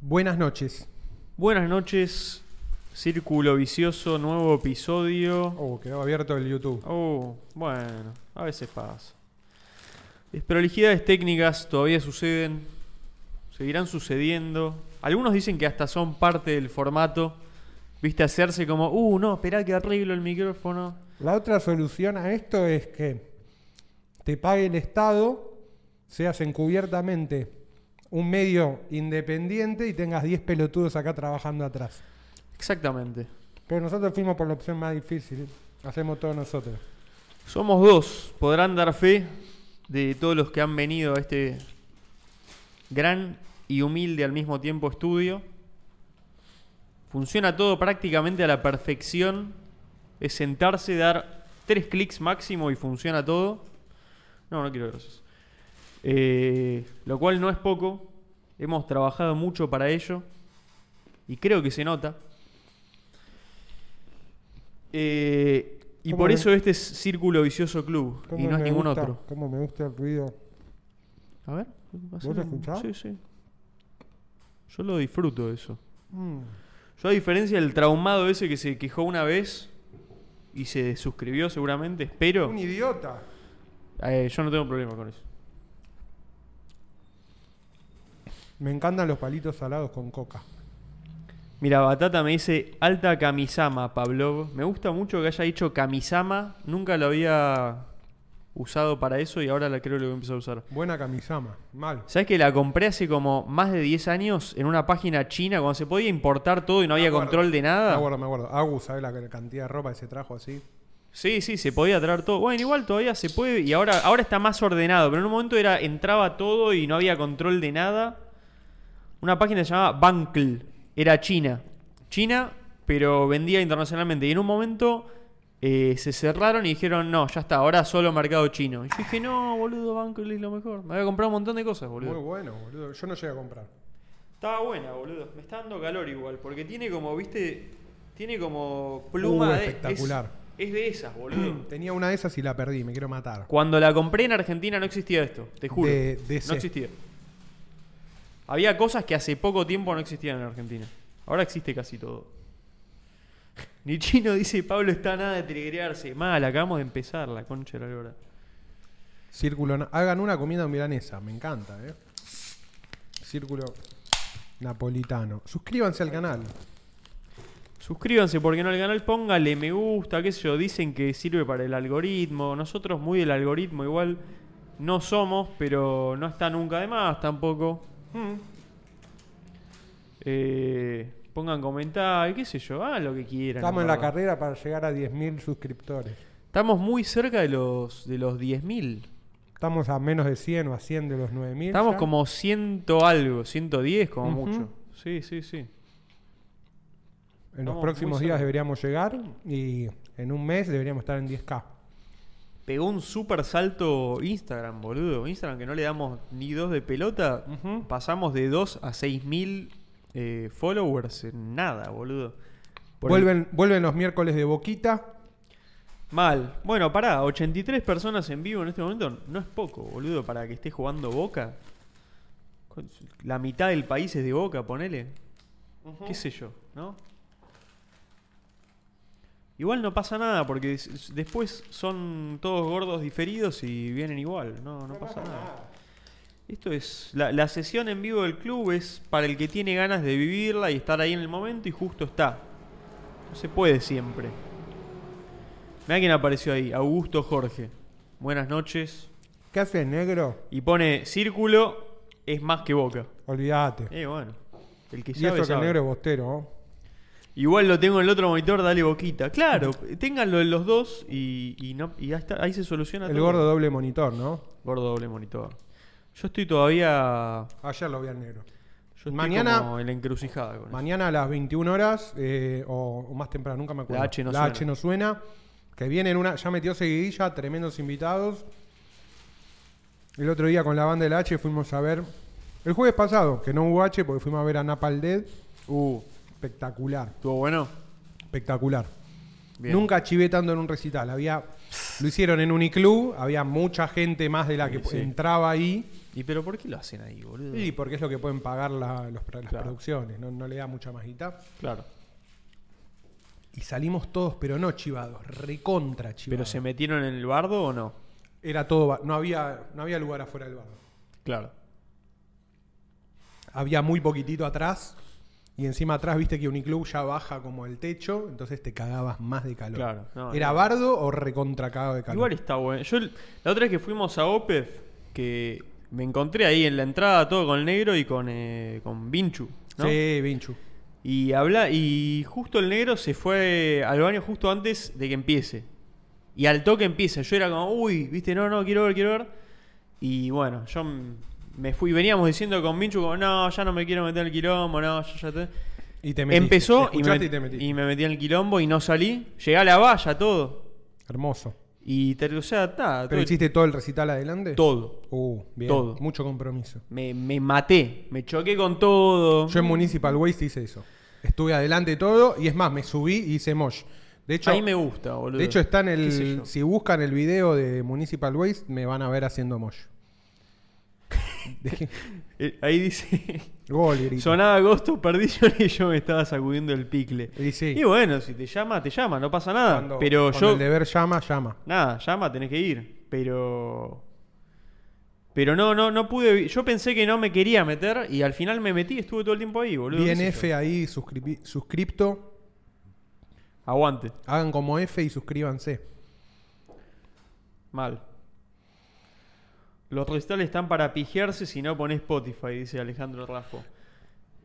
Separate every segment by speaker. Speaker 1: Buenas noches.
Speaker 2: Buenas noches, Círculo Vicioso, nuevo episodio.
Speaker 1: Oh, quedó abierto el YouTube.
Speaker 2: Oh, bueno, a veces pasa. Desprolijidades técnicas todavía suceden, seguirán sucediendo. Algunos dicen que hasta son parte del formato. Viste hacerse como, uh, no, esperá que arreglo el micrófono.
Speaker 1: La otra solución a esto es que te pague el Estado, seas encubiertamente un medio independiente y tengas 10 pelotudos acá trabajando atrás.
Speaker 2: Exactamente.
Speaker 1: Pero nosotros fuimos por la opción más difícil. Hacemos todo nosotros.
Speaker 2: Somos dos, podrán dar fe de todos los que han venido a este gran y humilde al mismo tiempo estudio. Funciona todo prácticamente a la perfección. Es sentarse, dar tres clics máximo y funciona todo. No, no quiero gracias. Eh, lo cual no es poco. Hemos trabajado mucho para ello. Y creo que se nota. Eh, y
Speaker 1: ¿Cómo
Speaker 2: por
Speaker 1: le-
Speaker 2: eso este es Círculo Vicioso Club. Y
Speaker 1: ¿Cómo
Speaker 2: no es
Speaker 1: me
Speaker 2: ningún
Speaker 1: gusta-
Speaker 2: otro.
Speaker 1: ¿Cómo me gusta el ruido?
Speaker 2: A ver.
Speaker 1: lo escuchás?
Speaker 2: Sí, sí. Yo lo disfruto de eso.
Speaker 1: Mm.
Speaker 2: Yo a diferencia del traumado ese que se quejó una vez y se suscribió seguramente, espero.
Speaker 1: Un idiota.
Speaker 2: eh, yo no tengo problema con eso.
Speaker 1: Me encantan los palitos salados con coca.
Speaker 2: Mira, Batata me dice alta camisama, Pablo. Me gusta mucho que haya dicho camisama. Nunca lo había usado para eso y ahora la creo que lo voy a empezar a usar.
Speaker 1: Buena camisama. Mal.
Speaker 2: ¿Sabes que la compré hace como más de 10 años en una página china cuando se podía importar todo y no había
Speaker 1: acuerdo.
Speaker 2: control de
Speaker 1: Me
Speaker 2: nada?
Speaker 1: acuerdo, me acuerdo. Agus, ¿sabes la la cantidad de ropa que se trajo así?
Speaker 2: Sí, sí, se podía traer todo. Bueno, igual todavía se puede y ahora, ahora está más ordenado, pero en un momento era entraba todo y no había control de nada. Una página se llamaba Bankl, era china. China, pero vendía internacionalmente. Y en un momento eh, se cerraron y dijeron, no, ya está, ahora solo mercado chino. Y yo dije, no, boludo, Bankl es lo mejor. Me había comprado un montón de cosas, boludo.
Speaker 1: Muy bueno, boludo. Yo no llegué a comprar.
Speaker 2: Estaba buena, boludo. Me está dando calor igual, porque tiene como, viste, tiene como pluma
Speaker 1: Uh,
Speaker 2: de- es-
Speaker 1: espectacular.
Speaker 2: es de esas, boludo.
Speaker 1: Tenía una de esas y la perdí. Me quiero matar.
Speaker 2: Cuando la compré en Argentina no existía esto, te juro.
Speaker 1: De- de
Speaker 2: no
Speaker 1: C.
Speaker 2: existía. Había cosas que hace poco tiempo no existían en Argentina. Ahora existe casi todo. Ni chino dice Pablo está nada de trigrearse. Mal, acabamos de empezar la concha de la lora.
Speaker 1: Círculo. na- Hagan una comida milanesa. Me encanta, ¿eh? Círculo napolitano. Suscríbanse al canal.
Speaker 2: Suscríbanse porque no al canal, póngale me gusta, qué sé yo, dicen que sirve para el algoritmo. Nosotros muy del algoritmo igual no somos, pero no está nunca de más tampoco. Eh, pongan comentarios, qué sé yo, hagan lo que quieran.
Speaker 1: Estamos en la
Speaker 2: verdad.
Speaker 1: carrera para llegar a 10.000 suscriptores.
Speaker 2: Estamos muy cerca de los, de los 10.000.
Speaker 1: Estamos a menos de 100 o a 100 de los 9.000.
Speaker 2: Estamos
Speaker 1: ya.
Speaker 2: como 100 algo, 110 como
Speaker 1: Ujú.
Speaker 2: mucho. Sí, sí, sí.
Speaker 1: En los
Speaker 2: estamos
Speaker 1: próximos
Speaker 2: muy
Speaker 1: días
Speaker 2: cerca.
Speaker 1: deberíamos llegar y en un mes deberíamos estar en 10K.
Speaker 2: Pegó un super salto Instagram, boludo. Instagram que no le damos ni dos de pelota.
Speaker 1: Ujú.
Speaker 2: Pasamos de 2 a 6.000 eh, followers en nada, boludo. Por el-
Speaker 1: Vuelven, vuelven los miércoles de Boquita.
Speaker 2: Mal. Bueno, pará, 83 personas en vivo en este momento no es poco, boludo, para que esté jugando Boca. La mitad del país es de Boca, ponele. Qué sé yo, ¿no? Igual no pasa nada porque es- es- después son todos gordos diferidos y vienen igual, no, no pasa nada. Esto es la, la sesión en vivo del club es para el que tiene ganas de vivirla y estar ahí en el momento y justo está. No se puede siempre. Mira quién apareció ahí, Augusto Jorge. Buenas noches.
Speaker 1: ¿Qué haces, negro?
Speaker 2: Y pone círculo es más que boca.
Speaker 1: Olvídate.
Speaker 2: Eh, bueno. El que
Speaker 1: Y
Speaker 2: sabe,
Speaker 1: eso que el
Speaker 2: sabe.
Speaker 1: negro es bostero. ¿no?
Speaker 2: Igual lo tengo en el otro monitor, dale boquita. Claro, ténganlo en los dos y, y no, y ahí, está- ahí se soluciona
Speaker 1: El
Speaker 2: todo.
Speaker 1: gordo doble monitor, ¿no?
Speaker 2: Gordo doble monitor. Yo estoy todavía.
Speaker 1: Ayer lo vi al negro.
Speaker 2: Yo estoy
Speaker 1: Mañana-
Speaker 2: como en la encrucijada con eso.
Speaker 1: Mañana a las 21 horas, eh, o, o más temprano, nunca me acuerdo.
Speaker 2: La H no suena.
Speaker 1: H no suena. Que vienen una. Ya metió seguidilla, tremendos invitados. El otro día con la banda de la H fuimos a ver. El jueves pasado, que no hubo H porque fuimos a ver a Napal Dead.
Speaker 2: Uh,
Speaker 1: Espectacular,
Speaker 2: ¿estuvo bueno?
Speaker 1: espectacular.
Speaker 2: Bien.
Speaker 1: Nunca chivé tanto en un recital. Había, lo hicieron en Uniclub, había mucha gente más de la que
Speaker 2: Sí, sí.
Speaker 1: entraba ahí.
Speaker 2: ¿Y pero por qué lo hacen ahí, boludo?
Speaker 1: Y porque es lo que pueden pagar la- los- las
Speaker 2: Mm. Claro.
Speaker 1: producciones, no, no le da mucha más guita.
Speaker 2: Claro.
Speaker 1: Y salimos todos, pero no chivados, recontra
Speaker 2: ¿Pero
Speaker 1: chivados.
Speaker 2: se metieron en el bardo o no?
Speaker 1: Era todo, ba- no había, no había lugar afuera del bar.
Speaker 2: Claro.
Speaker 1: Había muy poquitito atrás. Y encima atrás viste que Uniclub ya baja como el techo, entonces te cagabas más de calor.
Speaker 2: Claro, no,
Speaker 1: ¿Era
Speaker 2: no.
Speaker 1: bardo o recontra cagado de calor?
Speaker 2: Igual está bueno. Yo el- la otra vez que fuimos a OPEF, que me encontré ahí en la entrada todo con el negro y con, eh, con Vinchu, ¿no?
Speaker 1: Sí, Vinchu.
Speaker 2: Y habla y justo el negro se fue al baño justo antes de que empiece. Y al toque empieza. Yo era como, uy, viste, no, no, quiero ver, quiero ver. Y bueno, yo m- me fui. Veníamos diciendo con Minchu, como, no, ya no me quiero meter en el quilombo, no, yo ya te...
Speaker 1: Y te metiste.
Speaker 2: Empezó
Speaker 1: Te
Speaker 2: y
Speaker 1: escuchaste
Speaker 2: me,
Speaker 1: y, te metiste.
Speaker 2: y me metí en el quilombo y no salí. Llegué a la valla, todo.
Speaker 1: Hermoso.
Speaker 2: Y, ter- o sea, nada,
Speaker 1: ¿Pero
Speaker 2: todo,
Speaker 1: hiciste todo el recital adelante?
Speaker 2: todo.
Speaker 1: Uh, bien.
Speaker 2: Todo.
Speaker 1: Mucho compromiso.
Speaker 2: Me, me maté, me choqué con todo.
Speaker 1: Yo en Municipal Waste hice eso. Estuve adelante de todo y es más, me subí y hice mosh. De hecho,
Speaker 2: a mí me gusta, boludo.
Speaker 1: de hecho está en
Speaker 2: ¿Qué sé yo?
Speaker 1: el. Si buscan el video de Municipal Waste, me van a ver haciendo mosh.
Speaker 2: Eh, Ahí dice...
Speaker 1: Gol, grito.
Speaker 2: Sonaba agosto, perdición y yo me estaba sacudiendo el picle.
Speaker 1: Y sí.
Speaker 2: Y bueno, si te llama, te llama, no pasa nada.
Speaker 1: Cuando-
Speaker 2: pero
Speaker 1: cuando
Speaker 2: yo.
Speaker 1: El deber llama, llama.
Speaker 2: Nada, llama, tenés que ir. Pero. Pero no, no, no pude. vi- Yo pensé que no me quería meter y al final me metí y estuve todo el tiempo ahí, boludo.
Speaker 1: Bien
Speaker 2: qué sé
Speaker 1: F
Speaker 2: yo.
Speaker 1: ahí, suscribi- suscripto.
Speaker 2: Aguante.
Speaker 1: Hagan como F y suscríbanse.
Speaker 2: Mal. Los recitales están para pijearse si no pones Spotify, dice Alejandro Raffo.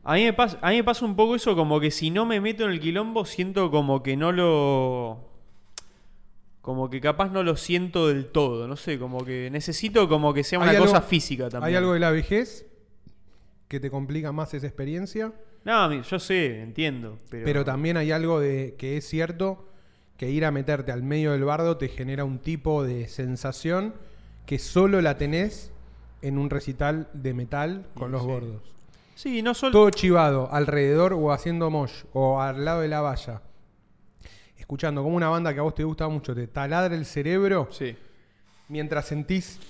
Speaker 2: A mí, me pasa, a mí me pasa un poco eso, como que si no me meto en el quilombo, siento como que no lo. Como que capaz no lo siento del todo, no sé, como que necesito como que sea una
Speaker 1: Hay algo-
Speaker 2: cosa física también.
Speaker 1: ¿Hay algo de la vejez que te complica más esa experiencia?
Speaker 2: No, mi- yo sé, entiendo. Pero,
Speaker 1: Pero también hay algo de que es cierto que ir a meterte al medio del bardo te genera un tipo de sensación que solo la tenés en un recital de metal con los gordos.
Speaker 2: Sí, no solo.
Speaker 1: Todo chivado, alrededor o haciendo mosh o al lado de la valla. Escuchando como una banda que a vos te gusta mucho, te taladra el cerebro
Speaker 2: Sí.
Speaker 1: mientras sentís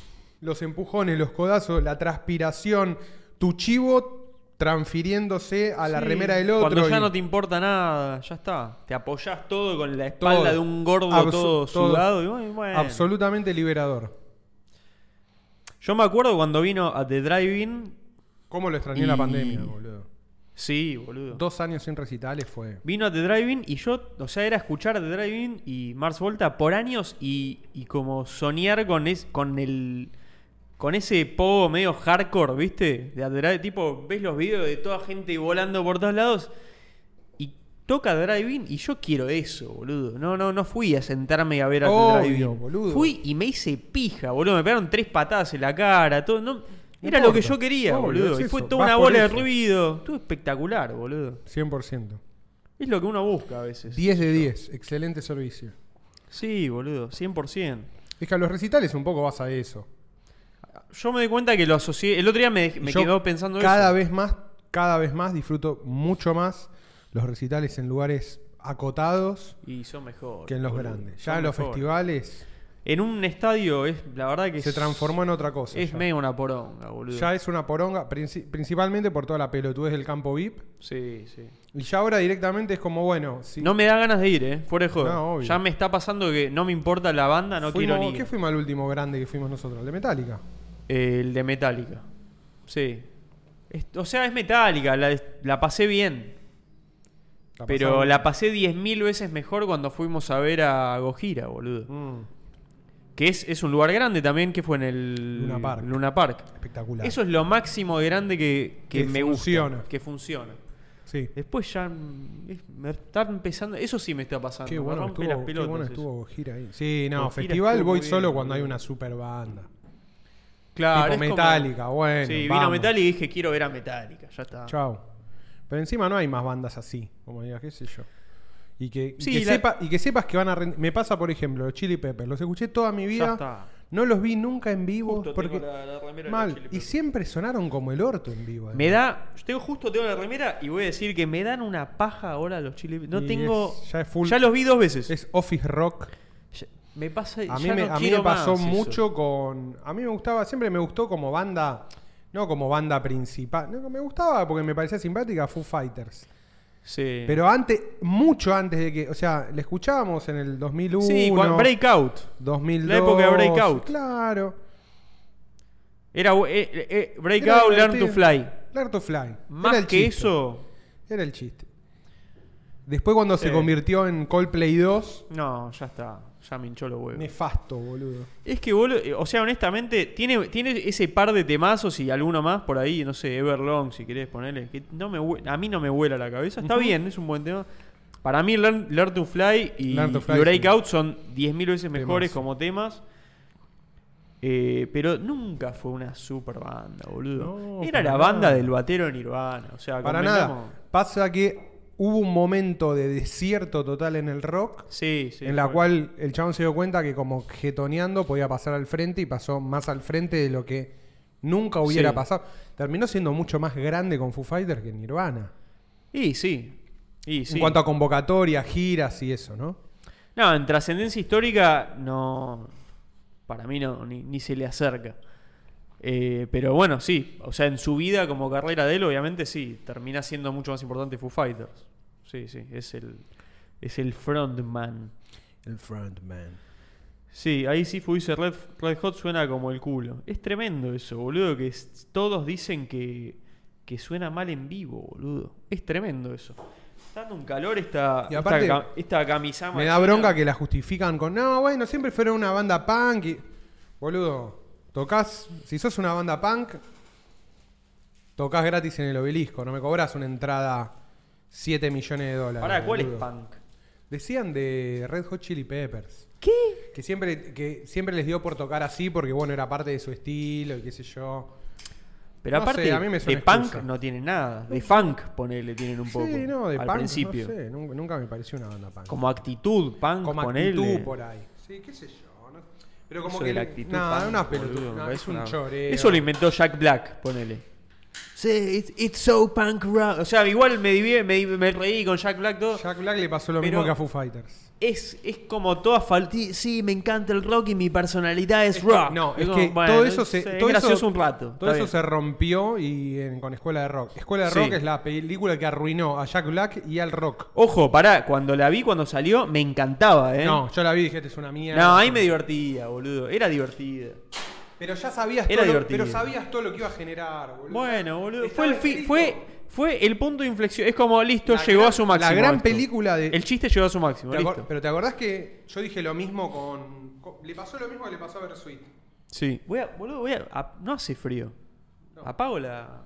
Speaker 1: los empujones, los codazos, la transpiración, tu chivo transfiriéndose a la
Speaker 2: Sí,
Speaker 1: remera del otro.
Speaker 2: Cuando ya
Speaker 1: y-
Speaker 2: no te importa nada, ya está. Te apoyás todo con la espalda
Speaker 1: Todo.
Speaker 2: de un gordo
Speaker 1: Abso-
Speaker 2: todo
Speaker 1: todo.
Speaker 2: sudado. y bueno, bueno.
Speaker 1: Absolutamente liberador.
Speaker 2: Yo me acuerdo cuando vino a The Drive-In.
Speaker 1: ¿Cómo lo extrañé
Speaker 2: Y-
Speaker 1: la pandemia, boludo?
Speaker 2: Sí, boludo.
Speaker 1: Dos años sin recitales fue.
Speaker 2: Vino a The Drive-In y yo, o sea, era escuchar The Drive-In y Mars Volta por años y, y como soñar con, es, con el. Con ese pogo medio hardcore, ¿viste? De At The Drive, tipo, ves los videos de toda gente volando por todos lados y toca The Drive-In y yo quiero eso, boludo. No, no, no fui a sentarme a ver a
Speaker 1: Obvio,
Speaker 2: The Drive-In.
Speaker 1: boludo.
Speaker 2: Fui y me hice pija, boludo. Me pegaron tres patadas en la cara, todo. No,
Speaker 1: No
Speaker 2: era lo
Speaker 1: importa.
Speaker 2: que yo quería,
Speaker 1: Obvio,
Speaker 2: boludo.
Speaker 1: es
Speaker 2: y fue
Speaker 1: eso,
Speaker 2: toda
Speaker 1: vas
Speaker 2: una
Speaker 1: por
Speaker 2: bola de
Speaker 1: eso.
Speaker 2: ruido. Estuvo espectacular, boludo.
Speaker 1: 100%.
Speaker 2: Es lo que uno busca a veces.
Speaker 1: 10 de 10. Excelente servicio.
Speaker 2: Sí, boludo, 100%.
Speaker 1: Es que a los recitales un poco vas a eso.
Speaker 2: Yo me doy cuenta que lo asocié. El otro día me, me
Speaker 1: Yo
Speaker 2: quedó pensando
Speaker 1: cada
Speaker 2: eso.
Speaker 1: vez más, cada vez más disfruto mucho más los recitales en lugares acotados
Speaker 2: Y son mejores.
Speaker 1: que en los
Speaker 2: boludo,
Speaker 1: grandes.
Speaker 2: son
Speaker 1: Ya en los
Speaker 2: mejores.
Speaker 1: festivales
Speaker 2: En un estadio, es la verdad que
Speaker 1: se
Speaker 2: es-
Speaker 1: transformó en otra cosa.
Speaker 2: Es
Speaker 1: ya.
Speaker 2: medio una poronga, boludo.
Speaker 1: Ya es una poronga, princi- principalmente por toda la pelotudez del campo VIP.
Speaker 2: Sí, sí.
Speaker 1: Y ya ahora directamente es como, bueno, si
Speaker 2: No me da ganas de ir, ¿eh? Fuera de joder.
Speaker 1: No, obvio.
Speaker 2: ya me está pasando que no me importa la banda, no
Speaker 1: Fuimos-
Speaker 2: quiero ni.
Speaker 1: ¿Qué
Speaker 2: ir.
Speaker 1: fuimos al último grande que fuimos nosotros? El de Metallica.
Speaker 2: El de Metallica. Sí. Es- o sea, es Metallica, la, la pasé bien.
Speaker 1: La
Speaker 2: pero
Speaker 1: pasamos.
Speaker 2: la pasé 10.000 veces mejor cuando fuimos a ver a Gojira, boludo.
Speaker 1: Mm,
Speaker 2: Que es, es un lugar grande también, que fue en el
Speaker 1: Luna Park.
Speaker 2: Luna Park.
Speaker 1: espectacular.
Speaker 2: Eso es lo máximo de grande que, que
Speaker 1: Que
Speaker 2: me
Speaker 1: funciona.
Speaker 2: gusta. Que funciona.
Speaker 1: sí.
Speaker 2: Después ya mm, es- me está empezando. Eso sí me está pasando.
Speaker 1: Qué
Speaker 2: me
Speaker 1: bueno,
Speaker 2: rompe
Speaker 1: estuvo,
Speaker 2: las
Speaker 1: qué
Speaker 2: pelotas.
Speaker 1: bueno
Speaker 2: eso.
Speaker 1: estuvo Gojira ahí. Sí, no,
Speaker 2: Gojira
Speaker 1: festival
Speaker 2: estuvo
Speaker 1: voy
Speaker 2: muy
Speaker 1: solo
Speaker 2: bien,
Speaker 1: cuando hay
Speaker 2: boludo.
Speaker 1: una super banda. Tipo
Speaker 2: Claro. Ah, es como-
Speaker 1: Metallica, bueno,
Speaker 2: Sí, vino
Speaker 1: vamos.
Speaker 2: Metallica y dije quiero ver a Metallica. Ya está.
Speaker 1: Chao. Pero encima no hay más bandas así, como digas, qué sé yo. Y que, y
Speaker 2: Sí,
Speaker 1: que
Speaker 2: la-
Speaker 1: sepa- y que sepas que van a... rend- Me pasa, por ejemplo, los Chili Peppers. Los escuché toda mi
Speaker 2: Ya
Speaker 1: vida.
Speaker 2: está.
Speaker 1: No los vi nunca en vivo.
Speaker 2: Justo
Speaker 1: porque
Speaker 2: tengo la- la remera de los
Speaker 1: Mal.
Speaker 2: Chili
Speaker 1: Y
Speaker 2: Peppers.
Speaker 1: siempre sonaron como el orto en vivo.
Speaker 2: Me da. Yo tengo justo tengo la remera y voy a decir que me dan una paja ahora los Chili Peppers. No
Speaker 1: Y
Speaker 2: tengo.
Speaker 1: es- ya es full-
Speaker 2: los vi dos veces.
Speaker 1: Es office rock.
Speaker 2: Ya- Me pasa.
Speaker 1: A mí
Speaker 2: ya
Speaker 1: me,
Speaker 2: no
Speaker 1: a mí
Speaker 2: quiero
Speaker 1: me pasó
Speaker 2: más eso.
Speaker 1: mucho con. A mí me gustaba, siempre me gustó como banda. No como banda principal. No, me gustaba porque me parecía simpática Foo Fighters.
Speaker 2: Sí.
Speaker 1: Pero antes, mucho antes de que. O sea, le escuchábamos en el 2001.
Speaker 2: sí, cuando- Breakout.
Speaker 1: 2002.
Speaker 2: La época de Breakout.
Speaker 1: Claro.
Speaker 2: Era bu- eh, eh, eh,
Speaker 1: Era
Speaker 2: Breakout, Learn to
Speaker 1: divertido.
Speaker 2: Fly.
Speaker 1: Learn to Fly.
Speaker 2: Más
Speaker 1: Era el
Speaker 2: que
Speaker 1: chiste.
Speaker 2: eso,
Speaker 1: Era el chiste. Después, cuando
Speaker 2: Sí.
Speaker 1: se convirtió en Coldplay 2,
Speaker 2: no, ya está. Ya me hinchó los huevos.
Speaker 1: nefasto, boludo.
Speaker 2: Es que, boludo, eh, o sea, honestamente, tiene, tiene ese par de temazos y alguno más por ahí, no sé, Everlong, si querés ponerle, que no me hue- a mí no me vuela la cabeza. Está bien, es un buen tema. Para mí, Learn, Learn to Fly y,
Speaker 1: Learn to Fly,
Speaker 2: y Breakout son 10.000 veces mejores
Speaker 1: Temazo.
Speaker 2: como temas. Eh, pero nunca fue una super banda, boludo.
Speaker 1: No,
Speaker 2: Era
Speaker 1: para
Speaker 2: la banda
Speaker 1: nada.
Speaker 2: del batero Nirvana, o sea,
Speaker 1: Para
Speaker 2: convengamos-
Speaker 1: nada. Pasa que hubo un momento de desierto total en el rock.
Speaker 2: Sí, sí.
Speaker 1: en la
Speaker 2: fue.
Speaker 1: cual el chabón se dio cuenta que como jetoneando podía pasar al frente y pasó más al frente de lo que nunca hubiera
Speaker 2: Sí.
Speaker 1: pasado. Terminó siendo mucho más grande con Foo Fighters que Nirvana.
Speaker 2: Y sí. Y sí.
Speaker 1: En cuanto a convocatoria, giras y eso, ¿no?
Speaker 2: No, en trascendencia histórica no. Para mí no, ni, ni se le acerca. Eh, pero bueno, sí. O sea, en su vida como carrera de él, obviamente sí. Termina siendo mucho más importante Foo Fighters. Sí, sí. Es el, es el frontman.
Speaker 1: El frontman.
Speaker 2: Sí, ahí sí fuiste Red, Red Hot suena como el culo. Es tremendo eso, boludo. Que es- todos dicen que, que suena mal en vivo, boludo. Es tremendo eso. Está dando un calor esta,
Speaker 1: Y aparte,
Speaker 2: esta, ca- esta camisama
Speaker 1: Me da
Speaker 2: china.
Speaker 1: bronca que la justifican con, no, bueno, siempre fueron una banda punk. y-". Boludo, tocas, si sos una banda punk, tocas gratis en el obelisco, no me cobras una entrada 7 millones de dólares.
Speaker 2: Pará, ¿cuál es
Speaker 1: boludo.
Speaker 2: punk?
Speaker 1: Decían de Red Hot Chili Peppers.
Speaker 2: ¿Qué?
Speaker 1: Que siempre, que siempre les dio por tocar así porque, bueno, era parte de su estilo y qué sé yo.
Speaker 2: Pero
Speaker 1: No
Speaker 2: aparte,
Speaker 1: sé, a mí me
Speaker 2: de
Speaker 1: suena
Speaker 2: punk
Speaker 1: excusa.
Speaker 2: no tienen nada. De funk, ponele, tienen un poco.
Speaker 1: sí, no, de
Speaker 2: al
Speaker 1: punk,
Speaker 2: principio.
Speaker 1: no sé, nun- nunca, me pareció una banda punk.
Speaker 2: Como actitud, punk,
Speaker 1: Como
Speaker 2: ponele.
Speaker 1: actitud por ahí. Sí, qué sé yo. ¿no? Pero como
Speaker 2: Eso
Speaker 1: que...
Speaker 2: de la
Speaker 1: le-
Speaker 2: actitud
Speaker 1: nah,
Speaker 2: punk,
Speaker 1: una
Speaker 2: boludo,
Speaker 1: pelotuda,
Speaker 2: me
Speaker 1: nah,
Speaker 2: parece
Speaker 1: es un
Speaker 2: una-
Speaker 1: choreo.
Speaker 2: Eso lo inventó Jack Black, ponele. Sí, it's, it's so punk rock. O sea, igual me, divi- me, div- me reí con Jack Black todo.
Speaker 1: Jack Black le pasó lo
Speaker 2: Pero-
Speaker 1: mismo que a Foo Fighters.
Speaker 2: Es, es como toda falti. Sí, me encanta el rock y mi personalidad es, rock.
Speaker 1: No, es
Speaker 2: como,
Speaker 1: que
Speaker 2: bueno,
Speaker 1: todo eso se...
Speaker 2: es
Speaker 1: todo
Speaker 2: gracioso
Speaker 1: eso,
Speaker 2: un rato.
Speaker 1: Todo eso
Speaker 2: está bien.
Speaker 1: se rompió y en- con Escuela de Rock. Escuela de
Speaker 2: Sí.
Speaker 1: Rock es la película que arruinó a Jack Black y al rock.
Speaker 2: Ojo, pará, cuando la vi, cuando salió, me encantaba, ¿eh?
Speaker 1: No, yo la vi y dije, "Esta es una mierda.
Speaker 2: No, ahí me divertía, boludo. Era divertida.
Speaker 1: Pero ya sabías,
Speaker 2: Era
Speaker 1: todo lo,
Speaker 2: divertido.
Speaker 1: pero sabías todo lo que iba a generar, boludo.
Speaker 2: Bueno, boludo.
Speaker 1: Estaba
Speaker 2: Fue el, fi-
Speaker 1: escrito.
Speaker 2: fue, fue el punto de inflexión. Es como, listo,
Speaker 1: La
Speaker 2: llegó
Speaker 1: gran-
Speaker 2: a su máximo.
Speaker 1: la gran
Speaker 2: esto.
Speaker 1: película de-
Speaker 2: El chiste llegó a su máximo,
Speaker 1: ¿Te acor-
Speaker 2: listo.
Speaker 1: pero te acordás que yo dije lo mismo con, con- Le pasó lo mismo que le pasó a Versuit.
Speaker 2: Sí. Voy a, boludo, voy a, a- No hace frío.
Speaker 1: No.
Speaker 2: Apago la.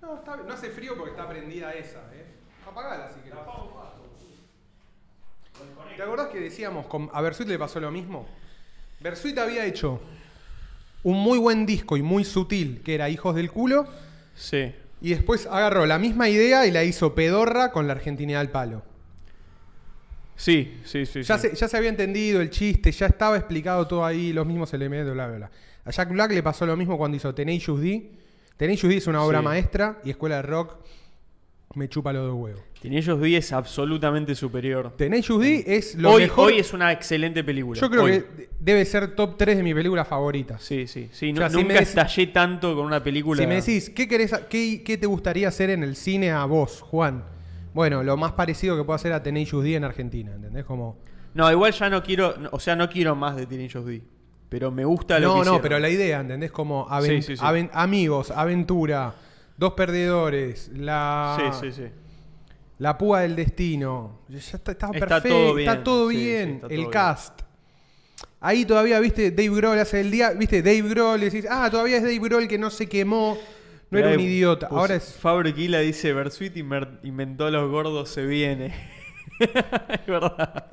Speaker 1: No, está- no hace frío porque está prendida esa, ¿eh? Apagala si querés. ¿Te acordás que decíamos con, a Versuit le pasó lo mismo? Versuit había hecho un muy buen disco y muy sutil, que era Hijos del Culo,
Speaker 2: Sí.
Speaker 1: y después agarró la misma idea y la hizo pedorra con la Argentina al palo.
Speaker 2: Sí, sí, sí.
Speaker 1: Ya,
Speaker 2: sí.
Speaker 1: se, ya se había entendido el chiste, ya estaba explicado todo ahí, los mismos elementos, bla, bla, bla. A Jack Black le pasó lo mismo cuando hizo Tenacious D. Tenacious D es una obra
Speaker 2: Sí.
Speaker 1: maestra y Escuela de Rock me chupa los dos huevos.
Speaker 2: Tinellos 10 es absolutamente superior.
Speaker 1: Tenacious D es lo
Speaker 2: Hoy,
Speaker 1: mejor.
Speaker 2: hoy es una excelente película.
Speaker 1: yo creo
Speaker 2: Hoy.
Speaker 1: que de- debe ser top 3 de mis películas favoritas.
Speaker 2: Sí, sí, sí.
Speaker 1: O sea,
Speaker 2: Nu-
Speaker 1: si me
Speaker 2: nunca
Speaker 1: dec-
Speaker 2: estallé tanto con una película.
Speaker 1: Si me decís, ¿qué, querés, a- qué, qué te gustaría hacer en el cine a vos, Juan? Bueno, lo más parecido que puedo hacer a Tenacious D en Argentina, ¿entendés? Como...
Speaker 2: No, igual ya no quiero. no- O sea, no quiero más de Tinellos D. Pero me gusta lo
Speaker 1: No,
Speaker 2: que
Speaker 1: no,
Speaker 2: hicieron.
Speaker 1: pero la idea, ¿entendés? Como aven-
Speaker 2: Sí, sí, sí.
Speaker 1: aven- amigos, aventura, dos perdedores, la,
Speaker 2: Sí, sí, sí.
Speaker 1: la púa del destino. Ya está, está
Speaker 2: Está
Speaker 1: perfecto,
Speaker 2: todo bien,
Speaker 1: está todo
Speaker 2: sí, sí,
Speaker 1: bien.
Speaker 2: está todo
Speaker 1: el
Speaker 2: bien.
Speaker 1: cast. Ahí todavía, viste, Dave Grohl hace el día, viste, Dave Grohl, y decís, ah, todavía es Dave Grohl que no se quemó, no era
Speaker 2: Mirá,
Speaker 1: un idiota.
Speaker 2: puse-
Speaker 1: Ahora es.
Speaker 2: Fabro Quila pues, dice: Bersuit inmer- inventó a los gordos, se viene. es verdad.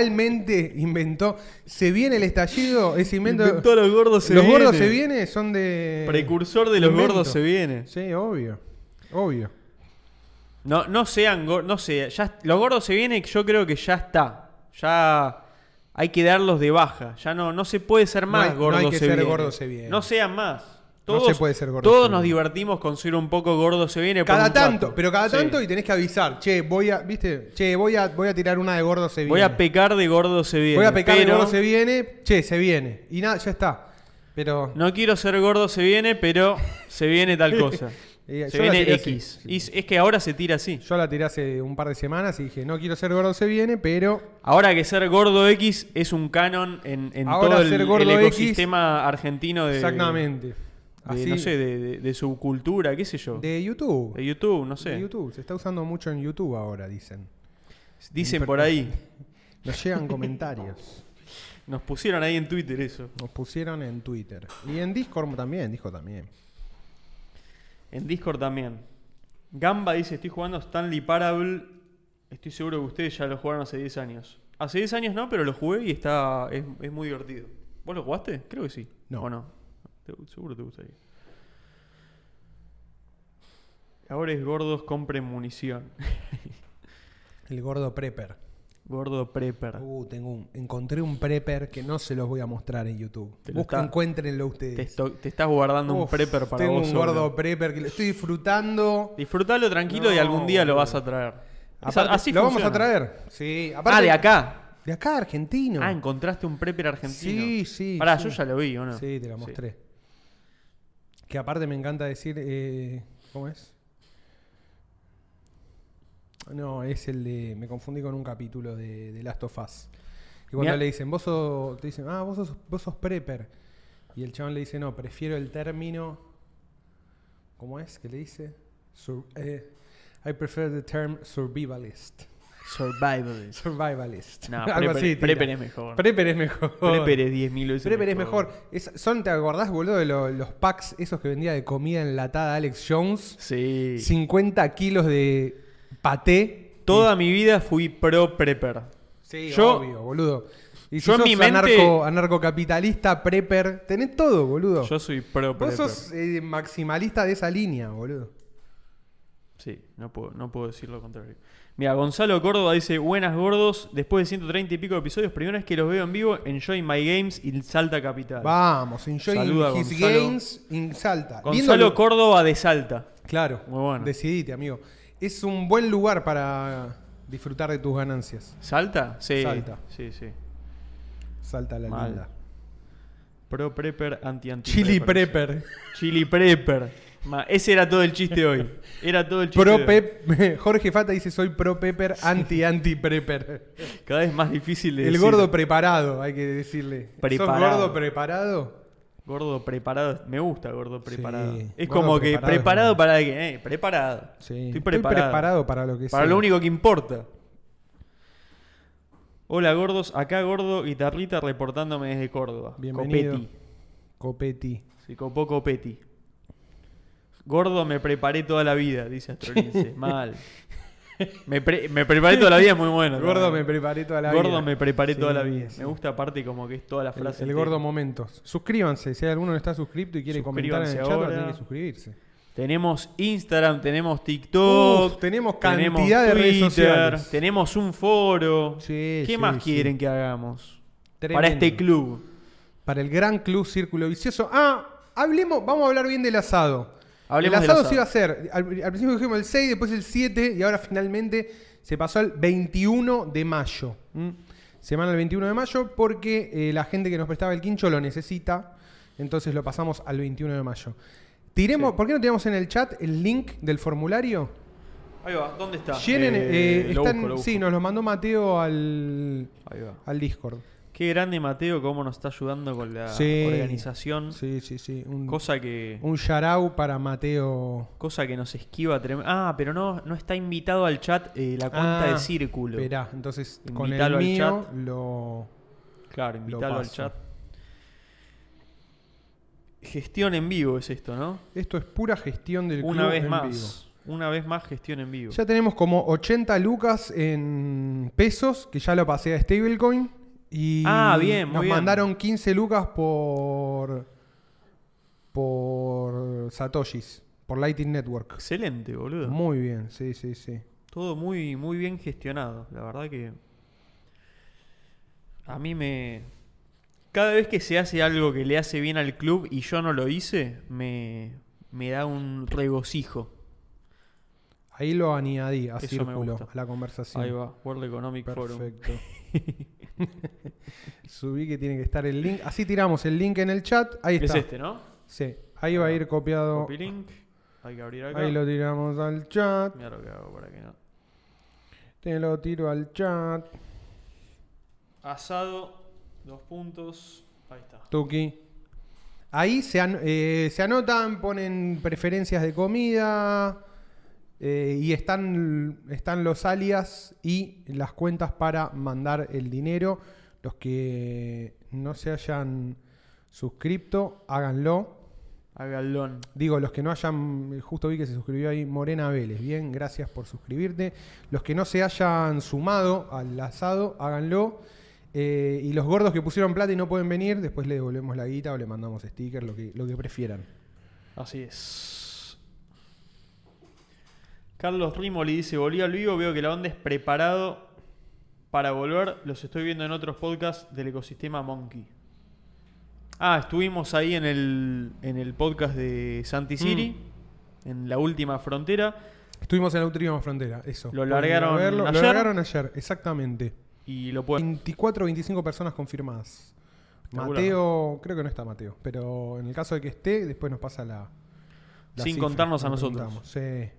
Speaker 1: Literalmente inventó. Se viene el estallido, ese invento.
Speaker 2: Inventó a los gordos, se
Speaker 1: los
Speaker 2: viene.
Speaker 1: gordos se viene son de.
Speaker 2: Precursor de los
Speaker 1: invento.
Speaker 2: gordos, se viene.
Speaker 1: Sí, obvio. Obvio.
Speaker 2: No, no sean gordos, no sé. Ya, los gordos se viene, yo creo que ya está. Ya hay que darlos de baja. Ya no, no se puede ser
Speaker 1: No
Speaker 2: más
Speaker 1: hay- no
Speaker 2: gordos
Speaker 1: hay que
Speaker 2: se
Speaker 1: ser
Speaker 2: viene.
Speaker 1: gordo se viene.
Speaker 2: No sean más. Todos,
Speaker 1: se puede ser gordo,
Speaker 2: Todos
Speaker 1: se
Speaker 2: nos
Speaker 1: viene.
Speaker 2: divertimos con ser un poco gordo se viene. por
Speaker 1: Cada
Speaker 2: un rato.
Speaker 1: tanto, pero cada
Speaker 2: Sí.
Speaker 1: tanto y tenés que avisar. Che, voy a, ¿viste? Che, voy a, voy a tirar una de gordo se viene.
Speaker 2: Voy a pecar de gordo se viene.
Speaker 1: Voy a pecar de
Speaker 2: pero
Speaker 1: gordo se viene. Che, se viene. Y nada, ya está. Pero.
Speaker 2: No quiero ser gordo se viene, pero se viene tal cosa.
Speaker 1: Y yo
Speaker 2: se
Speaker 1: la
Speaker 2: viene
Speaker 1: tiré así.
Speaker 2: X. Y es- es que ahora se tira así.
Speaker 1: Yo la tiré hace un par de semanas y dije, no quiero ser gordo se viene, pero.
Speaker 2: Ahora que ser gordo X es un canon en, en
Speaker 1: Ahora
Speaker 2: todo el,
Speaker 1: ser gordo X,
Speaker 2: el ecosistema argentino de,
Speaker 1: Exactamente.
Speaker 2: de,
Speaker 1: Así.
Speaker 2: no sé, de, de- de su cultura, qué sé yo. De,
Speaker 1: de YouTube.
Speaker 2: YouTube, no sé.
Speaker 1: De YouTube. Se está usando mucho en YouTube ahora, dicen.
Speaker 2: Dicen por ahí.
Speaker 1: Nos llegan comentarios.
Speaker 2: Nos pusieron ahí en Twitter eso.
Speaker 1: Nos pusieron en Twitter. Y en Discord también, Discord también.
Speaker 2: En Discord también. Gamba dice, estoy jugando Stanley Parable. Estoy seguro que ustedes ya lo jugaron hace 10 años. Hace 10 años no, pero lo jugué y está es, es muy divertido. ¿Vos lo jugaste? Creo que sí.
Speaker 1: No.
Speaker 2: ¿O no? Te- seguro te gustaría. Ahora es gordos compren munición.
Speaker 1: El gordo prepper.
Speaker 2: Gordo prepper.
Speaker 1: Uh, tengo un- encontré un prepper que no se los voy a mostrar en YouTube.
Speaker 2: Te lo
Speaker 1: Busquen,
Speaker 2: está-
Speaker 1: encuéntrenlo
Speaker 2: Te,
Speaker 1: ustedes.
Speaker 2: esto- te estás guardando un
Speaker 1: Uf,
Speaker 2: prepper para
Speaker 1: tengo
Speaker 2: vos.
Speaker 1: un
Speaker 2: solo.
Speaker 1: gordo prepper que lo estoy disfrutando.
Speaker 2: Disfrutalo tranquilo y
Speaker 1: No,
Speaker 2: algún día lo
Speaker 1: boludo.
Speaker 2: vas a traer. Esa-
Speaker 1: Aparte,
Speaker 2: así
Speaker 1: lo vamos
Speaker 2: funciona.
Speaker 1: a traer. Sí, aparte-
Speaker 2: Ah, de acá.
Speaker 1: De acá, argentino.
Speaker 2: Ah, encontraste un prepper argentino.
Speaker 1: Sí, sí,
Speaker 2: Pará,
Speaker 1: sí.
Speaker 2: yo ya lo vi, ¿o no?
Speaker 1: Sí, te lo mostré. Que aparte me encanta decir. eh, ¿Cómo es? No, es el de. Me confundí con un capítulo de, de Last of Us. Y cuando
Speaker 2: Mirá.
Speaker 1: le dicen, vos sos. Te dicen, ah, vos sos, vos sos prepper. Y el chabón le dice, no, prefiero el término. ¿Cómo es? que le dice? Sur- eh, I prefer the term survivalist.
Speaker 2: Survivalist.
Speaker 1: Survivalist.
Speaker 2: No,
Speaker 1: Algo
Speaker 2: prepper,
Speaker 1: así, tira.
Speaker 2: prepper es mejor.
Speaker 1: Prepper es mejor.
Speaker 2: Prepper es 10.000 veces
Speaker 1: Prepper Oh. es mejor. Es- son, ¿te acordás, boludo, de lo- los packs esos que vendía de comida enlatada Alex Jones?
Speaker 2: Sí.
Speaker 1: 50 kilos de paté.
Speaker 2: Toda mi vida fui pro prepper.
Speaker 1: Sí,
Speaker 2: Yo-
Speaker 1: obvio, boludo. Y si
Speaker 2: yo en
Speaker 1: sos
Speaker 2: mi mente-
Speaker 1: anarco- anarcocapitalista, prepper, tenés todo, boludo.
Speaker 2: Yo soy pro
Speaker 1: Vos
Speaker 2: prepper.
Speaker 1: sos eh, maximalista de esa línea, boludo.
Speaker 2: Sí, no puedo, no puedo decir lo contrario. Mira, Gonzalo Córdoba dice, buenas gordos, después de 130 y pico de episodios, primera vez que los veo en vivo, enjoy my games y Salta Capital.
Speaker 1: Vamos, enjoy
Speaker 2: Saluda,
Speaker 1: his
Speaker 2: Gonzalo.
Speaker 1: games in Salta.
Speaker 2: Gonzalo
Speaker 1: Lindo lu-
Speaker 2: Córdoba de Salta.
Speaker 1: Claro,
Speaker 2: Muy bueno.
Speaker 1: decidite, amigo. Es un buen lugar para disfrutar de tus ganancias.
Speaker 2: ¿Salta? Sí.
Speaker 1: Salta.
Speaker 2: Sí, sí.
Speaker 1: Salta la
Speaker 2: Mal.
Speaker 1: linda.
Speaker 2: Pro prepper, anti anti
Speaker 1: Chili prepper.
Speaker 2: Chili prepper. Ma, ese era todo el chiste hoy. Era todo el chiste. de
Speaker 1: Pro
Speaker 2: hoy.
Speaker 1: pep- Jorge Fata dice soy pro pepper, anti anti prepper.
Speaker 2: Cada vez más difícil de
Speaker 1: El
Speaker 2: decir.
Speaker 1: gordo preparado, hay que decirle. ¿Sos
Speaker 2: Preparado.
Speaker 1: gordo preparado?
Speaker 2: Gordo preparado. Me gusta gordo preparado.
Speaker 1: Sí,
Speaker 2: Es
Speaker 1: gordo
Speaker 2: como que
Speaker 1: preparado es
Speaker 2: preparado
Speaker 1: bueno.
Speaker 2: para que, eh, preparado. Estoy preparado.
Speaker 1: para lo que
Speaker 2: para
Speaker 1: sea.
Speaker 2: lo único que importa. Hola gordos, acá gordo guitarrita reportándome desde Córdoba.
Speaker 1: Bienvenido.
Speaker 2: Copetti.
Speaker 1: Copetti.
Speaker 2: Se copó Copetti. Gordo me preparé toda la vida, dice Astrolince. Mal. Me, pre- me preparé toda la vida es muy bueno.
Speaker 1: gordo me
Speaker 2: también.
Speaker 1: preparé toda la vida.
Speaker 2: Gordo me preparé
Speaker 1: Sí,
Speaker 2: toda la vida.
Speaker 1: sí.
Speaker 2: Me gusta aparte como que es toda la
Speaker 1: El,
Speaker 2: frase.
Speaker 1: el
Speaker 2: que-
Speaker 1: gordo momentos. Suscríbanse. Si alguno no está suscrito y quiere comentar en el
Speaker 2: Suscríbanse
Speaker 1: chat,
Speaker 2: ahora.
Speaker 1: tiene que suscribirse.
Speaker 2: Tenemos Instagram, tenemos TikTok.
Speaker 1: Uf, tenemos cantidad de redes sociales.
Speaker 2: Tenemos un foro.
Speaker 1: Sí,
Speaker 2: ¿Qué
Speaker 1: sí,
Speaker 2: más
Speaker 1: sí.
Speaker 2: quieren que hagamos?
Speaker 1: Tremendo.
Speaker 2: Para este club.
Speaker 1: Para el gran club Círculo Vicioso. Ah, hablemos, vamos a hablar bien del asado.
Speaker 2: Hablemos
Speaker 1: el
Speaker 2: del
Speaker 1: asado,
Speaker 2: asado.
Speaker 1: se iba a hacer. Al, al principio dijimos el 6, después el 7 y ahora finalmente se pasó al 21 de mayo.
Speaker 2: Mm.
Speaker 1: ¿m? Semana del 21 de mayo porque eh, la gente que nos prestaba el quincho lo necesita. Entonces lo pasamos al 21 de mayo. Tiremos, ¿Por qué no tiramos en el chat el link del formulario?
Speaker 2: Ahí va, ¿dónde está?
Speaker 1: Llenen,
Speaker 2: Eh,
Speaker 1: eh,
Speaker 2: lo
Speaker 1: están-
Speaker 2: busco, lo busco.
Speaker 1: sí, nos lo mandó Mateo al,
Speaker 2: Ahí va.
Speaker 1: al Discord.
Speaker 2: Qué grande Mateo, cómo nos está ayudando con la
Speaker 1: Sí.
Speaker 2: organización.
Speaker 1: Sí, sí, sí. Un,
Speaker 2: Cosa que.
Speaker 1: un yarau para Mateo.
Speaker 2: Cosa que nos esquiva trem- Ah, pero no, no está invitado al chat eh, la cuenta
Speaker 1: Ah,
Speaker 2: de círculo.
Speaker 1: Verá, entonces con
Speaker 2: Invítalo
Speaker 1: el
Speaker 2: al
Speaker 1: mío
Speaker 2: chat.
Speaker 1: lo.
Speaker 2: Claro, invítalo al
Speaker 1: paso.
Speaker 2: chat. Gestión en vivo es esto, ¿no?
Speaker 1: Esto es pura gestión del
Speaker 2: Una
Speaker 1: club
Speaker 2: vez
Speaker 1: en
Speaker 2: más. Una vez más gestión en vivo.
Speaker 1: vivo. Ya tenemos como 80 lucas en pesos, que ya lo pasé a stablecoin. Y
Speaker 2: Ah, bien, muy
Speaker 1: nos
Speaker 2: bien.
Speaker 1: mandaron 15 lucas por. por Satoshis, por Lightning Network.
Speaker 2: Excelente, boludo.
Speaker 1: Muy bien, sí, sí, sí.
Speaker 2: Todo muy, muy bien gestionado. La verdad que. A mí me. Cada vez que se hace algo que le hace bien al club y yo no lo hice, me, me da un regocijo.
Speaker 1: Ahí lo añadí a
Speaker 2: Eso me
Speaker 1: círculo,
Speaker 2: gusta.
Speaker 1: a la conversación.
Speaker 2: Ahí va, World Economic Forum.
Speaker 1: Perfecto. Subí que tiene que estar el link. Así tiramos el link en el chat. Ahí
Speaker 2: Es
Speaker 1: está.
Speaker 2: este, ¿no?
Speaker 1: Sí, ahí va a ir copiado.
Speaker 2: Copy link. Hay que abrir acá.
Speaker 1: Ahí lo tiramos al chat.
Speaker 2: Mirá lo que hago para que no.
Speaker 1: Te lo tiro al chat.
Speaker 2: Asado, dos puntos. Ahí está.
Speaker 1: Tuki. Ahí se, an- eh, se anotan, ponen preferencias de comida eh, y están, están los alias y las cuentas para mandar el dinero. Los que no se hayan suscripto, háganlo.
Speaker 2: A galón.
Speaker 1: Digo, los que no hayan, justo vi que se suscribió ahí Morena Vélez, bien, gracias por suscribirte. Los que no se hayan sumado al asado, háganlo. Eh, y los gordos que pusieron plata y no pueden venir, después le devolvemos la guita o le mandamos sticker, lo que, lo que prefieran.
Speaker 2: Así es. Carlos Rimoli dice, volví al vivo, veo que la onda es preparado para volver. Los estoy viendo en otros podcasts del ecosistema Monkey. Ah, estuvimos ahí en el, en el podcast de Santi Siri, en la última frontera.
Speaker 1: Estuvimos en la última frontera, eso.
Speaker 2: Lo
Speaker 1: Pueden
Speaker 2: largaron
Speaker 1: ir a verlo.
Speaker 2: ayer.
Speaker 1: Lo largaron ayer, exactamente.
Speaker 2: Y lo pueden...
Speaker 1: 24 o 25 personas confirmadas.
Speaker 2: Espectacular.
Speaker 1: Mateo, creo que no está Mateo, pero en el caso de que esté, después nos pasa la. la
Speaker 2: Sin contarnos a
Speaker 1: nos
Speaker 2: nosotros.
Speaker 1: preguntamos. Sí.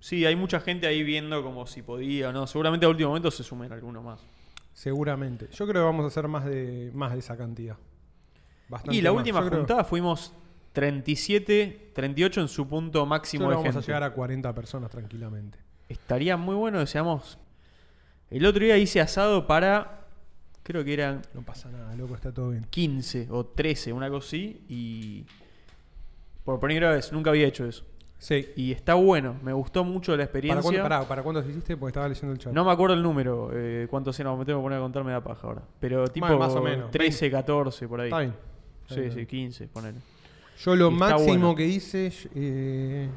Speaker 2: Sí, hay mucha gente ahí viendo como si podía o no. Seguramente a último momento se sumen algunos más.
Speaker 1: Seguramente. Yo creo que vamos a hacer más de, más de esa cantidad. Bastante
Speaker 2: Y la
Speaker 1: más.
Speaker 2: última
Speaker 1: Yo creo-
Speaker 2: juntada fuimos 37, 38 en su punto
Speaker 1: yo
Speaker 2: máximo
Speaker 1: creo
Speaker 2: de
Speaker 1: que vamos
Speaker 2: gente.
Speaker 1: a llegar a 40 personas tranquilamente.
Speaker 2: Estaría muy bueno que seamos. El otro día hice asado para. Creo que eran
Speaker 1: No pasa nada, loco, está todo bien.
Speaker 2: 15 o 13, una cosa así. Y. Por primera vez, nunca había hecho eso.
Speaker 1: Sí.
Speaker 2: Y está bueno, me gustó mucho la
Speaker 1: ¿Para
Speaker 2: experiencia.
Speaker 1: cuándo, pará, ¿Para cuándo se hiciste? Porque estaba leyendo el chat.
Speaker 2: No me acuerdo el número, eh, cuántos eran, me tengo que poner a contar, me da paja ahora. Pero tipo
Speaker 1: Bueno, más o menos,
Speaker 2: 13, 14, por ahí.
Speaker 1: Está bien. Está
Speaker 2: Sí,
Speaker 1: bien.
Speaker 2: sí, 15, ponele.
Speaker 1: Yo lo
Speaker 2: Y está
Speaker 1: máximo
Speaker 2: bueno.
Speaker 1: que hice. eh,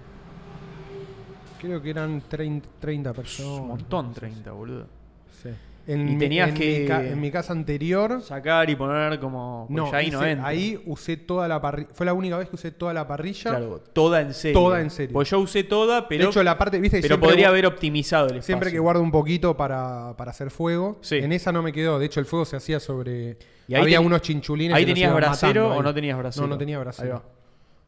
Speaker 1: creo que eran 30, 30 personas.
Speaker 2: Un montón, 30, boludo.
Speaker 1: Sí. En,
Speaker 2: Y
Speaker 1: mi,
Speaker 2: tenías
Speaker 1: en
Speaker 2: que-
Speaker 1: mi ca- en mi casa anterior.
Speaker 2: Sacar y poner como. porque ya ahí no
Speaker 1: hice-
Speaker 2: entra.
Speaker 1: ahí usé toda la parrilla. Fue la única vez que usé toda la parrilla.
Speaker 2: Claro, toda en serio.
Speaker 1: Toda en serio.
Speaker 2: Pues yo usé toda, pero,
Speaker 1: de hecho, la parte, viste,
Speaker 2: pero
Speaker 1: Siempre
Speaker 2: podría
Speaker 1: gu-
Speaker 2: haber optimizado el espacio.
Speaker 1: Siempre que guardo un poquito para, para hacer fuego.
Speaker 2: Sí.
Speaker 1: En esa no me quedó. De hecho, el fuego se hacía sobre.
Speaker 2: Y ahí
Speaker 1: había
Speaker 2: teni-
Speaker 1: unos chinchulines.
Speaker 2: ahí
Speaker 1: que los
Speaker 2: tenías
Speaker 1: iban
Speaker 2: brasero
Speaker 1: matando
Speaker 2: o no tenías brasero.
Speaker 1: No, no tenía brasero.
Speaker 2: Ahí va.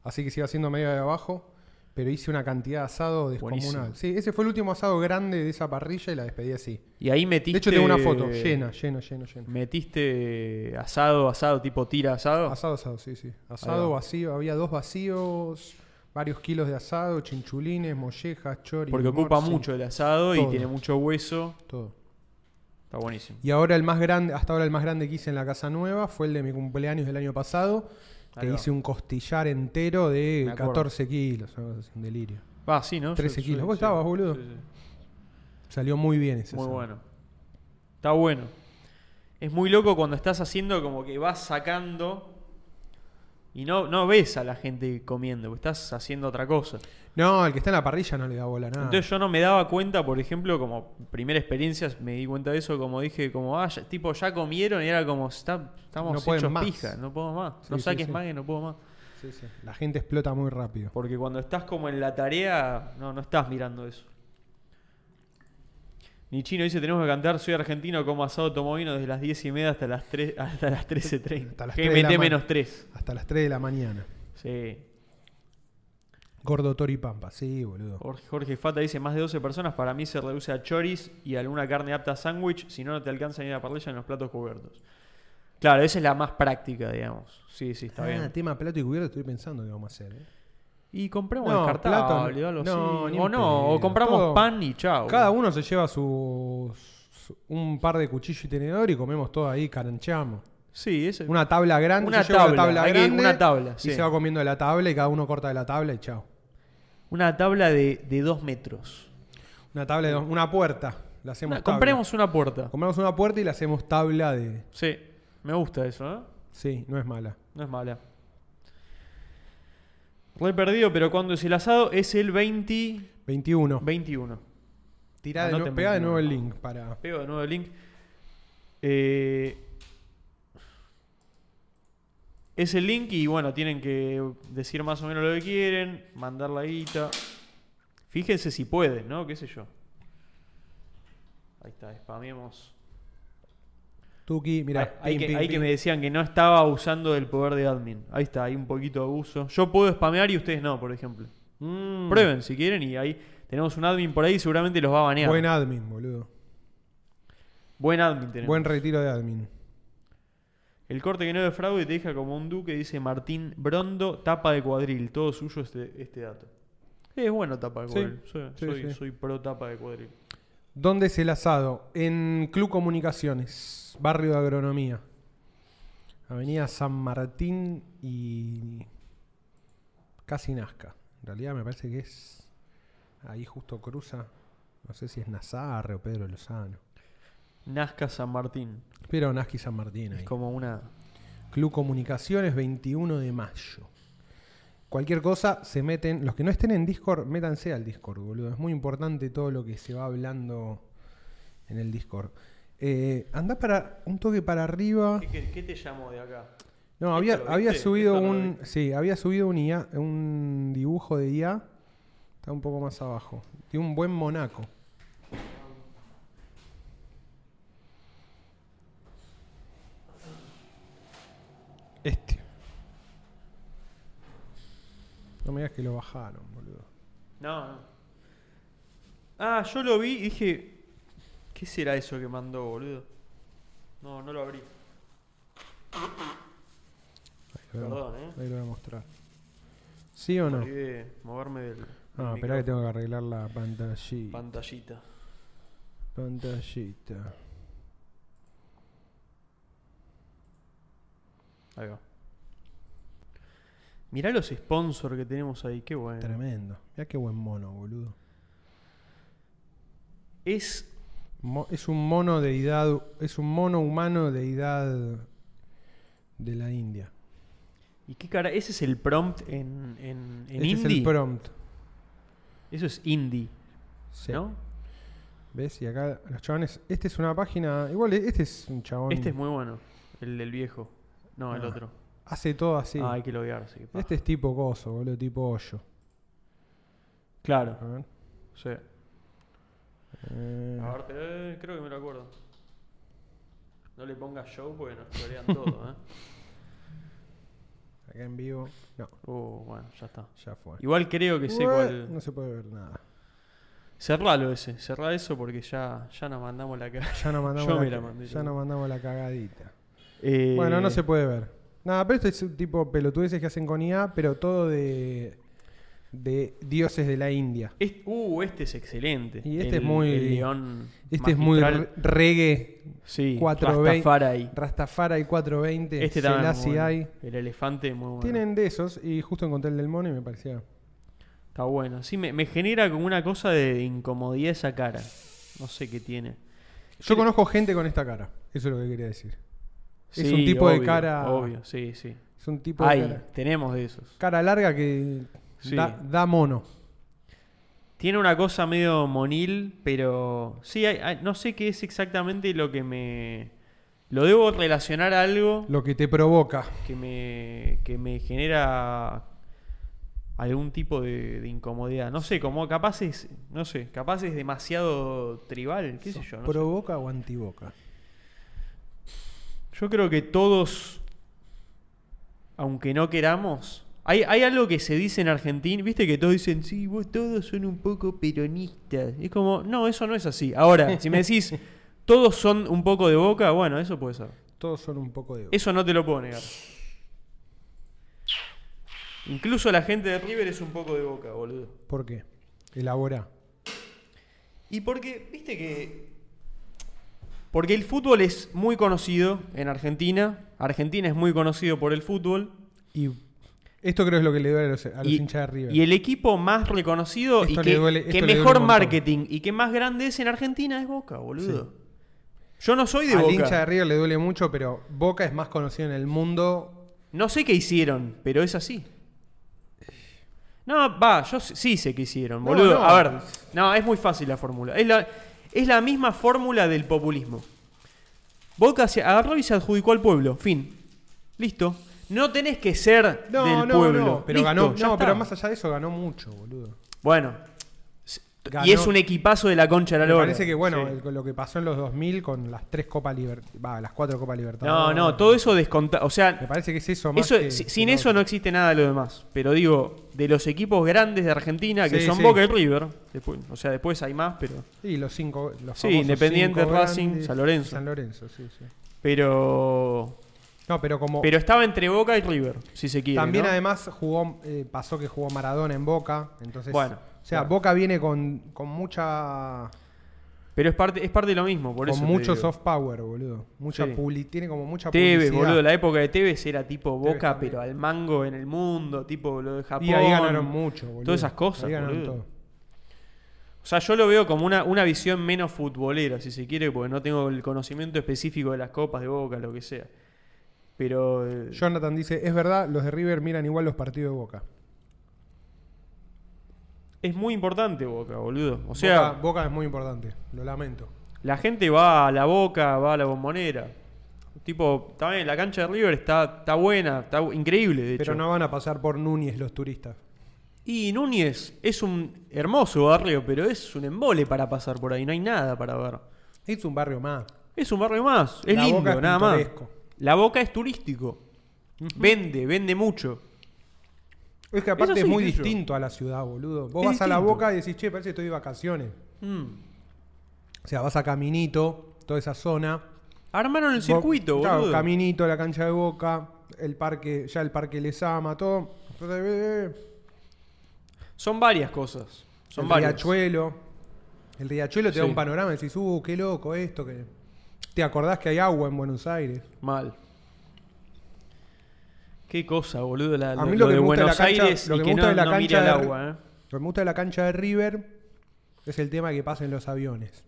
Speaker 1: Así que se iba haciendo medio de abajo. Pero hice una cantidad de asado descomunal.
Speaker 2: Buenísimo.
Speaker 1: Sí, ese fue el último asado grande de esa parrilla y la despedí así.
Speaker 2: Y ahí metiste.
Speaker 1: De hecho, tengo una foto llena, llena, llena, llena.
Speaker 2: Metiste asado, asado, tipo tira asado.
Speaker 1: Asado, asado, sí, sí.
Speaker 2: Ahí
Speaker 1: Asado
Speaker 2: va.
Speaker 1: vacío. Había dos vacíos, varios kilos de asado, chinchulines, mollejas, chori.
Speaker 2: porque ocupa
Speaker 1: morsi,
Speaker 2: mucho el asado y
Speaker 1: Todo.
Speaker 2: tiene mucho hueso.
Speaker 1: Todo.
Speaker 2: Está buenísimo.
Speaker 1: Y ahora el más grande, hasta ahora el más grande que hice en la casa nueva fue el de mi cumpleaños del año pasado, que
Speaker 2: Ahí va.
Speaker 1: hice un costillar entero
Speaker 2: Me
Speaker 1: de
Speaker 2: acuerdo.
Speaker 1: 14 kilos, una cosa así, un delirio.
Speaker 2: Va, sí, ¿no?
Speaker 1: 13
Speaker 2: Yo-
Speaker 1: kilos.
Speaker 2: yo-
Speaker 1: Vos
Speaker 2: sí,
Speaker 1: estabas, boludo.
Speaker 2: sí, sí.
Speaker 1: Salió muy bien ese.
Speaker 2: Muy
Speaker 1: asado.
Speaker 2: bueno. Está bueno. Es muy loco cuando estás haciendo como que vas sacando y no, no ves a la gente comiendo, porque estás haciendo otra cosa.
Speaker 1: No, el que está en la parrilla no le da bola a nada.
Speaker 2: Entonces yo no me daba cuenta, por ejemplo, como primera experiencia me di cuenta de eso, como dije, como, ah, ya- tipo, ya comieron y era como, "Está-
Speaker 1: No
Speaker 2: estamos
Speaker 1: pueden
Speaker 2: hechos
Speaker 1: más.
Speaker 2: pija, no puedo más.
Speaker 1: Sí,
Speaker 2: no
Speaker 1: sí,
Speaker 2: saques
Speaker 1: sí.
Speaker 2: más que no puedo más.
Speaker 1: Sí, sí. La gente explota muy rápido.
Speaker 2: Porque cuando estás como en la tarea, no, no estás mirando eso. Nichino dice, tenemos que cantar, soy argentino, como asado, tomo vino desde las 10 y media hasta las, 3, hasta las 13.30.
Speaker 1: Hasta las 3 de la
Speaker 2: GMT
Speaker 1: ma-
Speaker 2: menos 3.
Speaker 1: Hasta las 3 de la mañana.
Speaker 2: Sí.
Speaker 1: Gordo Tori Pampa, sí, boludo.
Speaker 2: Jorge, Jorge Fata dice, más de 12 personas para mí se reduce a choris y alguna carne apta a sándwich, si no, no te alcanza ni la parrilla en los platos cubiertos. Claro, esa es la más práctica, digamos. Sí, sí, está
Speaker 1: ah,
Speaker 2: bien.
Speaker 1: tema plato y cubierto estoy pensando que vamos a hacer. ¿eh?
Speaker 2: Y compramos
Speaker 1: No,
Speaker 2: descartable,
Speaker 1: plato,
Speaker 2: algo
Speaker 1: no,
Speaker 2: así.
Speaker 1: ni
Speaker 2: O
Speaker 1: en
Speaker 2: no, o
Speaker 1: pedo.
Speaker 2: compramos
Speaker 1: Todo-
Speaker 2: pan y chao.
Speaker 1: Cada uno se lleva su, su- un par de cuchillo y tenedor y comemos todo ahí, caranchamos.
Speaker 2: Sí, ese.
Speaker 1: Una tabla grande,
Speaker 2: Una
Speaker 1: yo llevo la
Speaker 2: tabla,
Speaker 1: tabla
Speaker 2: hay que-
Speaker 1: grande
Speaker 2: una tabla,
Speaker 1: y
Speaker 2: sí.
Speaker 1: se va comiendo de la tabla y cada uno corta de la tabla y chao.
Speaker 2: Una tabla de, de dos metros.
Speaker 1: Una tabla de dos- una puerta, la hacemos
Speaker 2: Una-
Speaker 1: tabla.
Speaker 2: compremos una puerta.
Speaker 1: Compramos una puerta y la hacemos tabla de
Speaker 2: Sí, me gusta eso, ¿eh?
Speaker 1: Sí, no es mala.
Speaker 2: No es mala. Re perdido, pero cuando es el asado es el 20,
Speaker 1: 21.
Speaker 2: 21.
Speaker 1: Tirá de
Speaker 2: Anoten
Speaker 1: nuevo- pegá de nuevo el
Speaker 2: 21.
Speaker 1: link para
Speaker 2: Pego de nuevo el link. Eh, Es el link y bueno, tienen que decir más o menos lo que quieren, mandar la guita. Fíjense si pueden, ¿no? ¿Qué sé yo? Ahí está, spameemos.
Speaker 1: Tuki, mira.
Speaker 2: Ahí- ahí que, ahí que me decían que no estaba abusando del poder de admin. Ahí está, hay un poquito de abuso. Yo puedo spamear y ustedes no, por ejemplo.
Speaker 1: Mm.
Speaker 2: Prueben si quieren y ahí tenemos un admin por ahí y seguramente los va a banear.
Speaker 1: Buen admin, boludo.
Speaker 2: Buen admin tenemos.
Speaker 1: Buen retiro de admin.
Speaker 2: El corte que no es fraude te deja como un duque, dice Martín Brondo, tapa de cuadril. Todo suyo este, este dato. Es bueno tapa de
Speaker 1: Sí,
Speaker 2: cuadril. soy,
Speaker 1: sí,
Speaker 2: soy-
Speaker 1: sí.
Speaker 2: soy pro tapa de cuadril.
Speaker 1: ¿Dónde es el asado? En Club Comunicaciones, barrio de agronomía. Avenida San Martín y. casi Nazca. En realidad me parece que es. Ahí justo cruza. No sé si es Nazarre o Pedro Lozano.
Speaker 2: Nazca San Martín.
Speaker 1: Pero Nazca y San Martín ahí.
Speaker 2: Es como una.
Speaker 1: Club Comunicaciones, 21 de mayo. Cualquier cosa, se meten. Los que no estén en Discord, métanse al Discord, boludo. Es muy importante todo lo que se va hablando en el Discord. Eh, andá para un toque para arriba.
Speaker 2: ¿Qué, qué- qué te llamó de acá?
Speaker 1: No, había,
Speaker 2: Este lo
Speaker 1: había
Speaker 2: viste?
Speaker 1: subido
Speaker 2: Esto no lo
Speaker 1: un. Sí, había subido un, IA un dibujo de IA. Está un poco más abajo. Tiene un buen monaco. Este. No me digas que lo bajaron, boludo.
Speaker 2: No, no. Ah, yo lo vi y dije. ¿Qué será eso que mandó, boludo? No, no lo abrí.
Speaker 1: Ahí lo voy a-
Speaker 2: Perdón, ¿eh?
Speaker 1: Ahí lo voy a mostrar. ¿Sí o no?
Speaker 2: Olvidé de moverme del.
Speaker 1: Ah,
Speaker 2: del
Speaker 1: esperá que
Speaker 2: micrófono.
Speaker 1: tengo que arreglar la pantallita.
Speaker 2: Pantallita.
Speaker 1: Pantallita.
Speaker 2: Ahí va. Mirá los sponsors que tenemos ahí, qué bueno.
Speaker 1: Tremendo. Mirá qué buen mono, boludo.
Speaker 2: Es.
Speaker 1: Mo- es un mono de edad, es un mono humano de edad de la India.
Speaker 2: ¿Y qué cara? Ese es el prompt en, en, en
Speaker 1: Este es
Speaker 2: indie.
Speaker 1: el prompt.
Speaker 2: Eso es indie,
Speaker 1: Sí.
Speaker 2: ¿no?
Speaker 1: ¿Ves? Y acá los chabones. Esta es una página. Igual, e- este es un chabón.
Speaker 2: Este es muy bueno. El del viejo. No, el
Speaker 1: Ah,
Speaker 2: otro.
Speaker 1: Hace todo así.
Speaker 2: Ah, hay que loguear, sí. pa.
Speaker 1: este es tipo coso, boludo, tipo hoyo.
Speaker 2: Claro.
Speaker 1: A ver.
Speaker 2: Sí.
Speaker 1: Eh,
Speaker 2: A ver, eh, creo que me lo acuerdo. No le pongas show porque nos florean todo, ¿eh?
Speaker 1: acá en vivo. No,
Speaker 2: Uh, bueno, ya está.
Speaker 1: ya fue.
Speaker 2: Igual creo que sé
Speaker 1: Ué,
Speaker 2: cuál.
Speaker 1: No se puede ver nada.
Speaker 2: Cerralo ese, cerrá eso porque ya, ya nos mandamos la cara.
Speaker 1: Ya no mandamos,
Speaker 2: Yo
Speaker 1: la,
Speaker 2: me la
Speaker 1: ca-
Speaker 2: mandé,
Speaker 1: ya no
Speaker 2: boludo.
Speaker 1: mandamos la cagadita.
Speaker 2: Eh,
Speaker 1: Bueno, no se puede ver. Nada, pero esto es un tipo de pelotudeces que hacen con IA, pero todo de, de dioses de la India.
Speaker 2: es- uh, este es excelente.
Speaker 1: Y este es
Speaker 2: El-
Speaker 1: muy-
Speaker 2: el león
Speaker 1: Este es muy re-
Speaker 2: magistral.
Speaker 1: reggae.
Speaker 2: Sí,
Speaker 1: 420.
Speaker 2: Rastafari.
Speaker 1: Rastafari 420.
Speaker 2: Este también. es muy
Speaker 1: Selassie
Speaker 2: bueno.
Speaker 1: hay.
Speaker 2: El elefante muy bueno.
Speaker 1: Tienen de esos y justo encontré el del mono y me parecía.
Speaker 2: Está bueno. Sí, me, me genera como una cosa de incomodidad esa cara. No sé qué tiene.
Speaker 1: Yo conozco gente con esta cara. Eso es lo que quería decir. Es
Speaker 2: Sí,
Speaker 1: un tipo de
Speaker 2: obvio,
Speaker 1: cara-
Speaker 2: Obvio, sí, sí.
Speaker 1: Es un tipo de
Speaker 2: Hay,
Speaker 1: cara,
Speaker 2: tenemos de esos.
Speaker 1: cara larga que
Speaker 2: Sí.
Speaker 1: da, da mono.
Speaker 2: Tiene una cosa medio monil, pero sí, hay- hay- no sé qué es exactamente lo que me... Lo debo relacionar a algo
Speaker 1: Lo que te provoca.
Speaker 2: que me, que me genera algún tipo de, de incomodidad. No sé, como capaz es, no sé, capaz es demasiado tribal, qué sé yo. no sé.
Speaker 1: ¿Provoca o antiboca?
Speaker 2: Yo creo que todos, aunque no queramos, hay, hay algo que se dice en Argentina, viste que todos dicen, sí, vos todos son un poco peronistas. Y es como, no, eso no es así. Ahora, si me decís, todos son un poco de boca, bueno, eso puede ser.
Speaker 1: Todos son un poco de boca.
Speaker 2: Eso no te lo puedo negar. Incluso la gente de River es un poco de boca, boludo.
Speaker 1: ¿Por qué? Elabora.
Speaker 2: Y porque, viste que. Porque el fútbol es muy conocido en Argentina. Argentina es muy conocido por el fútbol.
Speaker 1: Y esto creo es lo que le duele a los, a los
Speaker 2: y,
Speaker 1: hinchas de River.
Speaker 2: y el equipo más reconocido
Speaker 1: Esto
Speaker 2: y
Speaker 1: le
Speaker 2: que,
Speaker 1: duele-
Speaker 2: que
Speaker 1: esto le duele un
Speaker 2: mejor
Speaker 1: montón.
Speaker 2: marketing y que más grande es en Argentina es Boca, boludo. Yo no soy de
Speaker 1: Al
Speaker 2: Boca.
Speaker 1: hincha de River le duele mucho, pero Boca es más conocido en el mundo.
Speaker 2: No sé qué hicieron, pero es así. No, va, yo s- sí sé qué hicieron,
Speaker 1: No,
Speaker 2: boludo.
Speaker 1: no.
Speaker 2: A ver, no, es muy fácil la fórmula. Es la, es la misma fórmula del populismo. Boca se agarró y se adjudicó al pueblo. Fin. Listo. No tenés que ser
Speaker 1: No,
Speaker 2: del
Speaker 1: no,
Speaker 2: pueblo.
Speaker 1: no. Pero
Speaker 2: Listo,
Speaker 1: ganó.
Speaker 2: ya
Speaker 1: No,
Speaker 2: está.
Speaker 1: pero más allá de eso, ganó mucho, boludo.
Speaker 2: Bueno. S-
Speaker 1: Ganó.
Speaker 2: Y es un equipazo de la concha de la
Speaker 1: Me
Speaker 2: lora.
Speaker 1: parece que, bueno,
Speaker 2: Sí.
Speaker 1: el- lo que pasó en los 2000 con las tres Copas Libertadores. Va, las cuatro Copas
Speaker 2: No,
Speaker 1: Libertadores.
Speaker 2: no, todo eso descontado. O
Speaker 1: Me
Speaker 2: sea,
Speaker 1: parece que es eso más.
Speaker 2: eso,
Speaker 1: que-
Speaker 2: si-
Speaker 1: que
Speaker 2: sin
Speaker 1: lo
Speaker 2: eso
Speaker 1: otro.
Speaker 2: no existe nada de lo demás. Pero digo, de los equipos grandes de Argentina, que
Speaker 1: Sí,
Speaker 2: son
Speaker 1: sí.
Speaker 2: Boca y River. Después, o sea, después hay más, pero.
Speaker 1: Y los cinco. Los
Speaker 2: Sí,
Speaker 1: famosos
Speaker 2: Independiente,
Speaker 1: cinco
Speaker 2: Racing,
Speaker 1: grandes.
Speaker 2: San Lorenzo.
Speaker 1: San Lorenzo, sí, sí.
Speaker 2: Pero.
Speaker 1: No, pero como.
Speaker 2: Pero estaba entre Boca y River, si se quiere.
Speaker 1: Oh. también
Speaker 2: ¿no?
Speaker 1: además jugó. eh, pasó que jugó Maradona en Boca. Entonces.
Speaker 2: Bueno,
Speaker 1: O sea,
Speaker 2: claro.
Speaker 1: Boca viene con, con mucha.
Speaker 2: Pero es parte, es parte de lo mismo, por eso.
Speaker 1: con
Speaker 2: te
Speaker 1: mucho
Speaker 2: digo.
Speaker 1: soft power, boludo. Mucha
Speaker 2: Sí.
Speaker 1: publi- Tiene como mucha
Speaker 2: Tevez,
Speaker 1: publicidad.
Speaker 2: boludo. La época de Tevez era tipo
Speaker 1: Tevez
Speaker 2: Boca,
Speaker 1: también.
Speaker 2: pero al mango en el mundo, tipo lo de Japón.
Speaker 1: Y ahí ganaron mucho, boludo.
Speaker 2: Todas esas cosas,
Speaker 1: Ahí ganaron
Speaker 2: boludo.
Speaker 1: todo.
Speaker 2: O sea, yo lo veo como una, una visión menos futbolera, si se quiere, porque no tengo el conocimiento específico de las copas de Boca, lo que sea. Pero. eh,
Speaker 1: Jonathan dice: Es verdad, los de River miran igual los partidos de Boca.
Speaker 2: Es muy importante Boca, boludo. O sea,
Speaker 1: Boca, Boca es muy importante, lo lamento.
Speaker 2: la gente va a la Boca, va a la Bombonera. Tipo, también la cancha de River está, está buena, está bu- increíble, de
Speaker 1: Pero
Speaker 2: hecho.
Speaker 1: no van a pasar por Núñez los turistas.
Speaker 2: Y Núñez es un hermoso barrio, pero es un embole para pasar por ahí, no hay nada para ver.
Speaker 1: Es un barrio más.
Speaker 2: Es un barrio más, es
Speaker 1: La
Speaker 2: lindo,
Speaker 1: Boca es
Speaker 2: nada más.
Speaker 1: pintoresco.
Speaker 2: La boca es turístico. Vende, vende mucho.
Speaker 1: Es que aparte
Speaker 2: Eso
Speaker 1: es
Speaker 2: sí,
Speaker 1: muy
Speaker 2: qué sé yo.
Speaker 1: distinto a la ciudad, boludo. Vos
Speaker 2: Es
Speaker 1: vas a la
Speaker 2: distinto.
Speaker 1: boca y decís, che, parece que estoy de vacaciones.
Speaker 2: Mm.
Speaker 1: O sea, vas a Caminito, toda esa zona.
Speaker 2: Armaron el circuito,
Speaker 1: Bo-
Speaker 2: boludo.
Speaker 1: claro, Caminito, la cancha de boca, el parque, ya el parque les ama, todo. Entonces, eh, eh,
Speaker 2: Son varias cosas. Son
Speaker 1: el
Speaker 2: varias.
Speaker 1: riachuelo. El riachuelo te da
Speaker 2: Sí.
Speaker 1: un panorama, decís, uh, qué loco esto. Que... Te acordás que hay agua en Buenos Aires.
Speaker 2: Mal. Qué cosa, boludo. la-
Speaker 1: A mí lo que
Speaker 2: de
Speaker 1: me gusta de la
Speaker 2: Buenos
Speaker 1: cancha-
Speaker 2: Aires
Speaker 1: lo
Speaker 2: y
Speaker 1: que
Speaker 2: que,
Speaker 1: me gusta
Speaker 2: no,
Speaker 1: de la
Speaker 2: no mire
Speaker 1: cancha
Speaker 2: al
Speaker 1: de-
Speaker 2: agua. ¿eh?
Speaker 1: Lo que me gusta de la cancha de River es el tema que pasa en los aviones.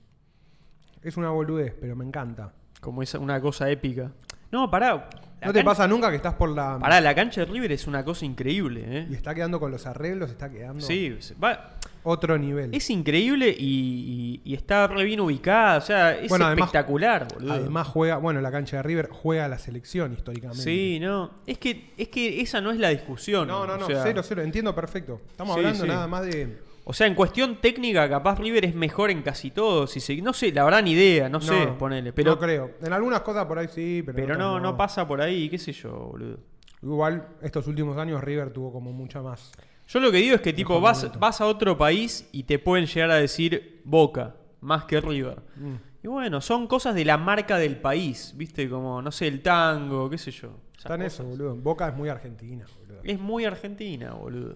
Speaker 1: Es una boludez, pero me encanta.
Speaker 2: Como es una cosa épica. No, pará. La
Speaker 1: ¿No te
Speaker 2: can-
Speaker 1: pasa nunca que estás por la...
Speaker 2: Pará, la cancha de River es una cosa increíble, ¿eh?
Speaker 1: Y está quedando con los arreglos, está quedando
Speaker 2: Sí, se- va-
Speaker 1: otro nivel.
Speaker 2: es increíble y, y- y está re bien ubicada. O sea, es
Speaker 1: Bueno, además-
Speaker 2: espectacular, boludo.
Speaker 1: Además juega, bueno, la cancha de River juega a la selección históricamente.
Speaker 2: Sí, no. Es que, es que esa no es la discusión.
Speaker 1: No, no, no,
Speaker 2: o sea,
Speaker 1: cero, cero, entiendo perfecto. Estamos
Speaker 2: Sí,
Speaker 1: hablando
Speaker 2: sí.
Speaker 1: nada más de...
Speaker 2: O sea, en cuestión técnica, capaz River es mejor en casi todo. Si se- no sé, la verdad ni idea, no, sé, ponele. Pero,
Speaker 1: no creo. En algunas cosas por ahí sí, pero, en
Speaker 2: pero
Speaker 1: otras
Speaker 2: no, no pasa por ahí, qué sé yo, boludo.
Speaker 1: Igual estos últimos años River tuvo como mucha más.
Speaker 2: Yo lo que digo es que tipo,
Speaker 1: Mejor
Speaker 2: vas,
Speaker 1: momento.
Speaker 2: vas a otro país y te pueden llegar a decir Boca, más que River.
Speaker 1: Mm.
Speaker 2: Y bueno, son cosas de la marca del país, viste, como, no sé, el tango, qué sé yo. esas
Speaker 1: Está en eso,
Speaker 2: cosas.
Speaker 1: boludo. Boca es muy argentina, boludo.
Speaker 2: Es muy argentina, boludo.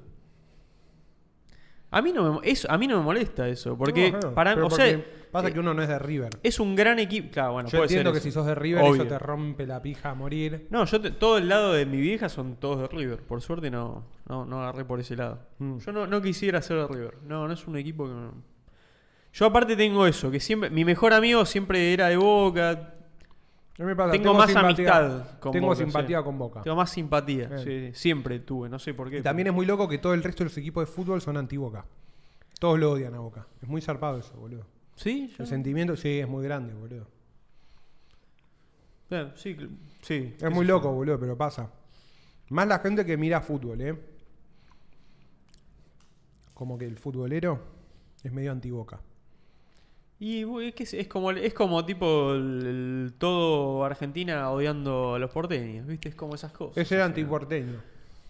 Speaker 2: A mí no me, mo- eso, a mí no me molesta eso, porque
Speaker 1: No, claro,
Speaker 2: para
Speaker 1: pero
Speaker 2: o sea,
Speaker 1: porque pasa
Speaker 2: eh,
Speaker 1: que uno no es de River.
Speaker 2: es un gran equipo. Claro, bueno,
Speaker 1: Yo
Speaker 2: puede ser
Speaker 1: entiendo que
Speaker 2: eso.
Speaker 1: si sos de River
Speaker 2: Obvio.
Speaker 1: eso te rompe la pija a morir.
Speaker 2: No, yo te- todo el lado de mi vieja son todos de River. Por suerte no, no, no agarré por ese lado.
Speaker 1: Mm.
Speaker 2: Yo no, no quisiera ser de River. No, no es un equipo que... me- Yo aparte tengo eso, que siempre... Mi mejor amigo siempre era de Boca.
Speaker 1: A mí me pasa,
Speaker 2: Tengo más
Speaker 1: simpatía-
Speaker 2: amistad con
Speaker 1: Tengo
Speaker 2: Boca,
Speaker 1: simpatía
Speaker 2: sí.
Speaker 1: con Boca.
Speaker 2: Tengo más simpatía.
Speaker 1: Bien.
Speaker 2: sí, sí, siempre tuve, no sé por qué.
Speaker 1: Y también es muy loco que todo el resto de los equipos de fútbol son anti-Boca. Todos lo odian a Boca. Es muy zarpado eso, boludo.
Speaker 2: Sí, yo-
Speaker 1: El sentimiento, sí, es muy grande, boludo.
Speaker 2: Eh, sí, cl- sí.
Speaker 1: Es muy loco, boludo, pero pasa. Más la gente que mira fútbol, ¿eh? Como que el futbolero es medio anti-Boca.
Speaker 2: Y bu- es, que es- es como, el- es como tipo el- el todo Argentina odiando a los porteños, ¿viste? Es como esas cosas.
Speaker 1: Ese era antiporteño.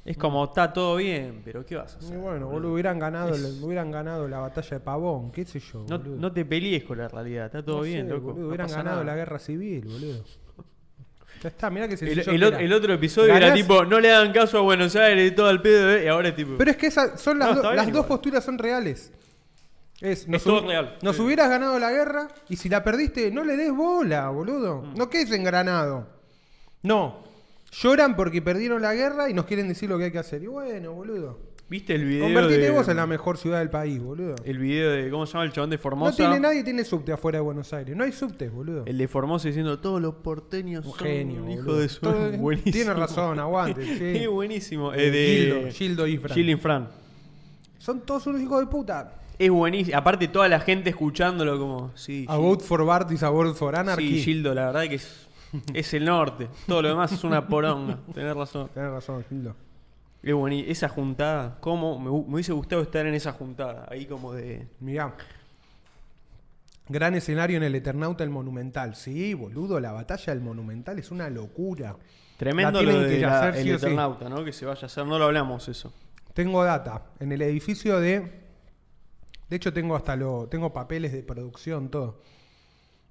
Speaker 2: Es como está todo bien, pero ¿qué vas a
Speaker 1: Y
Speaker 2: hacer?
Speaker 1: bueno,
Speaker 2: boludo?
Speaker 1: boludo, hubieran ganado,
Speaker 2: Es-
Speaker 1: hubieran ganado la batalla de Pavón, qué sé yo,
Speaker 2: No,
Speaker 1: boludo.
Speaker 2: no te pelees con la realidad, está todo
Speaker 1: No sé,
Speaker 2: bien, loco.
Speaker 1: boludo,
Speaker 2: no
Speaker 1: hubieran
Speaker 2: pasa
Speaker 1: ganado
Speaker 2: nada.
Speaker 1: la guerra civil, boludo. Ya está, mirá que se
Speaker 2: el, el o- el otro episodio era
Speaker 1: Ganás-
Speaker 2: tipo, no le hagan caso a Buenos Aires y todo al pedo, ¿eh? y ahora es tipo.
Speaker 1: Pero es que esas son las,
Speaker 2: No,
Speaker 1: do-
Speaker 2: está bien
Speaker 1: las dos
Speaker 2: igual.
Speaker 1: posturas son reales. Es, nos,
Speaker 2: todo
Speaker 1: hubi-
Speaker 2: real,
Speaker 1: nos
Speaker 2: sí.
Speaker 1: hubieras ganado la guerra y si la perdiste, no le des bola, boludo.
Speaker 2: Mm.
Speaker 1: No quedes engranado. No. Lloran porque perdieron la guerra y nos quieren decir lo que hay que hacer. Y bueno, boludo.
Speaker 2: ¿Viste el video?
Speaker 1: Convertite
Speaker 2: de,
Speaker 1: vos en la mejor ciudad del país, boludo.
Speaker 2: El video de, ¿cómo se llama el chabón de
Speaker 1: No
Speaker 2: Formosa?
Speaker 1: tiene nadie tiene subte afuera de Buenos Aires. No hay subtes, boludo.
Speaker 2: El de Formosa diciendo, todos los porteños
Speaker 1: Un
Speaker 2: son
Speaker 1: genio,
Speaker 2: un hijo
Speaker 1: boludo.
Speaker 2: de su.
Speaker 1: Todo-
Speaker 2: Buenísimo.
Speaker 1: tiene razón, aguante, sí.
Speaker 2: Es buenísimo.
Speaker 1: Eh,
Speaker 2: Eh, de
Speaker 1: Gildo, Gildo Ifran.
Speaker 2: Gildo Fran.
Speaker 1: Son todos unos hijos de puta.
Speaker 2: Es buenísimo. Aparte, toda la gente escuchándolo como. Sí,
Speaker 1: A vote for Bart is a vote for
Speaker 2: Gildo,
Speaker 1: anarchy.
Speaker 2: sí, Gildo, la verdad que es Es el norte. Todo lo demás es una poronga. Tenés razón.
Speaker 1: Tenés razón, Gildo.
Speaker 2: Es bueno, y esa juntada, ¿cómo? Me, hu- me hubiese gustado estar en esa juntada. Ahí como de.
Speaker 1: Mirá. Gran escenario en el Eternauta, el Monumental. Sí, boludo, la batalla del Monumental es una locura. La
Speaker 2: Tremendo lo
Speaker 1: tienen
Speaker 2: de
Speaker 1: que ir a
Speaker 2: la-
Speaker 1: hacer sí
Speaker 2: el
Speaker 1: o sí.
Speaker 2: Eternauta, ¿no? Que se vaya a hacer. No lo hablamos eso.
Speaker 1: Tengo data. En el edificio de. De hecho, tengo hasta lo. Tengo papeles de producción, todo.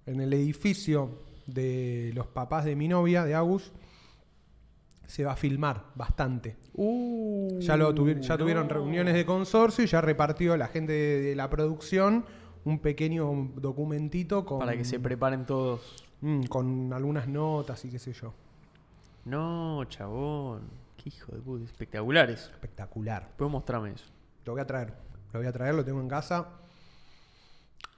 Speaker 1: En el edificio de los papás de mi novia, de Agus, se va a filmar bastante.
Speaker 2: Uh,
Speaker 1: Ya, lo tuvi-
Speaker 2: Mm,
Speaker 1: ya tuvieron reuniones de consorcio y ya repartió la gente de, de la producción un pequeño documentito con,
Speaker 2: Para que se preparen todos.
Speaker 1: Mm, con algunas notas y qué sé yo.
Speaker 2: No, chabón. Qué hijo de puta. Espectaculares.
Speaker 1: Espectacular.
Speaker 2: Puedes mostrarme eso.
Speaker 1: Lo voy a traer. Lo voy a traer, lo tengo en casa.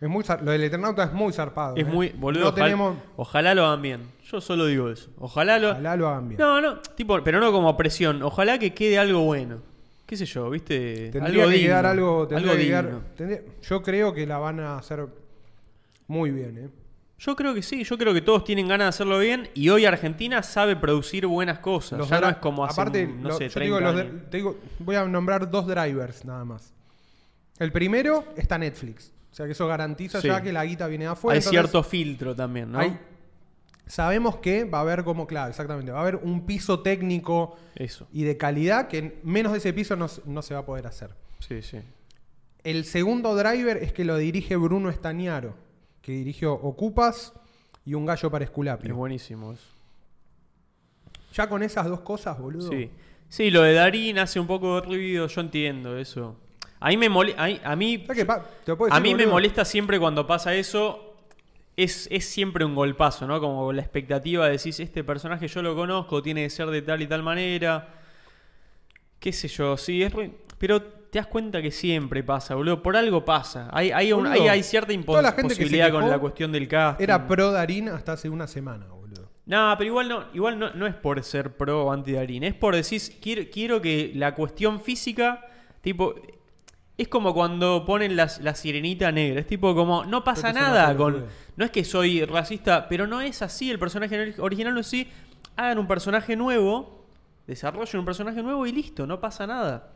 Speaker 1: Es muy zar- lo del Eternauta es muy zarpado. ¿eh?
Speaker 2: Es muy. Boludo,
Speaker 1: No
Speaker 2: ojalá,
Speaker 1: tenemos.
Speaker 2: ojalá lo hagan bien. Yo solo digo eso. Ojalá lo.
Speaker 1: Ojalá lo hagan bien.
Speaker 2: No, no. Tipo, pero no como presión. Ojalá que quede algo bueno. ¿Qué sé yo, viste?
Speaker 1: tendría que
Speaker 2: digno,
Speaker 1: quedar algo. Tendría que quedar-
Speaker 2: digno.
Speaker 1: tendría- yo creo que la van a hacer muy bien, ¿eh?
Speaker 2: Yo creo que sí, yo creo que todos tienen ganas de hacerlo bien y hoy Argentina sabe producir buenas cosas. ya no
Speaker 1: dra-
Speaker 2: es como hace,
Speaker 1: aparte,
Speaker 2: no
Speaker 1: lo-
Speaker 2: sé,
Speaker 1: yo
Speaker 2: 30
Speaker 1: te digo, los de-
Speaker 2: años.
Speaker 1: te digo, voy a nombrar dos drivers nada más. El primero está Netflix. O sea que eso garantiza
Speaker 2: Sí.
Speaker 1: ya que la guita viene de afuera.
Speaker 2: Hay
Speaker 1: entonces-
Speaker 2: cierto filtro también, ¿no?
Speaker 1: Hay- sabemos que va a haber como, claro, exactamente, va a haber un piso técnico
Speaker 2: Eso,
Speaker 1: y de calidad que en- menos de ese piso no, se- no se va a poder hacer.
Speaker 2: sí, sí.
Speaker 1: El segundo driver es que lo dirige Bruno Estaniaro, que dirigió Ocupas y Un Gallo para
Speaker 2: Es
Speaker 1: Esculapio.
Speaker 2: buenísimo eso.
Speaker 1: Ya con esas dos cosas, boludo.
Speaker 2: Sí. Sí, lo de Darín hace un poco de ruido, yo entiendo eso. A mí me, mole- a mí- a mí,
Speaker 1: ¿Sabes qué, pa? Te lo puedo
Speaker 2: a
Speaker 1: decir,
Speaker 2: mí me
Speaker 1: boludo.
Speaker 2: molesta siempre cuando pasa eso. Es, es siempre un golpazo, ¿no? Como la expectativa de decir, este personaje yo lo conozco, tiene que ser de tal y tal manera. qué sé yo, sí, es re- pero te das cuenta que siempre pasa, boludo, por algo pasa. Hay, hay, un-
Speaker 1: Boludo,
Speaker 2: hay, hay cierta
Speaker 1: toda la gente que se
Speaker 2: imposibilidad con
Speaker 1: quejó
Speaker 2: la cuestión del casting.
Speaker 1: Era pro Darín hasta hace una semana, boludo.
Speaker 2: No, pero igual no, igual no, no es por ser pro o anti Darín, es por decir, quiero, quiero que la cuestión física, tipo, es como cuando ponen las- la sirenita negra, es tipo como, no pasa
Speaker 1: Creo que es
Speaker 2: nada
Speaker 1: una
Speaker 2: con...
Speaker 1: pelotudez.
Speaker 2: No es que soy racista, pero no es así, el personaje ori- original no es así, hagan un personaje nuevo, desarrollen un personaje nuevo y listo, no pasa nada.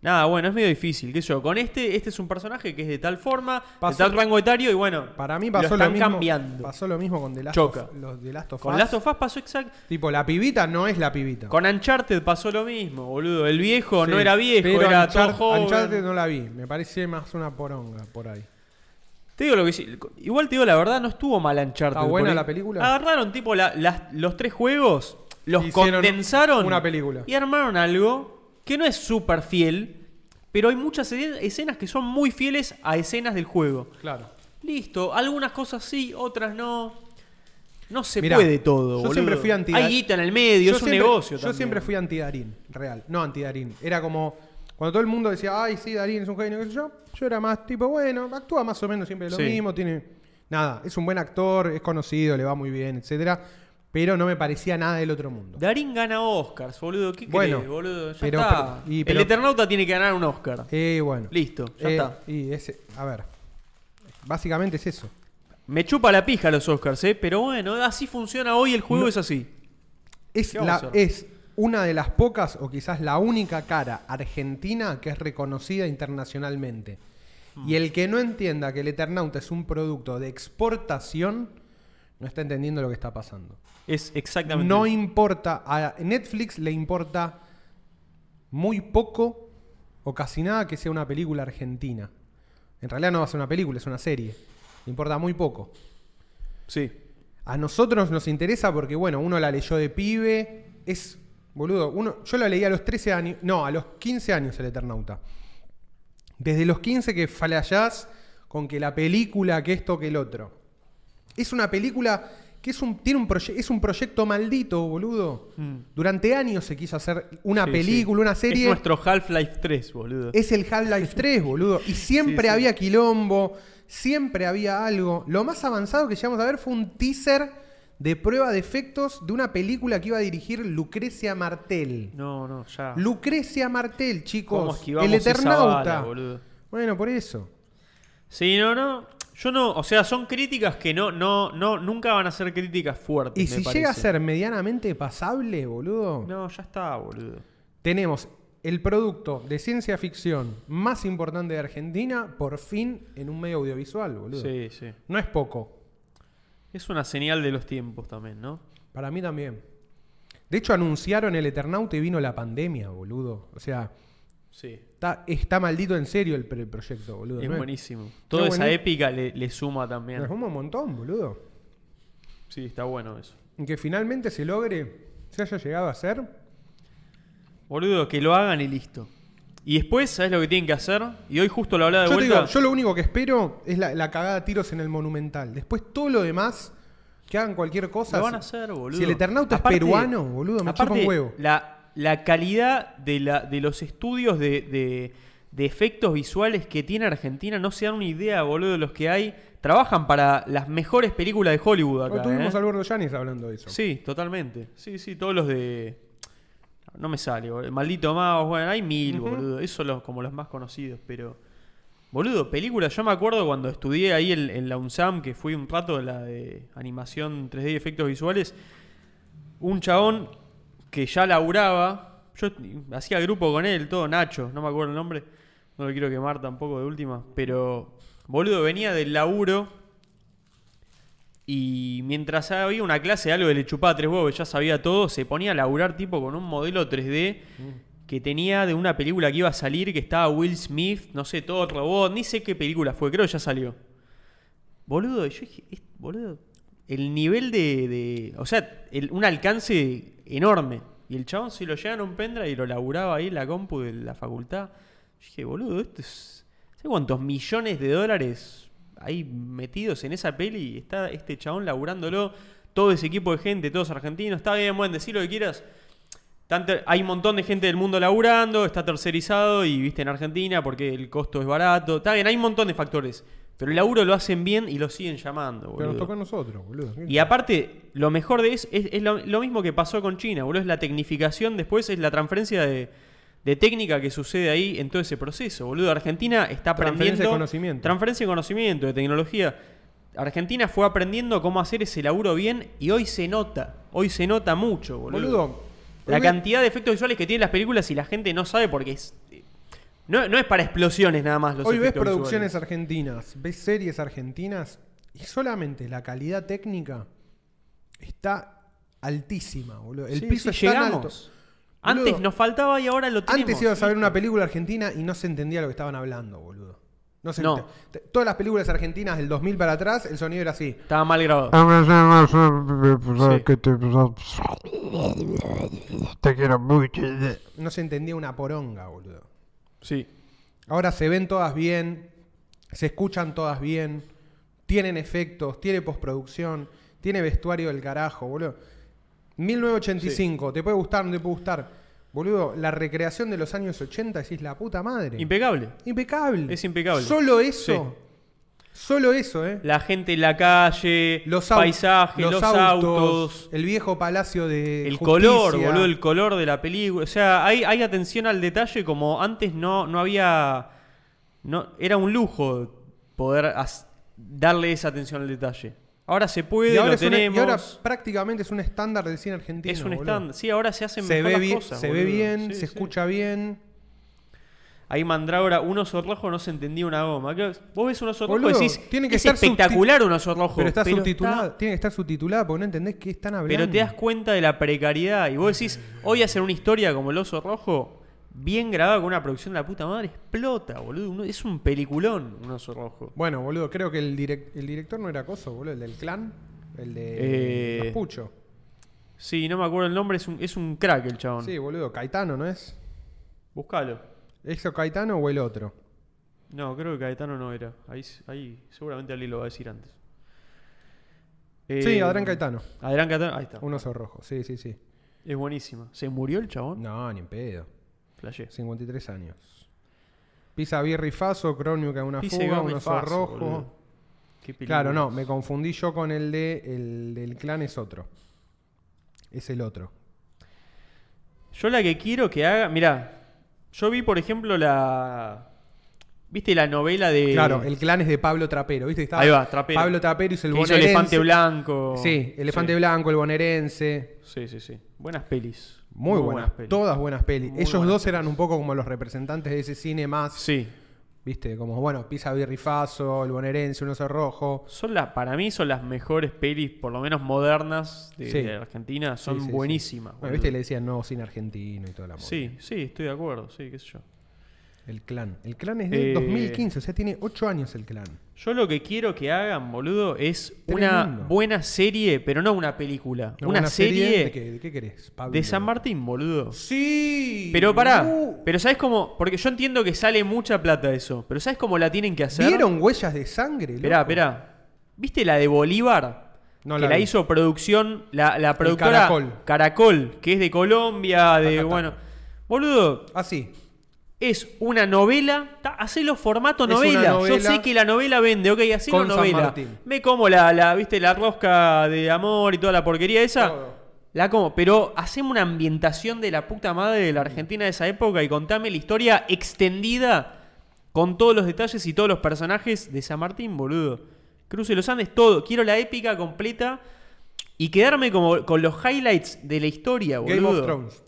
Speaker 2: Nada, bueno, es medio difícil, qué sé yo. Con este, este es un personaje que es de tal forma,
Speaker 1: Pasó-
Speaker 2: de tal rango etario, y bueno,
Speaker 1: Para mí pasó
Speaker 2: lo
Speaker 1: lo,
Speaker 2: están
Speaker 1: mismo.
Speaker 2: cambiando.
Speaker 1: Pasó lo mismo con The Last
Speaker 2: Choca.
Speaker 1: of, los de Last of
Speaker 2: Con
Speaker 1: Us.
Speaker 2: Last of Us pasó exacto.
Speaker 1: Tipo, la pibita no es la pibita.
Speaker 2: Con Uncharted pasó lo mismo, boludo. El viejo no
Speaker 1: Sí,
Speaker 2: era viejo,
Speaker 1: pero
Speaker 2: era
Speaker 1: Unchart-
Speaker 2: todo joven.
Speaker 1: Uncharted no la vi. Me parece más una poronga por ahí.
Speaker 2: Te digo lo que hice- Igual te digo la verdad, no estuvo mal
Speaker 1: ¿Está
Speaker 2: Uncharted.
Speaker 1: buena
Speaker 2: porque
Speaker 1: la película?
Speaker 2: Agarraron tipo la- las- los tres juegos, los
Speaker 1: Hicieron
Speaker 2: condensaron.
Speaker 1: una película.
Speaker 2: Y armaron algo que no es súper fiel, pero hay muchas escen- escenas que son muy fieles a escenas del juego.
Speaker 1: Claro.
Speaker 2: Listo, algunas cosas sí, otras no. No se
Speaker 1: Mirá,
Speaker 2: puede
Speaker 1: yo
Speaker 2: todo, boludo.
Speaker 1: siempre fui anti-
Speaker 2: Hay guita en el medio, es un negocio
Speaker 1: Yo
Speaker 2: también.
Speaker 1: siempre fui anti-Darín, real. No anti-Darín. Era como. Cuando todo el mundo decía, ay, sí, Darín es un genio, qué sé yo. Yo era más tipo, bueno, actúa más o menos siempre lo
Speaker 2: Sí.
Speaker 1: mismo, tiene. Nada, es un buen actor, es conocido, le va muy bien, etcétera. Pero no me parecía nada del otro mundo.
Speaker 2: Darín gana Oscars, boludo. ¿Qué
Speaker 1: Bueno,
Speaker 2: crees, boludo? Ya
Speaker 1: pero-
Speaker 2: está.
Speaker 1: pero- y- pero-
Speaker 2: el Eternauta tiene que ganar un Oscar.
Speaker 1: Eh, bueno.
Speaker 2: Listo, ya
Speaker 1: Eh,
Speaker 2: está.
Speaker 1: Y ese, a ver. Básicamente es eso.
Speaker 2: Me chupa la pija los Oscars, ¿eh? Pero bueno, así funciona hoy el juego, es así.
Speaker 1: Es,
Speaker 2: ¿Qué vamos
Speaker 1: la-
Speaker 2: a hacer?
Speaker 1: es una de las pocas o quizás la única cara argentina que es reconocida internacionalmente.
Speaker 2: Hmm.
Speaker 1: Y el que no entienda que el Eternauta es un producto de exportación, no está entendiendo lo que está pasando.
Speaker 2: Es exactamente.
Speaker 1: No
Speaker 2: eso.
Speaker 1: importa, a Netflix le importa muy poco o casi nada que sea una película argentina. En realidad no va a ser una película, es una serie. Le importa muy poco.
Speaker 2: Sí.
Speaker 1: A nosotros nos interesa porque, bueno, uno la leyó de pibe. Es. Boludo, uno, yo la leí a los 13 años. No, a los 15 años el Eternauta. Desde los 15 que falallás con que la película, que esto, que el otro. Es una película que es un, tiene un proye- es un proyecto maldito, boludo.
Speaker 2: Mm.
Speaker 1: Durante años se quiso hacer una
Speaker 2: Sí,
Speaker 1: película,
Speaker 2: sí.
Speaker 1: una serie.
Speaker 2: Es nuestro Half-Life 3, boludo.
Speaker 1: Es el Half-Life 3, boludo. Y siempre
Speaker 2: Sí, sí.
Speaker 1: había quilombo, siempre había algo. Lo más avanzado que llegamos a ver fue un teaser de prueba de efectos de una película que iba a dirigir Lucrecia Martel.
Speaker 2: No, no, ya.
Speaker 1: Lucrecia Martel,
Speaker 2: Ah. ¿Cómo
Speaker 1: chicos.
Speaker 2: esquivamos
Speaker 1: El
Speaker 2: esa
Speaker 1: Eternauta.
Speaker 2: bala, boludo?
Speaker 1: bueno, por eso.
Speaker 2: Sí, no, no. Yo no, o sea, son críticas que no, no, no, nunca van a ser críticas fuertes.
Speaker 1: Y
Speaker 2: me
Speaker 1: si
Speaker 2: parece.
Speaker 1: llega a ser medianamente pasable, boludo,
Speaker 2: No, ya está, boludo.
Speaker 1: tenemos el producto de ciencia ficción más importante de Argentina, por fin, en un medio audiovisual, boludo.
Speaker 2: Sí, sí.
Speaker 1: No es poco.
Speaker 2: Es una señal de los tiempos también, ¿no?
Speaker 1: Para mí también. De hecho, anunciaron el Eternauta y vino la pandemia, boludo. O sea,
Speaker 2: Sí.
Speaker 1: está, está maldito en serio el, pre- proyecto, boludo.
Speaker 2: Es
Speaker 1: ¿no?
Speaker 2: buenísimo. Toda
Speaker 1: buenísimo.
Speaker 2: esa épica le, le suma también.
Speaker 1: Nos suma un montón, boludo.
Speaker 2: Sí, está bueno eso.
Speaker 1: Y que finalmente se logre, se haya llegado a hacer.
Speaker 2: Boludo, que lo hagan y listo. Y después, ¿sabes lo que tienen que hacer? Y hoy justo lo hablaba Ah, de
Speaker 1: Yo te
Speaker 2: vuelta.
Speaker 1: digo, yo lo único que espero es la, la cagada de tiros en el Monumental. Después todo lo demás, que hagan cualquier cosa.
Speaker 2: Lo van a
Speaker 1: si-
Speaker 2: hacer, boludo.
Speaker 1: Si el Eternauta
Speaker 2: Aparte-
Speaker 1: es peruano, boludo, me chupa
Speaker 2: aparte,
Speaker 1: un huevo.
Speaker 2: La, la calidad de, la, de los estudios de, de- de efectos visuales que tiene Argentina, no se dan una idea, boludo, de los que hay. Trabajan para las mejores películas de Hollywood acá.
Speaker 1: Hoy tuvimos
Speaker 2: ¿eh?
Speaker 1: a Alberto Yanis hablando de eso.
Speaker 2: Sí, totalmente. Sí, sí, todos los de. No me sale, boludo. Maldito Maos, bueno, hay mil, boludo. Eso los, como los más conocidos, pero. Boludo, películas. Yo me acuerdo cuando estudié ahí en, en la UNSAM, que fui un rato de la de animación 3D y efectos visuales. Un chabón que ya laburaba. Yo hacía grupo con él, todo Nacho, no me acuerdo el nombre. No lo quiero quemar tampoco de última. Pero, boludo, venía del laburo y mientras había una clase de algo que le chupaba tres huevos, que ya sabía todo, se ponía a laburar tipo con un modelo 3D que tenía de una película que iba a salir, que estaba Will Smith, no sé, todo robot, ni sé qué película fue, creo que ya salió. Boludo, yo dije, "Es- boludo, el nivel de... de- o sea, el- un alcance enorme. Y el chabón se lo llevan a un pendra y lo laburaba ahí en la compu de la facultad. Yo dije, boludo, esto es... ¿Sabes cuántos millones de dólares hay metidos en esa peli? Y está este chabón laburándolo, todo ese equipo de gente, todos argentinos. Está bien, bueno, decí lo que quieras. Están ter- hay un montón de gente del mundo laburando, está tercerizado y viste en Argentina porque el costo es barato. Está bien, hay un montón de factores. Pero el laburo lo hacen bien y lo siguen llamando,
Speaker 1: Pero nos
Speaker 2: boludo.
Speaker 1: tocó a nosotros, boludo.
Speaker 2: Y aparte, lo mejor de eso es, es lo, lo mismo que pasó con China, boludo. Es la tecnificación, después es la transferencia de, de técnica que sucede ahí en todo ese proceso, boludo. Argentina está aprendiendo.
Speaker 1: Transferencia de conocimiento.
Speaker 2: Transferencia de conocimiento, de tecnología. Argentina fue aprendiendo cómo hacer ese laburo bien y hoy se nota. Hoy se nota mucho, boludo.
Speaker 1: Boludo,
Speaker 2: La
Speaker 1: hoy vi-
Speaker 2: cantidad de efectos visuales que tienen las películas y la gente no sabe porque es. eh, No, no es para explosiones nada más los
Speaker 1: Hoy ves
Speaker 2: efectos visuales.
Speaker 1: producciones argentinas, ves series argentinas y solamente la calidad técnica está altísima, boludo. El
Speaker 2: Sí,
Speaker 1: piso
Speaker 2: sí,
Speaker 1: es tan
Speaker 2: llegamos.
Speaker 1: alto.
Speaker 2: Antes
Speaker 1: Boludo,
Speaker 2: nos faltaba y ahora lo tenemos.
Speaker 1: Antes ibas a ver una película argentina y no se entendía lo que estaban hablando, boludo. No se
Speaker 2: No.
Speaker 1: ente- te- Todas las películas argentinas del 2000 para atrás, el sonido era así.
Speaker 2: Estaba mal grabado.
Speaker 1: Ah.
Speaker 3: que te... te quiero mucho.
Speaker 1: No se entendía una poronga, boludo.
Speaker 2: Sí.
Speaker 1: Ahora se ven todas bien, se escuchan todas bien, tienen efectos, tiene postproducción, tiene vestuario del carajo, boludo. 1985, te puede gustar, no te puede gustar. Boludo, la recreación de los años 80 decís la puta madre.
Speaker 2: Impecable.
Speaker 1: impecable.
Speaker 2: Es impecable.
Speaker 1: Solo eso. Solo eso, ¿eh?
Speaker 2: La gente en la calle, los
Speaker 1: au-
Speaker 2: paisajes, los, autos,
Speaker 1: el viejo palacio de
Speaker 2: el
Speaker 1: justicia.
Speaker 2: color, boludo, el color de la película. O sea, hay, hay atención al detalle como antes no, no había. No, era un lujo poder as- darle esa atención al detalle. Ahora se puede,
Speaker 1: y ahora,
Speaker 2: lo
Speaker 1: es una- y
Speaker 2: tenemos.
Speaker 1: ahora prácticamente es un estándar del cine argentino.
Speaker 2: es un
Speaker 1: boludo.
Speaker 2: stand. Sí, ahora se hacen
Speaker 1: Se
Speaker 2: mejor
Speaker 1: ve,
Speaker 2: las
Speaker 1: bien,
Speaker 2: cosas,
Speaker 1: se ve
Speaker 2: boludo.
Speaker 1: bien, se
Speaker 2: Sí, sí.
Speaker 1: escucha bien.
Speaker 2: Ahí Mandrágora, un oso rojo no se entendía una goma. ¿Qué- Vos ves un oso rojo
Speaker 1: Boludo,
Speaker 2: y decís,
Speaker 1: tiene que
Speaker 2: es
Speaker 1: estar subti-
Speaker 2: espectacular un oso rojo.
Speaker 1: Pero está
Speaker 2: pero
Speaker 1: subtitulada,
Speaker 2: está-
Speaker 1: tiene que estar subtitulada porque no entendés qué están hablando.
Speaker 2: Pero te das cuenta de la precariedad. Y vos decís, hoy hacer una historia como El Oso Rojo, bien grabada con una producción de la puta madre, explota, boludo. Uno- Es un peliculón, un Oso Rojo.
Speaker 1: Bueno, boludo, creo que el, direc- el director no era Coso, boludo, el del clan, el de
Speaker 2: Eh,
Speaker 1: los Pucho.
Speaker 2: Sí, no me acuerdo el nombre, es un, es un crack el chabón.
Speaker 1: Sí, boludo, Caetano, ¿no es?
Speaker 2: Buscalo.
Speaker 1: ¿Es o Caetano o el otro?
Speaker 2: No, creo que Caetano no era. Ahí, s- ahí seguramente alguien lo va a decir antes.
Speaker 1: sí,
Speaker 2: Eh,
Speaker 1: Adrián Caetano,
Speaker 2: Adrián Caetano, ahí está.
Speaker 1: un oso rojo, sí, sí, sí.
Speaker 2: Es buenísima. ¿Se murió el chabón?
Speaker 1: No, ni en pedo.
Speaker 2: Flashé.
Speaker 1: 53 años. Pisa Birri Faso, Crónica, una
Speaker 2: Pise
Speaker 1: fuga, un
Speaker 2: Gómez
Speaker 1: oso
Speaker 2: Faso,
Speaker 1: rojo.
Speaker 2: boludo. Qué película.
Speaker 1: Claro, no, me confundí yo con el de el del clan es otro. Es el otro.
Speaker 2: Yo la que quiero que haga. Mirá, yo vi, por ejemplo, la. ¿Viste la novela de.
Speaker 1: Claro, el clan es de Pablo Trapero, ¿viste? Estaba
Speaker 2: Eh, Ahí va, Trapero.
Speaker 1: Pablo Trapero hizo el
Speaker 2: que hizo
Speaker 1: bonaerense.
Speaker 2: Elefante Blanco.
Speaker 1: Sí, Elefante Blanco, el bonaerense.
Speaker 2: Sí, sí, sí. Buenas pelis.
Speaker 1: Muy, buenas,
Speaker 2: pelis.
Speaker 1: todas buenas pelis.
Speaker 2: Muy
Speaker 1: Ellos
Speaker 2: buenas
Speaker 1: dos eran un poco como los representantes de ese cine más,
Speaker 2: Sí.
Speaker 1: ¿viste? Como, bueno, Pisa Birrifazo, el bonaerense, un oso rojo.
Speaker 2: Son las, para mí son las mejores pelis, por lo menos modernas, de,
Speaker 1: Sí.
Speaker 2: de Argentina. Son
Speaker 1: Sí, sí, sí.
Speaker 2: buenísimas.
Speaker 1: Bueno, ¿viste? Le decían nuevo cine argentino y todo la movida.
Speaker 2: Sí, sí, estoy de acuerdo. Sí, qué sé yo.
Speaker 1: El clan. El clan es de
Speaker 2: Eh,
Speaker 1: 2015, o sea, tiene 8 años el clan.
Speaker 2: Yo lo que quiero que hagan, boludo, es
Speaker 1: Tremendo.
Speaker 2: una buena serie, pero no una película.
Speaker 1: Una
Speaker 2: una
Speaker 1: buena
Speaker 2: serie,
Speaker 1: ¿De qué, de qué querés, Pablo?
Speaker 2: de San Martín, boludo.
Speaker 1: Sí.
Speaker 2: Pero pará,
Speaker 1: Uh.
Speaker 2: pero ¿sabes cómo? Porque yo entiendo que sale mucha plata eso, pero ¿sabes cómo la tienen que hacer?
Speaker 1: ¿Vieron huellas de sangre?
Speaker 2: Esperá,
Speaker 1: loco?
Speaker 2: esperá. ¿Viste la de Bolívar?
Speaker 1: No
Speaker 2: que
Speaker 1: la
Speaker 2: la,
Speaker 1: vi.
Speaker 2: hizo producción, la, la productora
Speaker 1: Caracol.
Speaker 2: Caracol, que es de Colombia, de,
Speaker 1: Ajá,
Speaker 2: bueno... Boludo,
Speaker 1: Ah, sí.
Speaker 2: es una novela. ta- Hacelo formato
Speaker 1: Es una
Speaker 2: novela. Yo
Speaker 1: novela
Speaker 2: sé que la novela vende, ok, hacelo
Speaker 1: con San
Speaker 2: novela.
Speaker 1: Martín.
Speaker 2: Me como la, la, viste, la rosca de amor y toda la porquería esa.
Speaker 1: Todo.
Speaker 2: La como, pero haceme una ambientación de la puta madre de la Argentina de esa época y contame la historia extendida con todos los detalles y todos los personajes de San Martín, boludo. Cruce los Andes, todo. Quiero la épica completa y quedarme como, con los highlights de la historia, boludo.
Speaker 1: Game of Thrones.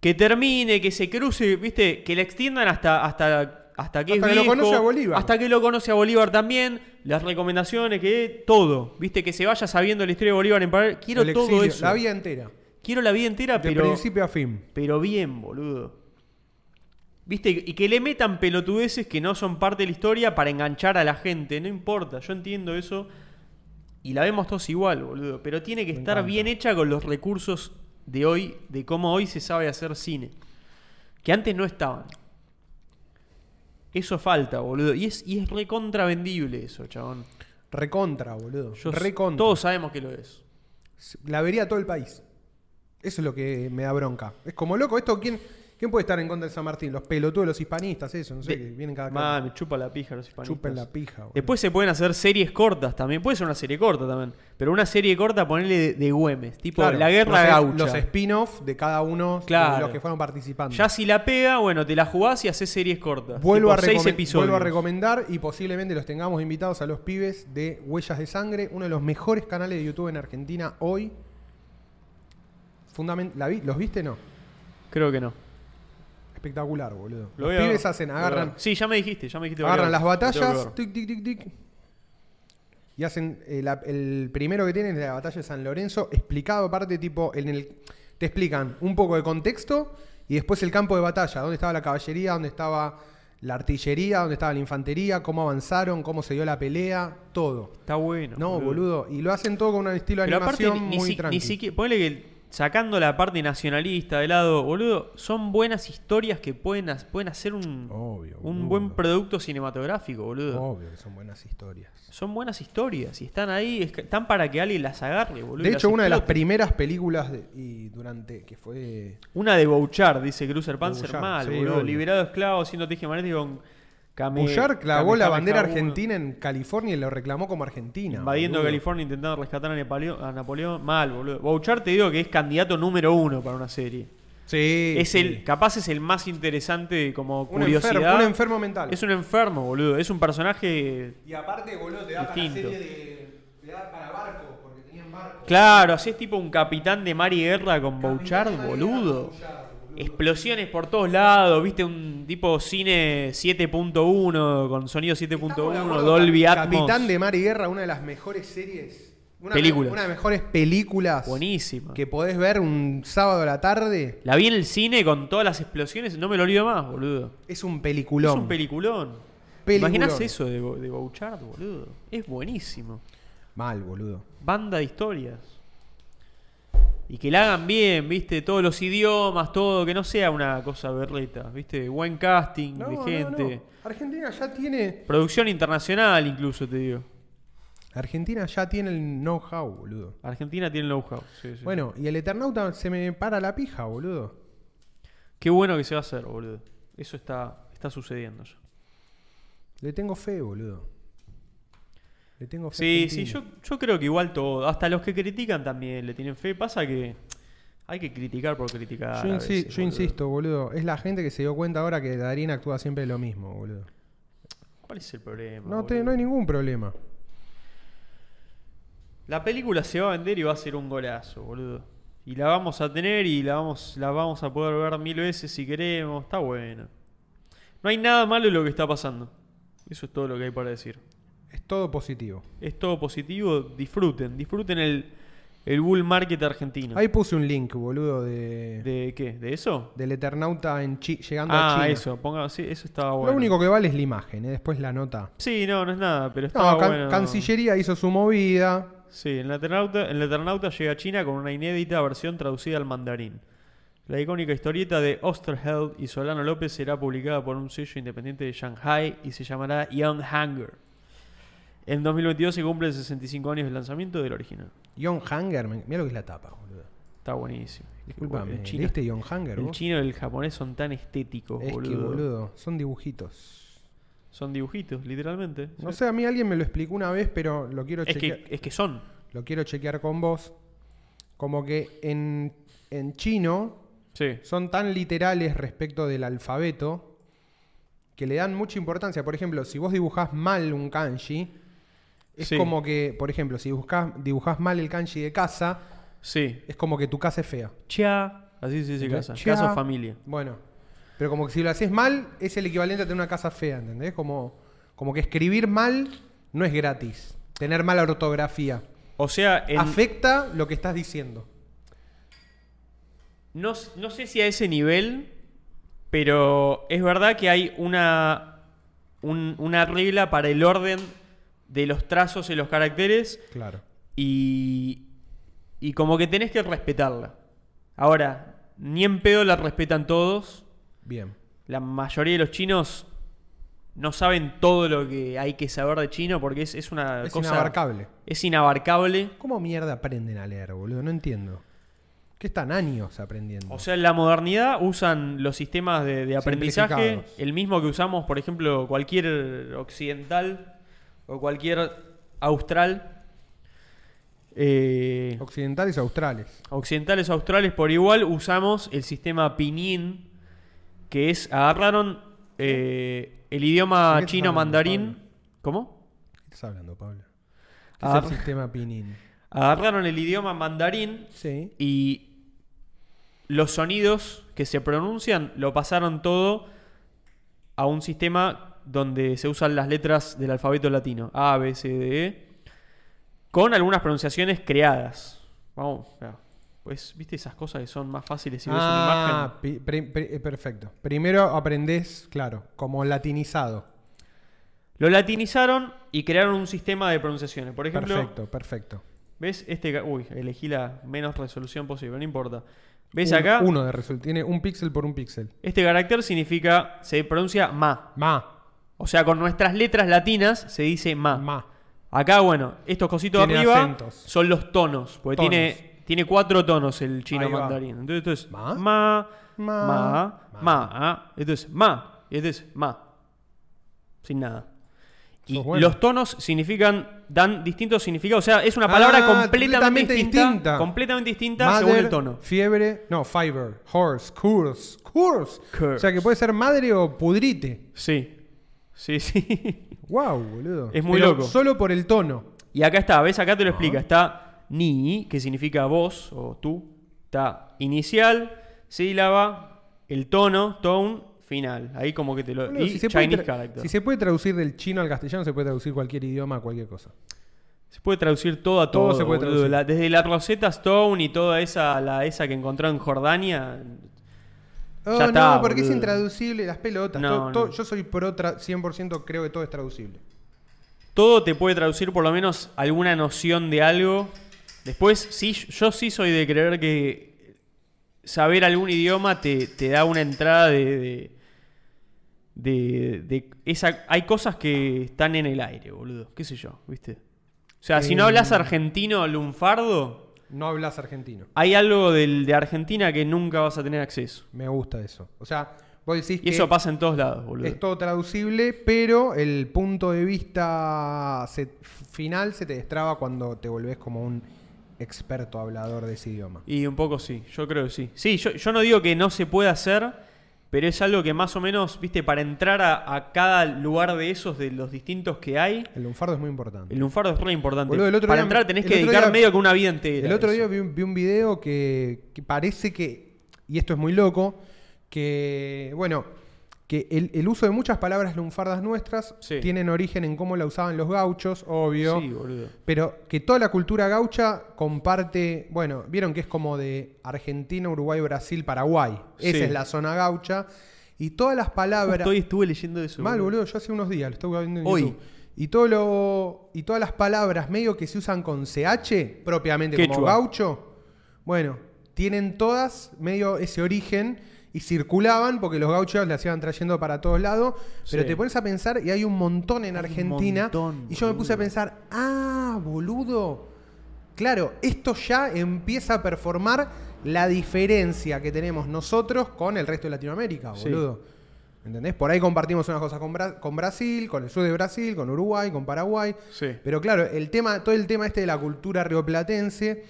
Speaker 2: Que termine, que se cruce, ¿viste? Que la extiendan hasta, hasta, hasta que es
Speaker 1: Hasta que lo
Speaker 2: viejo,
Speaker 1: conoce a Bolívar.
Speaker 2: Hasta que lo conoce a Bolívar también. Las recomendaciones, que todo. ¿Viste? Que se vaya sabiendo la historia de Bolívar en paralelo. Quiero
Speaker 1: El
Speaker 2: todo
Speaker 1: exilio,
Speaker 2: eso.
Speaker 1: La vida entera.
Speaker 2: Quiero la vida entera,
Speaker 1: De
Speaker 2: pero,
Speaker 1: principio a fin.
Speaker 2: pero bien, boludo. ¿Viste? Y que le metan pelotudeces que no son parte de la historia para enganchar a la gente. No importa, yo entiendo eso. Y la vemos todos igual, boludo. Pero tiene que
Speaker 1: Me
Speaker 2: estar
Speaker 1: encanta.
Speaker 2: bien hecha con los recursos de hoy, de cómo hoy se sabe hacer cine. Que antes no estaban. Eso falta, boludo. Y es, y es recontravendible eso, chabón.
Speaker 1: Recontra, boludo.
Speaker 2: Yo-
Speaker 1: Recontra.
Speaker 2: Todos sabemos que lo es.
Speaker 1: La vería todo el país. Eso es lo que me da bronca. Es como loco, esto quién, quién puede estar en contra de San Martín, los pelotudos, los hispanistas, eso, no sé,
Speaker 2: De-
Speaker 1: que vienen cada
Speaker 2: Ma,
Speaker 1: cara.
Speaker 2: me chupa la pija los hispanistas.
Speaker 1: Chupen la pija, boludo.
Speaker 2: Después se pueden hacer series cortas también. Puede ser una serie corta también. Pero una serie corta, ponerle de, de Güemes. Tipo
Speaker 1: Claro,
Speaker 2: La Guerra
Speaker 1: los- e-
Speaker 2: Gaucha.
Speaker 1: Los spin-off de cada uno de
Speaker 2: Claro.
Speaker 1: los que fueron participando.
Speaker 2: ya si la pega, bueno, te la jugás y haces series cortas.
Speaker 1: Vuelvo, a
Speaker 2: Tipo seis
Speaker 1: recomen-
Speaker 2: episodios.
Speaker 1: vuelvo a recomendar y posiblemente los tengamos invitados a los pibes de Huellas de Sangre, uno de los mejores canales de YouTube en Argentina hoy. Fundamen- ¿la vi- ¿Los viste? No.
Speaker 2: Creo que no.
Speaker 1: Espectacular, boludo.
Speaker 2: Lo
Speaker 1: los
Speaker 2: voy a-
Speaker 1: pibes hacen,
Speaker 2: lo voy a
Speaker 1: agarran,
Speaker 2: ver. Sí, ya me dijiste, ya me dijiste.
Speaker 1: agarran las
Speaker 2: varias veces. Lo tengo
Speaker 1: batallas,
Speaker 2: que ver.
Speaker 1: tic, tic, tic, tic. Y hacen eh, la- el primero que tienen es la batalla de San Lorenzo, explicado aparte, tipo, en el. Te explican un poco de contexto y después el campo de batalla, dónde estaba la caballería, dónde estaba la artillería, dónde estaba la infantería, cómo avanzaron, cómo se dio la pelea, todo.
Speaker 2: Está bueno.
Speaker 1: No, boludo. Y lo hacen todo con un estilo de
Speaker 2: Pero aparte,
Speaker 1: animación
Speaker 2: ni,
Speaker 1: muy
Speaker 2: si- ni
Speaker 1: tranqui.
Speaker 2: siquiera. Ponele que sacando la parte nacionalista de lado, boludo, son buenas historias que pueden, ha- pueden hacer un,
Speaker 1: Obvio, boludo.
Speaker 2: un buen producto cinematográfico, boludo.
Speaker 1: Obvio que son buenas historias.
Speaker 2: Son buenas historias y están ahí, es que- están para que alguien las agarre, boludo.
Speaker 1: De
Speaker 2: y
Speaker 1: hecho,
Speaker 2: las
Speaker 1: una de las
Speaker 2: explote.
Speaker 1: primeras películas de- y durante que fue
Speaker 2: Una de Bouchard, dice Cruiser Panzer
Speaker 1: Bouchard,
Speaker 2: mal,
Speaker 1: sí,
Speaker 2: boludo.
Speaker 1: obvio.
Speaker 2: Liberado esclavo, siendo tejemanético con Kame-
Speaker 1: Puyar clavó la
Speaker 2: Kame-
Speaker 1: bandera
Speaker 2: Kame-
Speaker 1: argentina en California y lo reclamó como Argentina.
Speaker 2: Invadiendo
Speaker 1: boludo.
Speaker 2: California, intentando rescatar a, Nepaleo- a Napoleón. Mal, boludo. Bouchard te digo que es candidato número uno para una serie.
Speaker 1: Sí.
Speaker 2: es
Speaker 1: sí.
Speaker 2: el, capaz es el más interesante como
Speaker 1: un
Speaker 2: curiosidad.
Speaker 1: enfermo, un enfermo mental.
Speaker 2: Es un enfermo, boludo. Es un personaje
Speaker 1: Y aparte, boludo, te
Speaker 2: da para Distinto. serie
Speaker 1: de. Te da para barco, porque tenían barco.
Speaker 2: Claro, así es tipo un capitán de mar y guerra con Bouchard, boludo. Explosiones por todos lados, viste un tipo cine 7.1 con sonido 7.1, Dolby Atmos.
Speaker 1: Capitán de Mar y Guerra, una de las mejores series. Una,
Speaker 2: Películas.
Speaker 1: Una de las mejores películas.
Speaker 2: Buenísima.
Speaker 1: Que podés ver un sábado a la tarde.
Speaker 2: La vi en el cine con todas las explosiones, no me lo olvido más, boludo.
Speaker 1: Es un peliculón.
Speaker 2: Es un peliculón.
Speaker 1: Peliculón.
Speaker 2: ¿Imaginás eso de, Bo- de Bouchard, boludo? Es buenísimo.
Speaker 1: Mal, boludo.
Speaker 2: Banda de historias. Y que la hagan bien, viste, todos los idiomas, todo, que no sea una cosa berreta, viste, buen casting
Speaker 1: No,
Speaker 2: de
Speaker 1: no,
Speaker 2: gente.
Speaker 1: no. Argentina ya tiene.
Speaker 2: Producción internacional incluso, te digo.
Speaker 1: Argentina ya tiene el know-how, boludo.
Speaker 2: Argentina tiene el know-how. sí, sí.
Speaker 1: Bueno, y el Eternauta se me para la pija, boludo.
Speaker 2: Qué bueno que se va a hacer, boludo. Eso está, está sucediendo ya.
Speaker 1: Le tengo fe, boludo. Le tengo fe. a
Speaker 2: Sí, sí,
Speaker 1: Argentina.
Speaker 2: yo, yo creo que igual todo. Hasta los que critican también le tienen fe. Pasa que hay que criticar por criticar.
Speaker 1: Yo,
Speaker 2: a
Speaker 1: insi-
Speaker 2: veces,
Speaker 1: yo
Speaker 2: boludo.
Speaker 1: insisto, boludo. Es la gente que se dio cuenta ahora que Darín actúa siempre lo mismo, boludo.
Speaker 2: ¿Cuál es el problema?
Speaker 1: No, te-
Speaker 2: boludo?
Speaker 1: no hay ningún problema.
Speaker 2: La película se va a vender y va a ser un golazo, boludo. Y la vamos a tener y la vamos, la vamos a poder ver mil veces si queremos. Está bueno. No hay nada malo en lo que está pasando. Eso es todo lo que hay para decir.
Speaker 1: Es todo positivo.
Speaker 2: Es todo positivo. Disfruten. Disfruten el, el bull market argentino.
Speaker 1: Ahí puse un link, boludo, de,
Speaker 2: ¿De qué? ¿De eso?
Speaker 1: del Eternauta en Chi- llegando a
Speaker 2: Ah,
Speaker 1: China.
Speaker 2: eso. Ponga, sí, eso estaba bueno.
Speaker 1: Lo único que vale es la imagen, ¿eh? después la nota.
Speaker 2: Sí, no, no es nada, pero
Speaker 1: No,
Speaker 2: estaba
Speaker 1: Can-
Speaker 2: Ah, bueno.
Speaker 1: Cancillería hizo su movida.
Speaker 2: Sí, en la Eternauta, en la Eternauta llega a China con una inédita versión traducida al mandarín. La icónica historieta de Osterheld y Solano López será publicada por un sello independiente de Shanghai y se llamará Young Hunger. En 2022 se cumplen 65 años del lanzamiento del original.
Speaker 1: John Hanger, me- mira lo que es la tapa, boludo.
Speaker 2: Está buenísimo. Es que,
Speaker 1: Disculpame,
Speaker 2: boludo, el chino,
Speaker 1: ¿leíste John Hanger?
Speaker 2: el
Speaker 1: vos?
Speaker 2: chino y el japonés son tan estéticos,
Speaker 1: es
Speaker 2: boludo.
Speaker 1: que, boludo, son dibujitos.
Speaker 2: Son dibujitos, literalmente.
Speaker 1: No
Speaker 2: Sí.
Speaker 1: sé, a mí alguien me lo explicó una vez, pero lo quiero
Speaker 2: es,
Speaker 1: chequear.
Speaker 2: que, es que son.
Speaker 1: Lo quiero chequear con vos. Como que en, en chino
Speaker 2: Sí.
Speaker 1: son tan literales respecto del alfabeto que le dan mucha importancia. Por ejemplo, si vos dibujás mal un kanji, es
Speaker 2: Sí.
Speaker 1: como que, por ejemplo, si buscás- dibujás mal el kanji de casa,
Speaker 2: Sí.
Speaker 1: es como que tu casa es fea.
Speaker 2: Chia. Así se dice casa.
Speaker 1: Cha.
Speaker 2: Casa o familia.
Speaker 1: Bueno, pero como que si lo haces mal, es el equivalente a tener una casa fea, ¿entendés? Como, como que escribir mal no es gratis. Tener mala ortografía.
Speaker 2: O sea, en,
Speaker 1: Afecta lo que estás diciendo.
Speaker 2: No, s- no sé si a ese nivel, pero es verdad que hay una, un- una regla para el orden de los trazos y los caracteres
Speaker 1: Claro.
Speaker 2: y, y como que tenés que respetarla. Ahora, ni en pedo la respetan todos.
Speaker 1: Bien.
Speaker 2: La mayoría de los chinos no saben todo lo que hay que saber de chino porque es, es una
Speaker 1: Es
Speaker 2: cosa...
Speaker 1: inabarcable.
Speaker 2: Es inabarcable.
Speaker 1: ¿Cómo mierda aprenden a leer, boludo? No entiendo. ¿Qué están años aprendiendo?
Speaker 2: O sea, en la modernidad usan los sistemas de, de aprendizaje,
Speaker 1: Simplificados.
Speaker 2: el mismo que usamos, por ejemplo, cualquier occidental o cualquier austral. Eh,
Speaker 1: Occidentales australes.
Speaker 2: occidentales australes por igual usamos el sistema Pinyin, que es, agarraron eh, el
Speaker 1: ¿De
Speaker 2: idioma
Speaker 1: qué estás
Speaker 2: chino
Speaker 1: hablando,
Speaker 2: mandarín.
Speaker 1: Pablo?
Speaker 2: ¿Cómo?
Speaker 1: ¿Qué estás hablando, Pablo? ¿Qué
Speaker 2: Ah.
Speaker 1: es el sistema Pinin?
Speaker 2: Agarraron el idioma mandarín
Speaker 1: Sí.
Speaker 2: y los sonidos que se pronuncian lo pasaron todo a un sistema donde se usan las letras del alfabeto latino, A, B, C, D, E, con algunas pronunciaciones creadas. Vamos, ya. pues, viste esas cosas que son más fáciles si ves una imagen.
Speaker 1: Ah, pi- pri- pri- eh, perfecto. Primero aprendés, claro, como latinizado.
Speaker 2: Lo latinizaron y crearon un sistema de pronunciaciones. Por ejemplo,
Speaker 1: Perfecto, perfecto.
Speaker 2: ¿ves este? ca- Uy, elegí la menos resolución posible, no importa. ¿Ves
Speaker 1: Un-
Speaker 2: acá?
Speaker 1: Uno de resultado. Tiene un píxel por un píxel.
Speaker 2: Este carácter significa, se pronuncia ma.
Speaker 1: Ma.
Speaker 2: O sea, con nuestras letras latinas se dice ma.
Speaker 1: Ma.
Speaker 2: Acá, bueno, estos cositos
Speaker 1: Tiene
Speaker 2: arriba
Speaker 1: acentos.
Speaker 2: son los tonos. Porque
Speaker 1: Tonos.
Speaker 2: Tiene, tiene cuatro tonos el chino
Speaker 1: Ahí va.
Speaker 2: mandarín. Entonces esto es
Speaker 1: Ma.
Speaker 2: ma, ma,
Speaker 1: Ma.
Speaker 2: ma,
Speaker 1: Ma.
Speaker 2: ah. Esto es ma, y esto es ma. Sin nada. Y
Speaker 1: Sos Pues bueno.
Speaker 2: los tonos significan, dan distintos significados. O sea, es una palabra
Speaker 1: Ah,
Speaker 2: completamente
Speaker 1: completamente
Speaker 2: distinta,
Speaker 1: distinta.
Speaker 2: Completamente distinta
Speaker 1: Mother,
Speaker 2: según el tono.
Speaker 1: Fiebre. No, fiber. Horse. Curse. Curse.
Speaker 2: Curse.
Speaker 1: O sea que puede ser madre o pudrite.
Speaker 2: Sí. Sí, sí.
Speaker 1: Wow, boludo.
Speaker 2: Es muy
Speaker 1: Pero
Speaker 2: loco.
Speaker 1: Solo por el tono.
Speaker 2: Y acá está, ¿ves? Acá te lo explica. Está ni, que significa vos o tú. Está inicial, sílaba, el tono, tone, final. Ahí como que te lo...
Speaker 1: Boludo,
Speaker 2: y
Speaker 1: si, se puede
Speaker 2: Chinese
Speaker 1: tra-
Speaker 2: character.
Speaker 1: si
Speaker 2: Se...
Speaker 1: se puede traducir del chino al castellano, se puede traducir cualquier idioma a cualquier cosa.
Speaker 2: puede traducir todo a todo.
Speaker 1: Todo se puede
Speaker 2: boludo.
Speaker 1: traducir.
Speaker 2: La- desde la Rosetta Stone y toda esa, la, esa que encontró en Jordania.
Speaker 1: Oh,
Speaker 2: Ya está,
Speaker 1: no, porque es
Speaker 2: boludo.
Speaker 1: intraducible, las pelotas.
Speaker 2: No,
Speaker 1: Todo- todo-
Speaker 2: no.
Speaker 1: Yo soy pro tra- 100%, creo que todo es traducible.
Speaker 2: Todo te puede traducir por lo menos alguna noción de algo. Después, sí, yo sí soy de creer que saber algún idioma te, te da una entrada de... de- de, de esa, hay cosas que están en el aire, boludo. ¿Qué sé yo? ¿Viste? O sea, si no
Speaker 1: Eh.
Speaker 2: hablas argentino lunfardo,
Speaker 1: No hablas argentino.
Speaker 2: hay algo del, de Argentina que nunca vas a tener acceso.
Speaker 1: Me gusta eso. O sea, vos decís que
Speaker 2: Y eso pasa en todos lados, boludo.
Speaker 1: es todo traducible, pero el punto de vista se- final se te destraba cuando te volvés como un experto hablador de ese idioma.
Speaker 2: Y un poco sí, yo creo que sí. Sí, yo, yo no digo que no se pueda hacer, Pero es algo que más o menos, viste, para entrar a, a cada lugar de esos, de los distintos que hay,
Speaker 1: El lunfardo es muy importante.
Speaker 2: el lunfardo es re importante.
Speaker 1: Boludo, el otro día-
Speaker 2: para entrar tenés
Speaker 1: el
Speaker 2: que
Speaker 1: otro
Speaker 2: dedicar
Speaker 1: día-
Speaker 2: medio que una vida entera.
Speaker 1: El otro
Speaker 2: a
Speaker 1: día
Speaker 2: eso.
Speaker 1: vi un, vi un video que, que parece que, y esto es muy loco, que, bueno, que el, el uso de muchas palabras lunfardas nuestras
Speaker 2: Sí.
Speaker 1: tienen origen en cómo la usaban los gauchos, obvio.
Speaker 2: Sí, boludo.
Speaker 1: Pero que toda la cultura gaucha comparte, bueno, vieron que es como de Argentina, Uruguay, Brasil, Paraguay. Esa
Speaker 2: Sí.
Speaker 1: es la zona gaucha. Y todas las
Speaker 2: Justo
Speaker 1: palabras...
Speaker 2: hoy estuve leyendo eso.
Speaker 1: Ah, Mal, boludo, yo hace unos días, lo estuve viendo en
Speaker 2: Hoy.
Speaker 1: YouTube. Y, todo lo, y todas las palabras medio que se usan con CH, propiamente como
Speaker 2: Quechua.
Speaker 1: gaucho, bueno, tienen todas medio ese origen y circulaban porque los gauchos las iban trayendo para todos lados. Pero
Speaker 2: Sí.
Speaker 1: te pones a pensar y hay un montón en
Speaker 2: Hay un
Speaker 1: Argentina.
Speaker 2: montón,
Speaker 1: y yo me puse a
Speaker 2: boludo.
Speaker 1: pensar, ah, boludo. Claro, esto ya empieza a performar la diferencia que tenemos nosotros con el resto de Latinoamérica,
Speaker 2: Sí.
Speaker 1: boludo. ¿Entendés? Por ahí compartimos unas cosas con, Bra- con Brasil, con el sur de Brasil, con Uruguay, con Paraguay.
Speaker 2: Sí.
Speaker 1: Pero claro, el tema, todo el tema este de la cultura rioplatense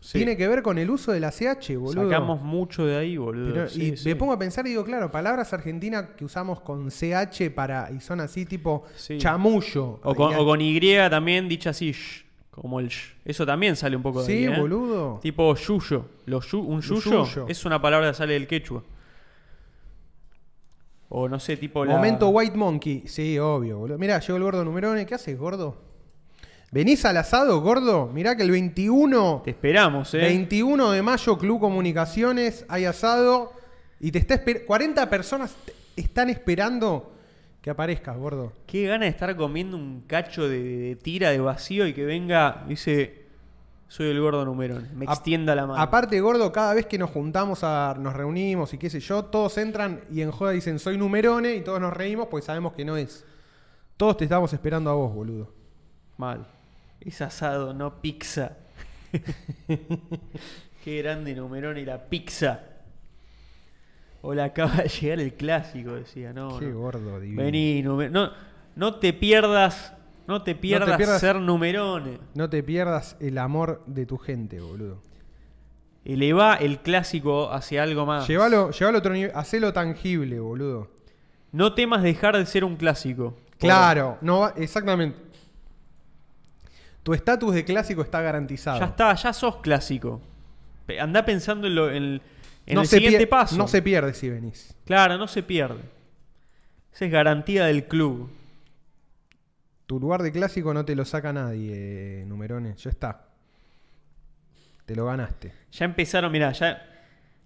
Speaker 2: Sí.
Speaker 1: tiene que ver con el uso de la CH, boludo.
Speaker 2: Sacamos mucho de ahí, boludo.
Speaker 1: Pero-
Speaker 2: Sí,
Speaker 1: y
Speaker 2: sí.
Speaker 1: me pongo a pensar y digo, claro, palabras argentinas que usamos con CH para. y son así tipo
Speaker 2: Sí.
Speaker 1: chamullo.
Speaker 2: O con,
Speaker 1: Y-
Speaker 2: o con Y también dicha así, sh, como el sh. Eso también sale un poco de
Speaker 1: Sí,
Speaker 2: ahí, ¿eh?
Speaker 1: boludo.
Speaker 2: Tipo yuyo. Los yu- un yuyo,
Speaker 1: yuyo.
Speaker 2: es una palabra que sale del quechua. O no sé, tipo la-
Speaker 1: Momento White Monkey. Sí, obvio, boludo. Mirá, llegó el gordo numerone. ¿Qué haces, gordo? ¿Venís al asado, gordo? Mirá que el 21.
Speaker 2: Te esperamos, ¿eh?
Speaker 1: 21 de mayo, Club Comunicaciones, hay asado. Y te está esper- 40 personas te- están esperando que aparezcas, gordo.
Speaker 2: Qué gana de estar comiendo un cacho de, de tira de vacío y que venga, dice, soy el gordo numerón. Me
Speaker 1: A-
Speaker 2: extienda la mano.
Speaker 1: Aparte, gordo, cada vez que nos juntamos, a, nos reunimos y qué sé yo, todos entran y en joda dicen soy numerone y todos nos reímos porque sabemos que no es. Todos te estamos esperando a vos, boludo.
Speaker 2: Mal. Es asado, no pizza. Qué grande numerón y la pizza. Hola, acaba de llegar el clásico, decía. No,
Speaker 1: qué
Speaker 2: no.
Speaker 1: gordo, divino.
Speaker 2: Vení, numer- no, no te pierdas, no te pierdas,
Speaker 1: pierdas-
Speaker 2: ser numerón.
Speaker 1: No te pierdas el amor de tu gente, boludo.
Speaker 2: Eleva el clásico hacia algo más.
Speaker 1: Llévalo, llévalo a otro nivel, hacelo tangible, boludo.
Speaker 2: No temas dejar de ser un clásico.
Speaker 1: Claro, no va- exactamente. Tu estatus de clásico está garantizado.
Speaker 2: Ya está, ya sos clásico. Pe- Andá pensando en, lo- en- en el
Speaker 1: se
Speaker 2: siguiente
Speaker 1: pier-
Speaker 2: paso.
Speaker 1: No se pierde si venís.
Speaker 2: Claro, no se pierde. Esa es garantía del club.
Speaker 1: Tu lugar de clásico no te lo saca nadie, eh, numerones. Ya está. Te lo ganaste.
Speaker 2: Ya empezaron, mirá, ya.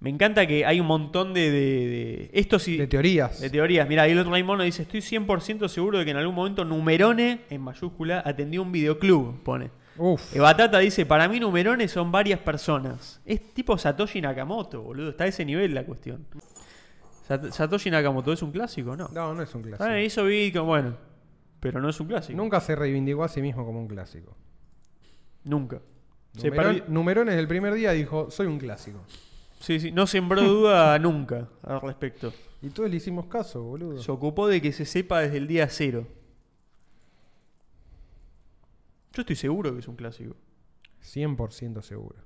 Speaker 2: Me encanta que hay un montón de. de, de- esto sí.
Speaker 1: De teorías.
Speaker 2: de teorías. Mirá, ahí el otro Raimondo dice: Estoy 100% seguro de que en algún momento Numerone, en mayúscula, atendió un videoclub, pone.
Speaker 1: Uf.
Speaker 2: Eh, Batata dice: Para mí, Numerone son varias personas. Es tipo Satoshi Nakamoto, boludo. Está a ese nivel la cuestión. Sat- Satoshi Nakamoto, ¿es un clásico o no?
Speaker 1: No, no es un clásico.
Speaker 2: Ah, hizo Bitcoin, bueno. Pero no es un clásico.
Speaker 1: Nunca se reivindicó a sí mismo como un clásico.
Speaker 2: Nunca. Se
Speaker 1: Numerón,
Speaker 2: perdi-
Speaker 1: Numerones el primer día dijo, soy un clásico.
Speaker 2: Sí, sí, no sembró duda nunca al respecto.
Speaker 1: Y todos le hicimos caso, boludo.
Speaker 2: Se ocupó de que se sepa desde el día cero. Yo estoy seguro que es un clásico.
Speaker 1: 100% seguro.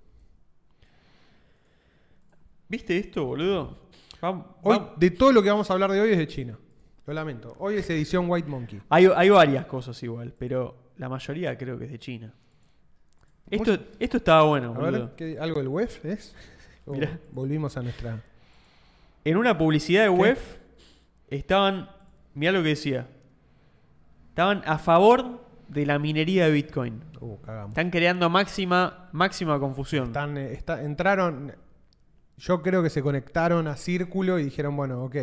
Speaker 2: ¿Viste esto, boludo? Vam-
Speaker 1: Hoy,
Speaker 2: vam-
Speaker 1: de todo lo que vamos a hablar de hoy es de China. Lo lamento. Hoy es edición White Monkey.
Speaker 2: Hay, hay varias cosas igual, pero la mayoría creo que es de China. Esto, esto estaba bueno,
Speaker 1: A ver,
Speaker 2: boludo.
Speaker 1: ¿qué- ¿algo del WEF es? O
Speaker 2: Mirá.
Speaker 1: Volvimos a nuestra.
Speaker 2: En una publicidad de WEF estaban, mirá lo que decía, estaban a favor de la minería de Bitcoin.
Speaker 1: Uh, cagamos.
Speaker 2: Están creando máxima, máxima confusión.
Speaker 1: Están, eh, está- entraron. Yo creo que se conectaron a círculo y dijeron, bueno, ok.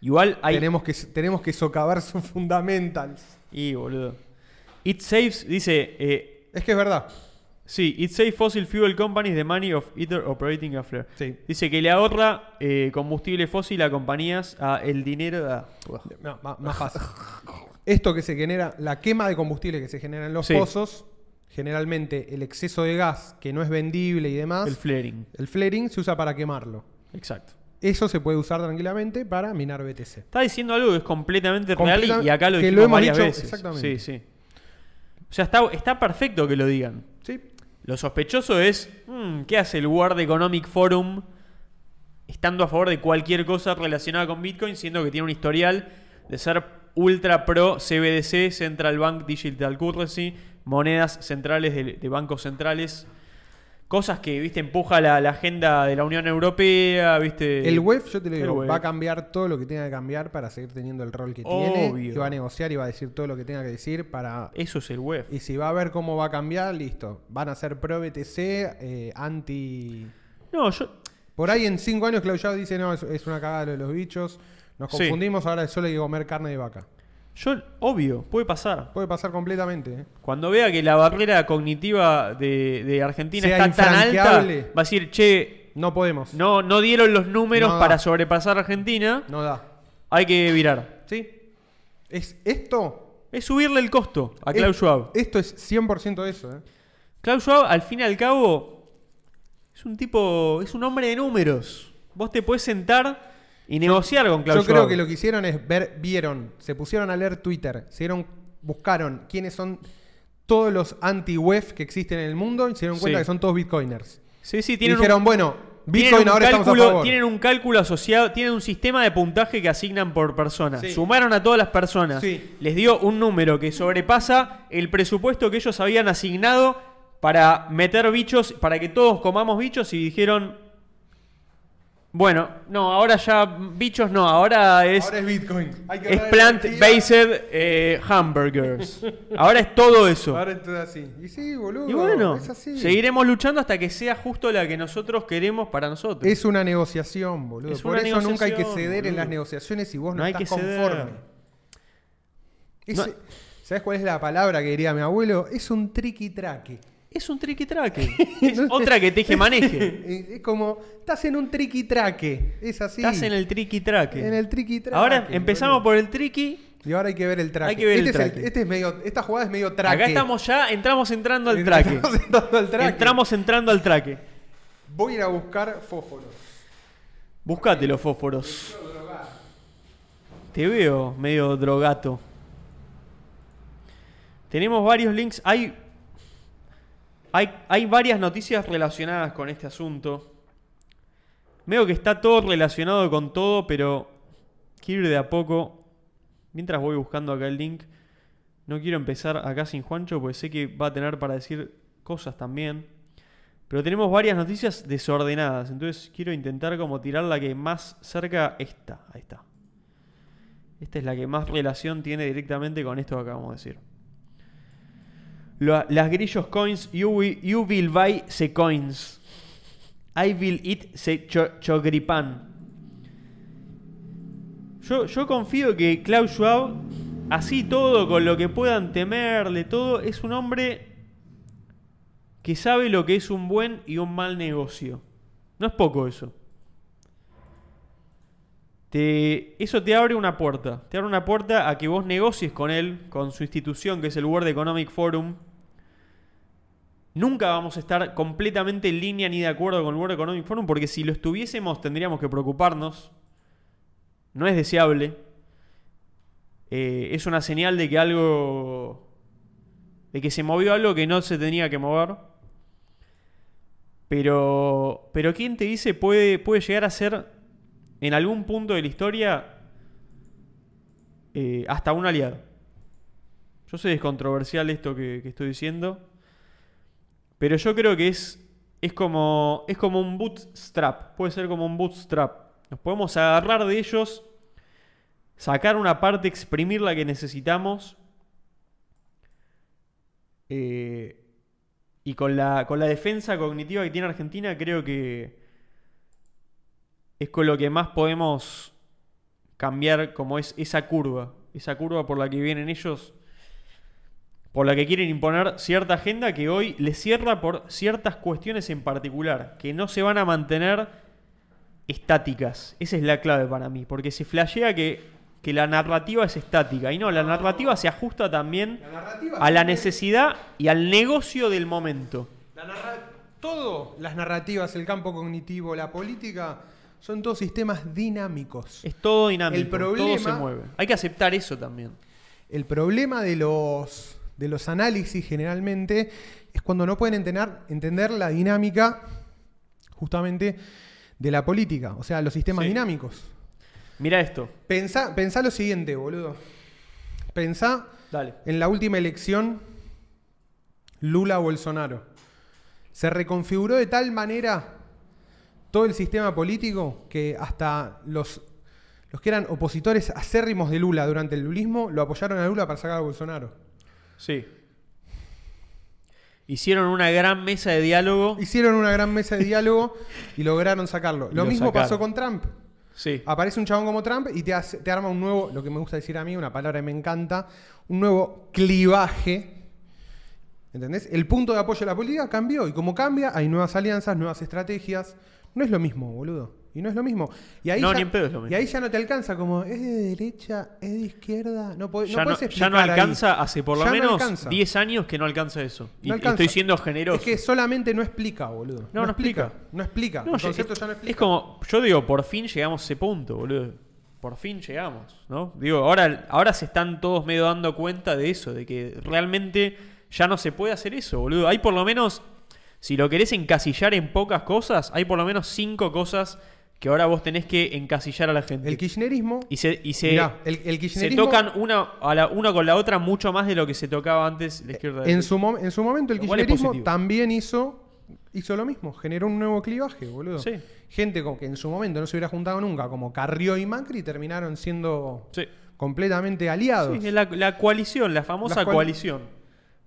Speaker 2: Igual hay...
Speaker 1: Tenemos que, tenemos que socavar sus fundamentals.
Speaker 2: Y, boludo. It saves, dice, eh,
Speaker 1: Es que es verdad.
Speaker 2: sí, it saves fossil fuel companies the money of either operating a flare.
Speaker 1: Sí.
Speaker 2: Dice que le ahorra eh, combustible fósil a compañías a el dinero... a-
Speaker 1: No, ma- más fácil. Esto que se genera, la quema de combustible que se genera en los
Speaker 2: Sí.
Speaker 1: pozos, generalmente el exceso de gas que no es vendible y demás,
Speaker 2: el flaring.
Speaker 1: el flaring se usa para quemarlo.
Speaker 2: Exacto.
Speaker 1: Eso se puede usar tranquilamente para minar BTC.
Speaker 2: Está diciendo algo que es completamente real
Speaker 1: Completa-
Speaker 2: y- y acá lo
Speaker 1: que
Speaker 2: dijimos
Speaker 1: lo hemos
Speaker 2: varias
Speaker 1: dicho
Speaker 2: veces.
Speaker 1: exactamente.
Speaker 2: Sí, sí. O sea, está, está perfecto que lo digan.
Speaker 1: Sí.
Speaker 2: "Hmm, Lo sospechoso es, mm, ¿qué hace el World Economic Forum estando a favor de cualquier cosa relacionada con Bitcoin, siendo que tiene un historial de ser ultra pro CBDC, Central Bank Digital Currency, monedas centrales de, de bancos centrales. Cosas que, viste, empuja la, la agenda de la Unión Europea, viste.
Speaker 1: El web, yo te lo
Speaker 2: El
Speaker 1: digo,
Speaker 2: web.
Speaker 1: va a cambiar todo lo que tenga que cambiar para seguir teniendo el rol que tiene.
Speaker 2: Obvio.
Speaker 1: Y va a negociar y va a decir todo lo que tenga que decir para.
Speaker 2: Eso es el web.
Speaker 1: Y si va a ver cómo va a cambiar, listo. Van a ser pro BTC, eh, anti.
Speaker 2: No, yo.
Speaker 1: Por ahí en cinco años Claudio dice, no, es, es una cagada lo de los bichos. Nos
Speaker 2: Sí.
Speaker 1: confundimos, ahora solo hay que comer carne de vaca.
Speaker 2: Yo, obvio, puede pasar.
Speaker 1: Puede pasar completamente. ¿eh?
Speaker 2: Cuando vea que la barrera cognitiva de, de Argentina
Speaker 1: Sea
Speaker 2: está tan alta,
Speaker 1: infranqueable.
Speaker 2: va a decir, che,
Speaker 1: No podemos. No,
Speaker 2: no, no dieron los números
Speaker 1: No.
Speaker 2: para sobrepasar a Argentina,
Speaker 1: da.
Speaker 2: hay que virar.
Speaker 1: ¿Sí? Es, esto.
Speaker 2: Es subirle el costo a
Speaker 1: es-
Speaker 2: Klaus Schwab.
Speaker 1: Esto es 100% eso. ¿eh?
Speaker 2: Klaus Schwab, al fin y al cabo, es un tipo, es un hombre de números. Vos te puedes sentar y negociar con Klaus
Speaker 1: Yo creo
Speaker 2: Schwab.
Speaker 1: que lo que hicieron es ver, vieron, se pusieron a leer Twitter, se dieron, buscaron quiénes son todos los anti-web que existen en el mundo y se dieron cuenta
Speaker 2: Sí.
Speaker 1: que son todos bitcoiners.
Speaker 2: Sí, sí,
Speaker 1: Y
Speaker 2: tienen un-
Speaker 1: dijeron, bueno,
Speaker 2: Tienen
Speaker 1: Bitcoin
Speaker 2: un
Speaker 1: ahora estamos
Speaker 2: cálculo-
Speaker 1: a favor.
Speaker 2: Tienen un cálculo asociado, tienen un sistema de puntaje que asignan por persona.
Speaker 1: Sí.
Speaker 2: Sumaron a todas las personas.
Speaker 1: Sí.
Speaker 2: Les dio un número que sobrepasa el presupuesto que ellos habían asignado para meter bichos, para que todos comamos bichos y dijeron, bueno, no, ahora ya bichos no, ahora es,
Speaker 1: ahora es Bitcoin. Hay que
Speaker 2: es
Speaker 1: ahorrar energía.
Speaker 2: plant-based eh, hamburgers. ahora es todo eso.
Speaker 1: Ahora es todo así. Y sí, boludo.
Speaker 2: y bueno,
Speaker 1: es así.
Speaker 2: seguiremos luchando hasta que sea justo la que nosotros queremos para nosotros.
Speaker 1: Es una negociación, boludo.
Speaker 2: Es
Speaker 1: Por
Speaker 2: una
Speaker 1: eso nunca hay que
Speaker 2: negociación,
Speaker 1: ceder en
Speaker 2: boludo.
Speaker 1: las negociaciones si vos no,
Speaker 2: No hay
Speaker 1: estás
Speaker 2: que ceder.
Speaker 1: conforme.
Speaker 2: No-
Speaker 1: ¿Sabes cuál es la palabra que diría mi abuelo? Es un triqui-traque.
Speaker 2: Es un triqui-traque. es otra que teje maneje.
Speaker 1: Es es como, estás en un triqui-traque. Es así.
Speaker 2: Estás en el triqui-traque.
Speaker 1: En el triqui-traque.
Speaker 2: Ahora empezamos
Speaker 1: boludo.
Speaker 2: por el triqui.
Speaker 1: Y ahora hay que ver el traque.
Speaker 2: Hay que ver el
Speaker 1: este es
Speaker 2: traque.
Speaker 1: este es medio, esta jugada es medio traque.
Speaker 2: Acá estamos ya, entramos entrando al traque.
Speaker 1: Estamos entrando al traque.
Speaker 2: Entramos entrando al traque.
Speaker 1: Voy a ir a buscar fósforos.
Speaker 2: Buscate los fósforos. Te veo medio drogato. Tenemos varios links. Hay, hay, hay varias noticias relacionadas con este asunto. Veo que está todo relacionado con todo, pero quiero ir de a poco. Mientras voy buscando acá el link, no quiero empezar acá sin Juancho, porque sé que va a tener para decir cosas también. Pero tenemos varias noticias desordenadas, entonces quiero intentar como tirar la que más cerca está. Ahí está. Esta es la que más relación tiene directamente con esto que acabamos de decir. Lo- las grillos coins, you will, you will buy the coins. I will eat the cho- chogripan. Yo, yo confío que Klaus Schwab, así todo, con lo que puedan temerle, todo, es un hombre que sabe lo que es un buen y un mal negocio. No es poco eso. Te- eso te abre una puerta. Te abre una puerta a que vos negocies con él, con su institución, que es el World Economic Forum. Nunca vamos a estar completamente en línea ni de acuerdo con el World Economic Forum, porque si lo estuviésemos tendríamos que preocuparnos. No es deseable. Eh, es una señal de que algo de que se movió algo que no se tenía que mover. Pero, pero ¿quién te dice puede, puede llegar a ser en algún punto de la historia eh, hasta un aliado? Yo sé que es controversial esto que, que estoy diciendo, pero yo creo que es, es, como, es como un bootstrap, puede ser como un bootstrap. Nos podemos agarrar de ellos, sacar una parte, exprimir la que necesitamos eh, y con la, con la defensa cognitiva que tiene Argentina, creo que es con lo que más podemos cambiar como es esa curva. Esa curva por la que vienen ellos, por la que quieren imponer cierta agenda que hoy les cierra por ciertas cuestiones en particular, que no se van a mantener estáticas. Esa es la clave para mí, porque se flashea que, que la narrativa es estática. Y no, la narrativa se ajusta también
Speaker 1: La narrativa.
Speaker 2: a la necesidad y al negocio del momento.
Speaker 1: La narra- todo, las narrativas, el campo cognitivo, la política, son todos sistemas dinámicos.
Speaker 2: Es todo dinámico,
Speaker 1: El problema-
Speaker 2: todo se mueve. Hay que aceptar eso también.
Speaker 1: El problema de los, de los análisis generalmente es cuando no pueden entender, entender la dinámica justamente de la política, o sea, los sistemas
Speaker 2: Sí.
Speaker 1: dinámicos.
Speaker 2: Mira esto.
Speaker 1: Pensá, pensá lo siguiente, boludo. Pensá
Speaker 2: Dale.
Speaker 1: en la última elección, Lula-Bolsonaro. Se reconfiguró de tal manera todo el sistema político que hasta los, los que eran opositores acérrimos de Lula durante el lulismo lo apoyaron a Lula para sacar a Bolsonaro.
Speaker 2: Sí. Hicieron una gran mesa de diálogo.
Speaker 1: Hicieron una gran mesa de diálogo y lograron sacarlo. Lo,
Speaker 2: Lo
Speaker 1: mismo
Speaker 2: sacaron.
Speaker 1: pasó con Trump.
Speaker 2: Sí.
Speaker 1: Aparece un chabón como Trump y te, hace- te arma un nuevo, lo que me gusta decir a mí, una palabra que me encanta, un nuevo clivaje. ¿Entendés? El punto de apoyo a la política cambió y como cambia hay nuevas alianzas, nuevas estrategias. No es lo mismo, boludo. Y no es lo mismo. Y ahí
Speaker 2: No,
Speaker 1: ya,
Speaker 2: ni en pedo es lo mismo.
Speaker 1: Y ahí ya no te alcanza como, ¿es de derecha? ¿Es de izquierda? No, podés-
Speaker 2: Ya no,
Speaker 1: podés
Speaker 2: ya no
Speaker 1: explicar ahí.
Speaker 2: alcanza, hace por lo
Speaker 1: Ya no
Speaker 2: menos
Speaker 1: alcanza.
Speaker 2: 10 años que no alcanza eso. Y
Speaker 1: No alcanza.
Speaker 2: estoy siendo generoso.
Speaker 1: Es que solamente no explica, boludo.
Speaker 2: No, no explica.
Speaker 1: No explica.
Speaker 2: No,
Speaker 1: el
Speaker 2: ya-
Speaker 1: concepto
Speaker 2: es,
Speaker 1: ya no explica.
Speaker 2: es como, yo digo, por fin llegamos a ese punto, boludo. Por fin llegamos, ¿no? Digo, ahora, ahora se están todos medio dando cuenta de eso, de que realmente ya no se puede hacer eso, boludo. Hay por lo menos, si lo querés encasillar en pocas cosas, hay por lo menos cinco cosas que ahora vos tenés que encasillar a la gente.
Speaker 1: El kirchnerismo.
Speaker 2: y se, y se,
Speaker 1: Mirá, el- el
Speaker 2: se
Speaker 1: kirchnerismo-
Speaker 2: tocan una, a la, una con la otra mucho más de lo que se tocaba antes la izquierda.
Speaker 1: En su, mom- en su momento el
Speaker 2: Lo cual es
Speaker 1: kirchnerismo
Speaker 2: positivo.
Speaker 1: también hizo, hizo lo mismo, generó un nuevo clivaje, boludo.
Speaker 2: Sí.
Speaker 1: Gente como que en su momento no se hubiera juntado nunca, como Carrió y Macri, terminaron siendo
Speaker 2: Sí.
Speaker 1: completamente aliados.
Speaker 2: Sí, la, la coalición, la famosa
Speaker 1: La cual-
Speaker 2: coalición.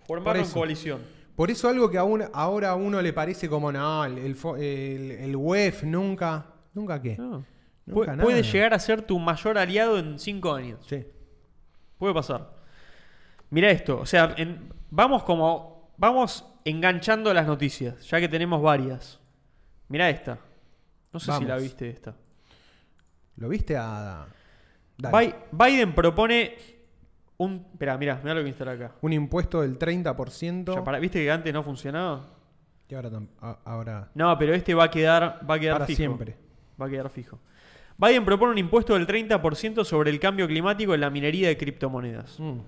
Speaker 2: Formaron
Speaker 1: eso.
Speaker 2: coalición.
Speaker 1: Por eso algo que aún, ahora a uno le parece como, no, el, el, fo- el- el UEF nunca, nunca qué.
Speaker 2: No. Pu-
Speaker 1: Nunca
Speaker 2: puede
Speaker 1: nada.
Speaker 2: llegar a ser tu mayor aliado en cinco años.
Speaker 1: Sí.
Speaker 2: Puede pasar. Mira esto, o sea, en- vamos como vamos enganchando las noticias, ya que tenemos varias. Mira esta. No sé si
Speaker 1: Vamos.
Speaker 2: la viste esta.
Speaker 1: ¿Lo viste a... Dale.
Speaker 2: Bi- Biden propone un, espera, mira, mira lo que está acá.
Speaker 1: Un impuesto del
Speaker 2: Ya
Speaker 1: 30%.
Speaker 2: para- ¿Viste que antes no funcionaba?
Speaker 1: que ahora, tam- a- ahora
Speaker 2: No, pero este va a quedar, va a quedar
Speaker 1: Para
Speaker 2: fijo.
Speaker 1: siempre.
Speaker 2: Va a quedar fijo. Biden propone un impuesto del 30% sobre el cambio climático en la minería de criptomonedas.
Speaker 1: Mm.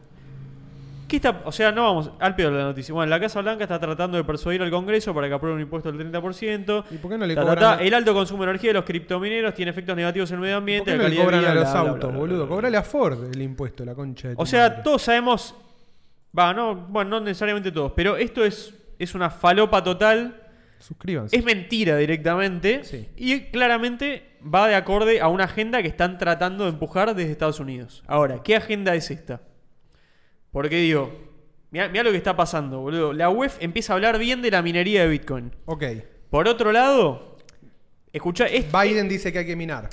Speaker 2: ¿Qué está, o sea, no vamos al peor de la noticia. Bueno, la Casa Blanca está tratando de persuadir al Congreso para que apruebe un impuesto del 30%.
Speaker 1: ¿Y por qué no le
Speaker 2: Ta, ta,
Speaker 1: cobran
Speaker 2: ta.
Speaker 1: a-
Speaker 2: El alto consumo de energía de los criptomineros tiene efectos negativos en el medio ambiente.
Speaker 1: ¿Por qué
Speaker 2: la
Speaker 1: no le
Speaker 2: calidad de
Speaker 1: cobran
Speaker 2: vida,
Speaker 1: a
Speaker 2: bla,
Speaker 1: los
Speaker 2: bla, bla,
Speaker 1: autos,
Speaker 2: bla,
Speaker 1: boludo?
Speaker 2: bla, bla.
Speaker 1: Cobrale a Ford el impuesto, la concha de tu
Speaker 2: O sea,
Speaker 1: madre.
Speaker 2: todos sabemos. Va, no, bueno, no necesariamente todos, pero esto es, es una falopa total.
Speaker 1: Suscríbanse.
Speaker 2: Es mentira directamente.
Speaker 1: Sí.
Speaker 2: Y claramente va de acorde a una agenda que están tratando de empujar desde Estados Unidos. Ahora, ¿qué agenda es esta? Porque digo, mirá, mirá lo que está pasando, boludo. La UEF empieza a hablar bien de la minería de Bitcoin.
Speaker 1: Ok.
Speaker 2: Por otro lado, escucha,
Speaker 1: Biden dice que hay que minar.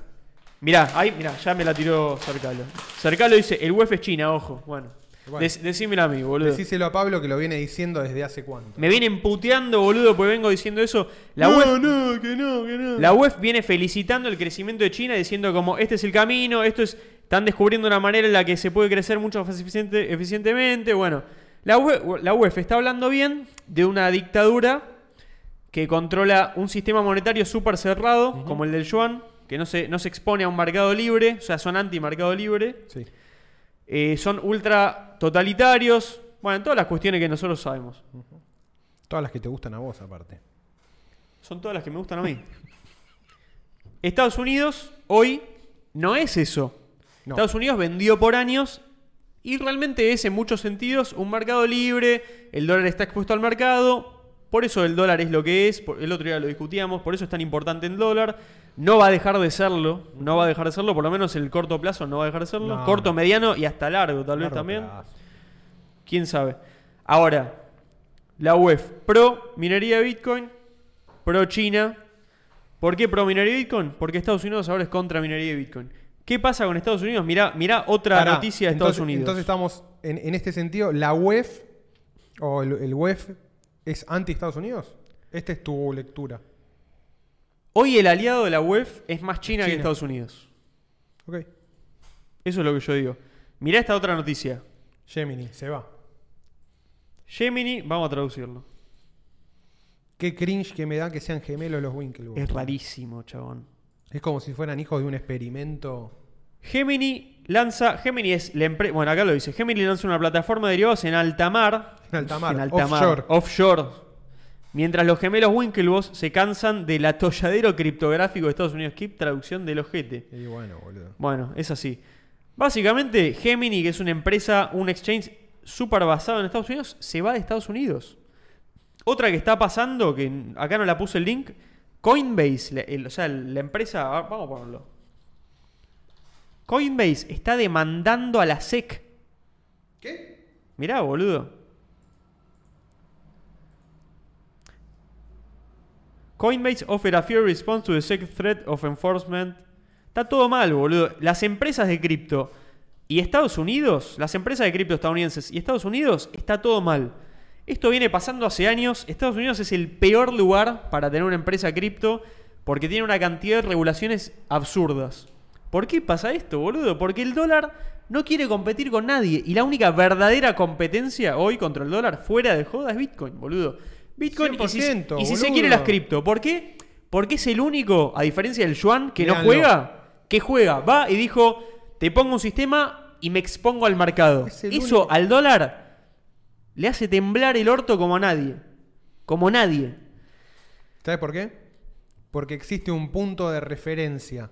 Speaker 2: Mirá, ahí, mirá, ya me la tiró Cercalo. Cercalo dice, el UEF es China, ojo. Bueno,
Speaker 1: Bueno.
Speaker 2: dec- decímela a mí, boludo.
Speaker 1: Decíselo a Pablo que lo viene diciendo desde hace cuánto.
Speaker 2: Me vienen puteando, boludo, porque vengo diciendo eso. La E UEF
Speaker 1: no, que no, que no.
Speaker 2: La UEF viene felicitando el crecimiento de China, diciendo como este es el camino, esto es, están descubriendo una manera en la que se puede crecer mucho más eficiente- eficientemente. Bueno, la UEF, la UEF está hablando bien de una dictadura que controla un sistema monetario súper cerrado, como el del yuan, que no se, no se expone a un mercado libre, o sea, son anti-mercado libre,
Speaker 1: Sí.
Speaker 2: eh, son ultra totalitarios, bueno, todas las cuestiones que nosotros sabemos.
Speaker 1: Todas las que te gustan a vos, aparte.
Speaker 2: Son todas las que me gustan a mí. Estados Unidos hoy no es eso.
Speaker 1: No.
Speaker 2: Estados Unidos vendió por años y realmente es en muchos sentidos un mercado libre, el dólar está expuesto al mercado, por eso el dólar es lo que es, por- el otro día lo discutíamos, por eso es tan importante el dólar, no va a dejar de serlo, no va a dejar de serlo, por lo menos en el corto plazo no va a dejar de serlo,
Speaker 1: No.
Speaker 2: corto, mediano y hasta largo tal vez
Speaker 1: Largo
Speaker 2: también.
Speaker 1: plazo.
Speaker 2: ¿Quién sabe? Ahora, la UEF, pro minería de Bitcoin, pro China. ¿Por qué pro minería de Bitcoin? Porque Estados Unidos ahora es contra minería de Bitcoin. ¿Qué pasa con Estados Unidos? Mirá, mirá otra
Speaker 1: Pará,
Speaker 2: noticia de
Speaker 1: entonces-
Speaker 2: Estados Unidos.
Speaker 1: Entonces estamos, en, en este sentido, la UEF o el, el UEF es anti-Estados Unidos. Esta es tu lectura.
Speaker 2: Hoy el aliado de la UEF es más China, que
Speaker 1: China.
Speaker 2: Estados Unidos.
Speaker 1: Ok.
Speaker 2: Eso es lo que yo digo. Mirá esta otra noticia.
Speaker 1: Gemini, se va.
Speaker 2: Gemini, vamos a traducirlo.
Speaker 1: Qué cringe que me da que sean gemelos los Winklevoss.
Speaker 2: Es rarísimo, chabón.
Speaker 1: Es como si fueran hijos de un experimento.
Speaker 2: Gemini lanza. Gemini es la empresa. Bueno, acá lo dice. Gemini lanza una plataforma de derivados en alta mar.
Speaker 1: En alta mar,
Speaker 2: En alta mar,
Speaker 1: offshore.
Speaker 2: offshore. Mientras los gemelos Winklevoss se cansan del atolladero criptográfico de Estados Unidos. Kip, traducción del ojete.
Speaker 1: Y bueno, boludo.
Speaker 2: Bueno, es así. Básicamente, Gemini, que es una empresa, un exchange súper basado en Estados Unidos, se va de Estados Unidos. Otra que está pasando, que n- acá no la puse el link, Coinbase, la- el- o sea, la empresa, a ver, vamos a ponerlo. Coinbase está demandando a la SEC.
Speaker 1: ¿Qué?
Speaker 2: Mirá, boludo. Coinbase offer a fair response to the SEC threat of enforcement. Está todo mal, boludo. Las empresas de cripto y Estados Unidos, las empresas de cripto estadounidenses y Estados Unidos, está todo mal. Esto viene pasando hace años. Estados Unidos es el peor lugar para tener una empresa cripto porque tiene una cantidad de regulaciones absurdas. ¿Por qué pasa esto, boludo? Porque el dólar no quiere competir con nadie y la única verdadera competencia hoy contra el dólar fuera de joda es Bitcoin, boludo. Bitcoin y si- y
Speaker 1: 100%,
Speaker 2: si, se
Speaker 1: boludo.
Speaker 2: quiere las cripto. ¿Por qué? Porque es el único, a diferencia del yuan, que no
Speaker 1: Léanlo.
Speaker 2: juega, que juega, va y dijo, te pongo un sistema y me expongo al mercado.
Speaker 1: Es
Speaker 2: Eso
Speaker 1: el único.
Speaker 2: al dólar le hace temblar el orto como a nadie. Como nadie.
Speaker 1: ¿Sabes por qué? Porque existe un punto de referencia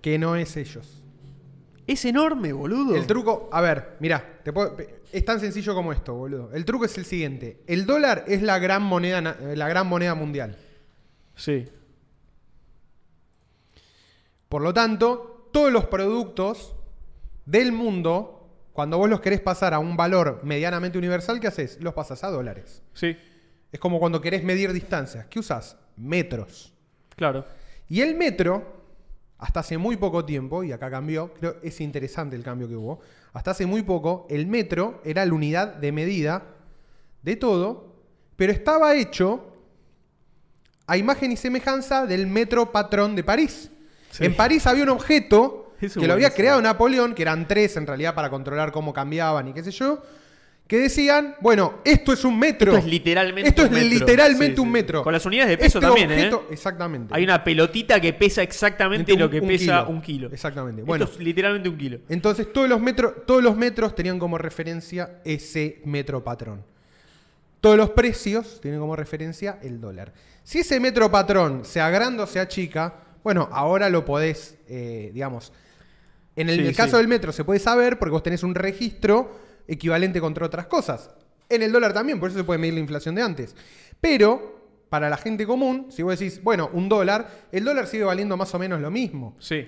Speaker 1: que no es ellos.
Speaker 2: Es enorme, boludo.
Speaker 1: El truco, a ver, mirá, te puedo- es tan sencillo como esto, boludo. El truco es el siguiente: el dólar es la gran moneda, na- eh, la gran moneda mundial.
Speaker 2: Sí.
Speaker 1: Por lo tanto, todos los productos del mundo, cuando vos los querés pasar a un valor medianamente universal, ¿qué haces? Los pasas a dólares.
Speaker 2: Sí.
Speaker 1: Es como cuando querés medir distancias. ¿Qué usás? Metros.
Speaker 2: Claro.
Speaker 1: Y el metro, hasta hace muy poco tiempo, y acá cambió, creo es interesante el cambio que hubo, hasta hace muy poco el metro era la unidad de medida de todo, pero estaba hecho a imagen y semejanza del metro patrón de París.
Speaker 2: Sí.
Speaker 1: En París había un objeto
Speaker 2: Eso es
Speaker 1: que lo había
Speaker 2: buenísimo.
Speaker 1: creado Napoleón, que eran tres en realidad para controlar cómo cambiaban y qué sé yo, que decían, bueno, esto es un metro.
Speaker 2: Esto es literalmente
Speaker 1: Esto
Speaker 2: un
Speaker 1: es
Speaker 2: metro.
Speaker 1: literalmente
Speaker 2: Sí,
Speaker 1: un
Speaker 2: sí.
Speaker 1: metro. Este
Speaker 2: Con las unidades de peso también, ¿eh?
Speaker 1: Exactamente.
Speaker 2: Hay una pelotita que pesa exactamente
Speaker 1: Un-
Speaker 2: lo que
Speaker 1: un
Speaker 2: pesa
Speaker 1: kilo.
Speaker 2: un kilo.
Speaker 1: Exactamente.
Speaker 2: Esto
Speaker 1: Bueno. Eh,
Speaker 2: es literalmente un kilo.
Speaker 1: Entonces todos los, metro- todos los metros tenían como referencia ese metro patrón. Todos los precios tienen como referencia el dólar. Si ese metro patrón se agranda o se achica, bueno, ahora lo podés, eh, digamos, en el,
Speaker 2: Sí,
Speaker 1: el caso
Speaker 2: sí.
Speaker 1: del metro se puede saber porque vos tenés un registro equivalente contra otras cosas. En el dólar también, por eso se puede medir la inflación de antes. Pero, para la gente común, si vos decís, bueno, un dólar, el dólar sigue valiendo más o menos lo mismo.
Speaker 2: Sí.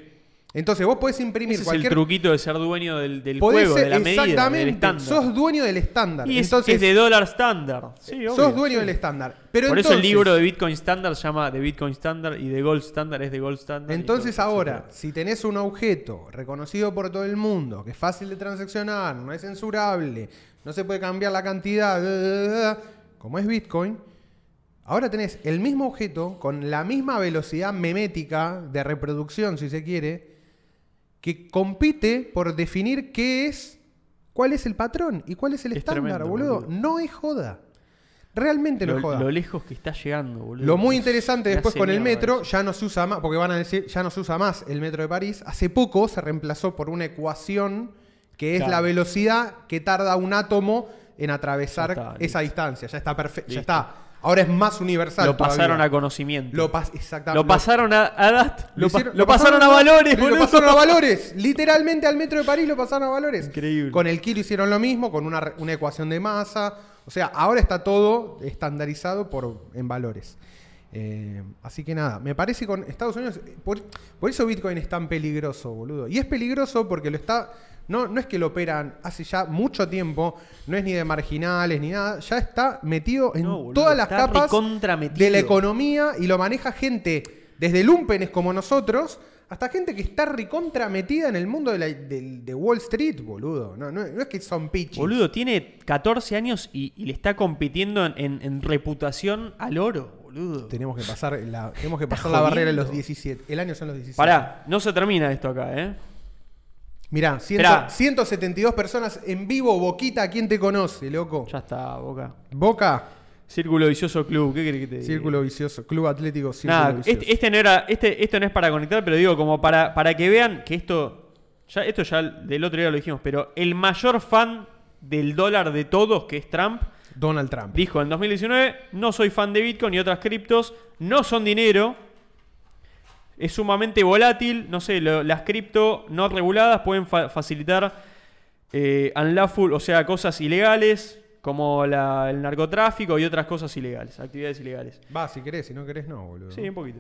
Speaker 1: Entonces vos podés imprimir
Speaker 2: Ese es el
Speaker 1: cualquier
Speaker 2: truquito de ser dueño del, del
Speaker 1: Podés
Speaker 2: juego,
Speaker 1: ser-
Speaker 2: de la medida, del
Speaker 1: exactamente,
Speaker 2: estándar.
Speaker 1: sos dueño del estándar.
Speaker 2: Y es,
Speaker 1: entonces,
Speaker 2: es de dólar estándar. Sí, obvio.
Speaker 1: sos dueño del estándar. Pero
Speaker 2: Por
Speaker 1: entonces,
Speaker 2: eso el libro de Bitcoin Standard se llama de Bitcoin Standard y de Gold Standard es de Gold Standard. y
Speaker 1: Entonces
Speaker 2: todo eso,
Speaker 1: ahora,
Speaker 2: etcétera.
Speaker 1: si tenés un objeto reconocido por todo el mundo, que es fácil de transaccionar, no es censurable, no se puede cambiar la cantidad, bla, bla, bla, bla, como es Bitcoin, ahora tenés el mismo objeto con la misma velocidad memética de reproducción, si se quiere, que compite por definir qué es, cuál es el patrón y cuál es el
Speaker 2: Es
Speaker 1: estándar,
Speaker 2: tremendo,
Speaker 1: boludo.
Speaker 2: boludo.
Speaker 1: No es joda. Realmente no es
Speaker 2: lo,
Speaker 1: joda.
Speaker 2: lo lejos que está llegando, boludo.
Speaker 1: Lo muy
Speaker 2: Me
Speaker 1: interesante después
Speaker 2: hace
Speaker 1: con el
Speaker 2: mierda
Speaker 1: metro,
Speaker 2: eso.
Speaker 1: ya no se usa más, porque van a decir, ya no se usa más el metro de París. Hace poco se reemplazó por una ecuación que es
Speaker 2: Claro.
Speaker 1: la velocidad que tarda un átomo en
Speaker 2: Ya
Speaker 1: atravesar
Speaker 2: está, listo.
Speaker 1: esa distancia. Ya está perfecto,
Speaker 2: Listo.
Speaker 1: ya está. Ahora es más universal.
Speaker 2: Lo pasaron
Speaker 1: todavía.
Speaker 2: a conocimiento.
Speaker 1: Lo, pas- exacta-
Speaker 2: Lo
Speaker 1: lo-
Speaker 2: pasaron a, a DAT.
Speaker 1: lo
Speaker 2: Lo, pa-
Speaker 1: hicieron-
Speaker 2: lo pasaron, a valores, boludo.
Speaker 1: Lo pasaron a valores. Literalmente al metro de París lo pasaron a valores.
Speaker 2: Increíble.
Speaker 1: Con el kilo hicieron lo mismo, con una, re- una ecuación de masa. O sea, ahora está todo estandarizado por, en valores. Eh, así que nada, me parece con Estados Unidos. eh, Por, por eso Bitcoin es tan peligroso, boludo. Y es peligroso porque lo está. No, no es que lo operan hace ya mucho tiempo, no es ni de marginales ni nada, ya está metido en
Speaker 2: No, boludo,
Speaker 1: todas las
Speaker 2: está
Speaker 1: capas
Speaker 2: recontra
Speaker 1: de
Speaker 2: metido.
Speaker 1: la economía economía y lo maneja gente desde lumpenes como nosotros hasta gente que está recontra metida en el mundo de, la- del- de Wall Street, boludo. No, no- no es que son pichis.
Speaker 2: Boludo, tiene 14 años y, y le está compitiendo en, en- en reputación al oro, boludo.
Speaker 1: Tenemos que pasar la, tenemos que
Speaker 2: Está
Speaker 1: pasar la barrera de los
Speaker 2: jodiendo.
Speaker 1: 17. El año son los 17.
Speaker 2: Pará, no se termina esto acá, ¿eh?
Speaker 1: Mirá, ciento-
Speaker 2: Esperá.
Speaker 1: 172 personas en vivo, Boquita, ¿quién te conoce, loco?
Speaker 2: Ya está, boca.
Speaker 1: Boca,
Speaker 2: Círculo Vicioso Club, ¿qué crees que te diga?
Speaker 1: Círculo Vicioso, Club Atlético Círculo
Speaker 2: Nada,
Speaker 1: Vicioso.
Speaker 2: este, este no era, este, esto no es para conectar, pero digo, como para, para que vean que esto. Ya, esto ya del otro día lo dijimos, pero el mayor fan del dólar de todos, que es Trump,
Speaker 1: Donald Trump.
Speaker 2: este Dijo en 2019, no soy fan de Bitcoin y otras criptos, no son dinero, es sumamente volátil, no sé, lo- las cripto no reguladas pueden fa- facilitar eh, unlawful, o sea, cosas ilegales como la- el narcotráfico y otras cosas ilegales, actividades ilegales.
Speaker 1: Va, si querés, si no querés, no, boludo.
Speaker 2: Sí, un poquito.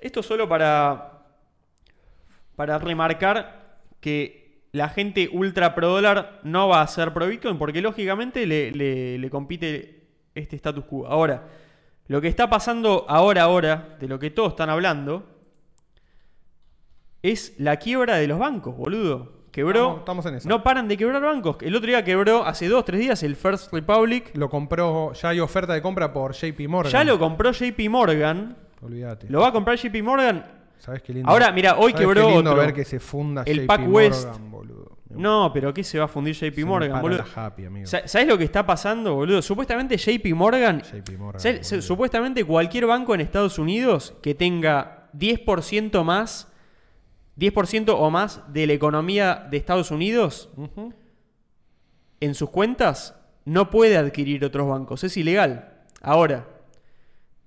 Speaker 2: Esto solo para para remarcar que la gente ultra pro dólar no va a ser pro Bitcoin porque lógicamente le, le- le compite este status quo. Ahora, lo que está pasando ahora, ahora, de lo que todos están hablando, es la quiebra de los bancos, boludo. Quebró.
Speaker 1: Estamos- estamos en esa.
Speaker 2: No paran de quebrar bancos. El otro día quebró, hace dos, tres días, el First Republic.
Speaker 1: Lo compró, ya hay oferta de compra por JP Morgan.
Speaker 2: Ya lo compró JP Morgan.
Speaker 1: Olvídate.
Speaker 2: Lo va a comprar JP Morgan.
Speaker 1: ¿Sabés qué lindo?
Speaker 2: Ahora, mirá, hoy
Speaker 1: ¿Sabés
Speaker 2: quebró
Speaker 1: qué lindo
Speaker 2: otro.
Speaker 1: ver que se funda
Speaker 2: El
Speaker 1: JP
Speaker 2: Pac
Speaker 1: Morgan,
Speaker 2: West.
Speaker 1: boludo.
Speaker 2: No, pero ¿qué se va a fundir JP
Speaker 1: Se me
Speaker 2: Morgan,
Speaker 1: para
Speaker 2: boludo?
Speaker 1: la happy, amigo.
Speaker 2: Sa- ¿Sabés lo que está pasando, boludo? Supuestamente JP Morgan.
Speaker 1: JP Morgan,
Speaker 2: ¿sabés? Se-
Speaker 1: boludo.
Speaker 2: Supuestamente cualquier banco en Estados Unidos que tenga 10% más. 10% o más de la economía de Estados Unidos
Speaker 1: Ujú.
Speaker 2: en sus cuentas no puede adquirir otros bancos. Es ilegal. Ahora,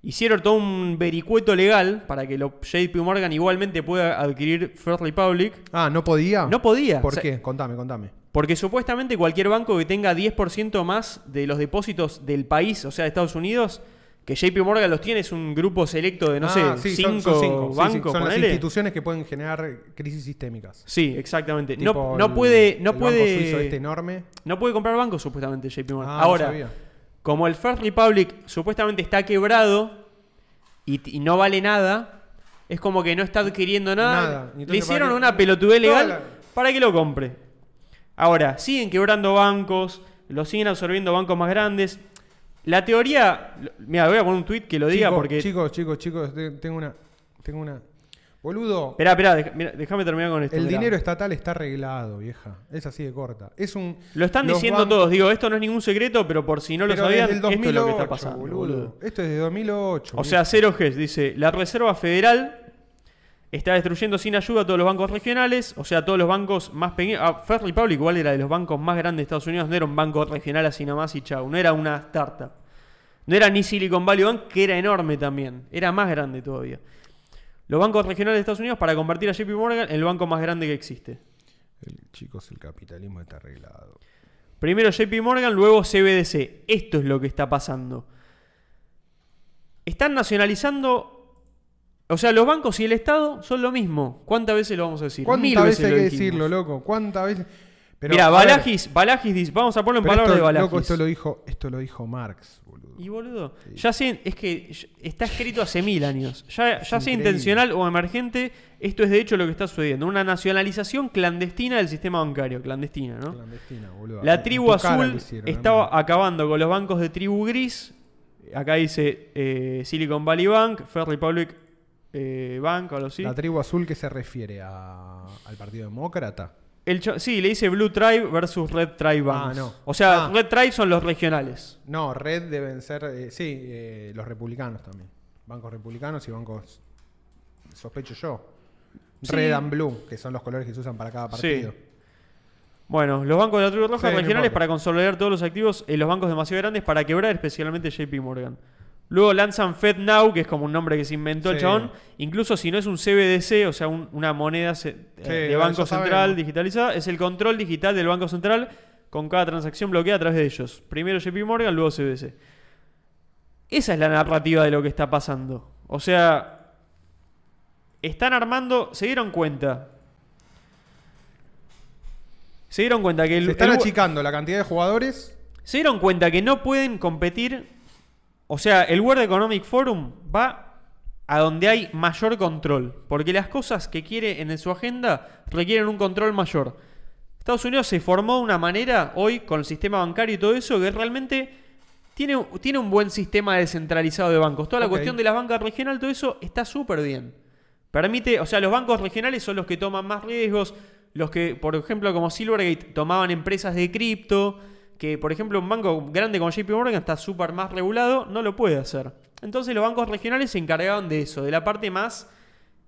Speaker 2: hicieron todo un vericueto legal para que lo- JP Morgan igualmente pueda adquirir First Republic.
Speaker 1: Ah, ¿no podía?
Speaker 2: No podía.
Speaker 1: ¿Por
Speaker 2: O sea,
Speaker 1: qué? Contame, contame.
Speaker 2: Porque supuestamente cualquier banco que tenga 10% más de los depósitos del país, o sea, de Estados Unidos, que JP Morgan los tiene, es un grupo selecto de, no
Speaker 1: Ah,
Speaker 2: sé,
Speaker 1: sí,
Speaker 2: cinco,
Speaker 1: son- son cinco. Sí, sí,
Speaker 2: bancos,
Speaker 1: son las
Speaker 2: ponele.
Speaker 1: instituciones que pueden generar crisis sistémicas.
Speaker 2: Sí, exactamente.
Speaker 1: Tipo
Speaker 2: No, no
Speaker 1: el-
Speaker 2: puede, no
Speaker 1: el Banco suizo
Speaker 2: puede,
Speaker 1: este enorme.
Speaker 2: no puede comprar bancos supuestamente JP Morgan.
Speaker 1: Ah, no
Speaker 2: Ahora,
Speaker 1: sabía.
Speaker 2: como el First Republic supuestamente está quebrado y, t- y no vale nada, es como que no está adquiriendo nada.
Speaker 1: Nada. Entonces,
Speaker 2: Le hicieron
Speaker 1: ¿para qué?
Speaker 2: una pelotudez
Speaker 1: Toda
Speaker 2: legal
Speaker 1: la-
Speaker 2: para que lo compre. Ahora, siguen quebrando bancos, lo siguen absorbiendo bancos más grandes. La teoría, mira, voy a poner un tweet que lo diga
Speaker 1: Chicos,
Speaker 2: porque...
Speaker 1: Chicos, chicos, chicos, te- tengo una. Tengo una. Boludo,
Speaker 2: Esperá, esperá, deja- mirá, déjame terminar con esto.
Speaker 1: el
Speaker 2: mirá.
Speaker 1: dinero estatal está arreglado, vieja. Es así de corta. Es un.
Speaker 2: Lo están
Speaker 1: los
Speaker 2: diciendo
Speaker 1: ban-
Speaker 2: todos, digo, esto no es ningún secreto, pero por si no lo
Speaker 1: Pero
Speaker 2: sabían,
Speaker 1: desde el
Speaker 2: esto es lo que
Speaker 1: 2008,
Speaker 2: está pasando.
Speaker 1: boludo.
Speaker 2: boludo.
Speaker 1: Esto es de 2008.
Speaker 2: O
Speaker 1: vieja.
Speaker 2: sea, Cero Gs dice, la Reserva Federal está destruyendo sin ayuda a todos los bancos regionales, o sea, todos los bancos más pequeños. Ah, First Republic igual era de los bancos más grandes de Estados Unidos, no era un banco regional así nomás y chau, no era una startup. No era ni Silicon Valley Bank, que era enorme también, era más grande todavía. Los bancos regionales de Estados Unidos para convertir a JP Morgan en el banco más grande que existe.
Speaker 1: El- chicos, el capitalismo está arreglado.
Speaker 2: Primero JP Morgan, luego CBDC. Esto es lo que está pasando. Están nacionalizando. O sea, los bancos y el Estado son lo mismo. ¿Cuántas veces lo vamos a decir? Mil
Speaker 1: ¿Cuántas veces hay
Speaker 2: lo
Speaker 1: que
Speaker 2: dijimos.
Speaker 1: decirlo, loco? ¿Cuántas veces? Pero,
Speaker 2: Mirá,
Speaker 1: a ver,
Speaker 2: Balagis, Balagis dice. Vamos a ponerlo en
Speaker 1: pero
Speaker 2: palabras
Speaker 1: esto,
Speaker 2: de Balagis.
Speaker 1: loco, esto lo dijo, esto lo dijo Marx, boludo.
Speaker 2: Y boludo, ya sea, es que ya- está escrito hace mil años. Ya, ya sea
Speaker 1: increíble.
Speaker 2: intencional o emergente, esto es de hecho lo que está sucediendo. Una nacionalización clandestina del sistema bancario. Clandestina, ¿no?
Speaker 1: Clandestina, boludo. En
Speaker 2: La tribu
Speaker 1: tu cara
Speaker 2: azul
Speaker 1: lo hicieron,
Speaker 2: estaba
Speaker 1: amigo.
Speaker 2: acabando con los bancos de tribu gris. Acá dice eh, Silicon Valley Bank, Fair Republic eh, Bank, o algo así.
Speaker 1: La tribu azul que se refiere a- al Partido Demócrata.
Speaker 2: El cho- sí, le dice Blue Tribe versus Red Tribe Banks.
Speaker 1: Ah, no.
Speaker 2: O sea,
Speaker 1: Ah.
Speaker 2: Red Tribe son los regionales.
Speaker 1: No, red deben ser, eh, sí, eh, los republicanos también. Bancos republicanos y bancos, sospecho yo.
Speaker 2: Sí.
Speaker 1: Red and blue, que son los colores que se usan para cada partido.
Speaker 2: Sí. Bueno, los bancos de la Tribu
Speaker 1: Sí,
Speaker 2: Roja
Speaker 1: no
Speaker 2: regionales
Speaker 1: importa.
Speaker 2: para consolidar todos los activos en los bancos demasiado grandes para quebrar especialmente JP Morgan. Luego lanzan FedNow, que es como un nombre que se inventó el
Speaker 1: Sí.
Speaker 2: chabón. Incluso si no es un CBDC, o sea, un- una moneda se- de
Speaker 1: ya
Speaker 2: Banco
Speaker 1: sabemos.
Speaker 2: Central digitalizada, es el control digital del Banco Central con cada transacción bloqueada a través de ellos. Primero JP Morgan, luego CBDC. Esa es la narrativa de lo que está pasando. O sea, están armando, se dieron cuenta. Se dieron cuenta que el,
Speaker 1: Se están
Speaker 2: el-
Speaker 1: achicando la cantidad de jugadores.
Speaker 2: se dieron cuenta que no pueden competir. O sea, el World Economic Forum va a donde hay mayor control. Porque las cosas que quiere en su agenda requieren un control mayor. Estados Unidos se formó de una manera hoy con el sistema bancario y todo eso que realmente tiene, tiene un buen sistema descentralizado de bancos. Toda la
Speaker 1: Ok.
Speaker 2: cuestión de las bancas regionales, todo eso está súper bien. Permite, o sea, los bancos regionales son los que toman más riesgos, los que, por ejemplo, como Silvergate, tomaban empresas de cripto, que, por ejemplo, un banco grande como JP Morgan está súper más regulado, no lo puede hacer. Entonces los bancos regionales se encargaban de eso, de la parte más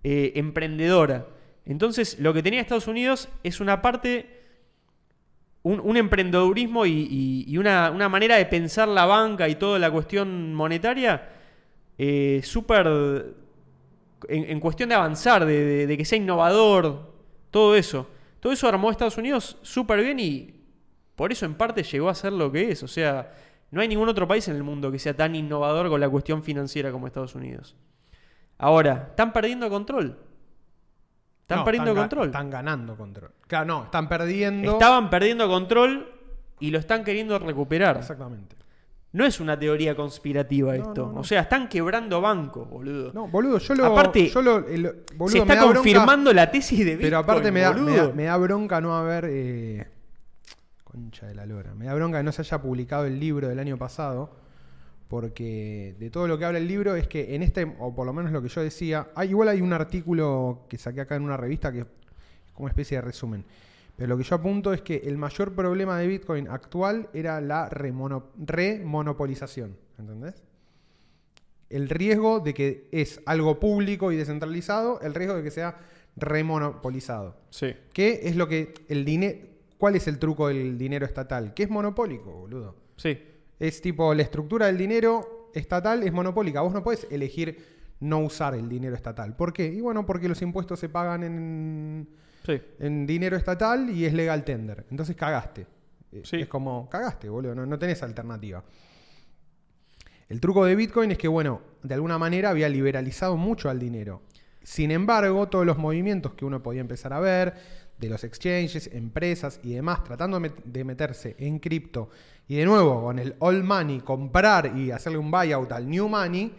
Speaker 2: eh, emprendedora. Entonces lo que tenía Estados Unidos es una parte un, un emprendedurismo y, y- y una, una manera de pensar la banca y toda la cuestión monetaria eh, súper en, en cuestión de avanzar, de, de- de que sea innovador, todo eso. Todo eso armó Estados Unidos súper bien y por eso en parte llegó a ser lo que es. O sea, no hay ningún otro país en el mundo que sea tan innovador con la cuestión financiera como Estados Unidos. Ahora, están perdiendo control. Están
Speaker 1: No,
Speaker 2: perdiendo
Speaker 1: ga-
Speaker 2: control.
Speaker 1: Están ganando control. Claro, no, están perdiendo.
Speaker 2: Estaban perdiendo control y lo están queriendo recuperar.
Speaker 1: Exactamente.
Speaker 2: No es una teoría conspirativa
Speaker 1: No,
Speaker 2: esto.
Speaker 1: no, no.
Speaker 2: O sea, están quebrando bancos, boludo.
Speaker 1: No, boludo, yo lo.
Speaker 2: Aparte,
Speaker 1: yo lo- el- boludo,
Speaker 2: Se
Speaker 1: me
Speaker 2: está
Speaker 1: da bronca,
Speaker 2: confirmando la tesis de Bitcoin,
Speaker 1: pero aparte me da, me da-
Speaker 2: boludo.
Speaker 1: me da bronca no haber. eh, concha de la lora. Me da bronca que no se haya publicado el libro del año pasado. Porque de todo lo que habla el libro es que en este, o por lo menos lo que yo decía, ah, igual hay un artículo que saqué acá en una revista que es como una especie de resumen. Pero lo que yo apunto es que el mayor problema de Bitcoin actual era la remono- remonopolización. ¿Entendés? El riesgo de que es algo público y descentralizado, el riesgo de que sea remonopolizado.
Speaker 2: Sí.
Speaker 1: ¿Qué es lo que el dinero... ¿Cuál es el truco del dinero estatal? Que es monopólico, boludo.
Speaker 2: Sí.
Speaker 1: Es tipo, la estructura del dinero estatal es monopólica. Vos no podés elegir no usar el dinero estatal. ¿Por qué? Y bueno, porque los impuestos se pagan en,
Speaker 2: Sí.
Speaker 1: en dinero estatal y es legal tender. Entonces cagaste. Eh,
Speaker 2: Sí.
Speaker 1: Es como, cagaste, boludo, no, no tenés alternativa. El truco de Bitcoin es que, bueno, de alguna manera había liberalizado mucho al dinero. Sin embargo, todos los movimientos que uno podía empezar a ver, de los exchanges, empresas y demás, tratando de met- de meterse en cripto y de nuevo con el old money, comprar y hacerle un buyout al new money,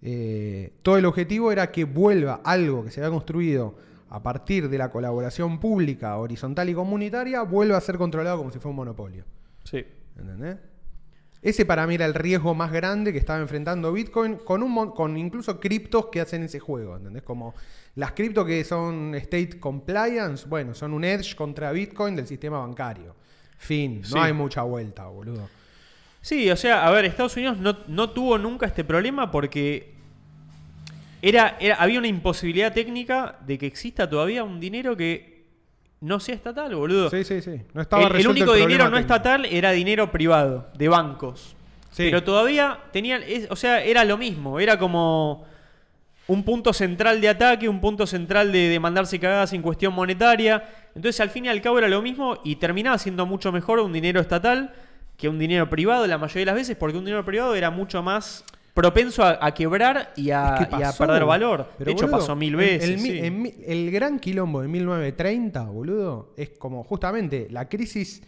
Speaker 1: eh, todo el objetivo era que vuelva algo que se había construido a partir de la colaboración pública, horizontal y comunitaria, vuelva a ser controlado como si fuera un monopolio.
Speaker 2: Sí.
Speaker 1: ¿Entendés? Ese para mí era el riesgo más grande que estaba enfrentando Bitcoin con, un mon- con incluso criptos que hacen ese juego, ¿entendés? Como las criptos que son state compliance, bueno, son un edge contra Bitcoin del sistema bancario. Fin, no
Speaker 2: Sí.
Speaker 1: hay mucha vuelta, boludo.
Speaker 2: Sí, o sea, a ver, Estados Unidos no, no tuvo nunca este problema porque era, era- había una imposibilidad técnica de que exista todavía un dinero que no sea estatal, boludo.
Speaker 1: Sí, sí, sí. No estaba
Speaker 2: El- el,
Speaker 1: resuelto
Speaker 2: único
Speaker 1: problema
Speaker 2: dinero no
Speaker 1: técnico.
Speaker 2: estatal era dinero privado, de bancos.
Speaker 1: Sí.
Speaker 2: Pero todavía tenían, es- o sea, era lo mismo, era como un punto central de ataque, un punto central de, de mandarse cagadas en cuestión monetaria. Entonces, al fin y al cabo era lo mismo y terminaba siendo mucho mejor un dinero estatal que un dinero privado la mayoría de las veces, porque un dinero privado era mucho más propenso a, a quebrar y a,
Speaker 1: Es que
Speaker 2: y a
Speaker 1: pasó.
Speaker 2: perder valor.
Speaker 1: Pero,
Speaker 2: de hecho,
Speaker 1: boludo,
Speaker 2: pasó mil
Speaker 1: en-
Speaker 2: veces.
Speaker 1: en mi-
Speaker 2: sí.
Speaker 1: en mi- el gran quilombo de 1930, boludo, es como justamente la crisis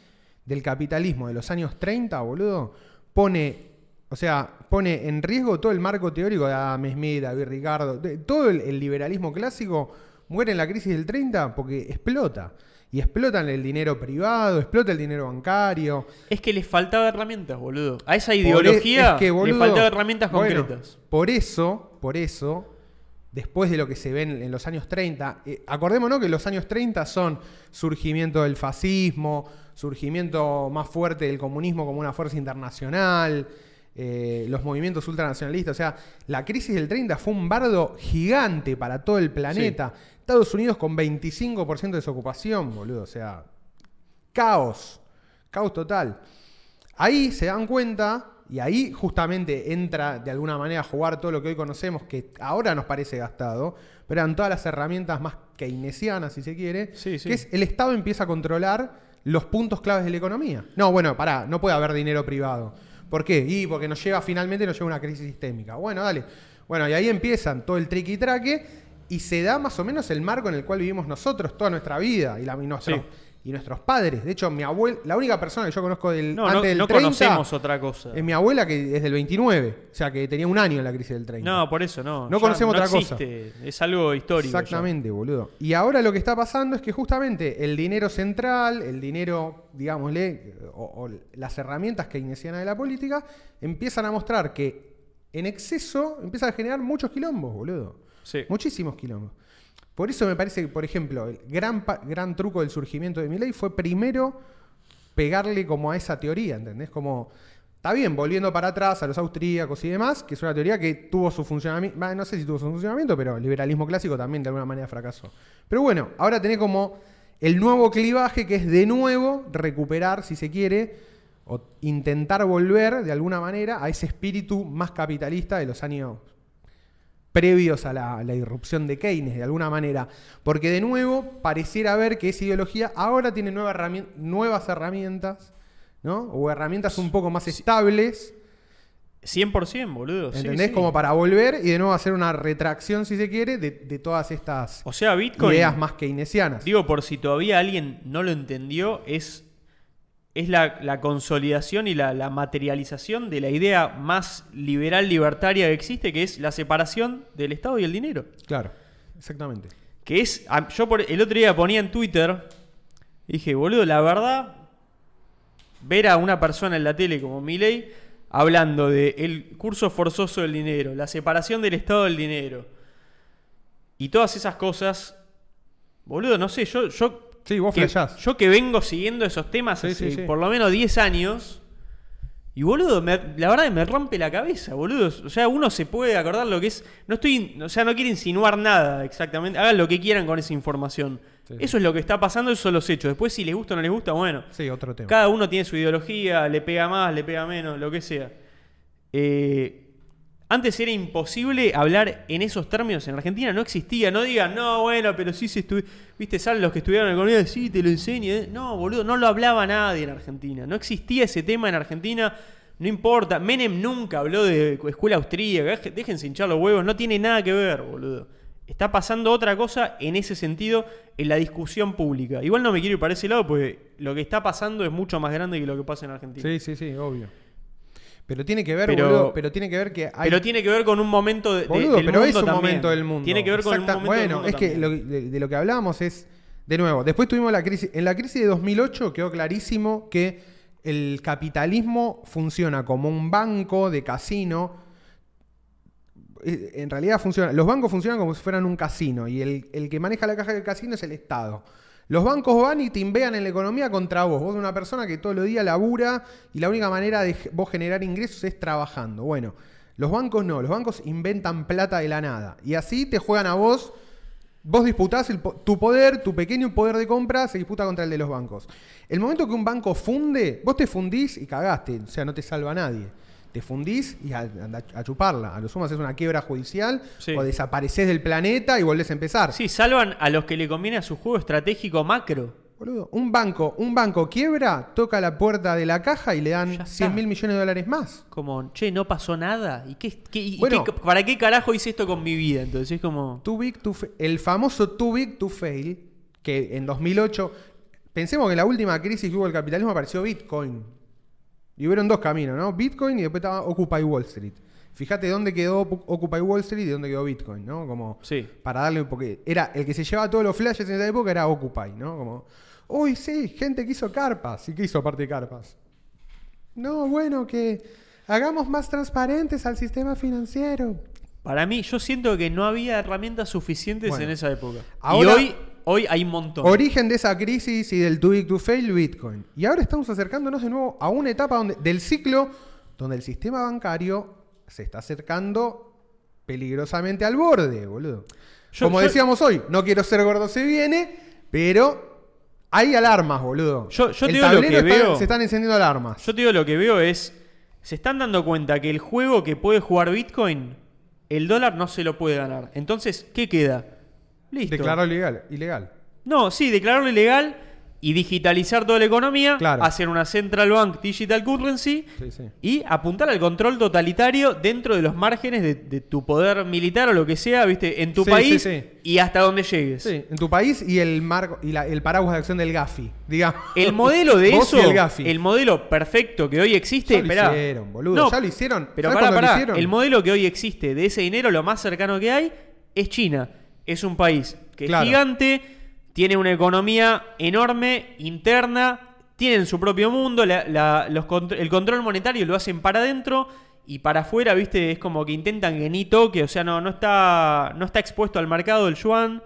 Speaker 1: del capitalismo de los años 30, boludo, pone, o sea, pone en riesgo todo el marco teórico de Adam Smith, David Ricardo, de- todo el, el liberalismo clásico muere en la crisis del 30 porque explota. Y explotan el dinero privado, explota el dinero bancario.
Speaker 2: Es que les faltaba herramientas, boludo. A esa
Speaker 1: Por e-
Speaker 2: ideología
Speaker 1: es que, boludo,
Speaker 2: le faltaba herramientas
Speaker 1: bueno,
Speaker 2: concretas.
Speaker 1: Por eso, por eso, después de lo que se ve en, en los años 30, eh, acordémonos que los años 30 son surgimiento del fascismo, surgimiento más fuerte del comunismo como una fuerza internacional, eh, los movimientos ultranacionalistas. O sea, la crisis del 30 fue un bardo gigante para todo el planeta. Estados Unidos con 25% de desocupación, boludo. O sea, caos, caos total. Ahí se dan cuenta y ahí justamente entra de alguna manera a jugar todo lo que hoy conocemos, que ahora nos parece gastado, pero eran todas las herramientas más keynesianas, si se quiere,
Speaker 2: Sí, sí.
Speaker 1: que es el Estado empieza a controlar los puntos claves de la economía. No, bueno, pará, no puede haber dinero privado. ¿Por qué? Y porque nos lleva finalmente, nos lleva a una crisis sistémica. Bueno, dale. Bueno, y ahí empiezan todo el triqui traque y se da más o menos el marco en el cual vivimos nosotros toda nuestra vida y, la, y nuestros-
Speaker 2: Sí.
Speaker 1: y nuestros padres. De hecho, mi abuela, la única persona que yo conozco del,
Speaker 2: No,
Speaker 1: antes
Speaker 2: no,
Speaker 1: del
Speaker 2: no
Speaker 1: 30,
Speaker 2: conocemos otra cosa.
Speaker 1: es mi abuela que es del 29, o sea que tenía un año en la crisis del 30.
Speaker 2: No, por eso no.
Speaker 1: No
Speaker 2: Ya
Speaker 1: conocemos otra cosa.
Speaker 2: existe. Es algo histórico. ya.
Speaker 1: Exactamente, boludo. Y ahora lo que está pasando es que justamente el dinero central, el dinero, digámosle, o, o las herramientas keynesianas de la política, empiezan a mostrar que en exceso empieza a generar muchos quilombos, boludo.
Speaker 2: Sí.
Speaker 1: Muchísimos quilombos. Por eso me parece que, por ejemplo, el gran, pa- gran truco del surgimiento de Milley fue primero pegarle como a esa teoría, ¿entendés? Como, está bien, volviendo para atrás a los austríacos y demás, que es una teoría que tuvo su funcionamiento, no sé si tuvo su funcionamiento, pero el liberalismo clásico también de alguna manera fracasó. Pero bueno, ahora tenés como el nuevo clivaje que es de nuevo recuperar, si se quiere, o intentar volver de alguna manera a ese espíritu más capitalista de los años previos a la, a la irrupción de Keynes, de alguna manera. Porque de nuevo pareciera ver que esa ideología ahora tiene nueva herramien- nuevas herramientas, ¿no? O herramientas un poco más estables.
Speaker 2: 100%, boludo. sí,
Speaker 1: ¿Entendés?
Speaker 2: sí.
Speaker 1: Como para volver y de nuevo hacer una retracción, si se quiere, de, de todas estas
Speaker 2: O sea, Bitcoin.
Speaker 1: ideas más keynesianas.
Speaker 2: Digo, por si todavía alguien no lo entendió, es, es la, la consolidación y la, la materialización de la idea más liberal, libertaria que existe, que es la separación del Estado y el dinero.
Speaker 1: Claro, exactamente.
Speaker 2: Que es. a- Yo por, el otro día ponía en Twitter. Dije, boludo, la verdad. Ver a una persona en la tele como Milei hablando de el curso forzoso del dinero, la separación del Estado del dinero y todas esas cosas. Boludo, no sé, yo. yo
Speaker 1: Sí, vos
Speaker 2: que,
Speaker 1: flashás.
Speaker 2: yo que vengo siguiendo esos temas
Speaker 1: Sí,
Speaker 2: hace
Speaker 1: sí, sí.
Speaker 2: por lo menos 10 años. Y boludo, me- la verdad que me rompe la cabeza, boludo. O sea, uno se puede acordar lo que es. No estoy. O sea, no quiero insinuar nada exactamente. Hagan lo que quieran con esa información.
Speaker 1: Sí.
Speaker 2: Eso es lo que está pasando, esos son los hechos. Después, si les gusta o no les gusta, bueno.
Speaker 1: Sí, otro tema.
Speaker 2: Cada uno tiene su ideología, le pega más, le pega menos, lo que sea. Eh, antes era imposible hablar en esos términos. En Argentina no existía. No digan, no, bueno, pero sí se estuvi-". Viste, salen los que estudiaron economía, sí, te lo enseño. eh". No, boludo, no lo hablaba nadie en Argentina. No existía ese tema en Argentina. No importa. Menem nunca habló de escuela austríaca. Deje- Déjense hinchar los huevos. No tiene nada que ver, boludo. Está pasando otra cosa en ese sentido en la discusión pública. Igual no me quiero ir para ese lado, pues lo que está pasando es mucho más grande que lo que pasa en Argentina.
Speaker 1: Sí, sí, sí, obvio. Pero tiene que ver,
Speaker 2: Pero-
Speaker 1: boludo, pero tiene que ver que hay...
Speaker 2: Pero tiene que ver con un momento de, de-
Speaker 1: Boludo,
Speaker 2: del
Speaker 1: pero
Speaker 2: mundo
Speaker 1: es un
Speaker 2: también.
Speaker 1: momento del mundo.
Speaker 2: Tiene que ver con un
Speaker 1: Exacta-
Speaker 2: momento
Speaker 1: Bueno,
Speaker 2: del mundo
Speaker 1: es que
Speaker 2: también.
Speaker 1: lo- de, de lo que hablábamos es... De nuevo, después tuvimos la crisis... En la crisis de 2008 quedó clarísimo que el capitalismo funciona como un banco de casino... Eh, En realidad funciona... Los bancos funcionan como si fueran un casino y el, el que maneja la caja del casino es el Estado. Los bancos van y timbean en la economía contra vos. Vos, una persona que todos los días labura y la única manera de ge- vos generar ingresos es trabajando. Bueno, los bancos no, los bancos inventan plata de la nada. Y así te juegan a vos. Vos disputás el po- tu poder, tu pequeño poder de compra se disputa contra el de los bancos. El momento que un banco funde, vos te fundís y cagaste, o sea, no te salva nadie. Te fundís y a, anda a chuparla. A lo sumo haces una quiebra judicial
Speaker 2: Sí.
Speaker 1: o desapareces del planeta y volvés a empezar.
Speaker 2: Sí, salvan a los que le conviene a su juego estratégico macro.
Speaker 1: Boludo, un banco, un banco quiebra, toca la puerta de la caja y le
Speaker 2: Ya
Speaker 1: dan
Speaker 2: está.
Speaker 1: 100 mil millones de dólares más.
Speaker 2: Como, che, no pasó nada. ¿Y qué, qué- y
Speaker 1: Bueno.
Speaker 2: qué- para qué carajo hice esto con mi vida? Entonces es como.
Speaker 1: Too big to fa- el famoso too big to fail, que en 2008, pensemos que en la última crisis que hubo del capitalismo apareció Bitcoin. Y hubieron dos caminos, ¿no? Bitcoin y después estaba Occupy Wall Street. Fíjate dónde quedó Opu- Occupy Wall Street y dónde quedó Bitcoin, ¿no? Como
Speaker 2: Sí.
Speaker 1: para darle porque era el que se llevaba todos los flashes en esa época era Occupy, ¿no? Como, uy, sí, gente que hizo carpas. ¿Y qué hizo aparte de carpas? No, bueno, que hagamos más transparentes al sistema financiero.
Speaker 2: Para mí, yo siento que no había herramientas suficientes
Speaker 1: Bueno.
Speaker 2: en esa época.
Speaker 1: Ahora-
Speaker 2: y hoy, hoy hay un montón.
Speaker 1: Origen de esa crisis y del too big to fail, Bitcoin. Y ahora estamos acercándonos de nuevo a una etapa donde, del ciclo donde el sistema bancario se está acercando peligrosamente al borde, boludo.
Speaker 2: Yo-
Speaker 1: Como
Speaker 2: yo-
Speaker 1: decíamos hoy, no quiero ser gordo se viene, pero hay alarmas, boludo.
Speaker 2: Yo- yo te
Speaker 1: el
Speaker 2: digo lo
Speaker 1: tablero
Speaker 2: que
Speaker 1: está-
Speaker 2: veo.
Speaker 1: se están encendiendo alarmas.
Speaker 2: Yo te digo, lo que veo es. Se están dando cuenta que el juego que puede jugar Bitcoin, el dólar no se lo puede ganar. Entonces, ¿qué queda? Listo.
Speaker 1: Declaró ilegal, ilegal.
Speaker 2: No, sí, declararlo ilegal y digitalizar toda la economía,
Speaker 1: Claro.
Speaker 2: hacer una central bank digital currency
Speaker 1: Sí, sí.
Speaker 2: y apuntar al control totalitario dentro de los márgenes de, de tu poder militar o lo que sea, viste, en tu
Speaker 1: Sí,
Speaker 2: país
Speaker 1: sí, sí.
Speaker 2: y hasta donde llegues.
Speaker 1: Sí, en tu país y el marco y la- el paraguas de acción del Gafi, digamos.
Speaker 2: El modelo de
Speaker 1: Vos y
Speaker 2: eso,
Speaker 1: el Gafi.
Speaker 2: el modelo perfecto que hoy existe,
Speaker 1: Ya lo
Speaker 2: esperá.
Speaker 1: hicieron, boludo, ya lo hicieron.
Speaker 2: Pero
Speaker 1: ¿Sabés
Speaker 2: pará,
Speaker 1: cuándo lo
Speaker 2: pará,
Speaker 1: hicieron?
Speaker 2: el modelo que hoy existe de ese dinero, lo más cercano que hay, es China. Es un país que
Speaker 1: Claro.
Speaker 2: es gigante, tiene una economía enorme, interna, tienen su propio mundo, la- la- los contr- el control monetario lo hacen para adentro y para afuera, viste, es como que intentan que ni toque, o sea, no, no, está, no está expuesto al mercado el yuan.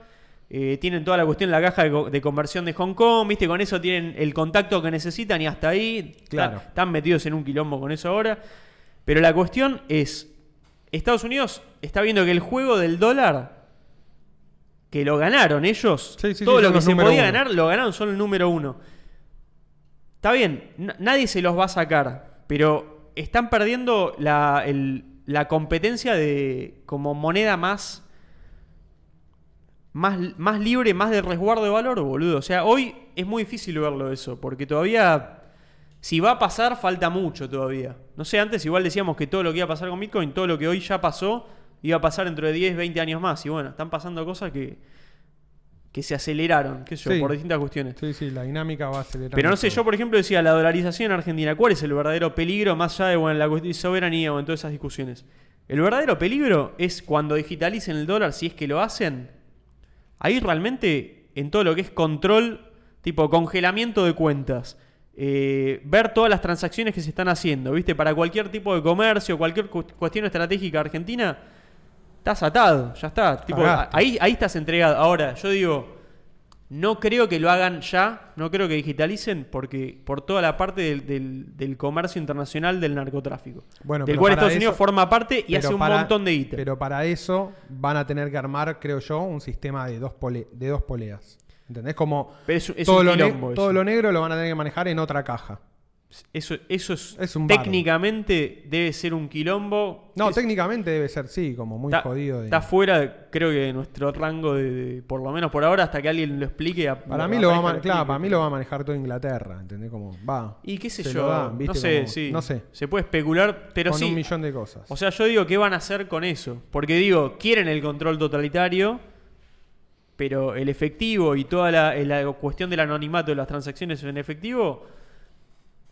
Speaker 2: eh, tienen toda la cuestión de la caja de, co- de conversión de Hong Kong, ¿viste? Con eso tienen el contacto que necesitan y hasta ahí.
Speaker 1: Claro.
Speaker 2: Están- están metidos en un quilombo con eso ahora. Pero la cuestión es, Estados Unidos está viendo que el juego del dólar que lo ganaron ellos.
Speaker 1: Sí, sí,
Speaker 2: Todo
Speaker 1: sí,
Speaker 2: lo
Speaker 1: son
Speaker 2: que
Speaker 1: los
Speaker 2: se
Speaker 1: número
Speaker 2: podía
Speaker 1: uno.
Speaker 2: ganar lo ganaron, son el número uno. Está bien, n- nadie se los va a sacar, pero están perdiendo la, el- la competencia de como moneda más, más, más libre, más de resguardo de valor, boludo. O sea, hoy es muy difícil verlo eso, porque todavía... Si va a pasar, falta mucho todavía. No sé, antes igual decíamos que todo lo que iba a pasar con Bitcoin, todo lo que hoy ya pasó, iba a pasar dentro de 10, 20 años más. Y bueno, están pasando cosas que, que se aceleraron, qué sé yo,
Speaker 1: Sí.
Speaker 2: por distintas cuestiones.
Speaker 1: Sí, sí, la dinámica va a acelerar.
Speaker 2: Pero no sé, yo por ejemplo decía la dolarización en Argentina, ¿cuál es el verdadero peligro más allá de bueno, la cuestión de soberanía o en todas esas discusiones? El verdadero peligro es cuando digitalicen el dólar, si es que lo hacen, ahí realmente en todo lo que es control, tipo congelamiento de cuentas, eh, ver todas las transacciones que se están haciendo, ¿viste? Para cualquier tipo de comercio, cualquier cu- cuestión estratégica argentina, estás atado, ya está. Tipo,
Speaker 1: Pagaste.
Speaker 2: ahí, ahí estás entregado. Ahora, yo digo, no creo que lo hagan ya, no creo que digitalicen, porque por toda la parte del, del- del comercio internacional del narcotráfico.
Speaker 1: Bueno,
Speaker 2: del
Speaker 1: pero
Speaker 2: cual
Speaker 1: para
Speaker 2: Estados
Speaker 1: eso-
Speaker 2: Unidos forma parte y
Speaker 1: Pero
Speaker 2: hace un
Speaker 1: para-
Speaker 2: montón de guita.
Speaker 1: Pero para eso van a tener que armar, creo yo, un sistema de dos, pole- de dos poleas. ¿Entendés? Como
Speaker 2: Pero es- es
Speaker 1: todo,
Speaker 2: un
Speaker 1: lo ne-
Speaker 2: quilombo
Speaker 1: todo
Speaker 2: eso.
Speaker 1: lo negro lo van a tener que manejar en otra caja.
Speaker 2: Eso, eso es,
Speaker 1: Es un bardo.
Speaker 2: técnicamente debe ser un quilombo.
Speaker 1: No,
Speaker 2: Es-
Speaker 1: técnicamente debe ser, sí, como muy
Speaker 2: está,
Speaker 1: jodido. de-
Speaker 2: Está fuera, creo que, de nuestro rango de, de- por lo menos por ahora, hasta que alguien lo explique. a-
Speaker 1: Para
Speaker 2: a
Speaker 1: mí, lo va a
Speaker 2: Rafael
Speaker 1: man-
Speaker 2: que
Speaker 1: claro,
Speaker 2: explique,
Speaker 1: para mí
Speaker 2: pero-
Speaker 1: lo va a manejar toda Inglaterra, ¿entendés? Como va.
Speaker 2: Y qué sé
Speaker 1: se
Speaker 2: yo,
Speaker 1: lo dan,
Speaker 2: no
Speaker 1: ¿viste?
Speaker 2: sé,
Speaker 1: Como-
Speaker 2: sí.
Speaker 1: No sé.
Speaker 2: Se puede especular, pero
Speaker 1: con
Speaker 2: sí.
Speaker 1: un millón de cosas.
Speaker 2: O sea, yo digo, ¿qué van a hacer con eso? Porque digo, quieren el control totalitario, pero el efectivo y toda la, eh, la cuestión del anonimato de las transacciones en efectivo,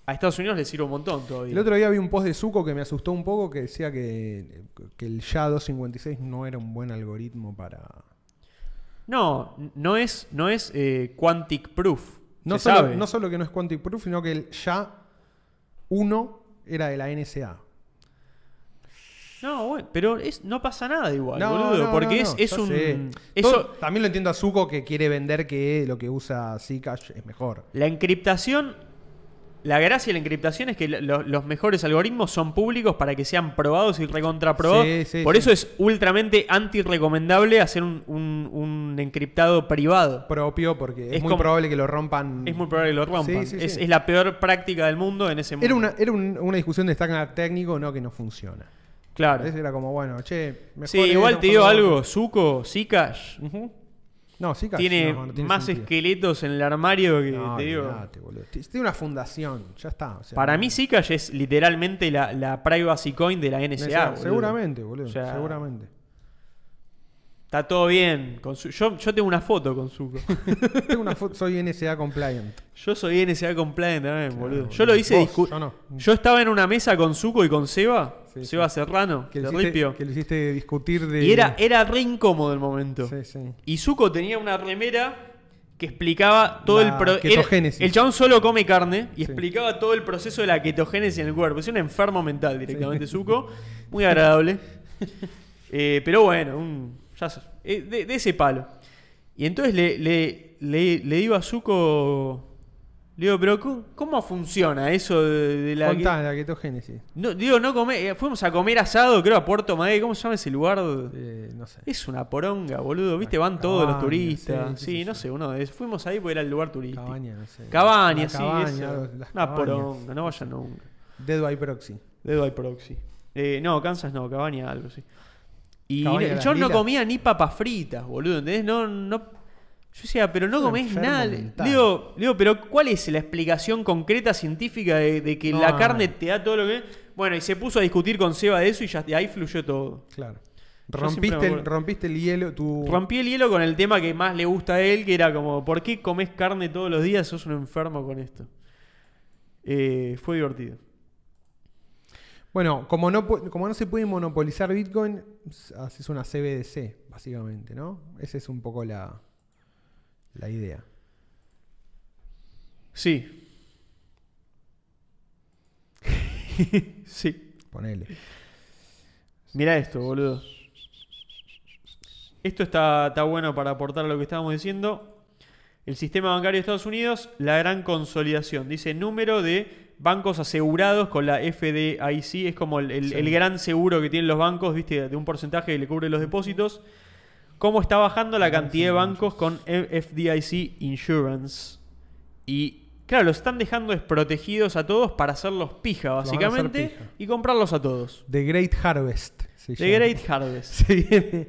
Speaker 2: a Estados Unidos le sirve un montón todavía.
Speaker 1: el otro día vi un post de Zuko que me asustó un poco que decía que, que el ya 256 no era un buen algoritmo para.
Speaker 2: No, no es, no es eh, quantic proof.
Speaker 1: No
Speaker 2: se
Speaker 1: solo,
Speaker 2: sabe.
Speaker 1: no solo que no es Quantic Proof, sino que el ya 1 era de la NSA.
Speaker 2: No, bueno, pero es, no pasa nada igual,
Speaker 1: No,
Speaker 2: boludo.
Speaker 1: no,
Speaker 2: porque
Speaker 1: no,
Speaker 2: es,
Speaker 1: no,
Speaker 2: es
Speaker 1: ya
Speaker 2: un.
Speaker 1: sé.
Speaker 2: Eso,
Speaker 1: Todo- también lo entiendo a Zuko que quiere vender que lo que usa Zcash es mejor.
Speaker 2: La encriptación. La gracia de la encriptación es que lo- los mejores algoritmos son públicos para que sean probados y recontraprobados.
Speaker 1: Sí, sí,
Speaker 2: Por
Speaker 1: sí.
Speaker 2: eso es ultramente anti-recomendable hacer un, un- un encriptado privado.
Speaker 1: Propio, porque es,
Speaker 2: Es
Speaker 1: muy
Speaker 2: como-
Speaker 1: probable que lo rompan.
Speaker 2: Es muy probable que lo rompan.
Speaker 1: Mm. Sí, sí,
Speaker 2: es,
Speaker 1: sí.
Speaker 2: es la peor práctica del mundo en ese mundo.
Speaker 1: Era una, era un- una discusión de estándar técnico, no que no funciona.
Speaker 2: Claro.
Speaker 1: Entonces era como, bueno, che, mejor.
Speaker 2: Sí,
Speaker 1: esto,
Speaker 2: igual te digo
Speaker 1: mejor lo
Speaker 2: algo. Zuko, Zcash,
Speaker 1: otro. Ujú. No, Zcash
Speaker 2: tiene
Speaker 1: no, no
Speaker 2: más
Speaker 1: sentido.
Speaker 2: esqueletos en el armario que
Speaker 1: No,
Speaker 2: te digo.
Speaker 1: olvidate, boludo. T- Tiene una fundación, ya está. o sea,
Speaker 2: Para
Speaker 1: no-
Speaker 2: mí, Zcash es literalmente la, la privacy coin de la NSA.
Speaker 1: NSA,
Speaker 2: boludo.
Speaker 1: seguramente, boludo.
Speaker 2: O sea,
Speaker 1: seguramente.
Speaker 2: Está todo bien. Con su- yo, yo tengo una foto con Zuko.
Speaker 1: Tengo una foto, soy NSA compliant.
Speaker 2: yo soy NSA compliant también, boludo. Yo
Speaker 1: boludo.
Speaker 2: lo hice
Speaker 1: Vos,
Speaker 2: discu-
Speaker 1: yo no.
Speaker 2: Yo estaba en una mesa con Zuko y con Seba,
Speaker 1: Sí,
Speaker 2: Seba Serrano,
Speaker 1: Que
Speaker 2: de
Speaker 1: lo, hiciste,
Speaker 2: Ripio.
Speaker 1: que lo hiciste discutir de.
Speaker 2: Y era, era re incómodo el momento.
Speaker 1: Sí, sí.
Speaker 2: Y Zuko tenía una remera que explicaba todo
Speaker 1: La
Speaker 2: el pro- era-
Speaker 1: ketogénesis.
Speaker 2: El chabón solo come carne
Speaker 1: Sí.
Speaker 2: y explicaba todo el proceso de la ketogénesis en el cuerpo. Es un enfermo mental directamente, Zuko. Muy agradable. Eh, pero bueno, un- ya sabes, eh, de, de ese palo. Y entonces le, le, le- le digo a Zuko. Le digo, pero ¿cómo, cómo funciona eso de, de la.
Speaker 1: Contá, la ketogénesis.
Speaker 2: No, digo, no come, eh, fuimos a comer asado, creo, a Puerto Madero. ¿Cómo se llama ese lugar?
Speaker 1: Eh, no sé.
Speaker 2: Es una poronga, boludo. Viste,
Speaker 1: Las
Speaker 2: van todos los
Speaker 1: cabañas,
Speaker 2: turistas. Sí,
Speaker 1: sí, sí, sí,
Speaker 2: no
Speaker 1: sí.
Speaker 2: sé, uno de esos. Fuimos ahí porque era el lugar turístico.
Speaker 1: Cabaña, no sé.
Speaker 2: Cabaña,
Speaker 1: La
Speaker 2: sí.
Speaker 1: cabaña,
Speaker 2: eso.
Speaker 1: los-
Speaker 2: Una
Speaker 1: las cabañas.
Speaker 2: poronga, no vayan nunca.
Speaker 1: Dead by proxy.
Speaker 2: Dedo by proxy. Eh, no, Kansas no, Cabaña algo, sí. Y
Speaker 1: Cabaña
Speaker 2: no-
Speaker 1: de las
Speaker 2: yo no
Speaker 1: Lilas.
Speaker 2: comía ni papas fritas, boludo, ¿entendés? No, no. Yo decía, pero no
Speaker 1: Es un
Speaker 2: comés
Speaker 1: enfermo
Speaker 2: nada.
Speaker 1: mental.
Speaker 2: Digo, digo, pero ¿cuál es la explicación concreta científica de, de que
Speaker 1: No,
Speaker 2: la
Speaker 1: no,
Speaker 2: carne
Speaker 1: no.
Speaker 2: te da todo lo que. Bueno, y se puso a discutir con Seba de eso y ya de ahí fluyó todo.
Speaker 1: Claro.
Speaker 2: Yo
Speaker 1: Rompiste
Speaker 2: siempre me
Speaker 1: el,
Speaker 2: acuerdo.
Speaker 1: rompiste el hielo, tu.
Speaker 2: Rompí el hielo con el tema que más le gusta a él, que era como, ¿por qué comes carne todos los días? Sos un enfermo con esto. Eh, fue divertido.
Speaker 1: Bueno, como no, pu- como no se puede monopolizar Bitcoin, s- haces una CBDC, básicamente, ¿no? Esa es un poco la, la idea.
Speaker 2: Sí. sí.
Speaker 1: Ponele.
Speaker 2: Mira esto, boludo. Esto está, está bueno para aportar a lo que estábamos diciendo. El sistema bancario de Estados Unidos, la gran consolidación. Dice número de bancos asegurados con la FDIC. Es como el, el-
Speaker 1: Sí.
Speaker 2: el gran seguro que tienen los bancos, ¿viste? De un porcentaje que le cubre los depósitos. cómo está bajando la cantidad de bancos con F- FDIC Insurance. Y claro, los están dejando desprotegidos a todos para hacerlos pija,
Speaker 1: van a hacer
Speaker 2: básicamente,
Speaker 1: pija.
Speaker 2: y comprarlos a todos.
Speaker 1: The Great Harvest. se
Speaker 2: The
Speaker 1: llama.
Speaker 2: Great Harvest.
Speaker 1: Se viene.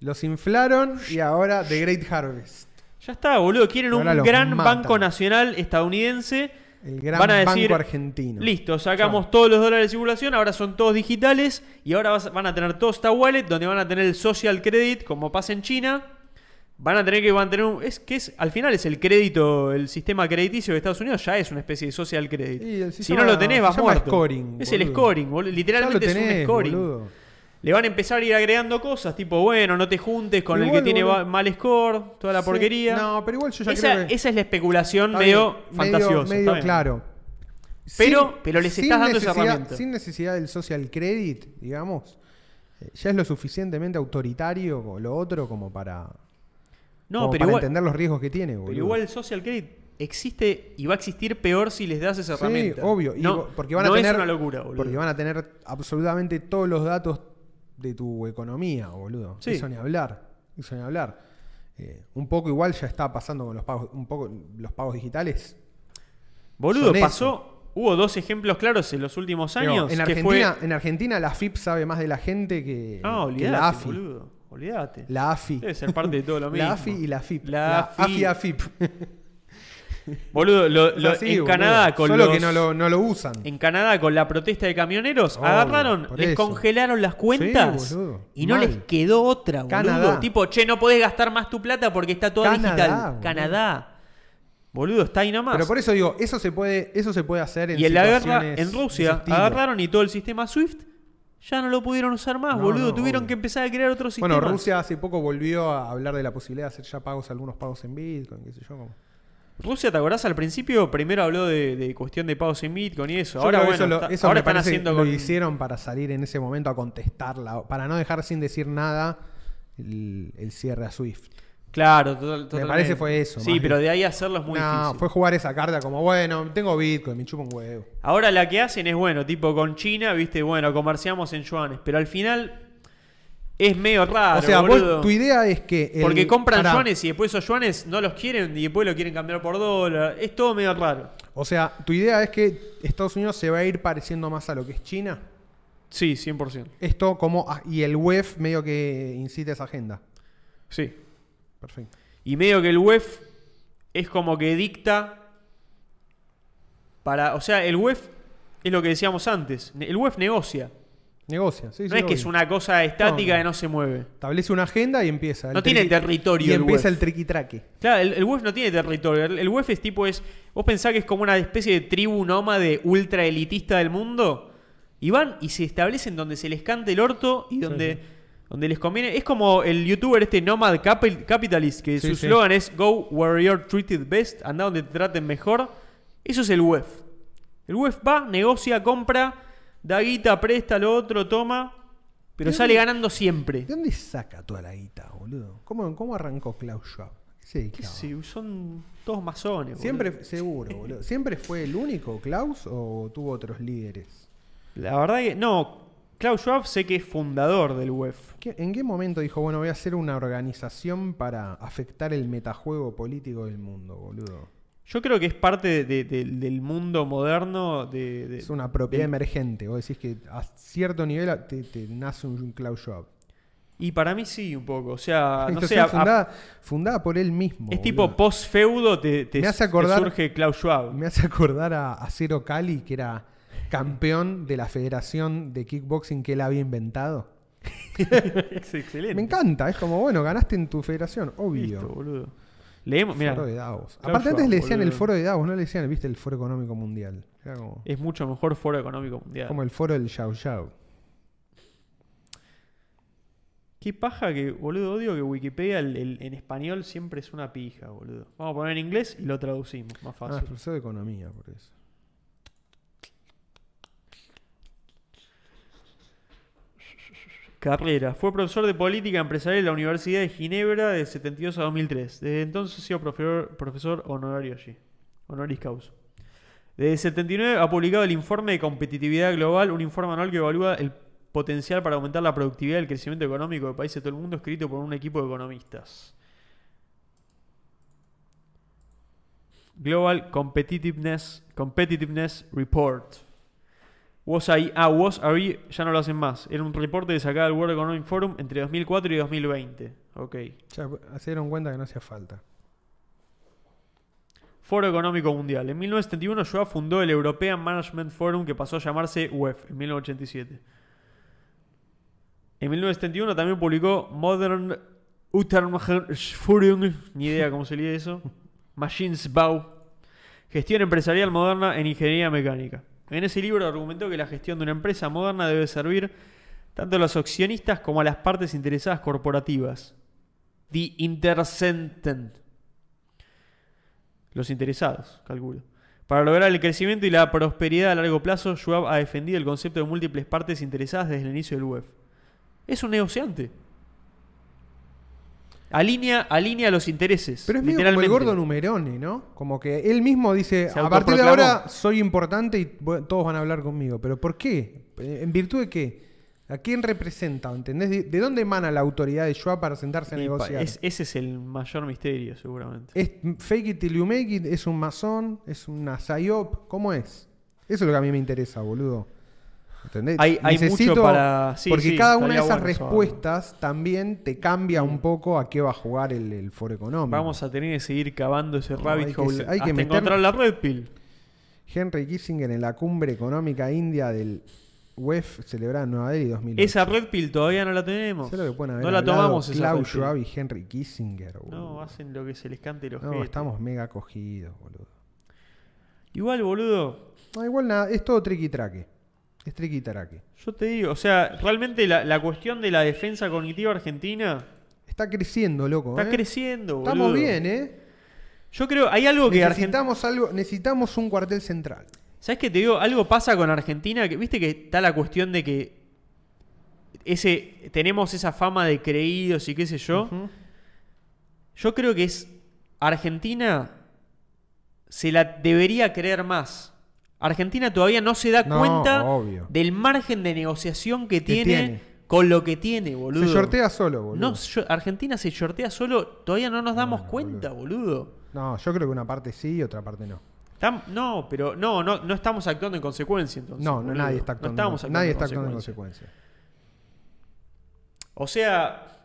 Speaker 1: Los inflaron y ahora The Great Harvest.
Speaker 2: Ya está, boludo. Quieren
Speaker 1: Ahora
Speaker 2: un
Speaker 1: los
Speaker 2: gran
Speaker 1: matan.
Speaker 2: banco nacional estadounidense.
Speaker 1: El gran
Speaker 2: Van a decir,
Speaker 1: banco argentino.
Speaker 2: Listo, sacamos todos los dólares de circulación, ahora son todos digitales y ahora vas- van a tener toda esta wallet donde van a tener el social credit, como pasa en China. Van a tener que van a tener un, es que es al final es el crédito, el sistema crediticio de Estados Unidos ya es una especie de social credit.
Speaker 1: Y el
Speaker 2: si
Speaker 1: sistema-
Speaker 2: no lo tenés
Speaker 1: se
Speaker 2: vas
Speaker 1: llama
Speaker 2: muerto.
Speaker 1: scoring,
Speaker 2: es el
Speaker 1: boludo.
Speaker 2: scoring, boludo.
Speaker 1: Ya lo
Speaker 2: literalmente es un
Speaker 1: tenés,
Speaker 2: scoring.
Speaker 1: boludo.
Speaker 2: Le van a empezar a ir agregando cosas, tipo, bueno, no te juntes con el
Speaker 1: Igual,
Speaker 2: que tiene
Speaker 1: boludo.
Speaker 2: ba- mal score, toda la
Speaker 1: Sí.
Speaker 2: porquería.
Speaker 1: No, pero igual yo ya
Speaker 2: esa,
Speaker 1: creo que-
Speaker 2: esa es la especulación
Speaker 1: Está
Speaker 2: medio
Speaker 1: bien,
Speaker 2: fantasiosa.
Speaker 1: Medio,
Speaker 2: está bien.
Speaker 1: claro.
Speaker 2: Pero- pero les
Speaker 1: sin
Speaker 2: estás dando esa
Speaker 1: necesidad-
Speaker 2: herramienta.
Speaker 1: Sin necesidad del social credit, digamos, eh, ya es lo suficientemente autoritario o lo otro como para,
Speaker 2: No,
Speaker 1: como
Speaker 2: pero
Speaker 1: para
Speaker 2: igual,
Speaker 1: entender los riesgos que tiene.
Speaker 2: Pero igual el social credit existe y va a existir peor si les das esa
Speaker 1: Sí,
Speaker 2: herramienta.
Speaker 1: obvio. Y vo-
Speaker 2: No,
Speaker 1: porque van a
Speaker 2: no
Speaker 1: tener,
Speaker 2: es una locura, boludo.
Speaker 1: Porque van a tener absolutamente todos los datos de tu economía, boludo.
Speaker 2: Sí.
Speaker 1: Eso ni hablar. Eso ni hablar. Eh, un poco igual ya está pasando con los pagos, un poco los pagos digitales.
Speaker 2: Boludo,
Speaker 1: son eso.
Speaker 2: pasó. Hubo dos ejemplos claros en los últimos
Speaker 1: Digo,
Speaker 2: años.
Speaker 1: en,
Speaker 2: que
Speaker 1: Argentina,
Speaker 2: Fue...
Speaker 1: en Argentina la FIP sabe más de la gente que,
Speaker 2: No,
Speaker 1: que la
Speaker 2: olvídate,
Speaker 1: AFI.
Speaker 2: boludo. Olvídate.
Speaker 1: La AFI.
Speaker 2: Debe ser parte de todo lo mismo.
Speaker 1: La AFI y la FIP.
Speaker 2: La AFI.
Speaker 1: AFI AFIP.
Speaker 2: Boludo, lo- lo- en Canadá con
Speaker 1: Solo
Speaker 2: los-
Speaker 1: que no lo, no lo usan.
Speaker 2: En Canadá con la protesta de camioneros
Speaker 1: Obvio,
Speaker 2: agarraron,
Speaker 1: por
Speaker 2: les
Speaker 1: eso.
Speaker 2: congelaron las cuentas
Speaker 1: Sí, boludo.
Speaker 2: y no
Speaker 1: Mal.
Speaker 2: les quedó otra, boludo.
Speaker 1: Canadá.
Speaker 2: Tipo, che, no podés gastar más tu plata porque está toda
Speaker 1: Canadá,
Speaker 2: digital.
Speaker 1: boludo.
Speaker 2: Canadá. Boludo, está ahí nomás.
Speaker 1: Pero por eso digo, eso se puede, eso se puede hacer en
Speaker 2: y en la guerra
Speaker 1: situaciones
Speaker 2: en
Speaker 1: de ese
Speaker 2: Rusia
Speaker 1: estilo.
Speaker 2: agarraron y todo el sistema SWIFT ya no lo pudieron usar más,
Speaker 1: No,
Speaker 2: boludo.
Speaker 1: no,
Speaker 2: Tuvieron
Speaker 1: obvio.
Speaker 2: que empezar a crear otro sistema.
Speaker 1: Bueno, Rusia hace poco volvió a hablar de la posibilidad de hacer ya pagos, algunos pagos en Bitcoin, qué sé yo. como-
Speaker 2: Rusia, ¿te acordás? Al principio primero habló de, de cuestión de pagos en Bitcoin y eso.
Speaker 1: Yo
Speaker 2: ahora
Speaker 1: creo que
Speaker 2: bueno,
Speaker 1: eso lo-
Speaker 2: está-
Speaker 1: eso
Speaker 2: ahora
Speaker 1: me
Speaker 2: están
Speaker 1: parece
Speaker 2: haciendo
Speaker 1: lo
Speaker 2: con...
Speaker 1: hicieron para salir en ese momento a contestarla, para no dejar sin decir nada el, el cierre a Swift.
Speaker 2: Claro, total- totalmente.
Speaker 1: parece fue eso,
Speaker 2: Sí,
Speaker 1: más
Speaker 2: pero
Speaker 1: bien.
Speaker 2: de ahí hacerlo es muy
Speaker 1: no,
Speaker 2: difícil.
Speaker 1: fue jugar esa carta como, bueno, tengo Bitcoin, me chupa un huevo.
Speaker 2: Ahora la que hacen es, bueno, tipo con China, viste, bueno, comerciamos en yuanes, pero al final es medio raro,
Speaker 1: o sea, vos-
Speaker 2: boludo.
Speaker 1: tu idea es que... el-
Speaker 2: Porque compran
Speaker 1: pará.
Speaker 2: yuanes y después esos yuanes no los quieren y después lo quieren cambiar por dólar. Es todo medio raro.
Speaker 1: O sea, tu idea es que Estados Unidos se va a ir pareciendo más a lo que es China.
Speaker 2: Sí, 100%.
Speaker 1: Esto como... ah, Y el web medio que incita esa agenda.
Speaker 2: Sí.
Speaker 1: Perfecto.
Speaker 2: Y medio que el UEF es como que dicta para, o sea, el UEF es lo que decíamos antes, ne- el UEF negocia.
Speaker 1: Negocia, sí,
Speaker 2: No
Speaker 1: sí,
Speaker 2: es que
Speaker 1: obvio.
Speaker 2: es una cosa estática
Speaker 1: No, no.
Speaker 2: que no se mueve.
Speaker 1: Establece una agenda y empieza. el
Speaker 2: No tiene
Speaker 1: triqui-
Speaker 2: territorio
Speaker 1: Y
Speaker 2: el
Speaker 1: empieza
Speaker 2: web.
Speaker 1: el triqui-traque.
Speaker 2: Claro, el, el UEF no tiene territorio. El, el UEF es tipo es. Vos pensás que es como una especie de tribu nómade ultra elitista del mundo. Y van y se establecen donde se les cante el orto y donde, donde les conviene. Es como el youtuber este Nomad Capi- Capitalist, que
Speaker 1: Sí,
Speaker 2: su
Speaker 1: sí.
Speaker 2: slogan es Go where you're treated best, anda donde te traten mejor. Eso es el UEF. El UEF va, negocia, compra, da guita, presta, lo otro, toma. Pero
Speaker 1: ¿De
Speaker 2: sale
Speaker 1: dónde-
Speaker 2: ganando siempre.
Speaker 1: ¿De dónde saca toda la guita, boludo? ¿Cómo, cómo arrancó Klaus Schwab? ¿Qué se
Speaker 2: ¿Qué
Speaker 1: dedicaba?
Speaker 2: sé, son todos masones. boludo.
Speaker 1: Siempre, seguro, boludo. ¿Siempre fue el único Klaus o tuvo otros líderes?
Speaker 2: La verdad que no. Klaus Schwab sé que es fundador del UEF.
Speaker 1: ¿Qué- ¿En qué momento dijo, bueno, voy a hacer una organización para afectar el metajuego político del mundo, boludo?
Speaker 2: Yo creo que es parte de- de- de- del mundo moderno. De, de-
Speaker 1: Es una propiedad
Speaker 2: del-
Speaker 1: emergente. Vos decís que a cierto nivel a- te, te nace un, un Klaus Schwab.
Speaker 2: Y para mí sí, un poco. O sea, Ah, no
Speaker 1: Entonces,
Speaker 2: sé. a- a-
Speaker 1: fundada, fundada por él mismo.
Speaker 2: es
Speaker 1: boludo.
Speaker 2: tipo post-feudo, te, te-
Speaker 1: Me hace
Speaker 2: te
Speaker 1: acordar-
Speaker 2: surge Klaus Schwab.
Speaker 1: Me hace acordar a, a Cero Cali, que era campeón de la federación de kickboxing que él había inventado.
Speaker 2: es excelente.
Speaker 1: Me encanta, es como, bueno, ganaste en tu federación, obvio.
Speaker 2: Listo, boludo. Leemos, mira.
Speaker 1: foro de Davos.
Speaker 2: Klaus
Speaker 1: Aparte antes
Speaker 2: Schwab,
Speaker 1: le decían el
Speaker 2: boludo.
Speaker 1: foro de Davos, no le decían, viste, el foro económico mundial. Era como,
Speaker 2: Es mucho mejor Foro Económico Mundial.
Speaker 1: como el foro del Yao Yao.
Speaker 2: Qué paja que, boludo, odio que Wikipedia el- el- en español siempre es una pija, boludo. Vamos a poner en inglés y lo traducimos, más
Speaker 1: Ah, es
Speaker 2: fácil.
Speaker 1: profesor de economía, por eso.
Speaker 2: Carrera. Fue profesor de política empresarial en la Universidad de Ginebra de 72 a 2003. Desde entonces ha sido profesor, profesor honorario allí. Honoris causa. Desde 79 ha publicado el informe de competitividad global, un informe anual que evalúa el potencial para aumentar la productividad y el crecimiento económico de países de todo el mundo, escrito por un equipo de economistas. Global Competitiveness, Competitiveness Report. Was I, ah, Was I, ya no lo hacen más. Era un reporte que sacaba el World Economic Forum entre 2004 y 2020. Ok.
Speaker 1: Ya se dieron cuenta que no hacía falta.
Speaker 2: Foro Económico Mundial. En 1971 Joa fundó el European Management Forum que pasó a llamarse UEF en 1987. En 1971 también publicó Modern Forum, ni idea cómo se lee eso, Maschinenbau, Gestión Empresarial Moderna en Ingeniería Mecánica. En ese libro argumentó que la gestión de una empresa moderna debe servir tanto a los accionistas como a las partes interesadas corporativas. The Intersenten los interesados, calculo. Para lograr el crecimiento y la prosperidad a largo plazo, Schwab ha defendido el concepto de múltiples partes interesadas desde el inicio del web. Es un negociante. Alinea, alinea los intereses.
Speaker 1: Pero es medio como el
Speaker 2: literalmente.
Speaker 1: gordo Numerone, ¿no? Como que él mismo dice,
Speaker 2: Se
Speaker 1: a partir de
Speaker 2: autoproclamó.
Speaker 1: ahora soy importante y bu- todos van a hablar conmigo. ¿Pero por qué? Eh, ¿En virtud de qué? ¿A quién representa? ¿Entendés? ¿De- ¿De dónde emana la autoridad de Schwab para sentarse a
Speaker 2: Y pa-
Speaker 1: negociar?
Speaker 2: es- ese es el mayor misterio, seguramente.
Speaker 1: ¿Es fake it till you make it? ¿Es un masón? ¿Es una psyop? ¿Cómo es? Eso es lo que a mí me interesa, boludo. ¿Entendés?
Speaker 2: Hay- hay mucho para- sí,
Speaker 1: porque
Speaker 2: sí,
Speaker 1: cada una de
Speaker 2: estaría
Speaker 1: esas
Speaker 2: bueno eso, Mm.
Speaker 1: respuestas también te cambia un poco a qué va a jugar el, el foro económico.
Speaker 2: Vamos a tener que seguir cavando ese
Speaker 1: No, hay
Speaker 2: rabbit
Speaker 1: que
Speaker 2: hole
Speaker 1: se- hay que
Speaker 2: hasta
Speaker 1: meter-
Speaker 2: encontrar la red pill.
Speaker 1: Henry Kissinger en la cumbre económica india del UEF celebrada en Nueva Delhi 2008.
Speaker 2: Esa red pill todavía no la tenemos.
Speaker 1: ¿Sabés lo que pueden haber
Speaker 2: no la
Speaker 1: hablado
Speaker 2: tomamos esa
Speaker 1: Klaus
Speaker 2: red pill.
Speaker 1: Schwab y Henry Kissinger, boludo?
Speaker 2: No, hacen lo que se les cante los
Speaker 1: No, estamos mega cogidos, boludo.
Speaker 2: Igual, boludo,
Speaker 1: No, igual nada, es todo triqui traque. Es triqui traque.
Speaker 2: Yo te digo, o sea, realmente la, la cuestión de la defensa cognitiva argentina
Speaker 1: Está creciendo, loco.
Speaker 2: está
Speaker 1: ¿eh?
Speaker 2: creciendo, boludo.
Speaker 1: Estamos bien, ¿eh?
Speaker 2: Yo creo, hay algo que Argentina.
Speaker 1: necesitamos, algo, necesitamos un cuartel central.
Speaker 2: ¿Sabes qué te digo? Algo pasa con Argentina que, viste, que está la cuestión de que. Ese, tenemos esa fama de creídos y qué sé yo.
Speaker 1: Ujú.
Speaker 2: Yo creo que es. Argentina se la debería creer más. Argentina todavía no se da
Speaker 1: No,
Speaker 2: cuenta
Speaker 1: obvio.
Speaker 2: del margen de negociación que
Speaker 1: Que
Speaker 2: tiene,
Speaker 1: tiene.
Speaker 2: con lo que tiene, boludo.
Speaker 1: Se sortea solo, boludo.
Speaker 2: No, yo- Argentina se shortea solo, todavía no nos damos
Speaker 1: no,
Speaker 2: cuenta, boludo.
Speaker 1: No, yo creo que una parte sí y otra parte no.
Speaker 2: Tam- no, pero no, no, no estamos actuando en consecuencia entonces.
Speaker 1: No, no
Speaker 2: boludo.
Speaker 1: nadie está
Speaker 2: No
Speaker 1: actuando.
Speaker 2: estábamos actuando
Speaker 1: nadie
Speaker 2: en
Speaker 1: está actuando en
Speaker 2: consecuencia.
Speaker 1: consecuencia.
Speaker 2: O sea,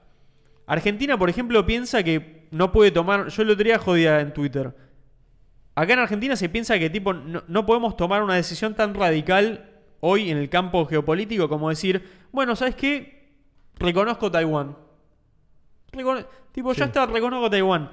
Speaker 2: Argentina, por ejemplo, piensa que no puede tomar. Yo lo tenía jodida en Twitter. Acá en Argentina se piensa que tipo no, no podemos tomar una decisión tan radical hoy en el campo geopolítico como decir, bueno, ¿sabes qué? Reconozco Taiwán. Recono- tipo, ya está, reconozco Taiwán.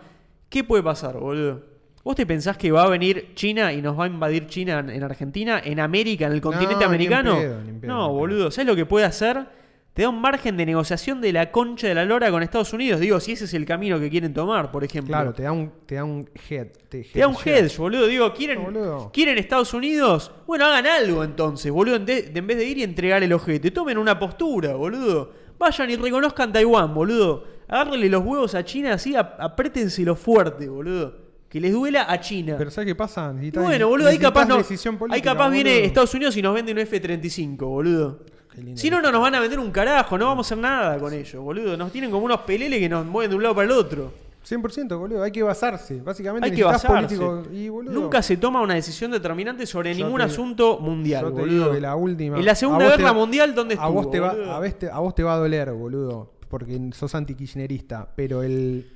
Speaker 2: ¿Qué puede pasar, boludo? ¿Vos te pensás que va a venir China y nos va a invadir China en, en Argentina, en América, en el continente
Speaker 1: ni en
Speaker 2: americano?
Speaker 1: pedo, ni en pedo, ni en
Speaker 2: no,
Speaker 1: pedo.
Speaker 2: boludo. ¿Sabes lo que puede hacer? Te da un margen de negociación de la concha de la lora con Estados Unidos. Digo, si ese es el camino que quieren tomar, por ejemplo.
Speaker 1: Claro, te da un, te da un head. Te,
Speaker 2: Te da un
Speaker 1: headshot.
Speaker 2: hedge, boludo. Digo, ¿quieren,
Speaker 1: No, boludo.
Speaker 2: ¿quieren Estados Unidos? Bueno, hagan algo entonces, boludo. En, de- de- en vez de ir y entregar el ojete, tomen una postura, boludo. Vayan y reconozcan Taiwán, boludo. Agárrenle los huevos a China así, ap- apriétenselo fuerte, boludo. Que les duela a China.
Speaker 1: Pero ¿sabes qué pasa?
Speaker 2: Y
Speaker 1: Necesitas-
Speaker 2: bueno, boludo, ahí
Speaker 1: necesitas
Speaker 2: capaz, no,
Speaker 1: decisión
Speaker 2: ahí
Speaker 1: política,
Speaker 2: capaz viene
Speaker 1: boludo.
Speaker 2: Estados Unidos y nos vende un F-35, boludo.
Speaker 1: Qué lindo.
Speaker 2: Si no, no nos van a vender un carajo, no vamos a hacer nada con ellos, boludo. Nos tienen como unos peleles que nos mueven de un lado para el otro.
Speaker 1: 100%, boludo. Hay que basarse. Básicamente
Speaker 2: Hay que
Speaker 1: necesitas
Speaker 2: basarse.
Speaker 1: político- y, boludo,
Speaker 2: Nunca se toma una decisión determinante sobre
Speaker 1: Yo
Speaker 2: ningún
Speaker 1: te-
Speaker 2: asunto mundial,
Speaker 1: yo te
Speaker 2: boludo.
Speaker 1: digo que la última-
Speaker 2: En la Segunda
Speaker 1: a vos te
Speaker 2: Guerra
Speaker 1: va-
Speaker 2: Mundial, ¿dónde estuvo?
Speaker 1: a vos, te va,
Speaker 2: boludo?
Speaker 1: a, vos te, a vos te va a doler, boludo, porque sos anti-kirchnerista, pero el,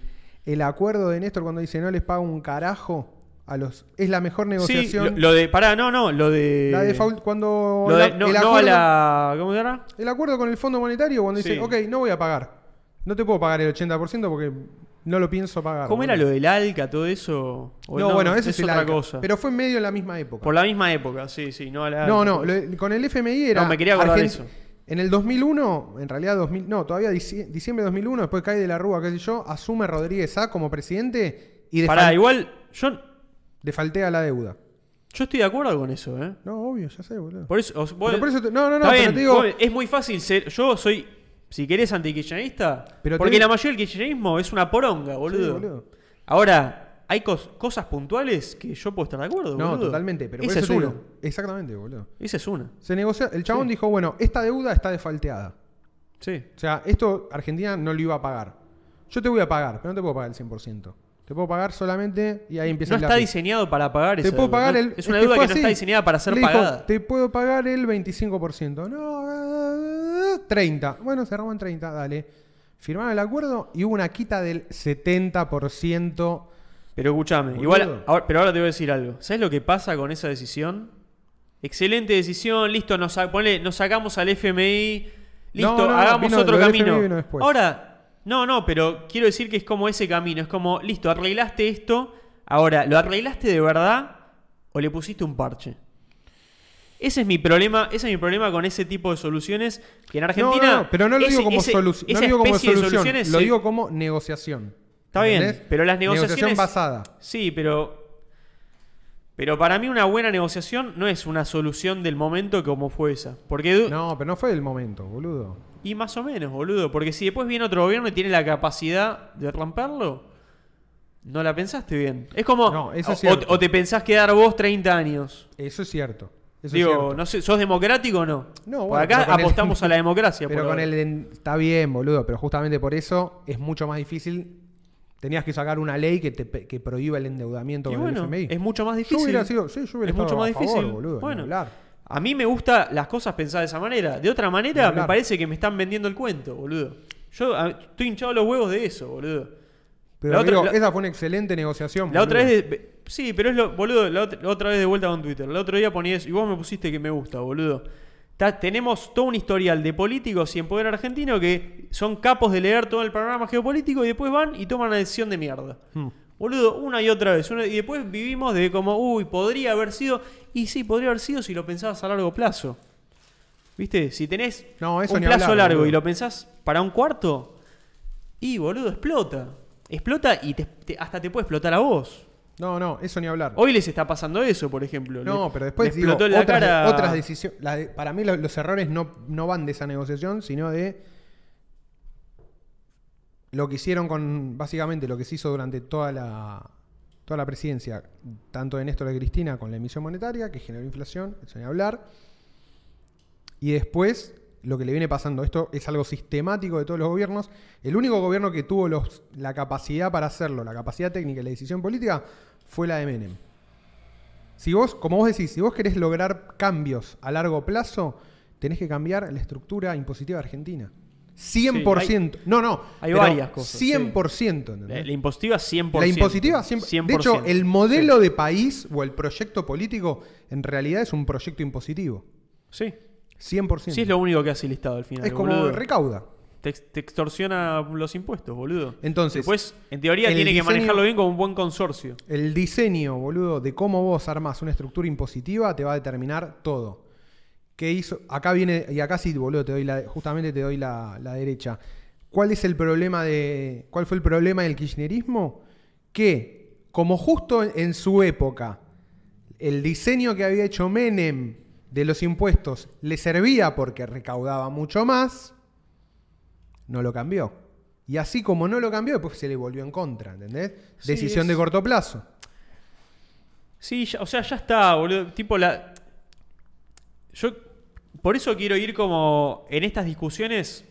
Speaker 1: el acuerdo de Néstor cuando dice no les pago un carajo a los... Es la mejor
Speaker 2: Sí, lo,
Speaker 1: negociación.
Speaker 2: lo de... Pará, no, no, lo de...
Speaker 1: la de Faul- cuando...
Speaker 2: lo
Speaker 1: la-
Speaker 2: de- no,
Speaker 1: el,
Speaker 2: no
Speaker 1: acuerdo,
Speaker 2: a la... ¿Cómo se llama?
Speaker 1: el acuerdo con el Fondo Monetario cuando
Speaker 2: Sí.
Speaker 1: dice, ok, no voy a pagar. No te puedo pagar el 80% porque no lo pienso pagar.
Speaker 2: ¿Cómo era
Speaker 1: boludo".
Speaker 2: lo del ALCA, todo eso? O
Speaker 1: No, bueno, eso es, el
Speaker 2: otra
Speaker 1: ALCA,
Speaker 2: cosa.
Speaker 1: Pero fue en medio en la misma época.
Speaker 2: Por la misma época, sí, sí, no a la
Speaker 1: No,
Speaker 2: ALCA.
Speaker 1: no, lo- con el FMI era.
Speaker 2: No, me quería acordar
Speaker 1: Argen-
Speaker 2: eso.
Speaker 1: En el 2001, en realidad 2000, no, todavía dici- diciembre de 2001, después cae de la Rúa, qué sé yo, asume Rodríguez A como presidente y
Speaker 2: Pará,
Speaker 1: defal-
Speaker 2: igual, yo,
Speaker 1: defaltea la deuda.
Speaker 2: yo estoy de acuerdo con eso, ¿eh?
Speaker 1: No, obvio, ya sé, boludo.
Speaker 2: Por eso, os- vos-
Speaker 1: Pero por eso te- no, no, no,
Speaker 2: Está
Speaker 1: pero
Speaker 2: bien,
Speaker 1: te digo-
Speaker 2: vos- es muy fácil ser. Yo soy, si querés, antikirchnerista.
Speaker 1: Pero
Speaker 2: Porque
Speaker 1: tenés-
Speaker 2: la mayoría del kirchnerismo es una poronga, boludo.
Speaker 1: boludo.
Speaker 2: Ahora, hay cos- cosas puntuales que yo puedo estar de acuerdo.
Speaker 1: No,
Speaker 2: boludo.
Speaker 1: totalmente, pero por
Speaker 2: Esa
Speaker 1: eso
Speaker 2: es
Speaker 1: te
Speaker 2: una.
Speaker 1: digo. Exactamente, boludo.
Speaker 2: Esa es una.
Speaker 1: Se negoció, el chabón dijo, bueno, esta deuda está desfalteada.
Speaker 2: Sí.
Speaker 1: O sea, esto Argentina no lo iba a pagar. Yo te voy a pagar, pero no te puedo pagar el 100%. Te puedo pagar solamente y ahí empieza
Speaker 2: No
Speaker 1: el
Speaker 2: está
Speaker 1: lápiz.
Speaker 2: diseñado para pagar
Speaker 1: Te
Speaker 2: esa
Speaker 1: puedo
Speaker 2: deuda,
Speaker 1: pagar
Speaker 2: ¿no?
Speaker 1: el
Speaker 2: Es una
Speaker 1: que
Speaker 2: deuda que,
Speaker 1: fue
Speaker 2: no
Speaker 1: así.
Speaker 2: está diseñada para ser
Speaker 1: Le dijo,
Speaker 2: pagada.
Speaker 1: te puedo pagar el 25%. No, eh, 30. Bueno, cerramos en 30, dale. Firmaron el acuerdo y hubo una quita del 70%.
Speaker 2: Pero escúchame,
Speaker 1: Boludo.
Speaker 2: igual, ahora- pero ahora te voy a decir algo. ¿Sabes lo que pasa con esa decisión? Excelente decisión, listo, nos, sa- ponle, nos sacamos al FMI, listo,
Speaker 1: No, no, no,
Speaker 2: hagamos
Speaker 1: vino-
Speaker 2: otro
Speaker 1: lo del
Speaker 2: camino.
Speaker 1: FMI vino después.
Speaker 2: Ahora, no, no, pero quiero decir que es como ese camino, es como, listo, arreglaste esto, ahora, ¿lo arreglaste de verdad o le pusiste un parche? Ese es mi problema, ese es mi problema con ese tipo de soluciones que en Argentina
Speaker 1: no, no, pero no lo
Speaker 2: ese-
Speaker 1: digo como,
Speaker 2: ese-
Speaker 1: solu- no
Speaker 2: esa
Speaker 1: lo digo como
Speaker 2: especie de
Speaker 1: solución,
Speaker 2: soluciones
Speaker 1: lo
Speaker 2: se-
Speaker 1: digo como negociación.
Speaker 2: Está bien,
Speaker 1: ¿Entendés?
Speaker 2: pero las negociaciones-
Speaker 1: Negociación basada.
Speaker 2: Sí, pero. Pero para mí una buena negociación no es una solución del momento como fue esa. Porque. du-
Speaker 1: No, pero no fue el momento, boludo.
Speaker 2: Y más o menos, boludo. Porque si después viene otro gobierno y tiene la capacidad de romperlo, no la pensaste bien. Es como.
Speaker 1: No, eso es
Speaker 2: o-
Speaker 1: cierto.
Speaker 2: o, te pensás quedar vos 30 años.
Speaker 1: Eso es cierto. Eso es
Speaker 2: Digo,
Speaker 1: cierto.
Speaker 2: no sé, ¿sos democrático o no?
Speaker 1: No,
Speaker 2: Por
Speaker 1: bueno,
Speaker 2: acá
Speaker 1: pero con el-
Speaker 2: apostamos a la democracia.
Speaker 1: Pero
Speaker 2: por
Speaker 1: con
Speaker 2: ahora.
Speaker 1: el den- está bien, boludo, pero justamente por eso es mucho más difícil. Tenías que sacar una ley que te pe- que prohíba el endeudamiento
Speaker 2: Y
Speaker 1: con el
Speaker 2: bueno,
Speaker 1: FMI.
Speaker 2: es mucho más difícil.
Speaker 1: Yo hubiera sido, sí, yo hubiera
Speaker 2: es
Speaker 1: estado
Speaker 2: mucho más
Speaker 1: a favor,
Speaker 2: difícil.
Speaker 1: boludo, ni
Speaker 2: Bueno,
Speaker 1: hablar.
Speaker 2: a mí me gustan las cosas pensadas de esa manera. De otra
Speaker 1: Ni
Speaker 2: manera, me
Speaker 1: hablar.
Speaker 2: parece que me están vendiendo el cuento, boludo. Yo a- estoy hinchado los huevos de eso, boludo.
Speaker 1: Pero
Speaker 2: la otra-
Speaker 1: digo,
Speaker 2: la-
Speaker 1: esa fue una excelente negociación.
Speaker 2: La otra
Speaker 1: boludo.
Speaker 2: vez. de- sí, pero es lo. Boludo, la otra, la otra vez de vuelta con Twitter. La otro día ponías. Y vos me pusiste que me gusta, boludo. Ta- tenemos todo un historial de políticos y en poder argentino que son capos de leer todo el panorama geopolítico y después van y toman una decisión de mierda.
Speaker 1: Hmm.
Speaker 2: Boludo, una y otra vez. una- y después vivimos de como, uy, podría haber sido. Y sí, podría haber sido si lo pensabas a largo plazo. ¿Viste? Si tenés
Speaker 1: No, eso
Speaker 2: un
Speaker 1: ni
Speaker 2: plazo
Speaker 1: hablar,
Speaker 2: largo
Speaker 1: boludo.
Speaker 2: y lo pensás para un cuarto, y boludo, explota. Explota y te- te- hasta te puede explotar a vos.
Speaker 1: No, no, eso ni hablar.
Speaker 2: Hoy les está pasando eso, por ejemplo.
Speaker 1: no,
Speaker 2: Le-
Speaker 1: pero
Speaker 2: le
Speaker 1: después digo,
Speaker 2: explotó en la
Speaker 1: otras,
Speaker 2: cara-
Speaker 1: otras decisiones. la de- para mí lo- los errores no, no van de esa negociación, sino de lo que hicieron con, básicamente lo que se hizo durante toda la, toda la presidencia, tanto de Néstor de Cristina con la emisión monetaria, que generó inflación, eso ni hablar. Y después, lo que le viene pasando, esto es algo sistemático de todos los gobiernos. El único gobierno que tuvo los- la capacidad para hacerlo, la capacidad técnica y la decisión política, fue la de Menem. Si vos, como vos decís, si vos querés lograr cambios a largo plazo, tenés que cambiar la estructura impositiva argentina. 100%. no, no.
Speaker 2: hay
Speaker 1: pero
Speaker 2: varias cosas, sí.
Speaker 1: 100%. ¿entendés?
Speaker 2: La, la impositiva 100%.
Speaker 1: La impositiva siempre. De hecho,
Speaker 2: 100%.
Speaker 1: el modelo de país o el proyecto político en realidad es un proyecto impositivo.
Speaker 2: Sí.
Speaker 1: 100%.
Speaker 2: Sí, es lo único que hace el Estado al final.
Speaker 1: Es como
Speaker 2: boludo.
Speaker 1: recauda.
Speaker 2: Te, ex- te extorsiona los impuestos, boludo.
Speaker 1: Entonces,
Speaker 2: Después, en teoría,
Speaker 1: el
Speaker 2: tiene que
Speaker 1: diseño-
Speaker 2: manejarlo bien como un buen consorcio.
Speaker 1: El diseño, boludo, de cómo vos armás una estructura impositiva te va a determinar todo. ¿Qué hizo? Acá viene, y acá sí, boludo, te doy la, justamente te doy la, la derecha. ¿Cuál es el problema de. ¿Cuál fue el problema del kirchnerismo? Que, como justo en, en su época, el diseño que había hecho Menem de los impuestos le servía porque recaudaba mucho más, no lo cambió. Y así como no lo cambió, después se le volvió en contra, ¿entendés?
Speaker 2: Sí,
Speaker 1: Decisión
Speaker 2: es-
Speaker 1: de corto plazo.
Speaker 2: Sí, ya- o sea, ya está, boludo. Tipo la. Yo. Por eso quiero ir como en estas discusiones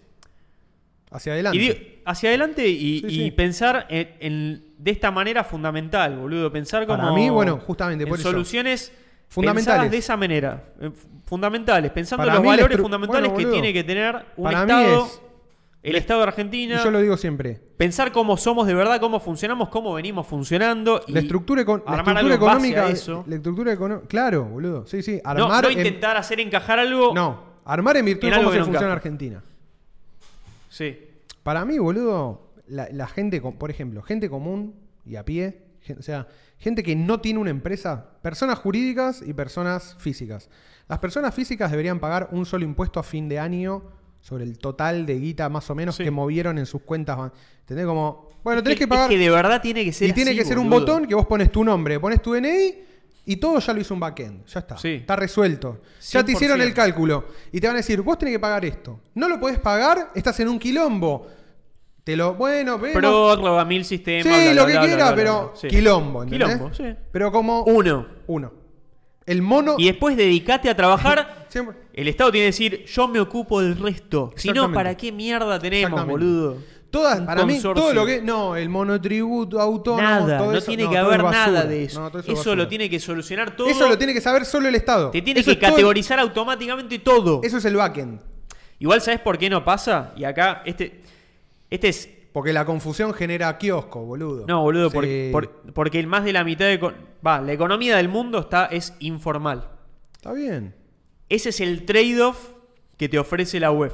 Speaker 1: Hacia
Speaker 2: y
Speaker 1: adelante.
Speaker 2: digo, hacia adelante y,
Speaker 1: Sí,
Speaker 2: y
Speaker 1: sí.
Speaker 2: pensar en, en- de esta manera fundamental, boludo. Pensar como.
Speaker 1: Para mí, bueno, justamente
Speaker 2: en
Speaker 1: por eso.
Speaker 2: Soluciones
Speaker 1: Fundamentales.
Speaker 2: fundamentales. de esa manera. eh, f- Fundamentales. Pensando
Speaker 1: Para
Speaker 2: en
Speaker 1: mí
Speaker 2: los
Speaker 1: la
Speaker 2: valores
Speaker 1: estru-
Speaker 2: fundamentales
Speaker 1: bueno,
Speaker 2: que
Speaker 1: boludo.
Speaker 2: tiene que tener un
Speaker 1: Para mí
Speaker 2: Estado.
Speaker 1: es-
Speaker 2: el Estado
Speaker 1: Y
Speaker 2: de Argentina.
Speaker 1: yo lo digo siempre.
Speaker 2: Pensar cómo somos de verdad, cómo funcionamos, cómo venimos funcionando. Y
Speaker 1: La estructura, econ- la
Speaker 2: armar
Speaker 1: estructura
Speaker 2: algo en base
Speaker 1: económica.
Speaker 2: a eso.
Speaker 1: La estructura económica. Claro, boludo. Sí, sí.
Speaker 2: No-
Speaker 1: Armar
Speaker 2: no,
Speaker 1: en-
Speaker 2: intentar hacer encajar algo.
Speaker 1: no, armar en virtud
Speaker 2: en
Speaker 1: de
Speaker 2: algo
Speaker 1: cómo
Speaker 2: que
Speaker 1: se
Speaker 2: no
Speaker 1: funciona
Speaker 2: encaja.
Speaker 1: Argentina.
Speaker 2: Sí.
Speaker 1: Para mí, boludo, la, la gente, com- por ejemplo, gente común y a pie, gen- o sea, gente que no tiene una empresa, personas jurídicas y personas físicas. Las personas físicas deberían pagar un solo impuesto a fin de año sobre el total de guita más o menos
Speaker 2: Sí.
Speaker 1: que movieron en sus cuentas. ban- ¿Entendés? Como, bueno, tenés
Speaker 2: Es
Speaker 1: que pagar.
Speaker 2: Es que de verdad tiene que ser.
Speaker 1: y tiene
Speaker 2: así,
Speaker 1: que ser un
Speaker 2: boludo.
Speaker 1: botón que vos pones tu nombre, pones tu DNI y todo ya lo hizo un backend. Ya está.
Speaker 2: Sí.
Speaker 1: Está resuelto. Ya te
Speaker 2: 100%.
Speaker 1: hicieron el cálculo. Y te van a decir, vos tenés que pagar esto. No lo podés pagar, estás en un quilombo. Te lo. Bueno, vemos.
Speaker 2: Prórroga, mil sistemas.
Speaker 1: sí,
Speaker 2: bla, bla,
Speaker 1: lo que
Speaker 2: bla, bla,
Speaker 1: quiera,
Speaker 2: bla, bla,
Speaker 1: pero.
Speaker 2: bla. Sí.
Speaker 1: Quilombo, ¿entendés?
Speaker 2: Quilombo, sí.
Speaker 1: Pero como.
Speaker 2: Uno.
Speaker 1: Uno. El mono.
Speaker 2: Y después dedicate a trabajar.
Speaker 1: siempre-
Speaker 2: El Estado tiene que decir, yo me ocupo del resto. Si no,
Speaker 1: Exactamente.
Speaker 2: ¿para qué mierda tenemos,
Speaker 1: Exactamente.
Speaker 2: boludo?
Speaker 1: Todas,
Speaker 2: Un
Speaker 1: para mí, todo
Speaker 2: consorcio.
Speaker 1: lo que. No, el monotributo autónomo.
Speaker 2: Nada,
Speaker 1: todo
Speaker 2: no
Speaker 1: eso-
Speaker 2: tiene que
Speaker 1: todo es
Speaker 2: haber
Speaker 1: basura.
Speaker 2: nada de eso.
Speaker 1: No, todo
Speaker 2: eso
Speaker 1: basura.
Speaker 2: lo tiene que solucionar todo.
Speaker 1: Eso lo tiene que saber solo el Estado.
Speaker 2: Te tiene
Speaker 1: Eso
Speaker 2: que
Speaker 1: es todo-
Speaker 2: categorizar automáticamente todo.
Speaker 1: eso es el backend.
Speaker 2: Igual, ¿sabes por qué no pasa? Y acá, este, este es
Speaker 1: Porque la confusión genera kiosco, boludo.
Speaker 2: No, boludo,
Speaker 1: Sí.
Speaker 2: porque, por- porque el más de la mitad de... co- Va, la economía del mundo está, es informal.
Speaker 1: Está bien.
Speaker 2: Ese es el trade-off que te ofrece la UEF.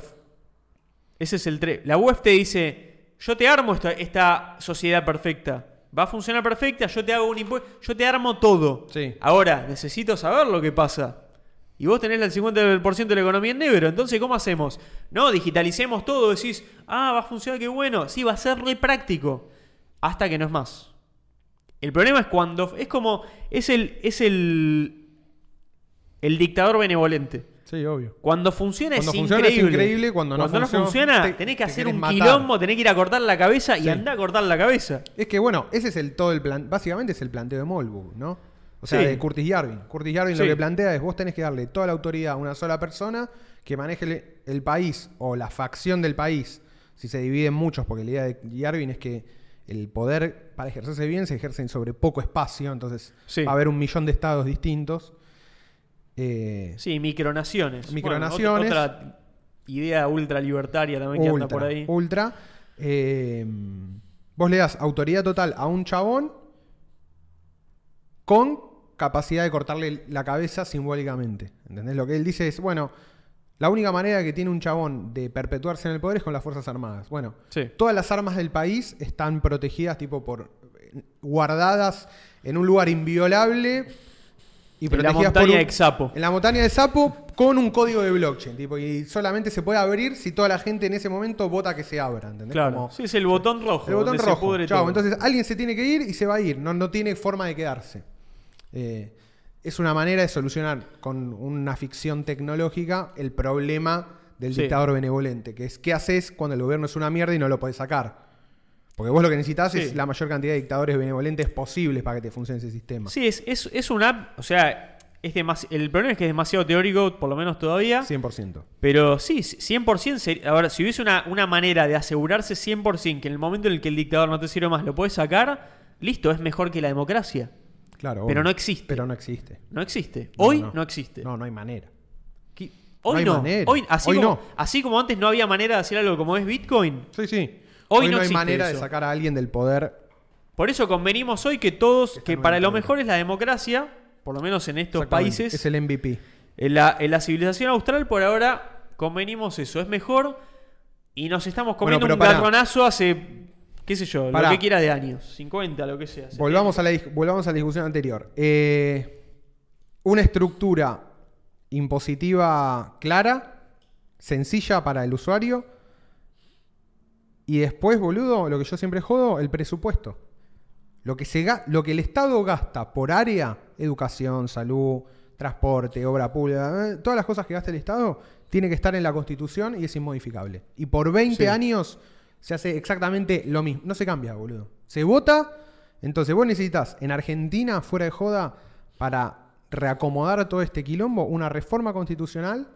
Speaker 2: Ese es el trade. La UEF te dice, yo te armo esta, esta sociedad perfecta. Va a funcionar perfecta, yo te hago un impuesto, yo te armo todo.
Speaker 1: Sí.
Speaker 2: Ahora, necesito saber lo que pasa. Y vos tenés el 50% de la economía en negro, entonces ¿cómo hacemos? No, digitalicemos todo, decís, ah, va a funcionar, qué bueno. Sí, va a ser re práctico. Hasta que no es más. El problema es cuando. Es como. Es el. Es el. El dictador benevolente.
Speaker 1: Sí, obvio.
Speaker 2: Cuando funciona,
Speaker 1: Cuando
Speaker 2: es,
Speaker 1: funciona es
Speaker 2: increíble.
Speaker 1: increíble, cuando no funciona,
Speaker 2: funciona,
Speaker 1: te-
Speaker 2: tenés que
Speaker 1: te
Speaker 2: hacer
Speaker 1: querés
Speaker 2: un
Speaker 1: matar.
Speaker 2: quilombo, tenés que ir a cortar la cabeza y
Speaker 1: Sí.
Speaker 2: andá a cortar la cabeza.
Speaker 1: Es que bueno, ese es el todo el plan, básicamente es el planteo de Molbu, ¿no? O sea,
Speaker 2: Sí.
Speaker 1: de Curtis Yarvin. Curtis Yarvin
Speaker 2: Sí.
Speaker 1: lo que plantea es vos tenés que darle toda la autoridad a una sola persona que maneje el, el país o la facción del país, si se divide en muchos, porque la idea de Yarvin es que el poder para ejercerse bien se ejerce sobre poco espacio, entonces
Speaker 2: Sí.
Speaker 1: va a haber un millón de estados distintos. Eh,
Speaker 2: Sí, micronaciones.
Speaker 1: Micronaciones.
Speaker 2: Bueno, ot- otra idea ultra libertaria también que anda por ahí.
Speaker 1: Ultra. Eh, vos le das autoridad total a un chabón con capacidad de cortarle la cabeza simbólicamente. ¿Entendés? Lo que él dice es, bueno, la única manera que tiene un chabón de perpetuarse en el poder es con las Fuerzas Armadas. Bueno,
Speaker 2: Sí.
Speaker 1: todas las armas del país están protegidas, tipo, por eh, guardadas en un lugar inviolable y
Speaker 2: En la
Speaker 1: protegidas por
Speaker 2: montaña
Speaker 1: un-
Speaker 2: de Xapo.
Speaker 1: En la montaña de Sapo con un código de blockchain, tipo, y solamente se puede abrir si toda la gente en ese momento vota que se abra, ¿entendés?
Speaker 2: Claro.
Speaker 1: Como
Speaker 2: sí, es el botón rojo.
Speaker 1: el botón
Speaker 2: donde se
Speaker 1: rojo.
Speaker 2: pudre
Speaker 1: Chau,
Speaker 2: todo.
Speaker 1: entonces alguien se tiene que ir y se va a ir, no, no tiene forma de quedarse. Eh, es una manera de solucionar con una ficción tecnológica el problema del
Speaker 2: Sí.
Speaker 1: dictador benevolente, que es qué haces cuando el gobierno es una mierda y no lo podés sacar. Porque vos lo que necesitas
Speaker 2: Sí.
Speaker 1: es la mayor cantidad de dictadores benevolentes posibles para que te funcione ese sistema.
Speaker 2: Sí, es, es, es un app. O sea, es demasi- el problema es que es demasiado teórico, por lo menos todavía.
Speaker 1: 100%.
Speaker 2: Pero sí, 100%. ser- Ahora, si hubiese una, una manera de asegurarse 100% que en el momento en el que el dictador no te sirve más lo puedes sacar, listo, es mejor que la democracia.
Speaker 1: Claro.
Speaker 2: Pero
Speaker 1: obvio.
Speaker 2: no existe.
Speaker 1: Pero no existe.
Speaker 2: No existe.
Speaker 1: No,
Speaker 2: Hoy no, existe.
Speaker 1: No, no hay manera.
Speaker 2: Qui-
Speaker 1: No
Speaker 2: Hoy
Speaker 1: hay
Speaker 2: no.
Speaker 1: manera.
Speaker 2: Hoy, así
Speaker 1: Hoy
Speaker 2: como,
Speaker 1: no.
Speaker 2: así como antes no había manera de hacer algo como es Bitcoin,
Speaker 1: Sí, sí.
Speaker 2: Hoy
Speaker 1: hay
Speaker 2: no existe
Speaker 1: manera de
Speaker 2: eso.
Speaker 1: sacar a alguien del poder.
Speaker 2: por eso convenimos hoy que todos, que
Speaker 1: en
Speaker 2: para
Speaker 1: un
Speaker 2: lo
Speaker 1: problema.
Speaker 2: mejor es la democracia, por lo menos en estos
Speaker 1: Exactamente.
Speaker 2: países.
Speaker 1: Es el MVP.
Speaker 2: En la, en la civilización austral, por ahora, convenimos eso. Es mejor y nos estamos comiendo
Speaker 1: Bueno, pero
Speaker 2: un
Speaker 1: pará.
Speaker 2: garronazo hace, qué sé yo,
Speaker 1: Pará.
Speaker 2: lo que quiera de años. 50, lo que sea.
Speaker 1: Volvamos a la, dis- volvamos a la discusión anterior. Eh, una estructura impositiva clara, sencilla para el usuario. Y después, boludo, lo que yo siempre jodo, el presupuesto. Lo que, se ga- lo que el Estado gasta por área, educación, salud, transporte, obra pública, eh, todas las cosas que gasta el Estado, tiene que estar en la Constitución y es inmodificable. Y por 20
Speaker 2: Sí.
Speaker 1: años se hace exactamente lo mismo. No se cambia, boludo. Se vota, entonces vos necesitas en Argentina, fuera de joda, para reacomodar todo este quilombo, una reforma constitucional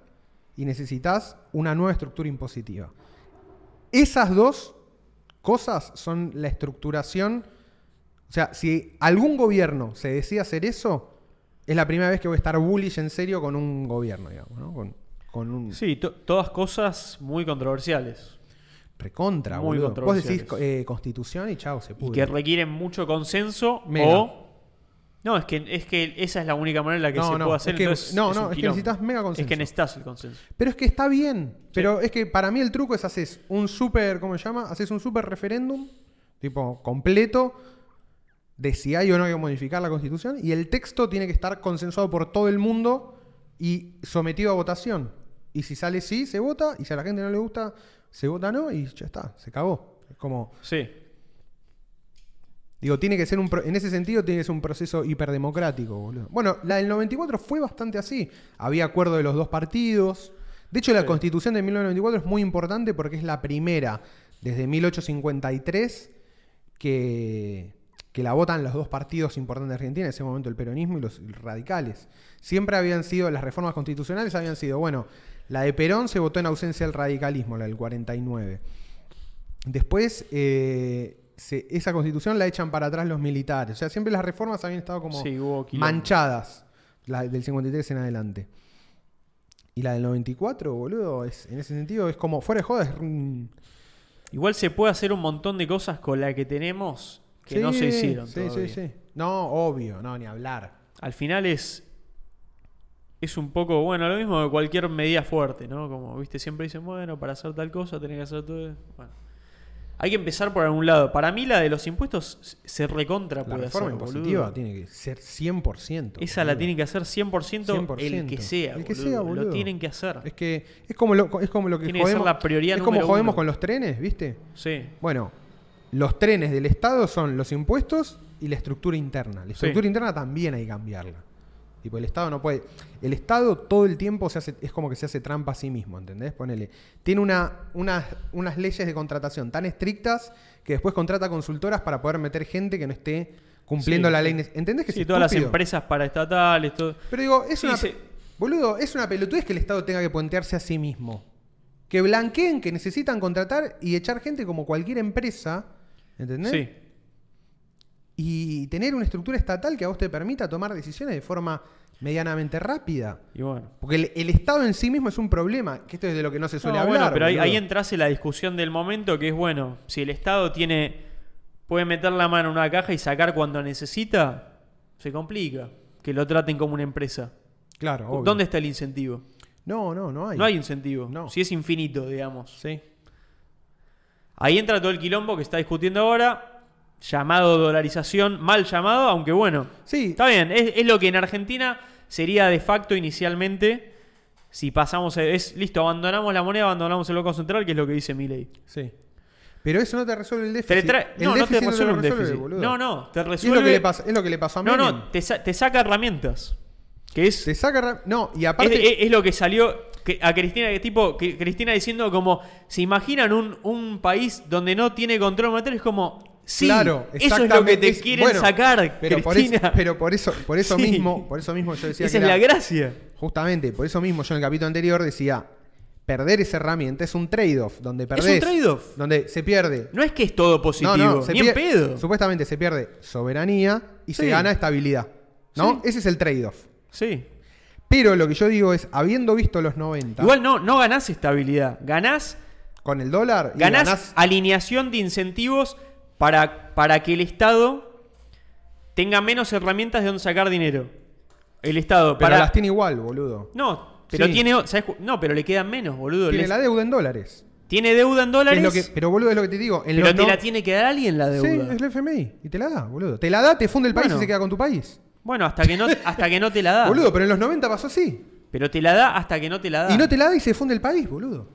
Speaker 1: y necesitas una nueva estructura impositiva. Esas dos cosas son la estructuración. O sea, si algún gobierno se decide hacer eso, es la primera vez que voy a estar bullish en serio con un gobierno, digamos, ¿no? Con, con un
Speaker 2: Sí, to- todas cosas muy controversiales.
Speaker 1: recontra,
Speaker 2: Muy
Speaker 1: boludo. Vos decís
Speaker 2: controversiales.
Speaker 1: eh, constitución y chao, se
Speaker 2: Y que
Speaker 1: pudre.
Speaker 2: requieren mucho consenso
Speaker 1: Mega.
Speaker 2: o... No, es que, es que esa es la única manera en la que
Speaker 1: No,
Speaker 2: se
Speaker 1: no,
Speaker 2: puede hacer.
Speaker 1: es que-
Speaker 2: entonces
Speaker 1: no,
Speaker 2: es
Speaker 1: no,
Speaker 2: un
Speaker 1: es que
Speaker 2: quilombo.
Speaker 1: necesitas mega
Speaker 2: Es que
Speaker 1: consenso.
Speaker 2: necesitas el consenso.
Speaker 1: Pero es que está bien. Pero es que para mí el truco es haces un super, ¿cómo se llama? Haces un super referéndum, tipo, completo, de si hay o no hay que modificar la constitución. Y el texto tiene que estar consensuado por todo el mundo y sometido a votación. Y si sale sí, se vota. Y si a la gente no le gusta, se vota no. Y ya está, se acabó. Es como,
Speaker 2: Sí.
Speaker 1: digo, tiene que ser un. pro- en ese sentido, tiene que ser un proceso hiperdemocrático, boludo. Bueno, la del 94 fue bastante así. Había acuerdo de los dos partidos. De hecho, la
Speaker 2: Sí.
Speaker 1: constitución de 1994 es muy importante porque es la primera desde 1853 que, que la votan los dos partidos importantes de Argentina, en ese momento el peronismo y los radicales. Siempre habían sido, las reformas constitucionales habían sido, bueno, la de Perón se votó en ausencia del radicalismo, la del 49. Después, eh, se- esa constitución la echan para atrás los militares. O sea, siempre las reformas habían estado como
Speaker 2: Sí, hubo quilombo.
Speaker 1: manchadas, la del 53 en adelante. Y la del 94, boludo, es, en ese sentido es como, fuera de joda, es un-
Speaker 2: Igual se puede hacer un montón de cosas con la que tenemos que no se
Speaker 1: Sí,
Speaker 2: hicieron.
Speaker 1: Sí,
Speaker 2: todavía.
Speaker 1: sí, sí. No, obvio, no, ni hablar.
Speaker 2: Al final es. Es un poco, bueno, lo mismo que cualquier medida fuerte, ¿no? Como, viste, siempre dicen, bueno, para hacer tal cosa tenés que hacer todo. Bueno. Hay que empezar por algún lado. Para mí, la de los impuestos se- se recontra
Speaker 1: La
Speaker 2: puede
Speaker 1: reforma
Speaker 2: hacer, boludo.
Speaker 1: impositiva tiene que ser 100%.
Speaker 2: Esa la
Speaker 1: boludo.
Speaker 2: tiene que hacer 100%, el que
Speaker 1: 100%.
Speaker 2: sea.
Speaker 1: El que
Speaker 2: boludo.
Speaker 1: sea, boludo.
Speaker 2: Lo tienen que hacer.
Speaker 1: Es que es como lo, es como lo que
Speaker 2: Tiene que ser la prioridad
Speaker 1: es como
Speaker 2: número
Speaker 1: jodemos
Speaker 2: uno.
Speaker 1: con los trenes, ¿viste?
Speaker 2: Sí.
Speaker 1: Bueno, los trenes del Estado son los impuestos y la estructura interna. La estructura
Speaker 2: Sí.
Speaker 1: interna también hay que cambiarla. Tipo, el Estado no puede. El Estado todo el tiempo se hace, es como que se hace trampa a sí mismo, ¿entendés? Ponele. Tiene una, unas, unas leyes de contratación tan estrictas que después contrata consultoras para poder meter gente que no esté cumpliendo
Speaker 2: Sí,
Speaker 1: la
Speaker 2: sí.
Speaker 1: ley. nece- ¿Entendés que
Speaker 2: Sí,
Speaker 1: es
Speaker 2: todas las
Speaker 1: estúpido?
Speaker 2: empresas paraestatales, todo.
Speaker 1: Pero digo, es
Speaker 2: Sí,
Speaker 1: una.
Speaker 2: se-
Speaker 1: Boludo, es una pelotudez que el Estado tenga que puentearse a sí mismo. Que blanqueen, que necesitan contratar y echar gente como cualquier empresa. ¿Entendés?
Speaker 2: Sí.
Speaker 1: Y tener una estructura estatal que a vos te permita tomar decisiones de forma medianamente rápida.
Speaker 2: Y bueno.
Speaker 1: Porque el, el Estado en sí mismo es un problema, que esto es de lo que no se suele
Speaker 2: No,
Speaker 1: hablar.
Speaker 2: bueno, pero ahí,
Speaker 1: boludo.
Speaker 2: ahí entrase la discusión del momento que es, bueno, si el Estado tiene puede meter la mano en una caja y sacar cuando necesita, se complica que lo traten como una empresa.
Speaker 1: Claro, obvio.
Speaker 2: ¿Dónde está el incentivo?
Speaker 1: No, no, no hay.
Speaker 2: No hay incentivo.
Speaker 1: No.
Speaker 2: Si es infinito, digamos.
Speaker 1: Sí.
Speaker 2: Ahí entra todo el quilombo que está discutiendo ahora, llamado dolarización, mal llamado, aunque bueno.
Speaker 1: Sí.
Speaker 2: Está bien, es, es lo que en Argentina sería de facto inicialmente. Si pasamos, a- es listo, abandonamos la moneda, abandonamos el Banco Central, que es lo que dice Milei.
Speaker 1: Sí. Pero eso no te resuelve el
Speaker 2: Te
Speaker 1: déficit.
Speaker 2: le trae-
Speaker 1: El
Speaker 2: no, no te
Speaker 1: déficit
Speaker 2: resuelve
Speaker 1: lo
Speaker 2: un
Speaker 1: resuelve,
Speaker 2: déficit.
Speaker 1: boludo.
Speaker 2: No, no, te
Speaker 1: Es
Speaker 2: resuelve.
Speaker 1: lo, que le pasa, es lo que le pasó a
Speaker 2: no,
Speaker 1: Menem.
Speaker 2: no, te, sa- te saca herramientas. Que es,
Speaker 1: Se saca. ra- No, y
Speaker 2: es, eh,
Speaker 1: aparte.
Speaker 2: es- es lo que salió que- a Cristina, que tipo, que Cristina diciendo como, ¿se imaginan un, un país donde no tiene control monetario? Es como, sí,
Speaker 1: claro,
Speaker 2: eso es lo que
Speaker 1: exactamente,
Speaker 2: te
Speaker 1: es-
Speaker 2: quieren
Speaker 1: bueno,
Speaker 2: sacar,
Speaker 1: pero
Speaker 2: Cristina.
Speaker 1: Por eso, pero por eso, por eso
Speaker 2: Sí.
Speaker 1: mismo, por eso mismo yo decía
Speaker 2: Esa
Speaker 1: que
Speaker 2: es la
Speaker 1: era-
Speaker 2: gracia.
Speaker 1: justamente, por eso mismo yo en el capítulo anterior decía, perder esa herramienta es un trade-off, donde perdés,
Speaker 2: trade-off.
Speaker 1: donde se pierde.
Speaker 2: No es que es todo positivo,
Speaker 1: se
Speaker 2: ni en
Speaker 1: pier-
Speaker 2: pedo.
Speaker 1: Supuestamente se pierde soberanía y se
Speaker 2: Sí.
Speaker 1: gana estabilidad, ¿no?
Speaker 2: Sí.
Speaker 1: Ese es el trade-off.
Speaker 2: Sí.
Speaker 1: Pero lo que yo digo es, habiendo visto los 90
Speaker 2: Igual no, no ganás estabilidad, ganás
Speaker 1: con el dólar y
Speaker 2: Ganás,
Speaker 1: ganás-
Speaker 2: alineación de incentivos para, para que el Estado tenga menos herramientas de donde sacar dinero. El Estado,
Speaker 1: pero
Speaker 2: para.
Speaker 1: las tiene igual, boludo.
Speaker 2: No, pero
Speaker 1: Sí.
Speaker 2: tiene. o- ¿sabés cu- No, pero le quedan menos, boludo.
Speaker 1: Tiene
Speaker 2: Les-
Speaker 1: la deuda en dólares.
Speaker 2: tiene deuda en
Speaker 1: Es
Speaker 2: dólares,
Speaker 1: lo que- pero boludo es lo que te digo. En
Speaker 2: pero
Speaker 1: los
Speaker 2: te
Speaker 1: no-
Speaker 2: la tiene que dar alguien la deuda.
Speaker 1: Sí, es el FMI. Y te la da, boludo. Te la da, te funde el país
Speaker 2: Bueno. Ah.
Speaker 1: y se queda con tu país.
Speaker 2: Bueno, hasta que, no, hasta que no te la da.
Speaker 1: Boludo, pero en los 90 pasó así.
Speaker 2: Pero te la da hasta que no te la da.
Speaker 1: Y no te la da y se funde el país, boludo.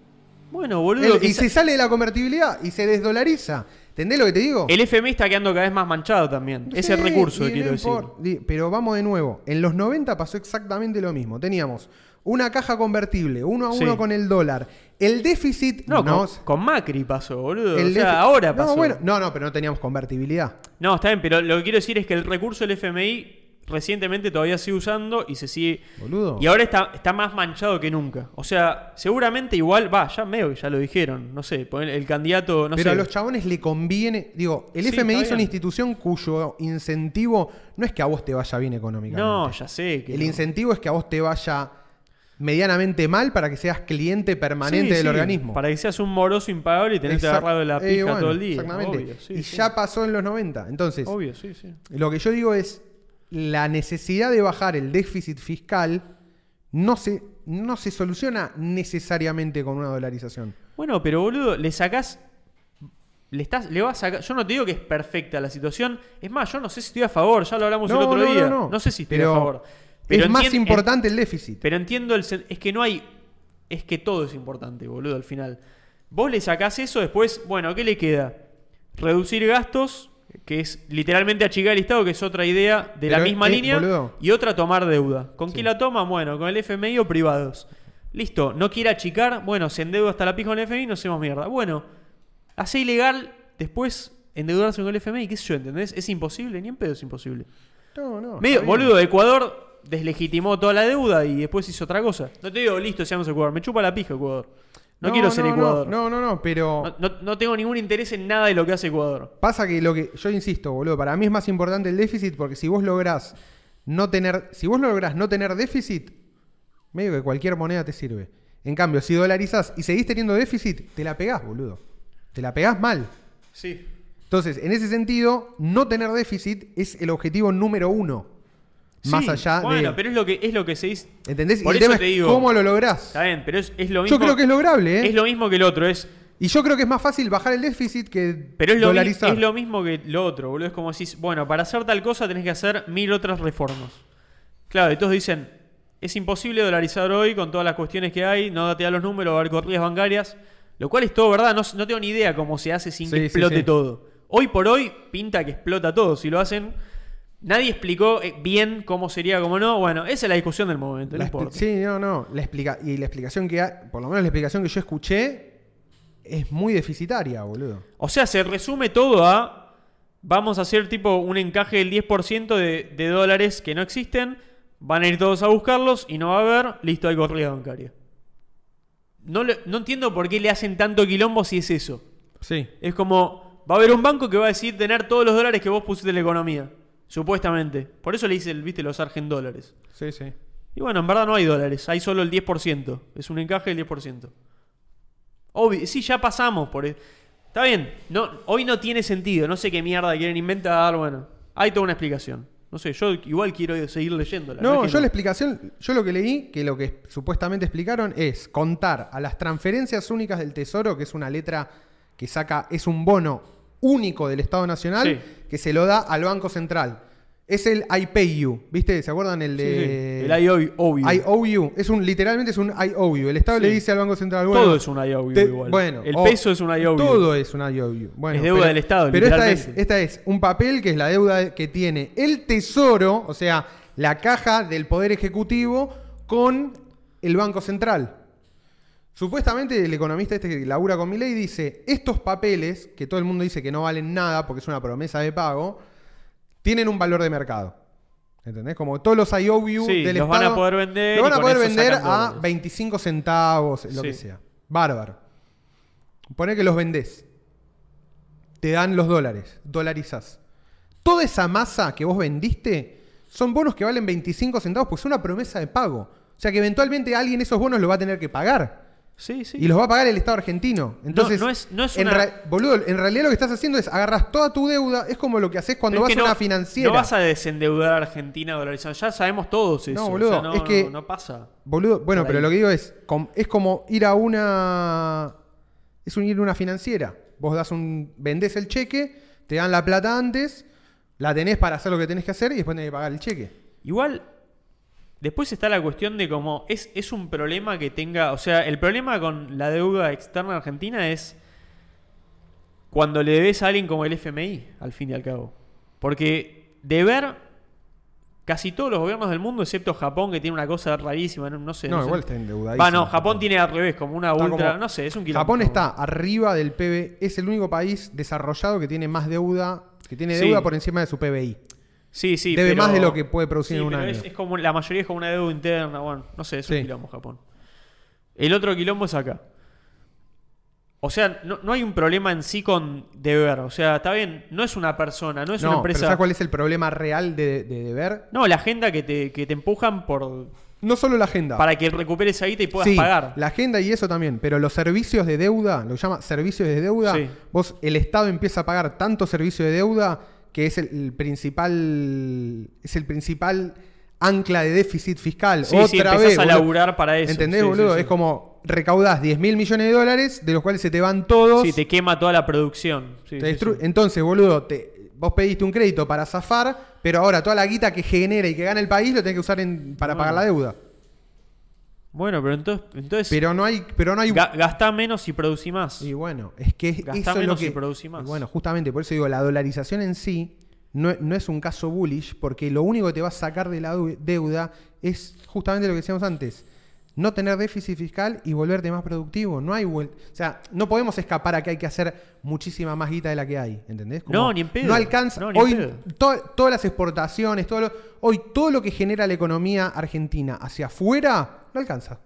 Speaker 2: Bueno, Ah. boludo.
Speaker 1: El- y
Speaker 2: esa-
Speaker 1: se sale de la convertibilidad y se desdolariza. ¿Entendés lo que te digo?
Speaker 2: El FMI está quedando cada vez más manchado también. Ese
Speaker 1: Oh. Sí,
Speaker 2: recurso,
Speaker 1: y
Speaker 2: quiero
Speaker 1: no
Speaker 2: decir.
Speaker 1: importa. Di- Pero vamos de nuevo. En los 90 pasó exactamente lo mismo. Teníamos una caja convertible, uno a uno
Speaker 2: Sí.
Speaker 1: con el dólar. El déficit
Speaker 2: No,
Speaker 1: no,
Speaker 2: con, con Macri pasó, boludo.
Speaker 1: el
Speaker 2: o sea,
Speaker 1: déficit-
Speaker 2: ahora
Speaker 1: no,
Speaker 2: pasó.
Speaker 1: bueno, no, no, pero no teníamos convertibilidad.
Speaker 2: No, está bien, pero lo que quiero decir es que el recurso del FMI recientemente todavía sigue usando y se sigue.
Speaker 1: Boludo.
Speaker 2: Y ahora está, está más manchado que nunca. O sea, seguramente igual, va, ya medio que ya lo dijeron. No sé, pon- el candidato, no
Speaker 1: Pero a
Speaker 2: sé.
Speaker 1: los chabones le conviene. Digo, el
Speaker 2: Sí,
Speaker 1: FMI
Speaker 2: está
Speaker 1: es una
Speaker 2: bien.
Speaker 1: institución cuyo incentivo no es que a vos te vaya bien económicamente.
Speaker 2: No, ya sé. Que
Speaker 1: El
Speaker 2: no.
Speaker 1: incentivo es que a vos te vaya medianamente mal para que seas cliente permanente
Speaker 2: Sí,
Speaker 1: del
Speaker 2: sí,
Speaker 1: organismo.
Speaker 2: Para que seas un moroso impagable y tenerte
Speaker 1: Exact-
Speaker 2: agarrado de la
Speaker 1: Eh,
Speaker 2: pija
Speaker 1: bueno,
Speaker 2: todo el día.
Speaker 1: Exactamente.
Speaker 2: Obvio, sí,
Speaker 1: y
Speaker 2: sí.
Speaker 1: ya pasó en los 90. Entonces,
Speaker 2: Obvio, sí, sí.
Speaker 1: lo que yo digo es la necesidad de bajar el déficit fiscal no se, no se soluciona necesariamente con una dolarización.
Speaker 2: Bueno, pero boludo, le sacás. Le, estás, le vas a sacar. Yo no te digo que es perfecta la situación. Es más, yo no sé si estoy a favor, ya lo hablamos
Speaker 1: No,
Speaker 2: el otro
Speaker 1: no, no,
Speaker 2: día.
Speaker 1: no.
Speaker 2: sé si estoy
Speaker 1: Pero
Speaker 2: a favor. Pero
Speaker 1: es más
Speaker 2: entien-
Speaker 1: importante el déficit.
Speaker 2: Pero entiendo el sen- es que no hay es que todo es importante, boludo, al final. Vos le sacás eso, después, bueno, ¿qué le queda? Reducir gastos, que es literalmente achicar el Estado, que es otra idea de la
Speaker 1: Pero,
Speaker 2: misma
Speaker 1: eh,
Speaker 2: línea,
Speaker 1: boludo.
Speaker 2: y otra tomar deuda. ¿Con quién la toma? Bueno, con el FMI o privados. Listo, no quiere achicar, bueno, se endeuda hasta la pija con el FMI, no hacemos mierda. Bueno, hace ilegal después endeudarse con el FMI, qué sé yo, ¿entendés? Es imposible, ni en pedo es imposible.
Speaker 1: No, no.
Speaker 2: Medio,
Speaker 1: está bien.
Speaker 2: boludo, Ecuador deslegitimó toda la deuda y después hizo otra cosa. No te digo, listo, seamos Ecuador, me chupa la pija Ecuador. No, quiero ser Ecuador. No,
Speaker 1: No, no, no, pero.
Speaker 2: no- no tengo ningún interés en nada de lo que hace Ecuador.
Speaker 1: Pasa que lo que. Yo insisto, boludo, para mí es más importante el déficit porque si vos lográs no tener. Si vos lográs no tener déficit, medio que cualquier moneda te sirve. En cambio, si dolarizás y seguís teniendo déficit, te la pegás, boludo. Te la pegás mal.
Speaker 2: Sí.
Speaker 1: Entonces, en ese sentido, no tener déficit es el objetivo número uno. Más allá
Speaker 2: bueno,
Speaker 1: de.
Speaker 2: pero es lo que es lo que se dice.
Speaker 1: ¿Entendés? Y
Speaker 2: Por
Speaker 1: el
Speaker 2: eso
Speaker 1: tema
Speaker 2: te
Speaker 1: es
Speaker 2: digo.
Speaker 1: cómo lo lográs.
Speaker 2: Está bien, pero es, es lo mismo.
Speaker 1: Yo creo que es lograble, ¿eh?
Speaker 2: es lo mismo que el otro, es
Speaker 1: Y yo creo que es más fácil bajar el déficit que
Speaker 2: pero es lo, mi-
Speaker 1: dolarizar.
Speaker 2: es lo mismo que lo otro, boludo, es como decís, bueno, para hacer tal cosa tenés que hacer mil otras reformas. Claro, y todos dicen, es imposible dolarizar hoy con todas las cuestiones que hay, no date a los números, va a haber corridas bancarias, lo cual es todo verdad, no, s- no tengo ni idea cómo se hace sin
Speaker 1: Sí,
Speaker 2: que
Speaker 1: sí,
Speaker 2: explote
Speaker 1: sí.
Speaker 2: todo. Hoy por hoy pinta que explota todo, si lo hacen, nadie explicó eh, bien cómo sería, cómo no, bueno, esa es la discusión del momento, no
Speaker 1: La expli-
Speaker 2: importa.
Speaker 1: sí, no, no. La explica y la explicación que ha- por lo menos la explicación que yo escuché, es muy deficitaria, boludo.
Speaker 2: O sea, se resume todo a. Vamos a hacer tipo un encaje del 10% de, de dólares que no existen. Van a ir todos a buscarlos y no va a haber. Listo, hay corrida bancaria. No, le- no entiendo por qué le hacen tanto quilombo si es eso.
Speaker 1: Sí.
Speaker 2: Es como. Va a haber un banco que va a decidir tener todos los dólares que vos pusiste en la economía. Supuestamente. Por eso le dicen, viste, los argent dólares.
Speaker 1: Sí, sí.
Speaker 2: Y bueno, en verdad no hay dólares, hay solo el 10%. Es un encaje del 10%. Obvio, sí, ya pasamos por... e- Está bien, no, hoy no tiene sentido, no sé qué mierda quieren inventar, bueno. Hay toda una explicación. No sé, yo igual quiero seguir leyéndola.
Speaker 1: No,
Speaker 2: es que
Speaker 1: yo la explicación, yo lo que leí, que lo que supuestamente explicaron es contar a las transferencias únicas del Tesoro, que es una letra que saca, es un bono único del Estado Nacional,
Speaker 2: Sí.
Speaker 1: que se lo da al Banco Central. Es el I pay you, ¿viste? ¿Se acuerdan el
Speaker 2: Sí,
Speaker 1: de...?
Speaker 2: sí, El IOU, obvio.
Speaker 1: I owe you. Es un, literalmente es un I owe you. El Estado
Speaker 2: Sí.
Speaker 1: le dice al Banco Central, bueno,
Speaker 2: todo es un IOU
Speaker 1: Te-
Speaker 2: igual.
Speaker 1: Bueno,
Speaker 2: el
Speaker 1: o-
Speaker 2: peso es un IOU.
Speaker 1: Todo es un IOU. Bueno,
Speaker 2: Es deuda del Estado,
Speaker 1: Pero esta es,
Speaker 2: literalmente.
Speaker 1: esta es un papel que es la deuda que tiene el Tesoro, o sea, la caja del Poder Ejecutivo con el Banco Central. Supuestamente el economista este que labura con Milei dice, estos papeles, que todo el mundo dice que no valen nada porque es una promesa de pago, tienen un valor de mercado. ¿Entendés? Como todos los IOU
Speaker 2: Sí,
Speaker 1: del
Speaker 2: los van a
Speaker 1: Estado.
Speaker 2: poder vender
Speaker 1: Lo van
Speaker 2: y
Speaker 1: a
Speaker 2: con
Speaker 1: poder
Speaker 2: eso
Speaker 1: vender
Speaker 2: sacan
Speaker 1: a
Speaker 2: dólares.
Speaker 1: 25 centavos, lo
Speaker 2: Sí.
Speaker 1: que sea. Bárbaro. Poné que los vendés. Te dan los dólares. Dolarizás. Toda esa masa que vos vendiste son bonos que valen 25 centavos porque es una promesa de pago. O sea que eventualmente alguien esos bonos los va a tener que pagar.
Speaker 2: Sí, sí.
Speaker 1: Y los va a pagar el Estado argentino. Entonces,
Speaker 2: no es- no es
Speaker 1: en
Speaker 2: una-
Speaker 1: ra- boludo, en realidad lo que estás haciendo es agarras toda tu deuda. Es como lo que haces cuando
Speaker 2: Pero
Speaker 1: vas
Speaker 2: es que
Speaker 1: a
Speaker 2: no-
Speaker 1: una financiera.
Speaker 2: No vas a desendeudar a Argentina dolarizando. Ya sabemos todos eso. o
Speaker 1: boludo,
Speaker 2: sea, no,
Speaker 1: es que-
Speaker 2: no- no pasa.
Speaker 1: Boludo, bueno,
Speaker 2: Por
Speaker 1: pero
Speaker 2: ahí.
Speaker 1: lo que digo es, com- es como ir a una. Es un ir a una financiera. Vos das un. vendés el cheque, te dan la plata antes, la tenés para hacer lo que tenés que hacer y después tenés que pagar el cheque.
Speaker 2: Igual, después está la cuestión de cómo es, es un problema que tenga, o sea, el problema con la deuda externa argentina es cuando le debes a alguien como el FMI, al fin y al cabo. Porque deber casi todos los gobiernos del mundo, excepto Japón, que tiene una cosa rarísima, no, no sé.
Speaker 1: No,
Speaker 2: sé.
Speaker 1: igual está endeudadísimo
Speaker 2: Va, no, Japón,
Speaker 1: Japón.
Speaker 2: tiene al revés, como una
Speaker 1: Está
Speaker 2: ultra,
Speaker 1: como-
Speaker 2: no sé, es un quilombo.
Speaker 1: Japón está arriba del PB. Es el único país desarrollado que tiene más deuda. Que tiene
Speaker 2: Sí.
Speaker 1: deuda por encima de su PBI.
Speaker 2: Sí, sí.
Speaker 1: Debe
Speaker 2: pero-
Speaker 1: más de lo que puede producir
Speaker 2: Sí,
Speaker 1: en un
Speaker 2: pero
Speaker 1: año.
Speaker 2: Es, es como, la mayoría es como una deuda interna, bueno, no sé, es un
Speaker 1: Sí.
Speaker 2: quilombo Japón. El otro quilombo es acá. O sea, no, no hay un problema en sí con deber. O sea, está bien, no es una persona, no es
Speaker 1: no,
Speaker 2: una
Speaker 1: pero
Speaker 2: empresa.
Speaker 1: ¿sabes cuál es el problema real de, de deber?
Speaker 2: No, la agenda que te, que te empujan por
Speaker 1: No solo la agenda.
Speaker 2: para que recuperes esa guita y puedas
Speaker 1: Sí,
Speaker 2: pagar.
Speaker 1: La agenda y eso también, pero los servicios de deuda, lo que llama servicios de deuda,
Speaker 2: Sí.
Speaker 1: vos el Estado empieza a pagar tanto servicio de deuda que es el, el principal es el principal ancla de déficit fiscal.
Speaker 2: Sí,
Speaker 1: Otra
Speaker 2: sí, empezás
Speaker 1: vez,
Speaker 2: a
Speaker 1: boludo.
Speaker 2: laburar para eso.
Speaker 1: ¿Entendés,
Speaker 2: Sí, sí,
Speaker 1: boludo?
Speaker 2: sí.
Speaker 1: Es como recaudás 10 mil millones de dólares, de los cuales se te van todos.
Speaker 2: Sí, te quema toda la producción. Sí,
Speaker 1: Te
Speaker 2: sí,
Speaker 1: destru-
Speaker 2: sí.
Speaker 1: Entonces, boludo, te- vos pediste un crédito para zafar, pero ahora toda la guita que genera y que gana el país lo tenés que usar en- para
Speaker 2: No.
Speaker 1: pagar la deuda.
Speaker 2: Bueno, pero entonces, entonces
Speaker 1: Pero no hay, pero no hay
Speaker 2: ga- gastá menos y producí más.
Speaker 1: Y bueno, es que es-
Speaker 2: Gastá
Speaker 1: eso es lo
Speaker 2: menos
Speaker 1: que.
Speaker 2: y producí más.
Speaker 1: y bueno, justamente por eso digo, la dolarización en sí no, no es un caso bullish, porque lo único que te va a sacar de la deu- deuda es justamente lo que decíamos antes. no tener déficit fiscal y volverte más productivo. No hay vuel- O sea, no podemos escapar a que hay que hacer muchísima más guita de la que hay, ¿entendés?
Speaker 2: No, ni en pedo.
Speaker 1: No alcanza.
Speaker 2: No, ni en
Speaker 1: hoy
Speaker 2: pedo.
Speaker 1: to- todas las exportaciones, todo lo- hoy todo lo que genera la economía argentina hacia afuera, no alcanza.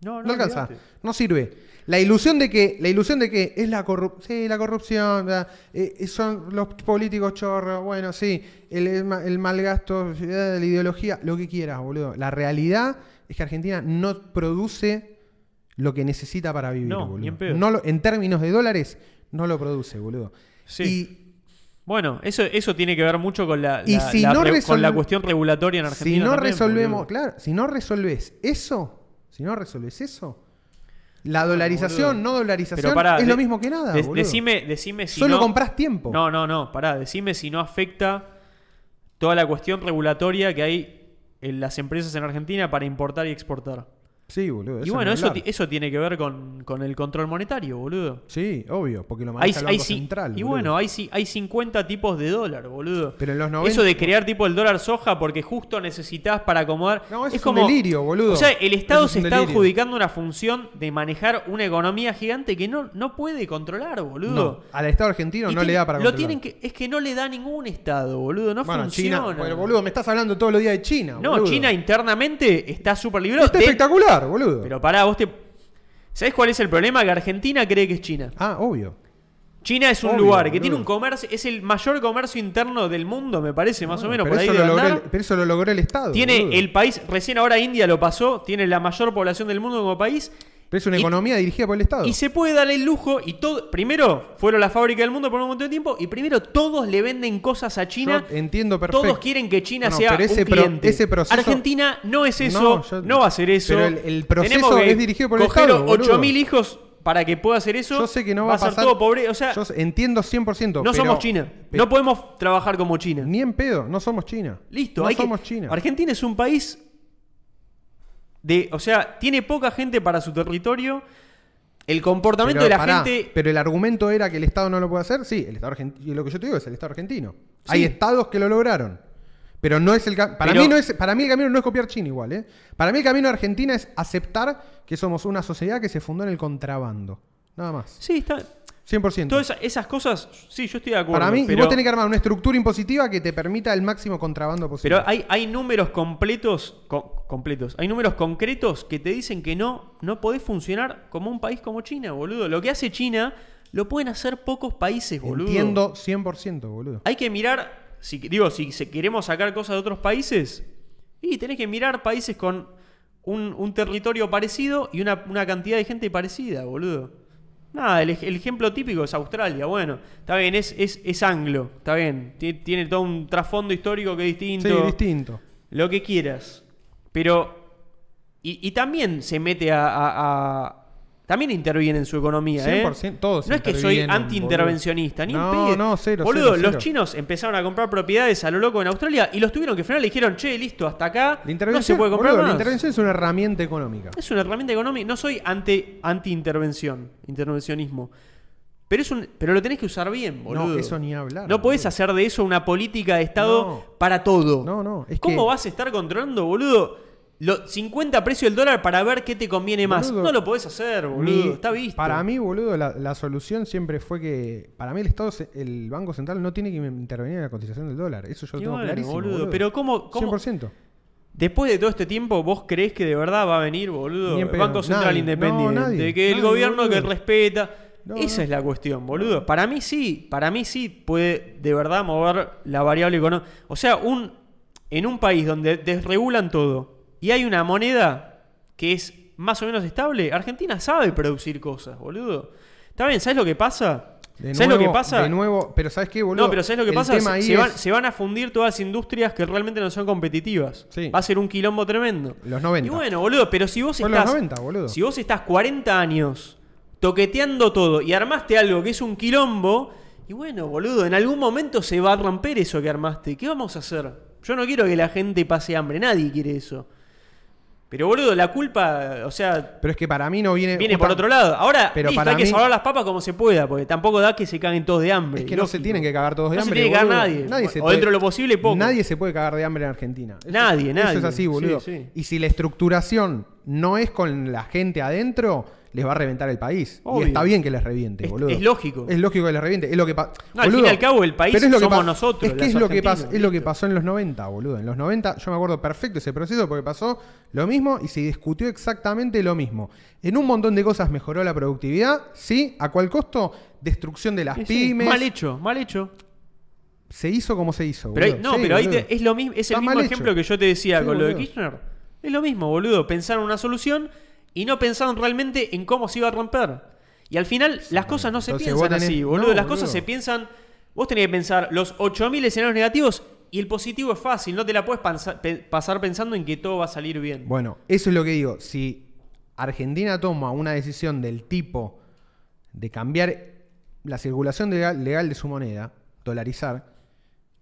Speaker 2: No,
Speaker 1: No, alcanza,
Speaker 2: olvidate.
Speaker 1: no sirve. La ilusión de que, la ilusión de que es la corrupción, sí, la corrupción, la- eh, eh, son los políticos chorros, bueno, sí, el, el, ma- el mal gasto, eh, la ideología, lo que quieras, boludo. La realidad es que Argentina no produce lo que necesita para vivir,
Speaker 2: No,
Speaker 1: boludo.
Speaker 2: ni en pedo.
Speaker 1: No lo- en términos de dólares, no lo produce, boludo.
Speaker 2: Sí.
Speaker 1: Y
Speaker 2: Bueno, eso, eso tiene que ver mucho con la,
Speaker 1: Y
Speaker 2: la-
Speaker 1: si
Speaker 2: la
Speaker 1: no
Speaker 2: re-
Speaker 1: resolve-
Speaker 2: con la cuestión regulatoria en Argentina.
Speaker 1: si no
Speaker 2: también,
Speaker 1: resolvemos,
Speaker 2: boludo.
Speaker 1: claro, si no resolves eso, si no resolves eso, la dolarización,
Speaker 2: boludo.
Speaker 1: no dolarización,
Speaker 2: Pero pará,
Speaker 1: es lo
Speaker 2: de-
Speaker 1: mismo que nada,
Speaker 2: de-
Speaker 1: boludo.
Speaker 2: decime, decime si
Speaker 1: Solo
Speaker 2: no,
Speaker 1: compras tiempo.
Speaker 2: No, no, no, pará, decime si no afecta toda la cuestión regulatoria que hay en las empresas en Argentina para importar y exportar.
Speaker 1: Sí, boludo.
Speaker 2: y bueno,
Speaker 1: ni
Speaker 2: eso,
Speaker 1: hablar.
Speaker 2: ti- eso tiene que ver con, con el control monetario, boludo.
Speaker 1: Sí, obvio, porque lo
Speaker 2: Hay,
Speaker 1: maneja el
Speaker 2: hay
Speaker 1: Banco
Speaker 2: ci-
Speaker 1: Central.
Speaker 2: y
Speaker 1: boludo.
Speaker 2: bueno, hay, ci- hay 50 tipos de dólar, boludo.
Speaker 1: Pero en los 90
Speaker 2: Eso de crear tipo el dólar soja porque justo necesitas para acomodar.
Speaker 1: No, eso es
Speaker 2: es
Speaker 1: un
Speaker 2: como.
Speaker 1: delirio, boludo.
Speaker 2: O sea, el Estado
Speaker 1: Eso es
Speaker 2: se
Speaker 1: un
Speaker 2: está
Speaker 1: delirio.
Speaker 2: adjudicando una función de manejar una economía gigante que no, no puede controlar, boludo.
Speaker 1: No, al Estado argentino
Speaker 2: Y
Speaker 1: no
Speaker 2: tiene-
Speaker 1: le da para
Speaker 2: lo
Speaker 1: controlar.
Speaker 2: tienen que Es que no le da ningún Estado, boludo. No
Speaker 1: Bueno,
Speaker 2: funciona.
Speaker 1: China, bueno, boludo, me estás hablando todos los días de China,
Speaker 2: no,
Speaker 1: boludo.
Speaker 2: China internamente está súper libre.
Speaker 1: Está espectacular, boludo.
Speaker 2: Pero pará, vos te. ¿Sabés cuál es el problema? Que Argentina cree que es China.
Speaker 1: Ah, obvio.
Speaker 2: China es un
Speaker 1: Obvio,
Speaker 2: lugar que
Speaker 1: boludo.
Speaker 2: tiene un comercio, es el mayor comercio interno del mundo, me parece, más o menos,
Speaker 1: pero,
Speaker 2: por ahí
Speaker 1: eso
Speaker 2: de
Speaker 1: lo logró
Speaker 2: andar.
Speaker 1: el, pero eso lo logró el Estado.
Speaker 2: Tiene
Speaker 1: boludo.
Speaker 2: el país, recién ahora India lo pasó, tiene la mayor población del mundo como país.
Speaker 1: Pero es una
Speaker 2: y-
Speaker 1: economía dirigida por el Estado.
Speaker 2: Y se puede dar el lujo y todo. Primero, fueron la fábrica del mundo por un montón de tiempo. Y primero, todos le venden cosas a China.
Speaker 1: Yo entiendo perfecto.
Speaker 2: Todos quieren que China
Speaker 1: No,
Speaker 2: sea
Speaker 1: pero ese
Speaker 2: un
Speaker 1: pro-
Speaker 2: cliente.
Speaker 1: ese proceso-
Speaker 2: Argentina no es eso,
Speaker 1: No,
Speaker 2: no,
Speaker 1: yo-
Speaker 2: va a ser eso.
Speaker 1: pero el- el proceso
Speaker 2: Tenemos que
Speaker 1: es dirigido por el
Speaker 2: coger
Speaker 1: Estado, boludo.
Speaker 2: 8.000 hijos para que pueda hacer eso.
Speaker 1: Yo sé que no va, a
Speaker 2: ser
Speaker 1: pasar.
Speaker 2: todo pobre. O sea,
Speaker 1: Yo sé- entiendo 100%.
Speaker 2: no
Speaker 1: pero-
Speaker 2: somos China.
Speaker 1: pero-
Speaker 2: No podemos trabajar como China.
Speaker 1: Ni en pedo, no somos China.
Speaker 2: Listo,
Speaker 1: no
Speaker 2: hay que-
Speaker 1: somos China.
Speaker 2: Argentina es un país de, o sea, tiene poca gente para su territorio. El comportamiento
Speaker 1: Pero,
Speaker 2: de la
Speaker 1: pará,
Speaker 2: gente
Speaker 1: pero el argumento era que el Estado no lo puede hacer. Sí, el Estado argentino. Lo que yo te digo es el Estado argentino. Hay estados que lo lograron. Pero no es el ca- para
Speaker 2: Pero-
Speaker 1: mí no es para mí el camino no es copiar China igual, ¿eh? Para mí el camino de Argentina es aceptar que somos una sociedad que se fundó en el contrabando. Nada más.
Speaker 2: Sí, está
Speaker 1: 100%.
Speaker 2: todas esa- esas cosas, sí, yo estoy de acuerdo,
Speaker 1: para mí y
Speaker 2: pero
Speaker 1: vos tenés que armar una estructura impositiva que te permita el máximo contrabando posible.
Speaker 2: pero hay, hay números completos, co- completos, hay números concretos que te dicen que no, no podés funcionar como un país como China, boludo. Lo que hace China lo pueden hacer pocos países, boludo.
Speaker 1: Entiendo 100%, boludo.
Speaker 2: Hay que mirar, si, digo, si se- queremos sacar cosas de otros países, y tenés que mirar países con un, un territorio parecido y una, una cantidad de gente parecida, boludo. Nada, el, ej- el ejemplo típico es Australia, bueno, está bien, es, es, es anglo, está bien, ti- tiene, todo un trasfondo histórico que es distinto,
Speaker 1: Sí, distinto.
Speaker 2: lo que quieras, pero... Y, y también se mete a... a- a- también interviene en su economía, ¿eh?
Speaker 1: 100%, todos
Speaker 2: No es que soy
Speaker 1: intervienen,
Speaker 2: anti-intervencionista, ni en
Speaker 1: boludo. No,
Speaker 2: pedo.
Speaker 1: no, cero,
Speaker 2: Boludo,
Speaker 1: cero, cero.
Speaker 2: los chinos empezaron a comprar propiedades a lo loco en Australia y los tuvieron que frenar. Le dijeron, che, listo, hasta acá.
Speaker 1: La
Speaker 2: no se
Speaker 1: intervención,
Speaker 2: puede comprar
Speaker 1: boludo, la
Speaker 2: más.
Speaker 1: intervención es una herramienta económica.
Speaker 2: Es una herramienta económica. No soy ante- anti-intervención, intervencionismo. Pero, es un, pero lo tenés que usar bien, boludo.
Speaker 1: No, eso ni hablar,
Speaker 2: No podés
Speaker 1: boludo.
Speaker 2: hacer de eso una política de Estado
Speaker 1: No.
Speaker 2: para todo.
Speaker 1: No, no, es
Speaker 2: ¿Cómo
Speaker 1: que-
Speaker 2: vas a estar controlando, boludo, los 50 precios del dólar para ver qué te conviene más?
Speaker 1: Boludo,
Speaker 2: No lo podés hacer, boludo.
Speaker 1: Mi-
Speaker 2: Está visto.
Speaker 1: Para mí, boludo, la, la solución siempre fue que para mí el Estado, se- el Banco Central no tiene que intervenir en la cotización del dólar. Eso yo lo
Speaker 2: Y
Speaker 1: tengo
Speaker 2: bueno,
Speaker 1: clarísimo.
Speaker 2: boludo,
Speaker 1: Boludo.
Speaker 2: pero ¿cómo- cómo-
Speaker 1: 100%.
Speaker 2: Después de todo este tiempo, ¿vos creés que de verdad va a venir, boludo?
Speaker 1: Ni en
Speaker 2: El
Speaker 1: pedo.
Speaker 2: Banco Central
Speaker 1: Nadie.
Speaker 2: Independiente,
Speaker 1: No, nadie.
Speaker 2: que el
Speaker 1: Nadie,
Speaker 2: gobierno que
Speaker 1: boludo.
Speaker 2: respeta.
Speaker 1: No,
Speaker 2: Esa
Speaker 1: no.
Speaker 2: es la cuestión, boludo. Para mí sí, para mí sí puede de verdad mover la variable económica. O sea, un, en un país donde desregulan todo y hay una moneda que es más o menos estable, Argentina sabe producir cosas, boludo. Está bien, ¿sabes lo que pasa?
Speaker 1: De
Speaker 2: ¿Sabes lo que
Speaker 1: nuevo-
Speaker 2: pasa?
Speaker 1: De nuevo, pero ¿sabes qué, boludo?
Speaker 2: No, pero ¿sabes lo que
Speaker 1: El
Speaker 2: pasa?
Speaker 1: tema
Speaker 2: Se,
Speaker 1: ahí
Speaker 2: se van,
Speaker 1: es
Speaker 2: se van a fundir todas las industrias que realmente no son competitivas.
Speaker 1: Sí.
Speaker 2: Va a ser un quilombo tremendo.
Speaker 1: Los 90.
Speaker 2: Y bueno, boludo, pero si vos
Speaker 1: Son los
Speaker 2: estás.
Speaker 1: 90, boludo.
Speaker 2: Si vos estás 40 años toqueteando todo y armaste algo que es un quilombo, y bueno, boludo, en algún momento se va a romper eso que armaste. ¿Qué vamos a hacer? Yo no quiero que la gente pase hambre, nadie quiere eso. Pero boludo, la culpa, o sea,
Speaker 1: Pero es que para mí no viene.
Speaker 2: viene
Speaker 1: justa-
Speaker 2: por otro lado. Ahora,
Speaker 1: Eh, pero
Speaker 2: listo,
Speaker 1: para
Speaker 2: hay que
Speaker 1: mí-
Speaker 2: salvar las papas como se pueda, porque tampoco da que se caguen todos de hambre.
Speaker 1: Es que no se
Speaker 2: lógico.
Speaker 1: tienen que cagar todos de
Speaker 2: No se
Speaker 1: hambre.
Speaker 2: tiene que cagar
Speaker 1: boludo.
Speaker 2: nadie.
Speaker 1: se
Speaker 2: O
Speaker 1: puede-
Speaker 2: dentro de lo posible, poco.
Speaker 1: Nadie se puede cagar de hambre en Argentina. Eso-
Speaker 2: Nadie, nadie.
Speaker 1: Eso es así, boludo.
Speaker 2: Sí, sí.
Speaker 1: Y si la estructuración no es con la gente adentro, les va a reventar el país.
Speaker 2: Obvio.
Speaker 1: Y está bien que les reviente,
Speaker 2: Es-
Speaker 1: boludo.
Speaker 2: es lógico.
Speaker 1: Es lógico que les reviente. Es lo que pa-
Speaker 2: No, al fin y al cabo, el país
Speaker 1: pero es lo que
Speaker 2: somos
Speaker 1: pa-
Speaker 2: nosotros,
Speaker 1: Es que
Speaker 2: los
Speaker 1: es lo que,
Speaker 2: argentinos,
Speaker 1: pasó, es lo que
Speaker 2: listo.
Speaker 1: pasó en los 90, boludo. En los 90, yo me acuerdo perfecto ese proceso porque pasó lo mismo y se discutió exactamente lo mismo. En un montón de cosas mejoró la productividad, ¿sí? ¿A cuál costo? Destrucción de las
Speaker 2: Sí, sí.
Speaker 1: pymes.
Speaker 2: Mal hecho, mal hecho.
Speaker 1: Se hizo como se hizo.
Speaker 2: Pero ahí-
Speaker 1: boludo.
Speaker 2: no,
Speaker 1: Sí,
Speaker 2: pero ahí
Speaker 1: boludo.
Speaker 2: te- es lo mismo, es
Speaker 1: Está
Speaker 2: el mismo
Speaker 1: mal
Speaker 2: ejemplo
Speaker 1: hecho.
Speaker 2: que yo te decía
Speaker 1: Sí,
Speaker 2: con lo de
Speaker 1: boludo.
Speaker 2: Kirchner. Es lo mismo, boludo. Pensaron una solución y no pensaron realmente en cómo se iba a romper. Y al final las cosas no se
Speaker 1: entonces
Speaker 2: piensan
Speaker 1: vos tenés-
Speaker 2: así, boludo.
Speaker 1: no,
Speaker 2: las
Speaker 1: boludo.
Speaker 2: cosas se piensan. Vos tenés que pensar los 8000 escenarios negativos y el positivo es fácil. No te la puedes pansa- pe- pasar pensando en que todo va a salir bien.
Speaker 1: Bueno, eso es lo que digo. Si Argentina toma una decisión del tipo de cambiar la circulación legal, legal de su moneda, dolarizar,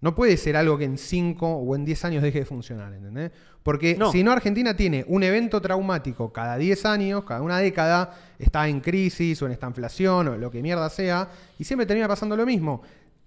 Speaker 1: no puede ser algo que en 5 o en 10 años deje de funcionar, ¿entendés? Porque
Speaker 2: No.
Speaker 1: si no, Argentina tiene un evento traumático cada 10 años, cada una década, está en crisis o en estanflación o lo que mierda sea, y siempre termina pasando lo mismo.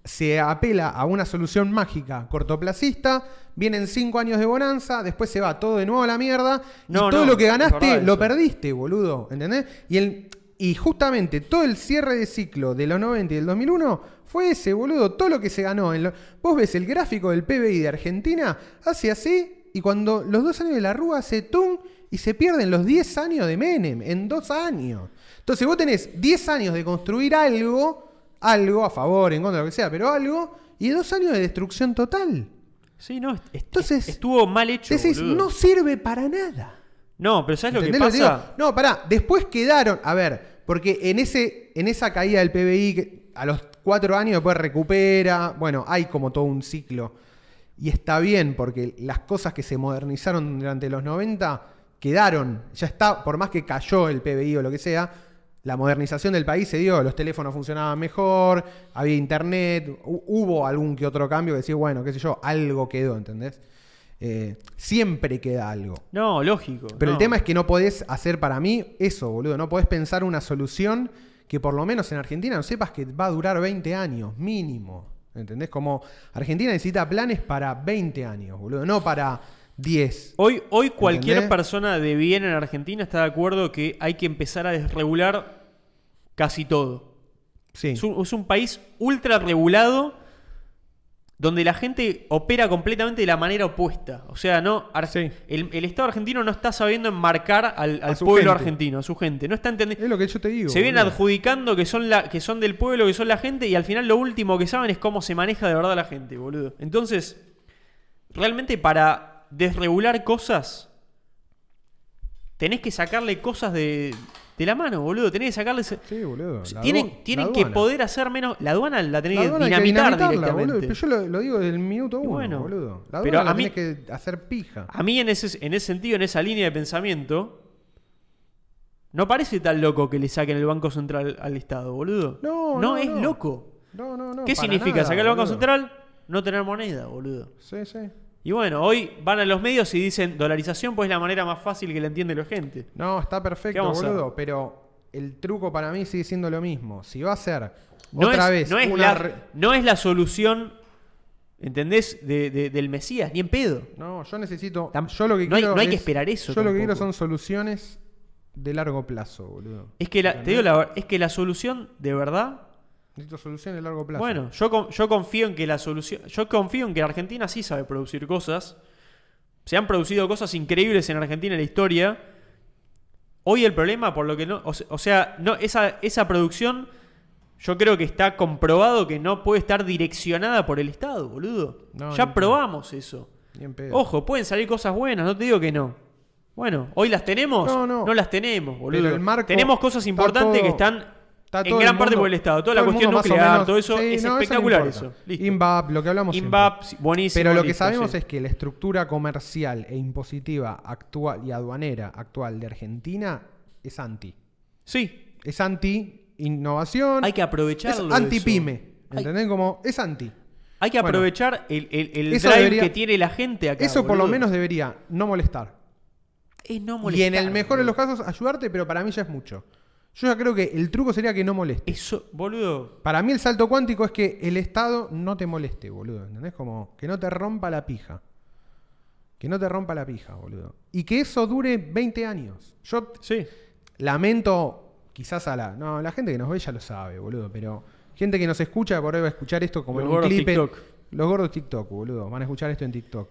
Speaker 1: Se apela a una solución mágica cortoplacista, vienen 5 años de bonanza, después se va todo de nuevo a la mierda,
Speaker 2: No,
Speaker 1: y todo
Speaker 2: no,
Speaker 1: lo que
Speaker 2: es verdad
Speaker 1: ganaste lo
Speaker 2: eso.
Speaker 1: perdiste, boludo, ¿entendés? Y el... Y justamente todo el cierre de ciclo de los 90 y del 2001 fue ese, boludo. Todo lo que se ganó. En lo- Vos ves el gráfico del PBI de Argentina, hace así, y cuando los dos años de la Rúa hace tum, y se pierden los 10 años de Menem, en dos años. Entonces vos tenés 10 años de construir algo, algo a favor, en contra, lo que sea, pero algo, y dos años de destrucción total.
Speaker 2: Sí, no, est- est-
Speaker 1: Entonces,
Speaker 2: estuvo mal hecho.
Speaker 1: Decís,
Speaker 2: boludo.
Speaker 1: no sirve para nada.
Speaker 2: No, pero ¿sabes lo que
Speaker 1: ¿Entendés lo que
Speaker 2: pasa?
Speaker 1: digo? No, pará, después quedaron, a ver, porque en, ese, en esa caída del PBI, que a los cuatro años después recupera, bueno, hay como todo un ciclo. Y está bien, porque las cosas que se modernizaron durante los 90 quedaron, ya está, por más que cayó el PBI o lo que sea, la modernización del país se dio, los teléfonos funcionaban mejor, había internet, hu- hubo algún que otro cambio que decía, bueno, qué sé yo, algo quedó, ¿entendés? Eh, siempre queda algo.
Speaker 2: No, lógico.
Speaker 1: Pero
Speaker 2: no.
Speaker 1: el tema es que no podés hacer para mí eso, boludo. No podés pensar una solución que por lo menos en Argentina no sepas que va a durar 20 años, mínimo. ¿Entendés? Como Argentina necesita planes para 20 años, boludo. No para 10.
Speaker 2: Hoy, hoy cualquier
Speaker 1: ¿Entendés?
Speaker 2: persona de bien en Argentina está de acuerdo que hay que empezar a desregular casi todo.
Speaker 1: Sí.
Speaker 2: Es, un, es un país ultra regulado donde la gente opera completamente de la manera opuesta. O sea, no Ar-
Speaker 1: Sí.
Speaker 2: el, el Estado argentino no está sabiendo enmarcar al, al
Speaker 1: su
Speaker 2: pueblo
Speaker 1: gente.
Speaker 2: argentino, a su gente. No está entendiendo.
Speaker 1: Es lo que yo te digo.
Speaker 2: Se vienen
Speaker 1: boludo.
Speaker 2: adjudicando que son, la, que son del pueblo, que son la gente, y al final lo último que saben es cómo se maneja de verdad la gente, boludo. Entonces, realmente para desregular cosas, tenés que sacarle cosas de, de la mano, boludo. Tenés que sacarle... se-
Speaker 1: Sí, boludo. La
Speaker 2: tienen
Speaker 1: aduana- la
Speaker 2: tienen que
Speaker 1: aduana.
Speaker 2: poder hacer menos... La aduana la tenés
Speaker 1: La aduana hay
Speaker 2: que
Speaker 1: que
Speaker 2: dinamitar
Speaker 1: dinamitarla,
Speaker 2: directamente.
Speaker 1: boludo. Pero yo lo, lo digo desde el minuto
Speaker 2: Y
Speaker 1: uno,
Speaker 2: bueno,
Speaker 1: boludo. La
Speaker 2: pero
Speaker 1: aduana
Speaker 2: a
Speaker 1: la
Speaker 2: mí-
Speaker 1: tenés que hacer pija.
Speaker 2: A mí en ese, en ese sentido, en esa línea de pensamiento, no parece tan loco que le saquen el Banco Central al Estado, boludo.
Speaker 1: No, no,
Speaker 2: es
Speaker 1: no.
Speaker 2: loco.
Speaker 1: No, no, no.
Speaker 2: ¿Qué
Speaker 1: para
Speaker 2: significa?
Speaker 1: nada,
Speaker 2: Sacar el Banco
Speaker 1: boludo.
Speaker 2: Central, no tener moneda, boludo.
Speaker 1: Sí, sí.
Speaker 2: Y bueno, hoy van a los medios y dicen dolarización, pues es la manera más fácil que la entiende la gente.
Speaker 1: No, está
Speaker 2: ¿Qué
Speaker 1: perfecto,
Speaker 2: vamos a
Speaker 1: boludo. Pero el truco para mí sigue siendo lo mismo. Si va a ser
Speaker 2: No
Speaker 1: otra
Speaker 2: es,
Speaker 1: vez
Speaker 2: no es
Speaker 1: una
Speaker 2: la,
Speaker 1: re-
Speaker 2: no es la solución, ¿entendés? De- de- del Mesías, ni en pedo.
Speaker 1: No, yo necesito.
Speaker 2: Tam-
Speaker 1: yo lo que
Speaker 2: no hay-
Speaker 1: quiero
Speaker 2: no hay que
Speaker 1: es-
Speaker 2: esperar eso
Speaker 1: Yo lo que quiero son
Speaker 2: tampoco.
Speaker 1: soluciones de largo plazo, boludo.
Speaker 2: Es que la, te digo la ver- es que la solución de verdad.
Speaker 1: Necesito soluciones de largo plazo.
Speaker 2: Bueno, yo, con- yo confío en que la solución. Yo confío en que Argentina sí sabe producir cosas. Se han producido cosas increíbles en Argentina en la historia. Hoy el problema, por lo que no. O se- o sea, no, esa, esa producción. Yo creo que está comprobado que no puede estar direccionada por el Estado, boludo.
Speaker 1: No,
Speaker 2: ya
Speaker 1: ni
Speaker 2: probamos eso.
Speaker 1: Ni en pedo.
Speaker 2: Ojo, pueden salir cosas buenas, no te digo que no. Bueno, hoy las tenemos, no,
Speaker 1: No, no.
Speaker 2: las tenemos, boludo.
Speaker 1: Pero el marco
Speaker 2: tenemos cosas
Speaker 1: está
Speaker 2: importantes
Speaker 1: todo-
Speaker 2: que están
Speaker 1: Está
Speaker 2: en
Speaker 1: todo el
Speaker 2: gran parte
Speaker 1: mundo-
Speaker 2: por el Estado. Toda la
Speaker 1: todo el
Speaker 2: cuestión
Speaker 1: mundo más o
Speaker 2: nuclear,
Speaker 1: menos-
Speaker 2: todo eso
Speaker 1: sí,
Speaker 2: es
Speaker 1: no, no
Speaker 2: espectacular
Speaker 1: importa.
Speaker 2: eso. Listo.
Speaker 1: INVAP, lo que hablamos siempre.
Speaker 2: INVAP, sí, buenísimo.
Speaker 1: Pero lo que
Speaker 2: listo,
Speaker 1: sabemos
Speaker 2: sí.
Speaker 1: es que la estructura comercial e impositiva actual y aduanera actual de Argentina es anti.
Speaker 2: Sí,
Speaker 1: Es anti innovación.
Speaker 2: hay que
Speaker 1: Es
Speaker 2: aprovecharlo. eso.
Speaker 1: anti-pyme.
Speaker 2: Hay-
Speaker 1: ¿Entendés? Como es anti.
Speaker 2: Hay que
Speaker 1: Bueno.
Speaker 2: aprovechar el, el- el
Speaker 1: Eso
Speaker 2: drive
Speaker 1: debería-
Speaker 2: que tiene la gente acá.
Speaker 1: Eso por lo
Speaker 2: boludo.
Speaker 1: menos debería no molestar.
Speaker 2: es no
Speaker 1: y
Speaker 2: molestar.
Speaker 1: en el mejor de los
Speaker 2: boludo.
Speaker 1: casos, ayudarte, pero para mí ya es mucho. Yo ya creo que el truco sería que no moleste.
Speaker 2: Eso, boludo.
Speaker 1: Para mí el salto cuántico es que el Estado no te moleste, boludo. ¿Entendés? Como que no te rompa la pija. Que no te rompa la pija, boludo. Y que eso dure 20 años. Yo t-
Speaker 2: Sí.
Speaker 1: lamento, quizás a la. No, la gente que nos ve ya lo sabe, boludo. Pero gente que nos escucha por ahí va a escuchar esto como
Speaker 2: Los
Speaker 1: en un
Speaker 2: gordos
Speaker 1: clip. en-
Speaker 2: TikTok.
Speaker 1: Los gordos TikTok, boludo. Van a escuchar esto en TikTok.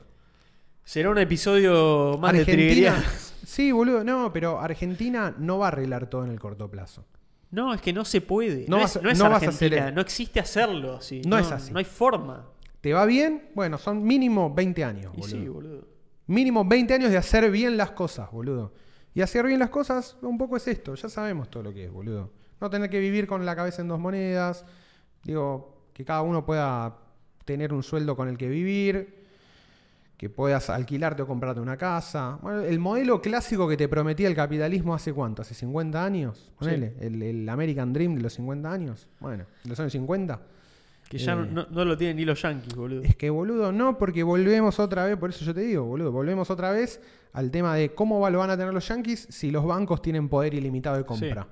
Speaker 2: Será un episodio más de
Speaker 1: Argentina.
Speaker 2: triguería.
Speaker 1: Sí, boludo. No, pero Argentina no va a arreglar todo en el corto plazo.
Speaker 2: No, es que no se puede.
Speaker 1: No
Speaker 2: No,
Speaker 1: vas
Speaker 2: es,
Speaker 1: a-
Speaker 2: no es
Speaker 1: no vas a
Speaker 2: Argentina.
Speaker 1: hacer-
Speaker 2: No existe hacerlo así.
Speaker 1: No es así.
Speaker 2: No hay forma.
Speaker 1: ¿Te va bien? Bueno, son mínimo 20 años,
Speaker 2: Y
Speaker 1: Ah, boludo.
Speaker 2: sí, boludo.
Speaker 1: Mínimo 20 años de hacer bien las cosas, boludo. Y hacer bien las cosas un poco es esto, ya sabemos todo lo que es, boludo. No tener que vivir con la cabeza en dos monedas, digo, que cada uno pueda tener un sueldo con el que vivir, que puedas alquilarte o comprarte una casa. Bueno, el modelo clásico que te prometía el capitalismo hace cuánto, hace 50 años, ponele, el, el American Dream de los 50 años, bueno, de los años 50.
Speaker 2: Que ya
Speaker 1: Eh.
Speaker 2: no- no, no lo tienen ni los yankees, boludo.
Speaker 1: Es que, boludo, no, porque volvemos otra vez, por eso yo te digo, boludo, volvemos otra vez al tema de cómo va- lo van a tener los yankees si los bancos tienen poder ilimitado de compra.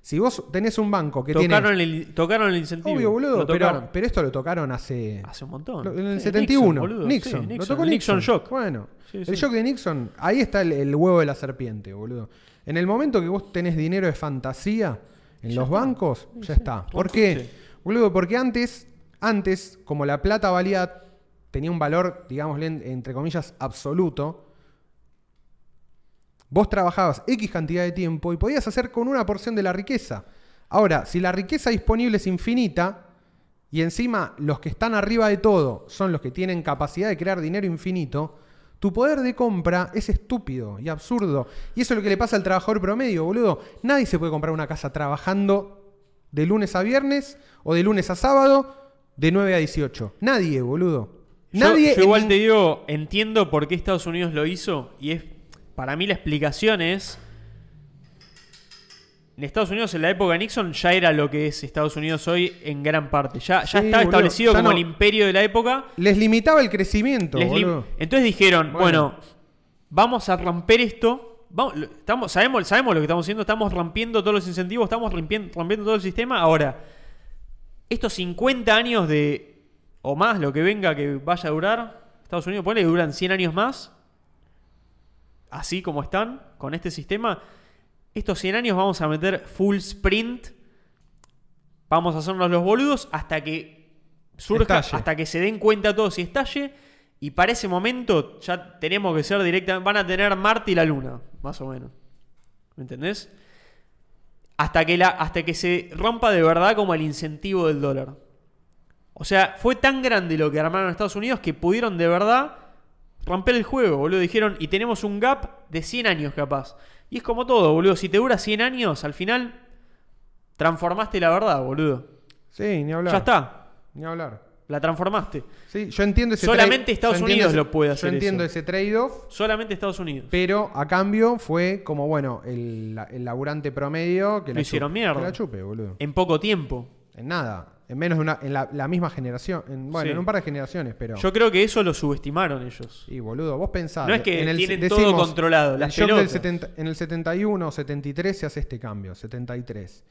Speaker 1: Si vos tenés un banco que
Speaker 2: Tocaron,
Speaker 1: tiene...
Speaker 2: el, tocaron el incentivo.
Speaker 1: Obvio, boludo,
Speaker 2: Lo
Speaker 1: pero,
Speaker 2: tocaron.
Speaker 1: pero esto lo tocaron hace...
Speaker 2: Hace un montón.
Speaker 1: lo- en el
Speaker 2: Sí,
Speaker 1: 71,
Speaker 2: boludo.
Speaker 1: Nixon,
Speaker 2: Sí,
Speaker 1: lo tocó
Speaker 2: el
Speaker 1: Nixon.
Speaker 2: Shock.
Speaker 1: Bueno,
Speaker 2: Sí,
Speaker 1: el
Speaker 2: sí.
Speaker 1: shock de Nixon, ahí está el, el huevo de la serpiente, boludo. En el momento que vos tenés dinero de fantasía en los bancos, ya está. ¿Por
Speaker 2: Sí.
Speaker 1: qué? Boludo, porque antes, antes, como la plata valía, tenía un valor, digámosle, en- entre comillas, absoluto, vos trabajabas X cantidad de tiempo y podías hacer con una porción de la riqueza. Ahora, si la riqueza disponible es infinita, y encima los que están arriba de todo son los que tienen capacidad de crear dinero infinito, tu poder de compra es estúpido y absurdo. Y eso es lo que le pasa al trabajador promedio, boludo. Nadie se puede comprar una casa trabajando de lunes a viernes o de lunes a sábado de 9 a 18. Nadie, boludo.
Speaker 2: Yo-
Speaker 1: Nadie
Speaker 2: Yo, igual
Speaker 1: en-
Speaker 2: te digo, entiendo por qué Estados Unidos lo hizo y es para mí la explicación es en Estados Unidos en la época de Nixon ya era lo que es Estados Unidos hoy en gran parte. Ya, ya
Speaker 1: Sí,
Speaker 2: estaba
Speaker 1: boludo,
Speaker 2: establecido
Speaker 1: ya
Speaker 2: como
Speaker 1: no-
Speaker 2: el imperio de la época.
Speaker 1: les limitaba el crecimiento,
Speaker 2: Les lim-
Speaker 1: boludo.
Speaker 2: Entonces dijeron,
Speaker 1: Bueno.
Speaker 2: bueno, vamos a romper esto. Vamos, lo- estamos, sabemos, sabemos lo que estamos haciendo, estamos rompiendo todos los incentivos, estamos rompiendo, rompiendo todo el sistema. Ahora, estos 50 años de. o más, lo que venga que vaya a durar, Estados Unidos, ponle que duran 100 años más, así como están, con este sistema. Estos 100 años vamos a meter full sprint. Vamos a hacernos los boludos hasta que surja,
Speaker 1: Estalle.
Speaker 2: hasta que se den cuenta todos y estalle. Y para ese momento ya tenemos que ser directamente. Van a tener Marte y la Luna, más o menos. ¿Me entendés? Hasta que, la, hasta que se rompa de verdad como el incentivo del dólar. O sea, fue tan grande lo que armaron en Estados Unidos que pudieron de verdad romper el juego, boludo. Dijeron, y tenemos un gap de 100 años capaz. Y es como todo, boludo. Si te dura 100 años, al final transformaste la verdad, boludo.
Speaker 1: Sí, ni hablar.
Speaker 2: Ya está,
Speaker 1: Ni hablar.
Speaker 2: la transformaste.
Speaker 1: Sí, yo entiendo ese
Speaker 2: Solamente
Speaker 1: trade-
Speaker 2: Estados
Speaker 1: yo entiendo
Speaker 2: Unidos
Speaker 1: ese-
Speaker 2: lo puede hacer
Speaker 1: Yo entiendo
Speaker 2: eso.
Speaker 1: ese trade-off,
Speaker 2: Solamente Estados Unidos.
Speaker 1: pero a cambio fue como, bueno, el, la- el laburante promedio que
Speaker 2: Lo
Speaker 1: la
Speaker 2: hicieron
Speaker 1: chupe,
Speaker 2: mierda.
Speaker 1: Que la chupe, boludo.
Speaker 2: En poco tiempo.
Speaker 1: En nada. En menos de una. En la, la misma generación. En, bueno,
Speaker 2: Sí.
Speaker 1: en un par de generaciones, pero.
Speaker 2: Yo creo que eso lo subestimaron ellos.
Speaker 1: Y boludo, vos pensás.
Speaker 2: No es que
Speaker 1: en el,
Speaker 2: tienen
Speaker 1: decimos,
Speaker 2: todo controlado,
Speaker 1: el
Speaker 2: las
Speaker 1: shock del
Speaker 2: pelotas.
Speaker 1: 70 en el 71 o 73 se hace este cambio, 73.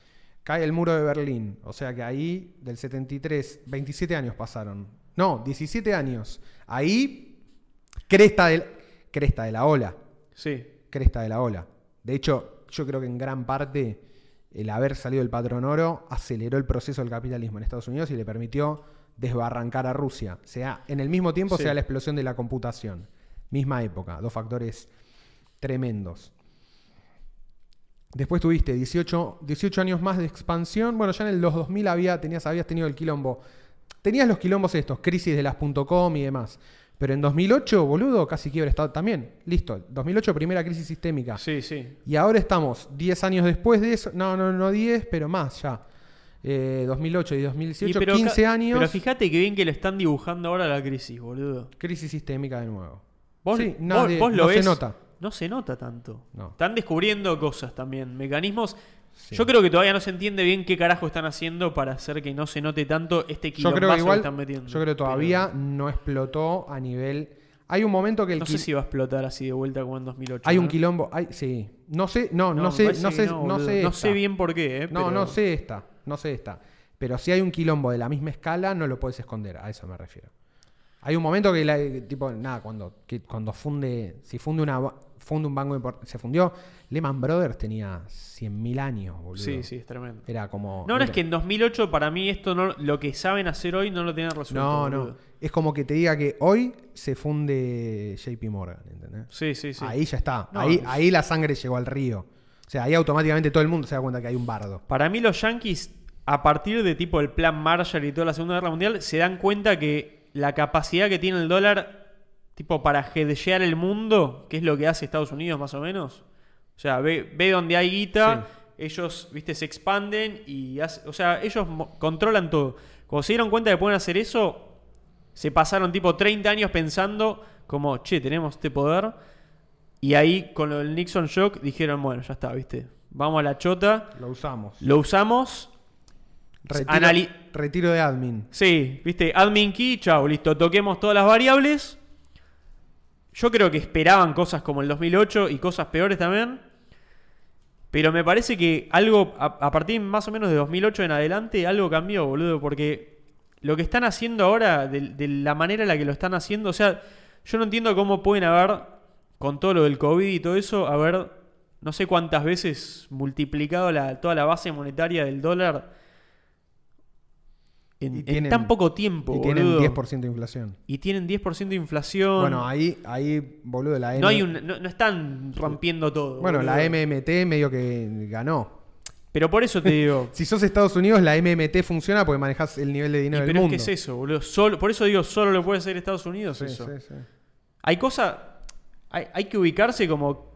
Speaker 1: Cae el muro de Berlín, o sea que ahí del 73, 27 años pasaron. No, 17 años. Ahí cresta del cresta de la ola,
Speaker 2: Sí.
Speaker 1: cresta de la ola. De hecho, yo creo que en gran parte el haber salido del patrón oro aceleró el proceso del capitalismo en Estados Unidos y le permitió desbarrancar a Rusia. O sea, en el mismo tiempo
Speaker 2: Sí.
Speaker 1: sea la explosión de la computación. Misma época, dos factores tremendos. Después tuviste 18, 18 años más de expansión. Bueno, ya en el- los 2000 había, tenías, habías tenido el quilombo. Tenías los quilombos estos, crisis de las .com y demás. Pero en 2008, boludo, casi quiebra Estado también. Listo. 2008, primera crisis sistémica.
Speaker 2: Sí, sí.
Speaker 1: Y ahora estamos 10 años después de eso. No, no, no 10, pero más ya. Eh, 2008 y
Speaker 2: Y
Speaker 1: 2018,
Speaker 2: pero
Speaker 1: 15
Speaker 2: ca-
Speaker 1: años.
Speaker 2: Pero fíjate que bien que lo están dibujando ahora la crisis, boludo.
Speaker 1: crisis sistémica de nuevo.
Speaker 2: Vos,
Speaker 1: Sí,
Speaker 2: vos-
Speaker 1: nadie-
Speaker 2: vos lo
Speaker 1: no
Speaker 2: ves.
Speaker 1: se nota.
Speaker 2: No se nota tanto.
Speaker 1: No.
Speaker 2: Están descubriendo cosas también, mecanismos.
Speaker 1: Sí.
Speaker 2: Yo creo que todavía no se entiende bien qué carajo están haciendo para hacer que no se note tanto este
Speaker 1: Yo
Speaker 2: quilombazo
Speaker 1: creo que
Speaker 2: que
Speaker 1: igual,
Speaker 2: están metiendo.
Speaker 1: yo creo que todavía no explotó a nivel Hay un momento que el
Speaker 2: No sé
Speaker 1: quil-
Speaker 2: si va a explotar así de vuelta como en 2008.
Speaker 1: hay un
Speaker 2: ¿no?
Speaker 1: quilombo, hay- sí. No sé, no, no,
Speaker 2: me
Speaker 1: sé,
Speaker 2: parece
Speaker 1: no
Speaker 2: que
Speaker 1: sé,
Speaker 2: no,
Speaker 1: no
Speaker 2: boludo.
Speaker 1: sé.
Speaker 2: No
Speaker 1: esta.
Speaker 2: sé bien por qué, ¿eh?
Speaker 1: No,
Speaker 2: pero-
Speaker 1: no sé esta, no sé esta. Pero si hay un quilombo de la misma escala, no lo puedes esconder, a eso me refiero. Hay un momento que, la- que tipo, nada, cuando, que cuando funde, si funde, una, ba- funde un banco import- se fundió, Lehman Brothers tenía 100.000 años, boludo. Eh,
Speaker 2: Sí, sí, es tremendo.
Speaker 1: Era como...
Speaker 2: No, no, es
Speaker 1: era-
Speaker 2: que en 2008 para mí esto no lo que saben hacer hoy no lo tienen resuelto.
Speaker 1: No, no.
Speaker 2: boludo.
Speaker 1: Es como que te diga que hoy se funde JP Morgan, ¿entendés?
Speaker 2: Sí, sí, sí.
Speaker 1: Ahí ya está.
Speaker 2: No,
Speaker 1: ahí,
Speaker 2: es-
Speaker 1: ahí la sangre llegó al río. O sea, ahí automáticamente todo el mundo se da cuenta que hay un bardo.
Speaker 2: Para mí los Yankees a partir de tipo el plan Marshall y toda la Segunda Guerra Mundial se dan cuenta que la capacidad que tiene el dólar tipo para hedgear el mundo, que es lo que hace Estados Unidos más o menos. O sea, ve, ve donde hay guita, ellos, viste, se expanden y hace- o sea, ellos mo- controlan todo. Cuando se dieron cuenta que pueden hacer eso, se pasaron tipo 30 años pensando como, che, tenemos este poder. Y ahí con lo del Nixon Shock dijeron, bueno, ya está, viste. Vamos a la chota.
Speaker 1: Lo usamos.
Speaker 2: Lo usamos.
Speaker 1: Retiro,
Speaker 2: Anali-
Speaker 1: retiro de admin.
Speaker 2: Sí, viste, admin key, chao, listo. Toquemos todas las variables. Yo creo que esperaban cosas como el 2008 y cosas peores también. Pero me parece que algo, a, a partir más o menos de 2008 en adelante, algo cambió, boludo. Porque lo que están haciendo ahora, de, de la manera en la que lo están haciendo, o sea, yo no entiendo cómo pueden haber, con todo lo del COVID y todo eso, haber, no sé cuántas veces multiplicado la, toda la base monetaria del dólar en,
Speaker 1: Y
Speaker 2: en
Speaker 1: tienen-
Speaker 2: tan poco tiempo,
Speaker 1: Y tienen
Speaker 2: boludo.
Speaker 1: 10% de inflación.
Speaker 2: Y tienen 10% de inflación.
Speaker 1: Bueno, ahí, ahí boludo, la M-
Speaker 2: no, hay un- no, no están rompiendo todo.
Speaker 1: Bueno, la
Speaker 2: boludo.
Speaker 1: MMT medio que ganó.
Speaker 2: Pero por eso te digo.
Speaker 1: Si sos Estados Unidos, la MMT funciona porque manejas el nivel de
Speaker 2: y
Speaker 1: dinero del
Speaker 2: pero es
Speaker 1: mundo.
Speaker 2: que es eso, boludo. Solo, por eso digo, solo lo puede hacer Estados Unidos
Speaker 1: Sí,
Speaker 2: eso.
Speaker 1: sí, sí.
Speaker 2: Hay cosas. Hay, hay que ubicarse como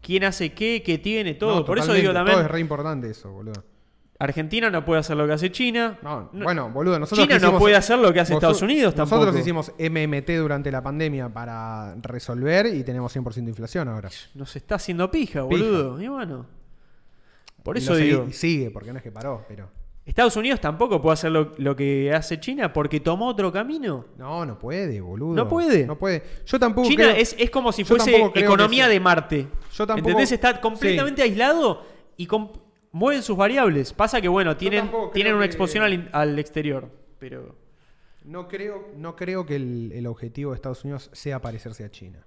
Speaker 2: quién hace qué, qué tiene, todo.
Speaker 1: No,
Speaker 2: por eso
Speaker 1: totalmente,
Speaker 2: digo también.
Speaker 1: Todo es re importante eso, boludo.
Speaker 2: Argentina no puede hacer lo que hace China.
Speaker 1: No,
Speaker 2: No-
Speaker 1: bueno, boludo, nosotros.
Speaker 2: China
Speaker 1: que
Speaker 2: no puede hacer lo que hace Estados Unidos
Speaker 1: Nosotros
Speaker 2: tampoco.
Speaker 1: hicimos MMT durante la pandemia para resolver y tenemos 100% de inflación ahora.
Speaker 2: Nos está haciendo pija,
Speaker 1: Pija.
Speaker 2: boludo. Y bueno. Por
Speaker 1: Y
Speaker 2: eso
Speaker 1: lo segui-
Speaker 2: digo.
Speaker 1: y Sigue, porque no es que paró, pero.
Speaker 2: Estados Unidos tampoco puede hacer lo, lo que hace China porque tomó otro camino.
Speaker 1: No, no puede, boludo.
Speaker 2: No puede.
Speaker 1: No puede. Yo tampoco.
Speaker 2: China
Speaker 1: creo-
Speaker 2: es, es como si
Speaker 1: yo
Speaker 2: fuese
Speaker 1: tampoco creo
Speaker 2: economía
Speaker 1: que sea-
Speaker 2: de Marte.
Speaker 1: Yo tampoco-
Speaker 2: ¿Entendés? Está completamente aislado y com- mueven sus variables. Pasa que, bueno, tienen,
Speaker 1: tampoco creo
Speaker 2: tienen una
Speaker 1: que-
Speaker 2: exposición al, in- al exterior. Pero.
Speaker 1: No creo, no creo que el, el objetivo de Estados Unidos sea parecerse a China.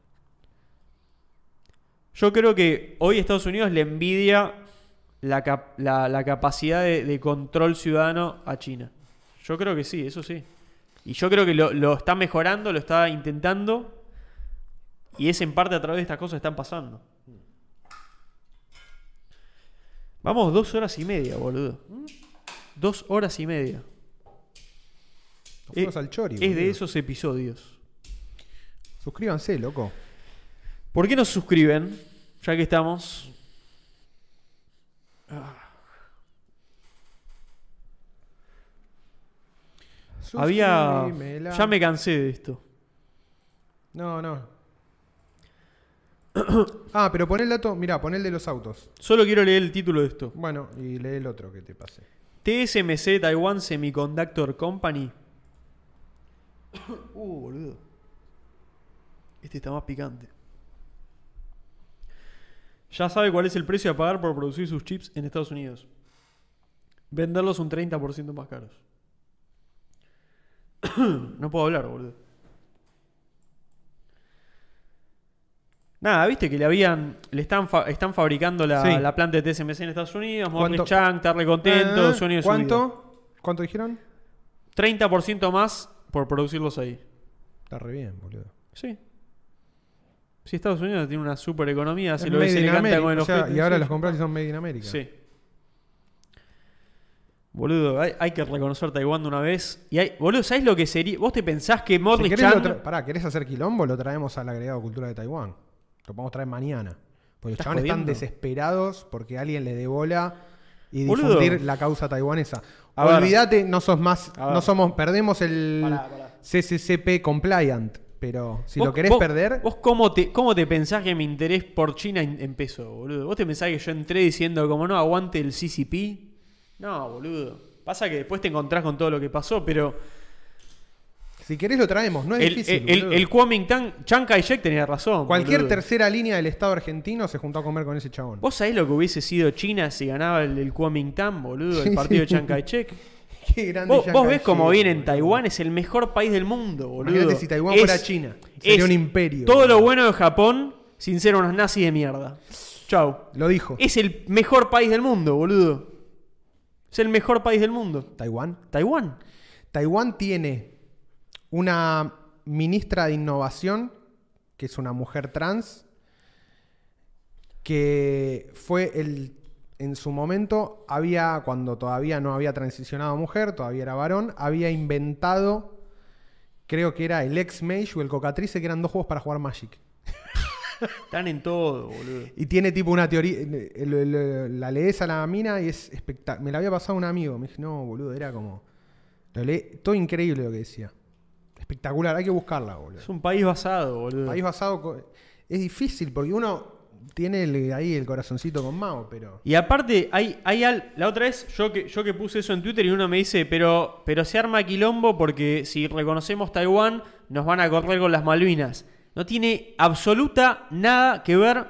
Speaker 2: Yo creo que hoy Estados Unidos le envidia la, cap- la- la capacidad de, de control ciudadano a China. Yo creo que sí, eso sí. Y yo creo que lo, lo está mejorando, lo está intentando. Y es en parte a través de estas cosas que están pasando. Vamos, dos horas y media, boludo. Dos horas y media.
Speaker 1: Nos
Speaker 2: Eh,
Speaker 1: fuimos al chori.
Speaker 2: Es de
Speaker 1: boludo.
Speaker 2: esos episodios.
Speaker 1: Suscríbanse, loco.
Speaker 2: ¿Por qué no se suscriben? Ya que estamos. Había.
Speaker 1: Suscríbemela.
Speaker 2: Ya me cansé de esto.
Speaker 1: No, no. ah, pero pon el dato. Mirá, pon el de los autos.
Speaker 2: Solo quiero leer el título de esto.
Speaker 1: Bueno, y lee el otro que te pase.
Speaker 2: TSMC Taiwan Semiconductor Company. Uh, boludo. Este está más picante. Ya sabe cuál es el precio a pagar por producir sus chips en Estados Unidos. Venderlos un 30% más caros. no puedo hablar, boludo. Nada, viste que le habían. Le están, fa- están fabricando la,
Speaker 1: Sí.
Speaker 2: la planta de TSMC en Estados Unidos. Morris
Speaker 1: ¿Cuánto?
Speaker 2: Chang está recontento.
Speaker 1: Ah,
Speaker 2: sueño de su vida.
Speaker 1: ¿Cuánto? ¿Cuánto dijeron?
Speaker 2: 30% más por producirlos ahí.
Speaker 1: Está re bien, boludo.
Speaker 2: Sí. Si Estados Unidos tiene una super economía, hace
Speaker 1: Es
Speaker 2: Ah, lo que
Speaker 1: made
Speaker 2: se
Speaker 1: in
Speaker 2: le canta
Speaker 1: America,
Speaker 2: con el
Speaker 1: o sea,
Speaker 2: ojete,
Speaker 1: y ahora
Speaker 2: sí,
Speaker 1: los
Speaker 2: sí.
Speaker 1: compras y son made in America.
Speaker 2: Sí. Boludo, hay, hay que reconocer Taiwán de una vez. Y hay, boludo, ¿sabés lo que sería? ¿Vos te pensás que
Speaker 1: Si
Speaker 2: Morris
Speaker 1: querés
Speaker 2: Chang
Speaker 1: lo tra- pará, ¿querés hacer quilombo? Lo traemos al agregado cultura de Taiwán. Lo podemos traer mañana. Porque los
Speaker 2: ¿Estás
Speaker 1: chavales están
Speaker 2: jodiendo?
Speaker 1: desesperados porque alguien les dé bola y
Speaker 2: Boludo.
Speaker 1: difundir la causa taiwanesa.
Speaker 2: A ver.
Speaker 1: Olvídate, no sos más,
Speaker 2: A ver.
Speaker 1: no somos, perdemos el
Speaker 2: Pará, pará.
Speaker 1: CCCP compliant. Pero si
Speaker 2: ¿Vos-
Speaker 1: lo querés
Speaker 2: vos-
Speaker 1: perder,
Speaker 2: ¿Vos cómo te, cómo te pensás que mi interés por China in- empezó, boludo? ¿Vos te pensás que yo entré diciendo como no aguante el CCP? No, boludo. Pasa que después te encontrás con todo lo que pasó, pero
Speaker 1: Si querés lo traemos, no es
Speaker 2: El,
Speaker 1: difícil.
Speaker 2: el- el-
Speaker 1: boludo.
Speaker 2: el Kuomintang, Chiang Kai-shek tenía razón.
Speaker 1: Cualquier
Speaker 2: boludo.
Speaker 1: tercera línea del Estado argentino se juntó a comer con ese chabón.
Speaker 2: ¿Vos sabés lo que hubiese sido China si ganaba el, el Kuomintang, boludo? El partido de Chiang Kai-shek.
Speaker 1: Qué grande
Speaker 2: Vos,
Speaker 1: Chiang
Speaker 2: vos ves
Speaker 1: Kai-shek,
Speaker 2: cómo viene en
Speaker 1: boludo.
Speaker 2: Taiwán, es el mejor país del mundo, boludo.
Speaker 1: Imagínate si Taiwán fuera China. Sería un imperio,
Speaker 2: Todo
Speaker 1: boludo.
Speaker 2: lo bueno de Japón sin ser unos nazis de mierda. Chau.
Speaker 1: Lo dijo.
Speaker 2: Es el mejor país del mundo, boludo. Es el mejor país del mundo.
Speaker 1: Taiwán.
Speaker 2: Taiwán.
Speaker 1: Taiwán tiene una ministra de innovación, que es una mujer trans, que fue el. En su momento había, cuando todavía no había transicionado a mujer, todavía era varón, había inventado, creo que era el X-Mage o el Cocatrice, que eran dos juegos para jugar Magic.
Speaker 2: Están en todo, boludo.
Speaker 1: Y tiene tipo una teoría. eh, el- el- el- La lees a la mina y es espectacular. Me la había pasado un amigo. Me dijo, no, boludo, era como. Lo leí, todo increíble lo que decía. Espectacular, hay que buscarla, boludo.
Speaker 2: Es un país basado, boludo.
Speaker 1: País basado. co- Es difícil porque uno tiene el- ahí el corazoncito con Mao, pero.
Speaker 2: Y aparte, hay, hay al- la otra vez yo que, yo que puse eso en Twitter y uno me dice, pero, pero se arma quilombo porque si reconocemos Taiwán nos van a correr con las Malvinas. No tiene absoluta nada que ver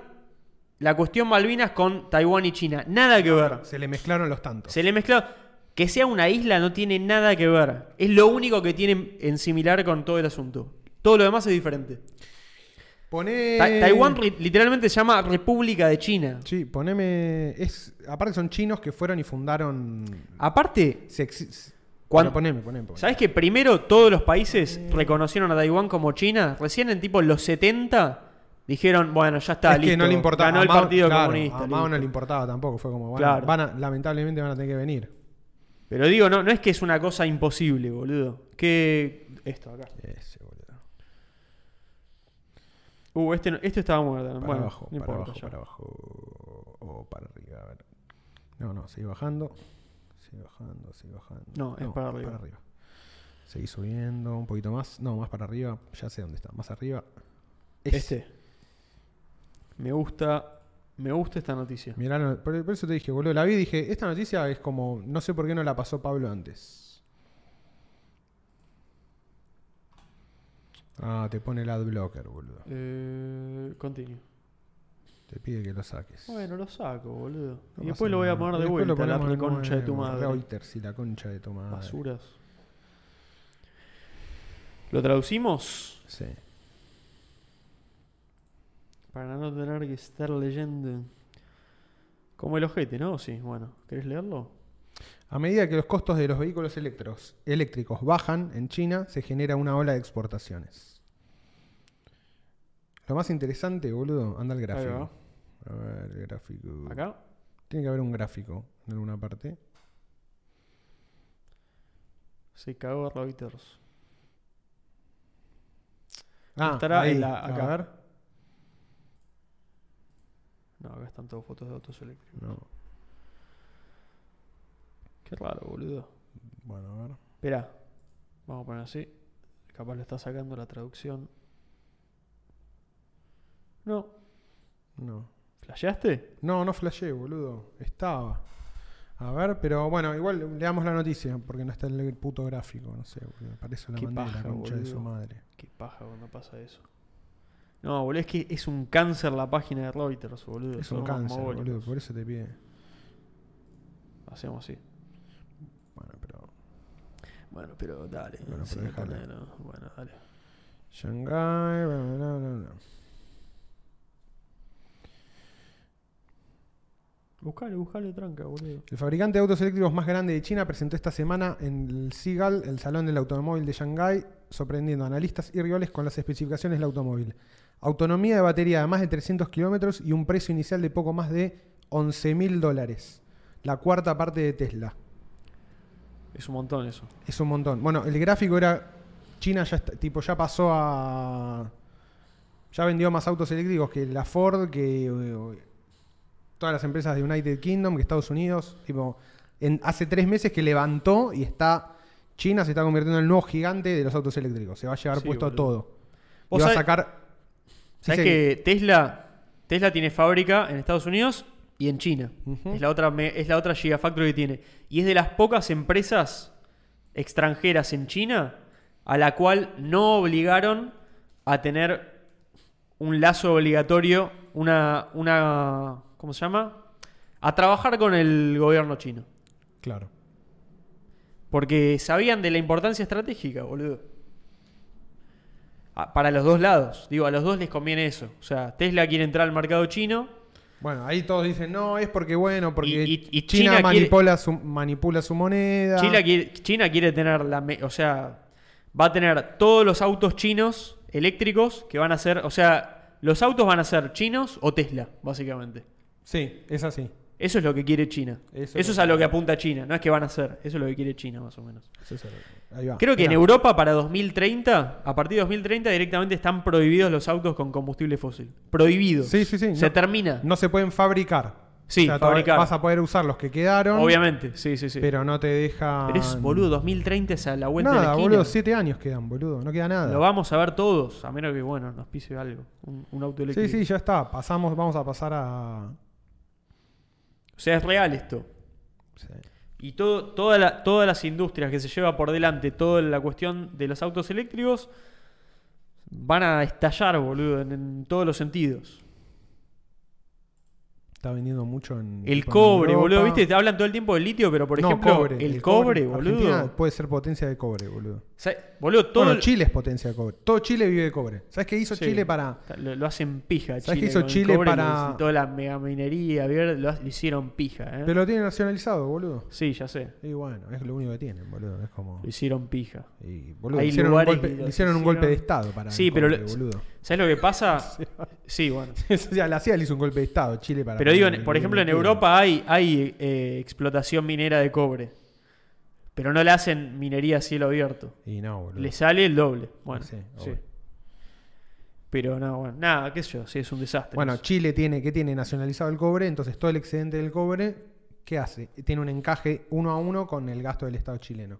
Speaker 2: la cuestión Malvinas con Taiwán y China. Nada que ver.
Speaker 1: Se le mezclaron los tantos.
Speaker 2: Se le mezcló. Que sea una isla no tiene nada que ver. Es lo único que tienen en similar con todo el asunto. Todo lo demás es diferente.
Speaker 1: Poné.
Speaker 2: Ta- Taiwán ri- literalmente se llama República de China.
Speaker 1: Sí, poneme. Es, aparte son chinos que fueron y fundaron.
Speaker 2: Aparte,
Speaker 1: Se exi-
Speaker 2: Cuan-
Speaker 1: Pero Poneme, poneme, poneme.
Speaker 2: ¿Sabes que primero todos los países reconocieron a Taiwán como China? Recién en tipo los 70 dijeron, bueno, ya está,
Speaker 1: es
Speaker 2: listo.
Speaker 1: que no le importaba.
Speaker 2: Ganó
Speaker 1: a
Speaker 2: el
Speaker 1: Mao-
Speaker 2: Partido
Speaker 1: claro,
Speaker 2: Comunista.
Speaker 1: A Mao no
Speaker 2: listo.
Speaker 1: le importaba tampoco. Fue como, van,
Speaker 2: Claro.
Speaker 1: van a- lamentablemente van a tener que venir.
Speaker 2: Pero digo, no, no es que es una cosa imposible, boludo. Que. Esto acá.
Speaker 1: Ese, boludo.
Speaker 2: Uh, este, no- este estaba muerto.
Speaker 1: Para
Speaker 2: bueno,
Speaker 1: abajo, para
Speaker 2: no importa,
Speaker 1: abajo,
Speaker 2: ya.
Speaker 1: para abajo. O para arriba, a ver. No, no, sigue bajando. Sigue bajando, sigue bajando.
Speaker 2: No, es para arriba.
Speaker 1: Seguí subiendo un poquito más. No, más para arriba. Ya sé dónde está. Más arriba. Ese.
Speaker 2: Este. Me gusta. Me gusta esta noticia.
Speaker 1: Mirá, no- por, por eso te dije, boludo. La vi y dije, esta noticia es como, no sé por qué no la pasó Pablo antes. Ah, te pone el adblocker, boludo.
Speaker 2: Eh, continue.
Speaker 1: Te pide que lo saques.
Speaker 2: Bueno, lo saco,
Speaker 1: No
Speaker 2: boludo. y
Speaker 1: pasa
Speaker 2: después lo voy a
Speaker 1: nada.
Speaker 2: poner de
Speaker 1: Después lo
Speaker 2: vuelta, la
Speaker 1: ponemos de
Speaker 2: reconcha de tu
Speaker 1: nuevo.
Speaker 2: madre. Ah,
Speaker 1: Reuters y la concha de tu madre.
Speaker 2: Basuras. ¿Lo traducimos?
Speaker 1: Sí.
Speaker 2: Para no tener que estar leyendo. Como el ojete, ¿no? Sí, bueno. ¿Querés leerlo?
Speaker 1: A medida que los costos de los vehículos electros- eléctricos bajan en China, se genera una ola de exportaciones. Lo más interesante, boludo, anda el
Speaker 2: va.
Speaker 1: gráfico. A ver, el gráfico.
Speaker 2: Acá.
Speaker 1: Tiene que haber un gráfico en alguna parte.
Speaker 2: Se cagó Reuters.
Speaker 1: Ah,
Speaker 2: Estará
Speaker 1: ahí,
Speaker 2: en la- acá.
Speaker 1: A ver.
Speaker 2: No, acá están todas fotos de autos eléctricos.
Speaker 1: No,
Speaker 2: Qué raro, boludo.
Speaker 1: bueno, a ver.
Speaker 2: Esperá. Vamos a poner así. Capaz le está sacando la traducción. No.
Speaker 1: No.
Speaker 2: ¿Flasheaste?
Speaker 1: No, no flashé, boludo. Estaba. A ver, pero bueno, igual leamos la noticia, porque no está el puto gráfico, no sé, boludo. Para eso la
Speaker 2: Qué
Speaker 1: mandé la
Speaker 2: paja,
Speaker 1: concha de
Speaker 2: boludo.
Speaker 1: su madre.
Speaker 2: Qué paja cuando pasa eso. No, boludo, es que es un cáncer la página de Reuters, boludo.
Speaker 1: Es
Speaker 2: Son
Speaker 1: un
Speaker 2: unos
Speaker 1: cáncer,
Speaker 2: mogólicos.
Speaker 1: boludo, por eso te pide.
Speaker 2: Hacemos así.
Speaker 1: Bueno, pero.
Speaker 2: Bueno, pero dale.
Speaker 1: Bueno,
Speaker 2: sí,
Speaker 1: pero déjala.
Speaker 2: ponelo. Bueno, dale.
Speaker 1: Shanghai, bla, bla, bla, bla.
Speaker 2: Buscale, buscale tranca, boludo.
Speaker 1: El fabricante de autos eléctricos más grande de China presentó esta semana en el SIGAL, el Salón del Automóvil de Shanghái, sorprendiendo a analistas y rivales con las especificaciones del automóvil. Autonomía de batería de más de 300 kilómetros y un precio inicial de poco más de 11 mil dólares. La cuarta parte de Tesla.
Speaker 2: Es un montón eso.
Speaker 1: Es un montón. Bueno, el gráfico era. China ya está- tipo ya pasó a. Ya vendió más autos eléctricos que la Ford, que eh, todas las empresas de United Kingdom, que Estados Unidos. Tipo, en- hace tres meses que levantó y está. China se está convirtiendo en el nuevo gigante de los autos eléctricos. Se va a llevar
Speaker 2: Sí,
Speaker 1: puesto
Speaker 2: boludo.
Speaker 1: todo. Y
Speaker 2: Vos
Speaker 1: va a
Speaker 2: sabés-
Speaker 1: sacar.
Speaker 2: ¿Sabés
Speaker 1: Dice
Speaker 2: que Tesla, Tesla tiene fábrica en Estados Unidos y en China?
Speaker 1: Ujú.
Speaker 2: es, la otra, me- es la otra Gigafactory que tiene. Y es de las pocas empresas extranjeras en China a la cual no obligaron a tener un lazo obligatorio, una, una ¿cómo se llama? A trabajar con el gobierno chino.
Speaker 1: Claro.
Speaker 2: Porque sabían de la importancia estratégica, boludo. Ah, Para los dos lados. Digo, a los dos les conviene eso. O sea, Tesla quiere entrar al mercado chino.
Speaker 1: Bueno, ahí todos dicen, no, es porque bueno, porque
Speaker 2: Y- y- y
Speaker 1: China,
Speaker 2: China quiere-
Speaker 1: manipula, su, manipula su moneda.
Speaker 2: China quiere, China quiere tener la. me- O sea, va a tener todos los autos chinos eléctricos que van a ser. O sea, los autos van a ser chinos o Tesla, básicamente.
Speaker 1: Sí, es así.
Speaker 2: Eso es lo que quiere China.
Speaker 1: Eso
Speaker 2: Eso,
Speaker 1: lo
Speaker 2: es a lo que apunta China. No es que van a ser. Eso es lo que quiere China, más o menos.
Speaker 1: Eso es el- ahí va.
Speaker 2: Creo que en
Speaker 1: Mirá.
Speaker 2: Europa para 2030, a partir de 2030 directamente están prohibidos los autos con combustible fósil. Prohibidos.
Speaker 1: Sí, sí, sí,
Speaker 2: Se
Speaker 1: no.
Speaker 2: termina.
Speaker 1: No se pueden fabricar.
Speaker 2: Sí,
Speaker 1: todavía
Speaker 2: fabricar.
Speaker 1: Vas a poder usar los que quedaron.
Speaker 2: Obviamente, sí, sí, sí. Pero,
Speaker 1: Pero no te deja.
Speaker 2: es, boludo, 2030 es a la vuelta de la
Speaker 1: Nada,
Speaker 2: esquina.
Speaker 1: boludo, siete años quedan, boludo. No queda nada.
Speaker 2: Lo vamos a ver todos, a menos que, bueno, nos pise algo. Un, un auto
Speaker 1: sí,
Speaker 2: eléctrico.
Speaker 1: sí, ya está. Pasamos, vamos a pasar a.
Speaker 2: O sea, es real esto.
Speaker 1: sí.
Speaker 2: Y todo, toda la- todas las industrias que se lleva por delante toda la cuestión de los autos eléctricos van a estallar, boludo, en, en todos los sentidos.
Speaker 1: Está vendiendo mucho en.
Speaker 2: El
Speaker 1: tipo, en
Speaker 2: cobre,
Speaker 1: Europa.
Speaker 2: boludo, viste, te hablan todo el tiempo del litio, pero por
Speaker 1: No,
Speaker 2: ejemplo,
Speaker 1: cobre,
Speaker 2: el, cobre, boludo.
Speaker 1: Argentina puede ser potencia de cobre, boludo.
Speaker 2: O sea, boludo, todo
Speaker 1: bueno,
Speaker 2: el-
Speaker 1: Chile es potencia de cobre. Todo Chile vive de cobre. ¿Sabes qué hizo
Speaker 2: sí,
Speaker 1: Chile para.?
Speaker 2: Lo, lo hacen pija,
Speaker 1: ¿Sabés
Speaker 2: Chile.
Speaker 1: qué hizo
Speaker 2: con el
Speaker 1: Chile
Speaker 2: cobre,
Speaker 1: para-
Speaker 2: lo- Toda la megaminería, ¿vieron? lo, ha- lo hicieron pija, ¿eh?
Speaker 1: Pero lo tienen nacionalizado, boludo.
Speaker 2: Sí, ya sé.
Speaker 1: Y bueno, es lo único que tienen, boludo. Es como.
Speaker 2: Lo hicieron pija.
Speaker 1: y, boludo,
Speaker 2: Hay
Speaker 1: hicieron, un
Speaker 2: lugares
Speaker 1: golpe,
Speaker 2: que los
Speaker 1: hicieron un golpe de
Speaker 2: hicieron-
Speaker 1: Estado para. el
Speaker 2: Sí, pero
Speaker 1: cobre,
Speaker 2: lo-
Speaker 1: boludo.
Speaker 2: ¿Sabes lo que pasa? sí, bueno.
Speaker 1: o sea, la CIA le hizo un golpe de Estado, Chile para.
Speaker 2: Pero digo, en-
Speaker 1: el-
Speaker 2: por
Speaker 1: el-
Speaker 2: ejemplo, en
Speaker 1: el-
Speaker 2: Europa hay, hay eh, explotación minera de cobre. Pero no le hacen minería a cielo abierto.
Speaker 1: Y no, boludo.
Speaker 2: Le sale el doble. Bueno,
Speaker 1: Sí,
Speaker 2: sí.
Speaker 1: obvio.
Speaker 2: Pero no, bueno, nada, qué sé yo, sí, es un desastre.
Speaker 1: Bueno,
Speaker 2: eso.
Speaker 1: Chile tiene que tiene nacionalizado el cobre, entonces todo el excedente del cobre, ¿qué hace? Tiene un encaje uno a uno con el gasto del Estado chileno.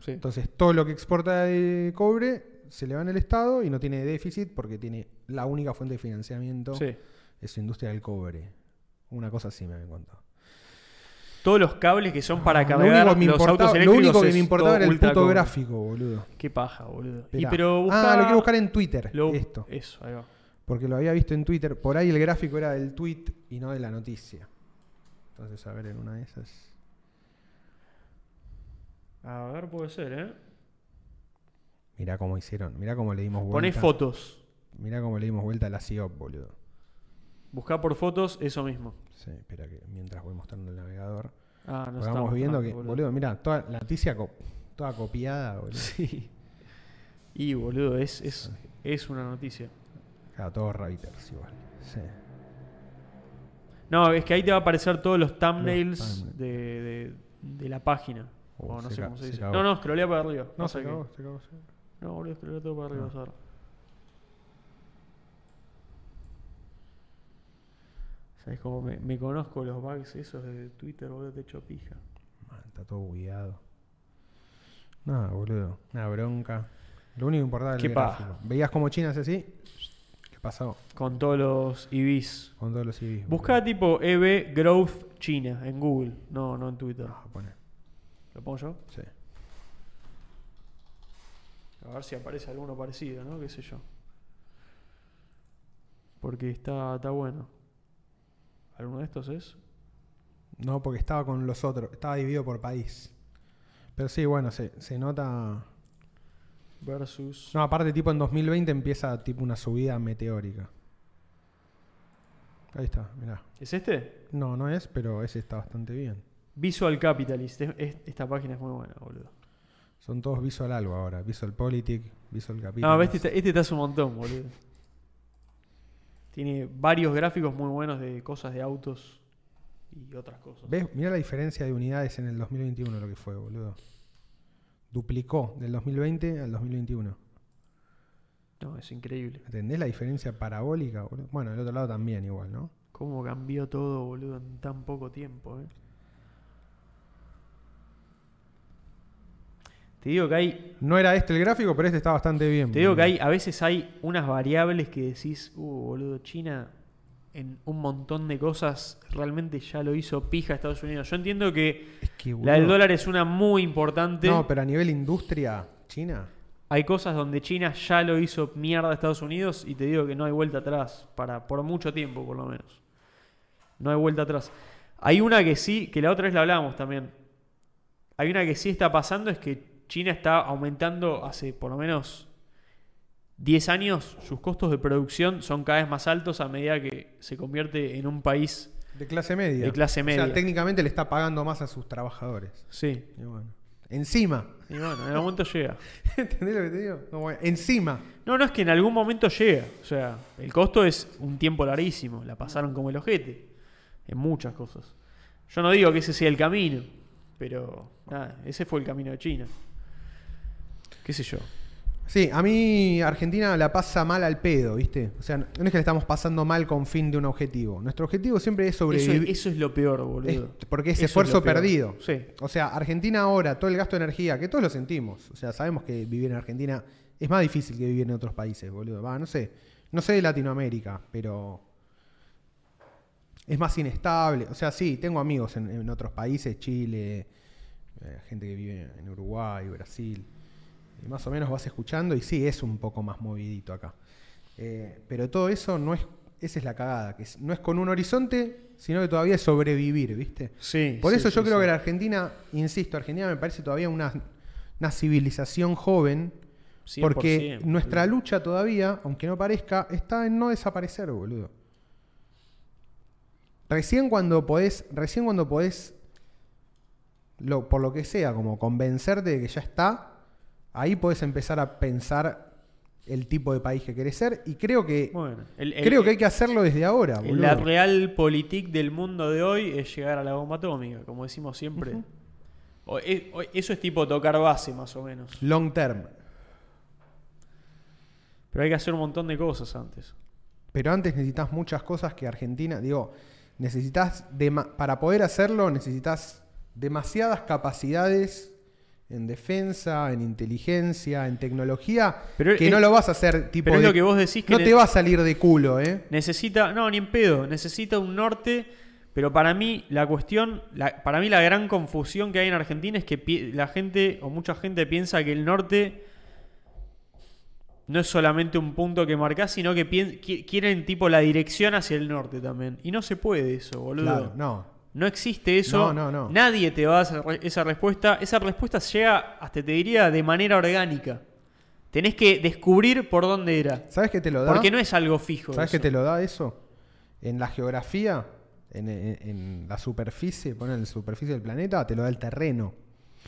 Speaker 2: Sí.
Speaker 1: Entonces todo lo que exporta de cobre se le va en el Estado y no tiene déficit porque tiene la única fuente de financiamiento
Speaker 2: Sí.
Speaker 1: es su industria del cobre. Una cosa así me habían contado.
Speaker 2: Todos los cables que son para
Speaker 1: Ah, lo único
Speaker 2: cargar
Speaker 1: que me
Speaker 2: los autos
Speaker 1: importaba, lo
Speaker 2: eléctricos.
Speaker 1: único que
Speaker 2: es
Speaker 1: me importaba
Speaker 2: todo
Speaker 1: era el
Speaker 2: ultra
Speaker 1: puto
Speaker 2: cobre.
Speaker 1: gráfico, boludo.
Speaker 2: Qué paja, boludo. Y
Speaker 1: Esperá.
Speaker 2: pero
Speaker 1: Ah,
Speaker 2: buscá-
Speaker 1: lo quiero buscar en Twitter.
Speaker 2: lo-
Speaker 1: Esto.
Speaker 2: Eso, ahí va.
Speaker 1: Porque lo había visto en Twitter. Por ahí el gráfico era del tweet y no de la noticia. Entonces, a ver, en una de esas.
Speaker 2: A ver, puede ser, ¿eh?
Speaker 1: Mirá cómo hicieron. Mirá cómo le dimos vuelta.
Speaker 2: Poné fotos.
Speaker 1: Mirá cómo le dimos vuelta a la CIOP, boludo.
Speaker 2: Buscá por fotos eso mismo.
Speaker 1: Sí, espera que mientras voy mostrando el navegador.
Speaker 2: Ah, no
Speaker 1: Porque
Speaker 2: está
Speaker 1: Pues vamos viendo
Speaker 2: mostrando,
Speaker 1: que, boludo, mirá, toda la noticia co- toda copiada, boludo.
Speaker 2: Sí. Y boludo, es, es, es una noticia.
Speaker 1: Claro, todo Reuters igual. Sí.
Speaker 2: No, es que ahí te va a aparecer todos los thumbnails
Speaker 1: thumbnails.
Speaker 2: de, de- de la página.
Speaker 1: Oh,
Speaker 2: o no
Speaker 1: se
Speaker 2: sé
Speaker 1: ca-
Speaker 2: cómo se
Speaker 1: se
Speaker 2: dice.
Speaker 1: cagó.
Speaker 2: No, no, scrollea para arriba.
Speaker 1: No,
Speaker 2: Pasa
Speaker 1: se
Speaker 2: que-
Speaker 1: acabó, se acabó, se acabó.
Speaker 2: No, boludo, scrollea todo para arriba.
Speaker 1: Ah.
Speaker 2: vas a ver. ¿Sabes cómo me, me conozco los bugs esos de Twitter, boludo? Te echo pija.
Speaker 1: Man, está todo bugueado. Nada, boludo. Una bronca. Lo único importante era el
Speaker 2: Qué
Speaker 1: gráfico.
Speaker 2: paja.
Speaker 1: Veías como China hace así. ¿Qué pasó?
Speaker 2: Con todos los IBs.
Speaker 1: Con todos los civis.
Speaker 2: Buscá tipo EB Growth China en Google. No, no en Twitter. ¿Lo pongo yo?
Speaker 1: Ah, Sí.
Speaker 2: A ver si aparece alguno parecido, ¿no? ¿Qué sé yo? Porque está, está bueno. ¿Alguno de estos es?
Speaker 1: No, porque estaba con los otros. Estaba dividido por país. Pero sí, bueno, se, se nota.
Speaker 2: Versus.
Speaker 1: No, aparte, tipo en 2020 empieza tipo una subida meteórica. Ahí está, mirá.
Speaker 2: ¿Es este?
Speaker 1: No, no es, pero ese está bastante bien.
Speaker 2: Visual Capitalist. Es- es- esta página es muy buena, boludo.
Speaker 1: Son todos Visual algo ahora. Visual Politic, Visual Capital.
Speaker 2: No, este, está- este te hace un montón, boludo. Tiene varios gráficos muy buenos de cosas de autos y otras cosas.
Speaker 1: ¿Ves? Mira la diferencia de unidades en el 2021 lo que fue, boludo. Duplicó del 2020 al 2021.
Speaker 2: No, es increíble.
Speaker 1: ¿Entendés la diferencia parabólica, boludo? Bueno, del otro lado también igual, ¿no?
Speaker 2: Cómo cambió todo, boludo, en tan poco tiempo, eh. Te digo que hay
Speaker 1: No era este el gráfico, pero este está bastante bien.
Speaker 2: Te digo
Speaker 1: boludo.
Speaker 2: que hay, a veces hay unas variables que decís, uh, boludo, China en un montón de cosas realmente ya lo hizo pija Estados Unidos. Yo entiendo que
Speaker 1: Es que,
Speaker 2: la del
Speaker 1: boludo,
Speaker 2: dólar es una muy importante.
Speaker 1: No, pero a nivel industria china.
Speaker 2: Hay cosas donde China ya lo hizo mierda a Estados Unidos y te digo que no hay vuelta atrás, para, por mucho tiempo por lo menos. No hay vuelta atrás. Hay una que sí, que la otra vez la hablábamos también. Hay una que sí está pasando, es que China está aumentando hace por lo menos 10 años, sus costos de producción son cada vez más altos a medida que se convierte en un país.
Speaker 1: De clase media.
Speaker 2: De clase
Speaker 1: O
Speaker 2: media.
Speaker 1: sea, técnicamente le está pagando más a sus trabajadores.
Speaker 2: Sí.
Speaker 1: Y bueno. Encima.
Speaker 2: Y bueno, en algún momento llega.
Speaker 1: ¿Entendés lo que te digo? No, bueno, Encima.
Speaker 2: No, no es que en algún momento llega. O sea, el costo es un tiempo larguísimo. La pasaron como el ojete. En muchas cosas. Yo no digo que ese sea el camino. Pero, nada, ese fue el camino de China. ¿Qué sé yo?
Speaker 1: Sí, a mí Argentina la pasa mal al pedo, ¿viste? O sea, no es que la estamos pasando mal con fin de un objetivo. Nuestro objetivo siempre es
Speaker 2: Eso,
Speaker 1: sobrevivir.
Speaker 2: eso es lo peor, boludo.
Speaker 1: Es- porque es
Speaker 2: Eso
Speaker 1: esfuerzo
Speaker 2: lo peor.
Speaker 1: perdido.
Speaker 2: Sí.
Speaker 1: O sea, Argentina ahora, todo el gasto de energía, que todos lo sentimos. O sea, sabemos que vivir en Argentina es más difícil que vivir en otros países, boludo. Va, no sé. No sé de Latinoamérica, pero. Es más inestable. O sea, sí, tengo amigos en, en otros países, Chile, eh, gente que vive en Uruguay, Brasil. Y más o menos vas escuchando y sí, es un poco más movidito acá. Eh, pero todo eso no es. Esa es la cagada, que es- no es con un horizonte, sino que todavía es sobrevivir, ¿viste?
Speaker 2: Sí.
Speaker 1: Por
Speaker 2: sí,
Speaker 1: eso
Speaker 2: sí,
Speaker 1: yo creo
Speaker 2: sí.
Speaker 1: que la Argentina, insisto, Argentina me parece todavía una, una civilización joven.
Speaker 2: 100%,
Speaker 1: Porque
Speaker 2: boludo.
Speaker 1: nuestra lucha todavía, aunque no parezca, está en no desaparecer, boludo. Recién cuando podés, recién cuando podés, lo, por lo que sea, como convencerte de que ya está, ahí podés empezar a pensar el tipo de país que querés ser. Y creo que,
Speaker 2: Bueno, el- el-
Speaker 1: creo que hay que hacerlo desde ahora, boludo.
Speaker 2: La real política del mundo de hoy es llegar a la bomba atómica, como decimos siempre. O- e- o- Eso es tipo tocar base, más o menos.
Speaker 1: Long term.
Speaker 2: Pero hay que hacer un montón de cosas antes.
Speaker 1: Pero antes necesitas muchas cosas que Argentina, digo, necesitas para poder hacerlo necesitas demasiadas capacidades en defensa, en inteligencia, en tecnología,
Speaker 2: Pero
Speaker 1: que
Speaker 2: es-
Speaker 1: no lo vas a hacer tipo
Speaker 2: pero es
Speaker 1: de-
Speaker 2: lo que vos decís que
Speaker 1: no
Speaker 2: ne-
Speaker 1: te va a salir de culo, ¿eh?
Speaker 2: Necesita, no, ni en pedo, necesita un norte, pero para mí la cuestión, la- para mí la gran confusión que hay en Argentina es que pi- la gente o mucha gente piensa que el norte no es solamente un punto que marcás, sino que pien- qui- quieren tipo la dirección hacia el norte también. Y no se puede eso, boludo.
Speaker 1: Claro, no.
Speaker 2: No existe eso.
Speaker 1: No, no, no.
Speaker 2: Nadie te va a dar esa re- esa respuesta. Esa respuesta llega, hasta te diría, de manera orgánica. Tenés que descubrir por dónde era.
Speaker 1: ¿Sabes qué te lo da?
Speaker 2: Porque no es algo fijo.
Speaker 1: ¿Sabes
Speaker 2: eso.
Speaker 1: qué te lo da eso? En la geografía, en, en- en la superficie, ponen la superficie del planeta, te lo da el terreno.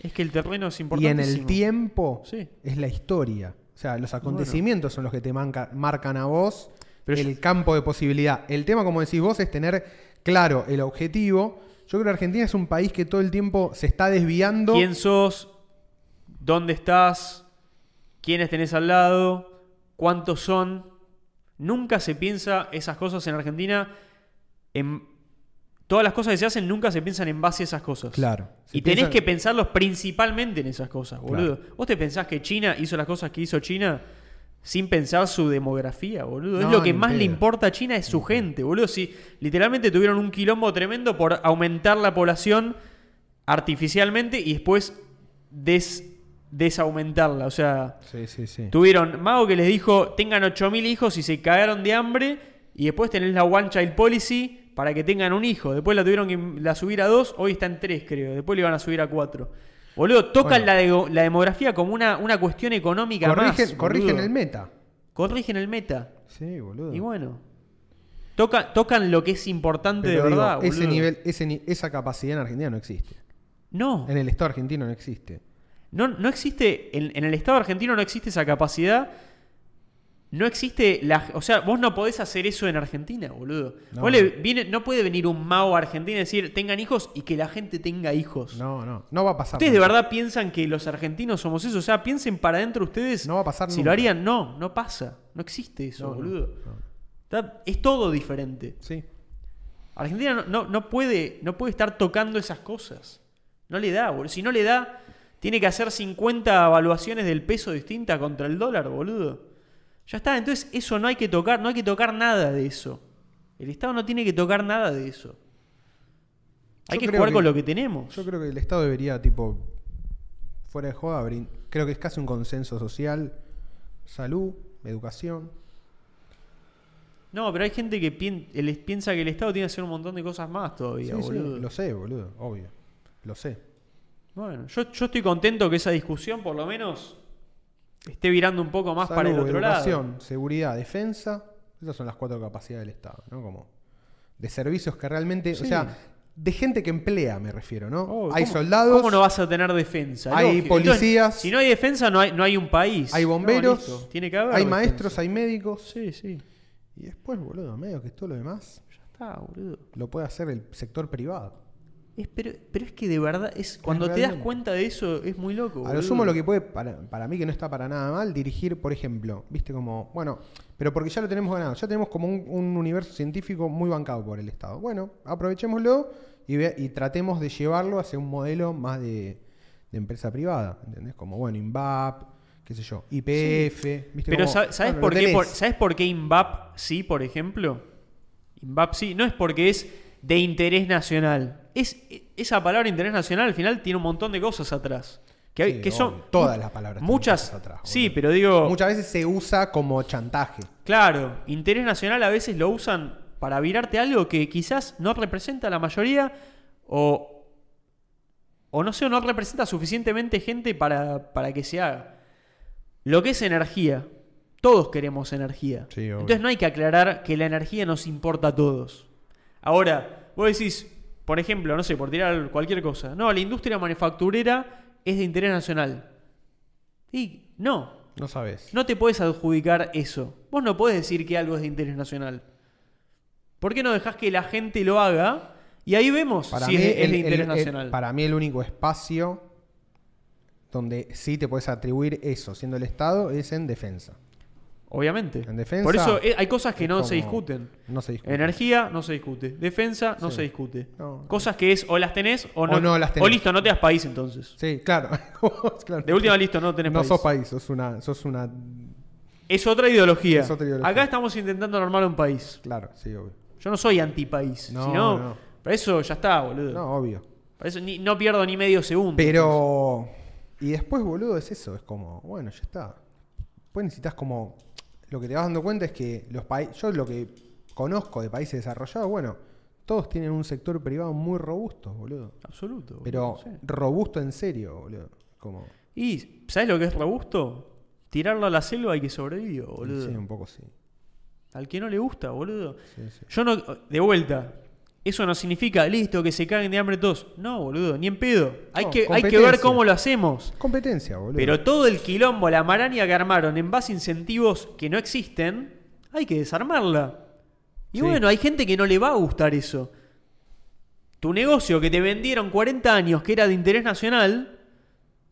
Speaker 2: Es que el terreno es
Speaker 1: Y en
Speaker 2: importante.
Speaker 1: el tiempo
Speaker 2: Sí.
Speaker 1: es la historia. O sea, los acontecimientos son los que te manca- marcan a vos
Speaker 2: Pero
Speaker 1: el campo de posibilidad. El tema, como decís vos, es tener claro el objetivo. Yo creo que Argentina es un país que todo el tiempo se está desviando.
Speaker 2: ¿Quién sos? ¿Dónde estás? ¿Quiénes tenés al lado? ¿Cuántos son? Nunca se piensa esas cosas en Argentina. En... Todas las cosas que se hacen nunca se piensan en base a esas cosas.
Speaker 1: Claro. Se
Speaker 2: Y tenés
Speaker 1: piensa-
Speaker 2: que pensarlos principalmente en esas cosas, boludo. ¿Vos te pensás que China hizo las cosas que hizo China sin pensar su demografía, boludo? es
Speaker 1: No,
Speaker 2: lo que
Speaker 1: ni
Speaker 2: más le
Speaker 1: pedo.
Speaker 2: importa a China es su gente, boludo. Si literalmente tuvieron un quilombo tremendo por aumentar la población artificialmente y después des- desaumentarla. O sea,
Speaker 1: Sí, sí, sí.
Speaker 2: tuvieron Mago que les dijo tengan 8.000 hijos y se cagaron de hambre y después tenés la One Child Policy para que tengan un hijo. Después la tuvieron que la subir a dos, hoy está en tres creo. Después le iban a subir a cuatro. Boludo, tocan
Speaker 1: Bueno.
Speaker 2: la, de- la demografía como una, una cuestión económica más,
Speaker 1: Corrigen,
Speaker 2: boludo.
Speaker 1: corrigen el meta.
Speaker 2: Corrigen el meta.
Speaker 1: Sí, boludo.
Speaker 2: Y bueno. Toca- tocan lo que es importante
Speaker 1: Pero
Speaker 2: de
Speaker 1: digo,
Speaker 2: verdad,
Speaker 1: ese
Speaker 2: boludo.
Speaker 1: nivel, ese ni- esa capacidad en Argentina no existe.
Speaker 2: No.
Speaker 1: En el Estado argentino no existe.
Speaker 2: No, no existe, en, en el Estado argentino no existe esa capacidad. No existe la. O sea, vos no podés hacer eso en Argentina, boludo.
Speaker 1: No.
Speaker 2: Vos le viene- no puede venir un mao a Argentina y decir tengan hijos y que la gente tenga hijos.
Speaker 1: No, no. No va a pasar.
Speaker 2: ¿Ustedes de
Speaker 1: nunca.
Speaker 2: verdad piensan que los argentinos somos eso? O sea, piensen para adentro ustedes.
Speaker 1: No va a pasar
Speaker 2: Si
Speaker 1: nunca.
Speaker 2: lo harían, no, no pasa. No existe eso,
Speaker 1: No, no,
Speaker 2: boludo.
Speaker 1: no.
Speaker 2: Está- es todo diferente.
Speaker 1: Sí.
Speaker 2: Argentina no, no- no puede, no puede estar tocando esas cosas. No le da, boludo. Si no le da, tiene que hacer 50 evaluaciones del peso distinta contra el dólar, boludo. Ya está, entonces eso no hay que tocar, no hay que tocar nada de eso. El Estado no tiene que tocar nada de eso. Hay
Speaker 1: Yo
Speaker 2: que
Speaker 1: creo
Speaker 2: jugar
Speaker 1: que-
Speaker 2: con lo que tenemos.
Speaker 1: Yo creo que el Estado debería, tipo, fuera de joda, brin- creo que es casi un consenso social, salud, educación.
Speaker 2: No, pero hay gente que pien- el- piensa que el Estado tiene que hacer un montón de cosas más
Speaker 1: Sí,
Speaker 2: todavía,
Speaker 1: sí,
Speaker 2: boludo.
Speaker 1: lo sé, boludo, obvio. Lo sé.
Speaker 2: Bueno, yo, yo estoy contento que esa discusión, por lo menos, esté virando un poco más para el
Speaker 1: Salud,
Speaker 2: otro
Speaker 1: educación,
Speaker 2: lado.
Speaker 1: seguridad, defensa. Esas son las cuatro capacidades del Estado, ¿no? Como de servicios que realmente, o
Speaker 2: Sí.
Speaker 1: sea, de gente que emplea, me refiero, ¿no?
Speaker 2: Oh,
Speaker 1: hay
Speaker 2: ¿cómo-
Speaker 1: soldados,
Speaker 2: ¿Cómo no vas a tener defensa?
Speaker 1: Hay
Speaker 2: Lógico. Entonces,
Speaker 1: policías.
Speaker 2: si no hay defensa, no hay, no hay un país.
Speaker 1: hay
Speaker 2: No,
Speaker 1: bomberos,
Speaker 2: listo. Tiene que haber
Speaker 1: hay
Speaker 2: defensa.
Speaker 1: maestros, hay médicos.
Speaker 2: Sí, sí.
Speaker 1: Y después, boludo, medio que todo lo demás
Speaker 2: Ya está, boludo.
Speaker 1: lo puede hacer el sector privado.
Speaker 2: Es- pero, pero es que de verdad, es, cuando te das
Speaker 1: realmente.
Speaker 2: cuenta de eso, es muy loco.
Speaker 1: A
Speaker 2: boludo.
Speaker 1: lo sumo lo que puede, para, para mí que no está para nada mal, dirigir, por ejemplo, viste como, bueno, pero porque ya lo tenemos ganado, ya tenemos como un, un universo científico muy bancado por el Estado. Bueno, aprovechémoslo y, ve- y tratemos de llevarlo hacia un modelo más de, de empresa privada, ¿entendés? Como, bueno, INVAP, qué sé yo, IPF, viste
Speaker 2: Pero
Speaker 1: como,
Speaker 2: sa- ¿sabes,
Speaker 1: bueno, lo
Speaker 2: por qué,
Speaker 1: tenés.
Speaker 2: por- ¿sabes por qué INVAP sí, por ejemplo? INVAP sí, no es porque es de interés nacional. Es, e- esa palabra interés nacional al final tiene un montón de cosas atrás. Que, hay-
Speaker 1: Sí,
Speaker 2: que son
Speaker 1: obvio, todas las palabras tienen
Speaker 2: Muchas.
Speaker 1: cosas atrás,
Speaker 2: sí,
Speaker 1: boludo.
Speaker 2: pero digo.
Speaker 1: Muchas veces se usa como chantaje.
Speaker 2: Claro, interés nacional a veces lo usan para virarte algo que quizás no representa a la mayoría o, o no sé, o no representa suficientemente gente para, para que se haga. Lo que es energía, todos queremos energía.
Speaker 1: Sí, obvio.
Speaker 2: Entonces no hay que aclarar que la energía nos importa a todos. Ahora, vos decís, por ejemplo, no sé, por tirar cualquier cosa, no, la industria manufacturera es de interés nacional. Y no,
Speaker 1: No sabes.
Speaker 2: no te puedes adjudicar eso. Vos no podés decir que algo es de interés nacional. ¿Por qué no dejás que la gente lo haga? Y ahí vemos
Speaker 1: Para
Speaker 2: si
Speaker 1: mí,
Speaker 2: es, es
Speaker 1: el- el-
Speaker 2: de interés
Speaker 1: el-
Speaker 2: nacional.
Speaker 1: para mí el único espacio donde sí te puedes atribuir eso, siendo el Estado, es en defensa.
Speaker 2: Obviamente.
Speaker 1: En defensa,
Speaker 2: Por eso eh, hay cosas que
Speaker 1: es
Speaker 2: no se
Speaker 1: como-
Speaker 2: discuten.
Speaker 1: No se discute.
Speaker 2: Energía no se discute. Defensa no se discute.
Speaker 1: No, no.
Speaker 2: Cosas que es o las tenés o no.
Speaker 1: no las tenés.
Speaker 2: O listo, no te das país entonces.
Speaker 1: Sí, claro. Claro.
Speaker 2: De última listo, no tenés
Speaker 1: No
Speaker 2: país.
Speaker 1: sos país, sos una, sos una.
Speaker 2: Es otra ideología.
Speaker 1: Es otra ideología.
Speaker 2: Acá estamos intentando armar un país.
Speaker 1: Claro, sí, obvio.
Speaker 2: Yo no soy antipaís.
Speaker 1: No,
Speaker 2: sino,
Speaker 1: no.
Speaker 2: Para eso ya está, boludo.
Speaker 1: No, obvio.
Speaker 2: Para eso ni- no pierdo ni medio segundo.
Speaker 1: Pero. Y después, boludo, es eso. Es como, bueno, ya está. Después necesitas como. Lo que te vas dando cuenta es que los países. Yo lo que conozco de países desarrollados, bueno, todos tienen un sector privado muy robusto, boludo.
Speaker 2: Absoluto.
Speaker 1: Pero
Speaker 2: boludo, sí.
Speaker 1: robusto en serio, boludo. Como.
Speaker 2: Y, ¿sabes lo que es robusto? Tirarlo a la selva y que sobreviva, boludo.
Speaker 1: Sí, un poco sí.
Speaker 2: Al que no le gusta, boludo.
Speaker 1: Sí, sí.
Speaker 2: Yo no. De vuelta. Eso no significa, listo, que se caguen de hambre todos. No, boludo, ni en pedo. Hay,
Speaker 1: No,
Speaker 2: que, hay que ver
Speaker 1: competencia.
Speaker 2: cómo lo hacemos.
Speaker 1: Competencia, boludo.
Speaker 2: Pero todo el quilombo, la maraña que armaron en base a incentivos que no existen, hay que desarmarla. Y
Speaker 1: Sí.
Speaker 2: bueno, hay gente que no le va a gustar eso. Tu negocio que te vendieron 40 años que era de interés nacional,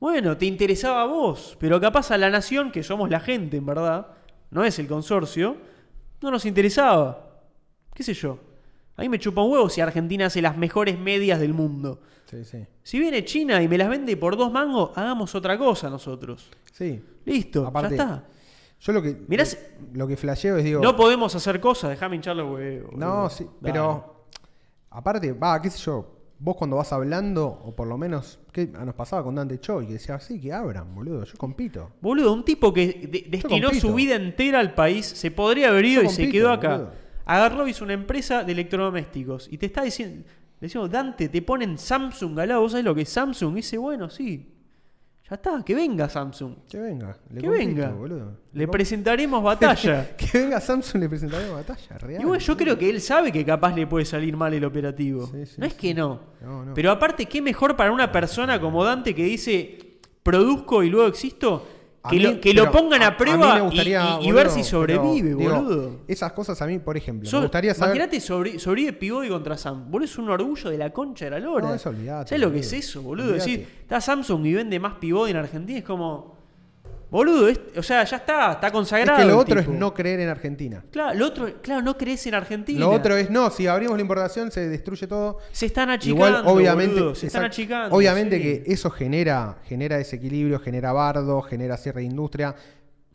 Speaker 2: bueno, te interesaba a vos, pero capaz a la nación, que somos la gente en verdad, no es el consorcio, no nos interesaba. ¿Qué sé yo? A mí me chupa un huevo si Argentina hace las mejores medias del mundo.
Speaker 1: Sí, sí.
Speaker 2: Si viene China y me las vende por dos mangos, hagamos otra cosa nosotros.
Speaker 1: Sí.
Speaker 2: Listo,
Speaker 1: Aparte,
Speaker 2: ya está.
Speaker 1: Yo lo que.
Speaker 2: Mirá si-
Speaker 1: Lo que flasheo es, digo.
Speaker 2: No podemos hacer cosas, dejame hinchar los huevos.
Speaker 1: No,
Speaker 2: boludo.
Speaker 1: sí,
Speaker 2: Dale.
Speaker 1: pero aparte, va, qué sé yo, vos cuando vas hablando, o por lo menos, que nos pasaba con Dante Choi, que decía, sí, que abran, boludo, yo compito.
Speaker 2: Boludo, un tipo que de- destinó
Speaker 1: compito.
Speaker 2: su vida entera al país, se podría haber ido
Speaker 1: Yo
Speaker 2: y se
Speaker 1: compito,
Speaker 2: quedó acá.
Speaker 1: boludo.
Speaker 2: Agarró, hizo una empresa de electrodomésticos. Y te está diciendo, le decimos, Dante, te ponen Samsung al lado, vos sabés lo que es Samsung. Y dice, bueno, sí. Ya está, que venga Samsung.
Speaker 1: Que venga, le
Speaker 2: que
Speaker 1: compito,
Speaker 2: venga.
Speaker 1: boludo.
Speaker 2: Le presentaremos batalla.
Speaker 1: que venga Samsung, le presentaré una batalla, real.
Speaker 2: Y bueno, yo creo que él sabe que capaz le puede salir mal el operativo.
Speaker 1: Sí, sí,
Speaker 2: no es que no.
Speaker 1: No, no.
Speaker 2: Pero aparte, ¿qué mejor para una persona como Dante que dice, produzco y luego existo?
Speaker 1: A
Speaker 2: Que,
Speaker 1: mí-
Speaker 2: lo, que lo
Speaker 1: pero
Speaker 2: pongan a,
Speaker 1: mí
Speaker 2: prueba
Speaker 1: me
Speaker 2: y-
Speaker 1: gustaría,
Speaker 2: y, y ver
Speaker 1: boludo,
Speaker 2: si
Speaker 1: pero,
Speaker 2: sobrevive,
Speaker 1: digo,
Speaker 2: boludo.
Speaker 1: Esas cosas a mí, por ejemplo,
Speaker 2: So-
Speaker 1: me gustaría saber.
Speaker 2: Imagínate sobre, sobrevive Pivot contra Samsung. Boludo, es un orgullo de la concha de la lora.
Speaker 1: No, eso olvidate,
Speaker 2: ¿Sabes lo que
Speaker 1: boludo.
Speaker 2: es eso, boludo?
Speaker 1: Olvidate.
Speaker 2: Decir, está Samsung y vende más Pivot en Argentina. Es como. Boludo, es- o sea, ya está, está
Speaker 1: Es
Speaker 2: consagrado.
Speaker 1: que lo
Speaker 2: el
Speaker 1: otro
Speaker 2: tipo.
Speaker 1: es no creer en Argentina.
Speaker 2: Claro, lo otro, claro, no crees en Argentina.
Speaker 1: Lo otro es no, si abrimos la importación se destruye todo.
Speaker 2: Se están achicando.
Speaker 1: Igual, obviamente,
Speaker 2: boludo, se están
Speaker 1: exacto.
Speaker 2: achicando.
Speaker 1: Obviamente
Speaker 2: sí.
Speaker 1: que eso genera, genera desequilibrio, genera bardo, genera cierre de industria.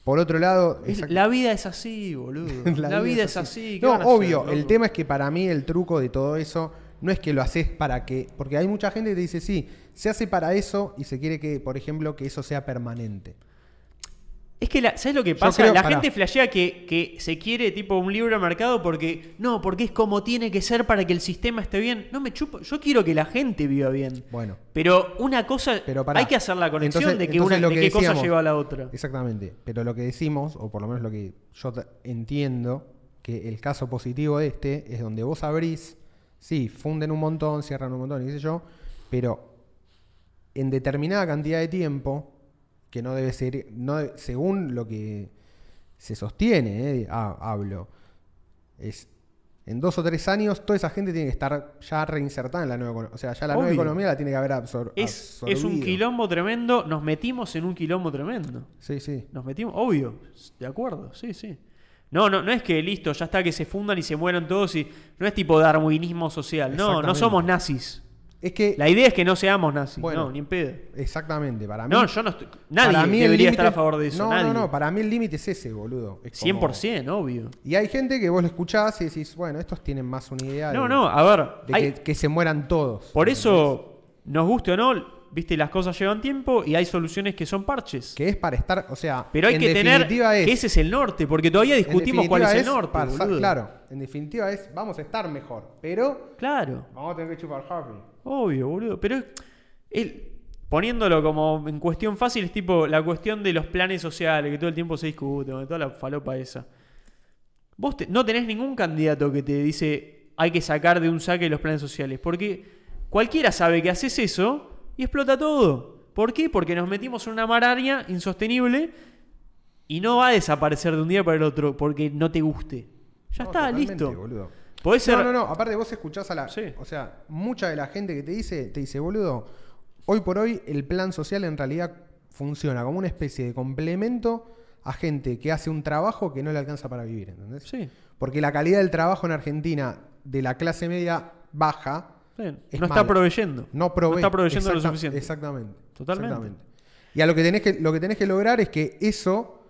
Speaker 1: Por otro lado,
Speaker 2: Es-
Speaker 1: exacto,
Speaker 2: la vida es así, boludo. la, vida, es así. ¿qué
Speaker 1: No,
Speaker 2: van a hacer,
Speaker 1: obvio, el
Speaker 2: loco?
Speaker 1: tema es que para mí el truco de todo eso no es que lo haces para que. Porque hay mucha gente que te dice, sí, se hace para eso y se quiere que, por ejemplo, que eso sea permanente.
Speaker 2: Es que, la- ¿sabes lo que pasa?
Speaker 1: creo-
Speaker 2: la
Speaker 1: pará.
Speaker 2: gente flashea que, que se quiere tipo un libro de mercado porque, no, porque es como tiene que ser para que el sistema esté bien. No me chupo, yo quiero que la gente viva bien.
Speaker 1: Bueno.
Speaker 2: Pero una cosa,
Speaker 1: Pero pará.
Speaker 2: hay que hacer la conexión
Speaker 1: Entonces-
Speaker 2: de que
Speaker 1: entonces
Speaker 2: una
Speaker 1: lo
Speaker 2: de
Speaker 1: que
Speaker 2: qué cosa
Speaker 1: decíamos.
Speaker 2: lleva a la otra.
Speaker 1: Exactamente. Pero lo que decimos, o por lo menos lo que yo t- entiendo, que el caso positivo de este es donde vos abrís, sí, funden un montón, cierran un montón, y qué sé yo, pero en determinada cantidad de tiempo, que no debe ser, no de- según lo que se sostiene, eh, ah, hablo, es en dos o tres años toda esa gente tiene que estar ya reinsertada en la nueva economía. O sea, ya la nueva
Speaker 2: Obvio.
Speaker 1: economía la tiene que haber absor-
Speaker 2: Es,
Speaker 1: absorbido.
Speaker 2: es un quilombo tremendo, nos metimos en un quilombo tremendo.
Speaker 1: Sí, sí.
Speaker 2: Nos metimos, obvio, de acuerdo, sí, sí. No, no, no es que listo, ya está que se fundan y se mueran todos y no es tipo darwinismo social, no, no
Speaker 1: Exactamente.
Speaker 2: somos nazis.
Speaker 1: Es que
Speaker 2: La idea es que no seamos nazis,
Speaker 1: Bueno.
Speaker 2: no, ni en pedo.
Speaker 1: Exactamente, para mí.
Speaker 2: No, yo no estoy. Nadie
Speaker 1: para mí el
Speaker 2: debería estar
Speaker 1: límite-
Speaker 2: a favor de eso.
Speaker 1: No,
Speaker 2: nadie.
Speaker 1: no, no, para mí el límite es ese, boludo. Es como-
Speaker 2: 100%, obvio.
Speaker 1: Y hay gente que vos lo escuchás y decís, bueno, estos tienen más una idea
Speaker 2: No,
Speaker 1: de,
Speaker 2: no, a ver.
Speaker 1: de
Speaker 2: hay-
Speaker 1: que, que se mueran todos.
Speaker 2: por eso, nos guste o no, viste, las cosas llevan tiempo y hay soluciones que son parches.
Speaker 1: Que es para estar, o sea,
Speaker 2: Pero hay
Speaker 1: en
Speaker 2: que tener
Speaker 1: definitiva es,
Speaker 2: que ese es el norte, porque todavía
Speaker 1: en
Speaker 2: discutimos cuál es,
Speaker 1: definitiva
Speaker 2: el norte.
Speaker 1: pasar-
Speaker 2: boludo.
Speaker 1: claro, en definitiva es, vamos a estar mejor, pero
Speaker 2: Claro,
Speaker 1: vamos a tener que chupar Harvey.
Speaker 2: obvio, boludo. Pero es- el- poniéndolo como en cuestión fácil, es tipo la cuestión de los planes sociales, que todo el tiempo se discute, de toda la falopa esa. Vos te- no tenés ningún candidato que te dice hay que sacar de un saque los planes sociales. Porque cualquiera sabe que haces eso y explota todo. ¿Por qué? Porque nos metimos en una mararia insostenible y no va a desaparecer de un día para el otro porque no te guste. Ya
Speaker 1: No,
Speaker 2: está,
Speaker 1: totalmente,
Speaker 2: listo.
Speaker 1: boludo.
Speaker 2: Podés ser.
Speaker 1: No, no, no. Aparte vos escuchás a la...
Speaker 2: Sí.
Speaker 1: O sea, mucha de la gente que te dice, te dice, boludo, hoy por hoy el plan social en realidad funciona como una especie de complemento a gente que hace un trabajo que no le alcanza para vivir, ¿entendés?
Speaker 2: Sí.
Speaker 1: Porque la calidad del trabajo en Argentina de la clase media baja
Speaker 2: Sí,
Speaker 1: es
Speaker 2: no está
Speaker 1: mala.
Speaker 2: proveyendo.
Speaker 1: no, provee,
Speaker 2: está proveyendo lo
Speaker 1: Exacta-
Speaker 2: suficiente.
Speaker 1: Exactamente.
Speaker 2: Totalmente.
Speaker 1: Y a lo que tenés que, lo que tenés que lograr es que eso.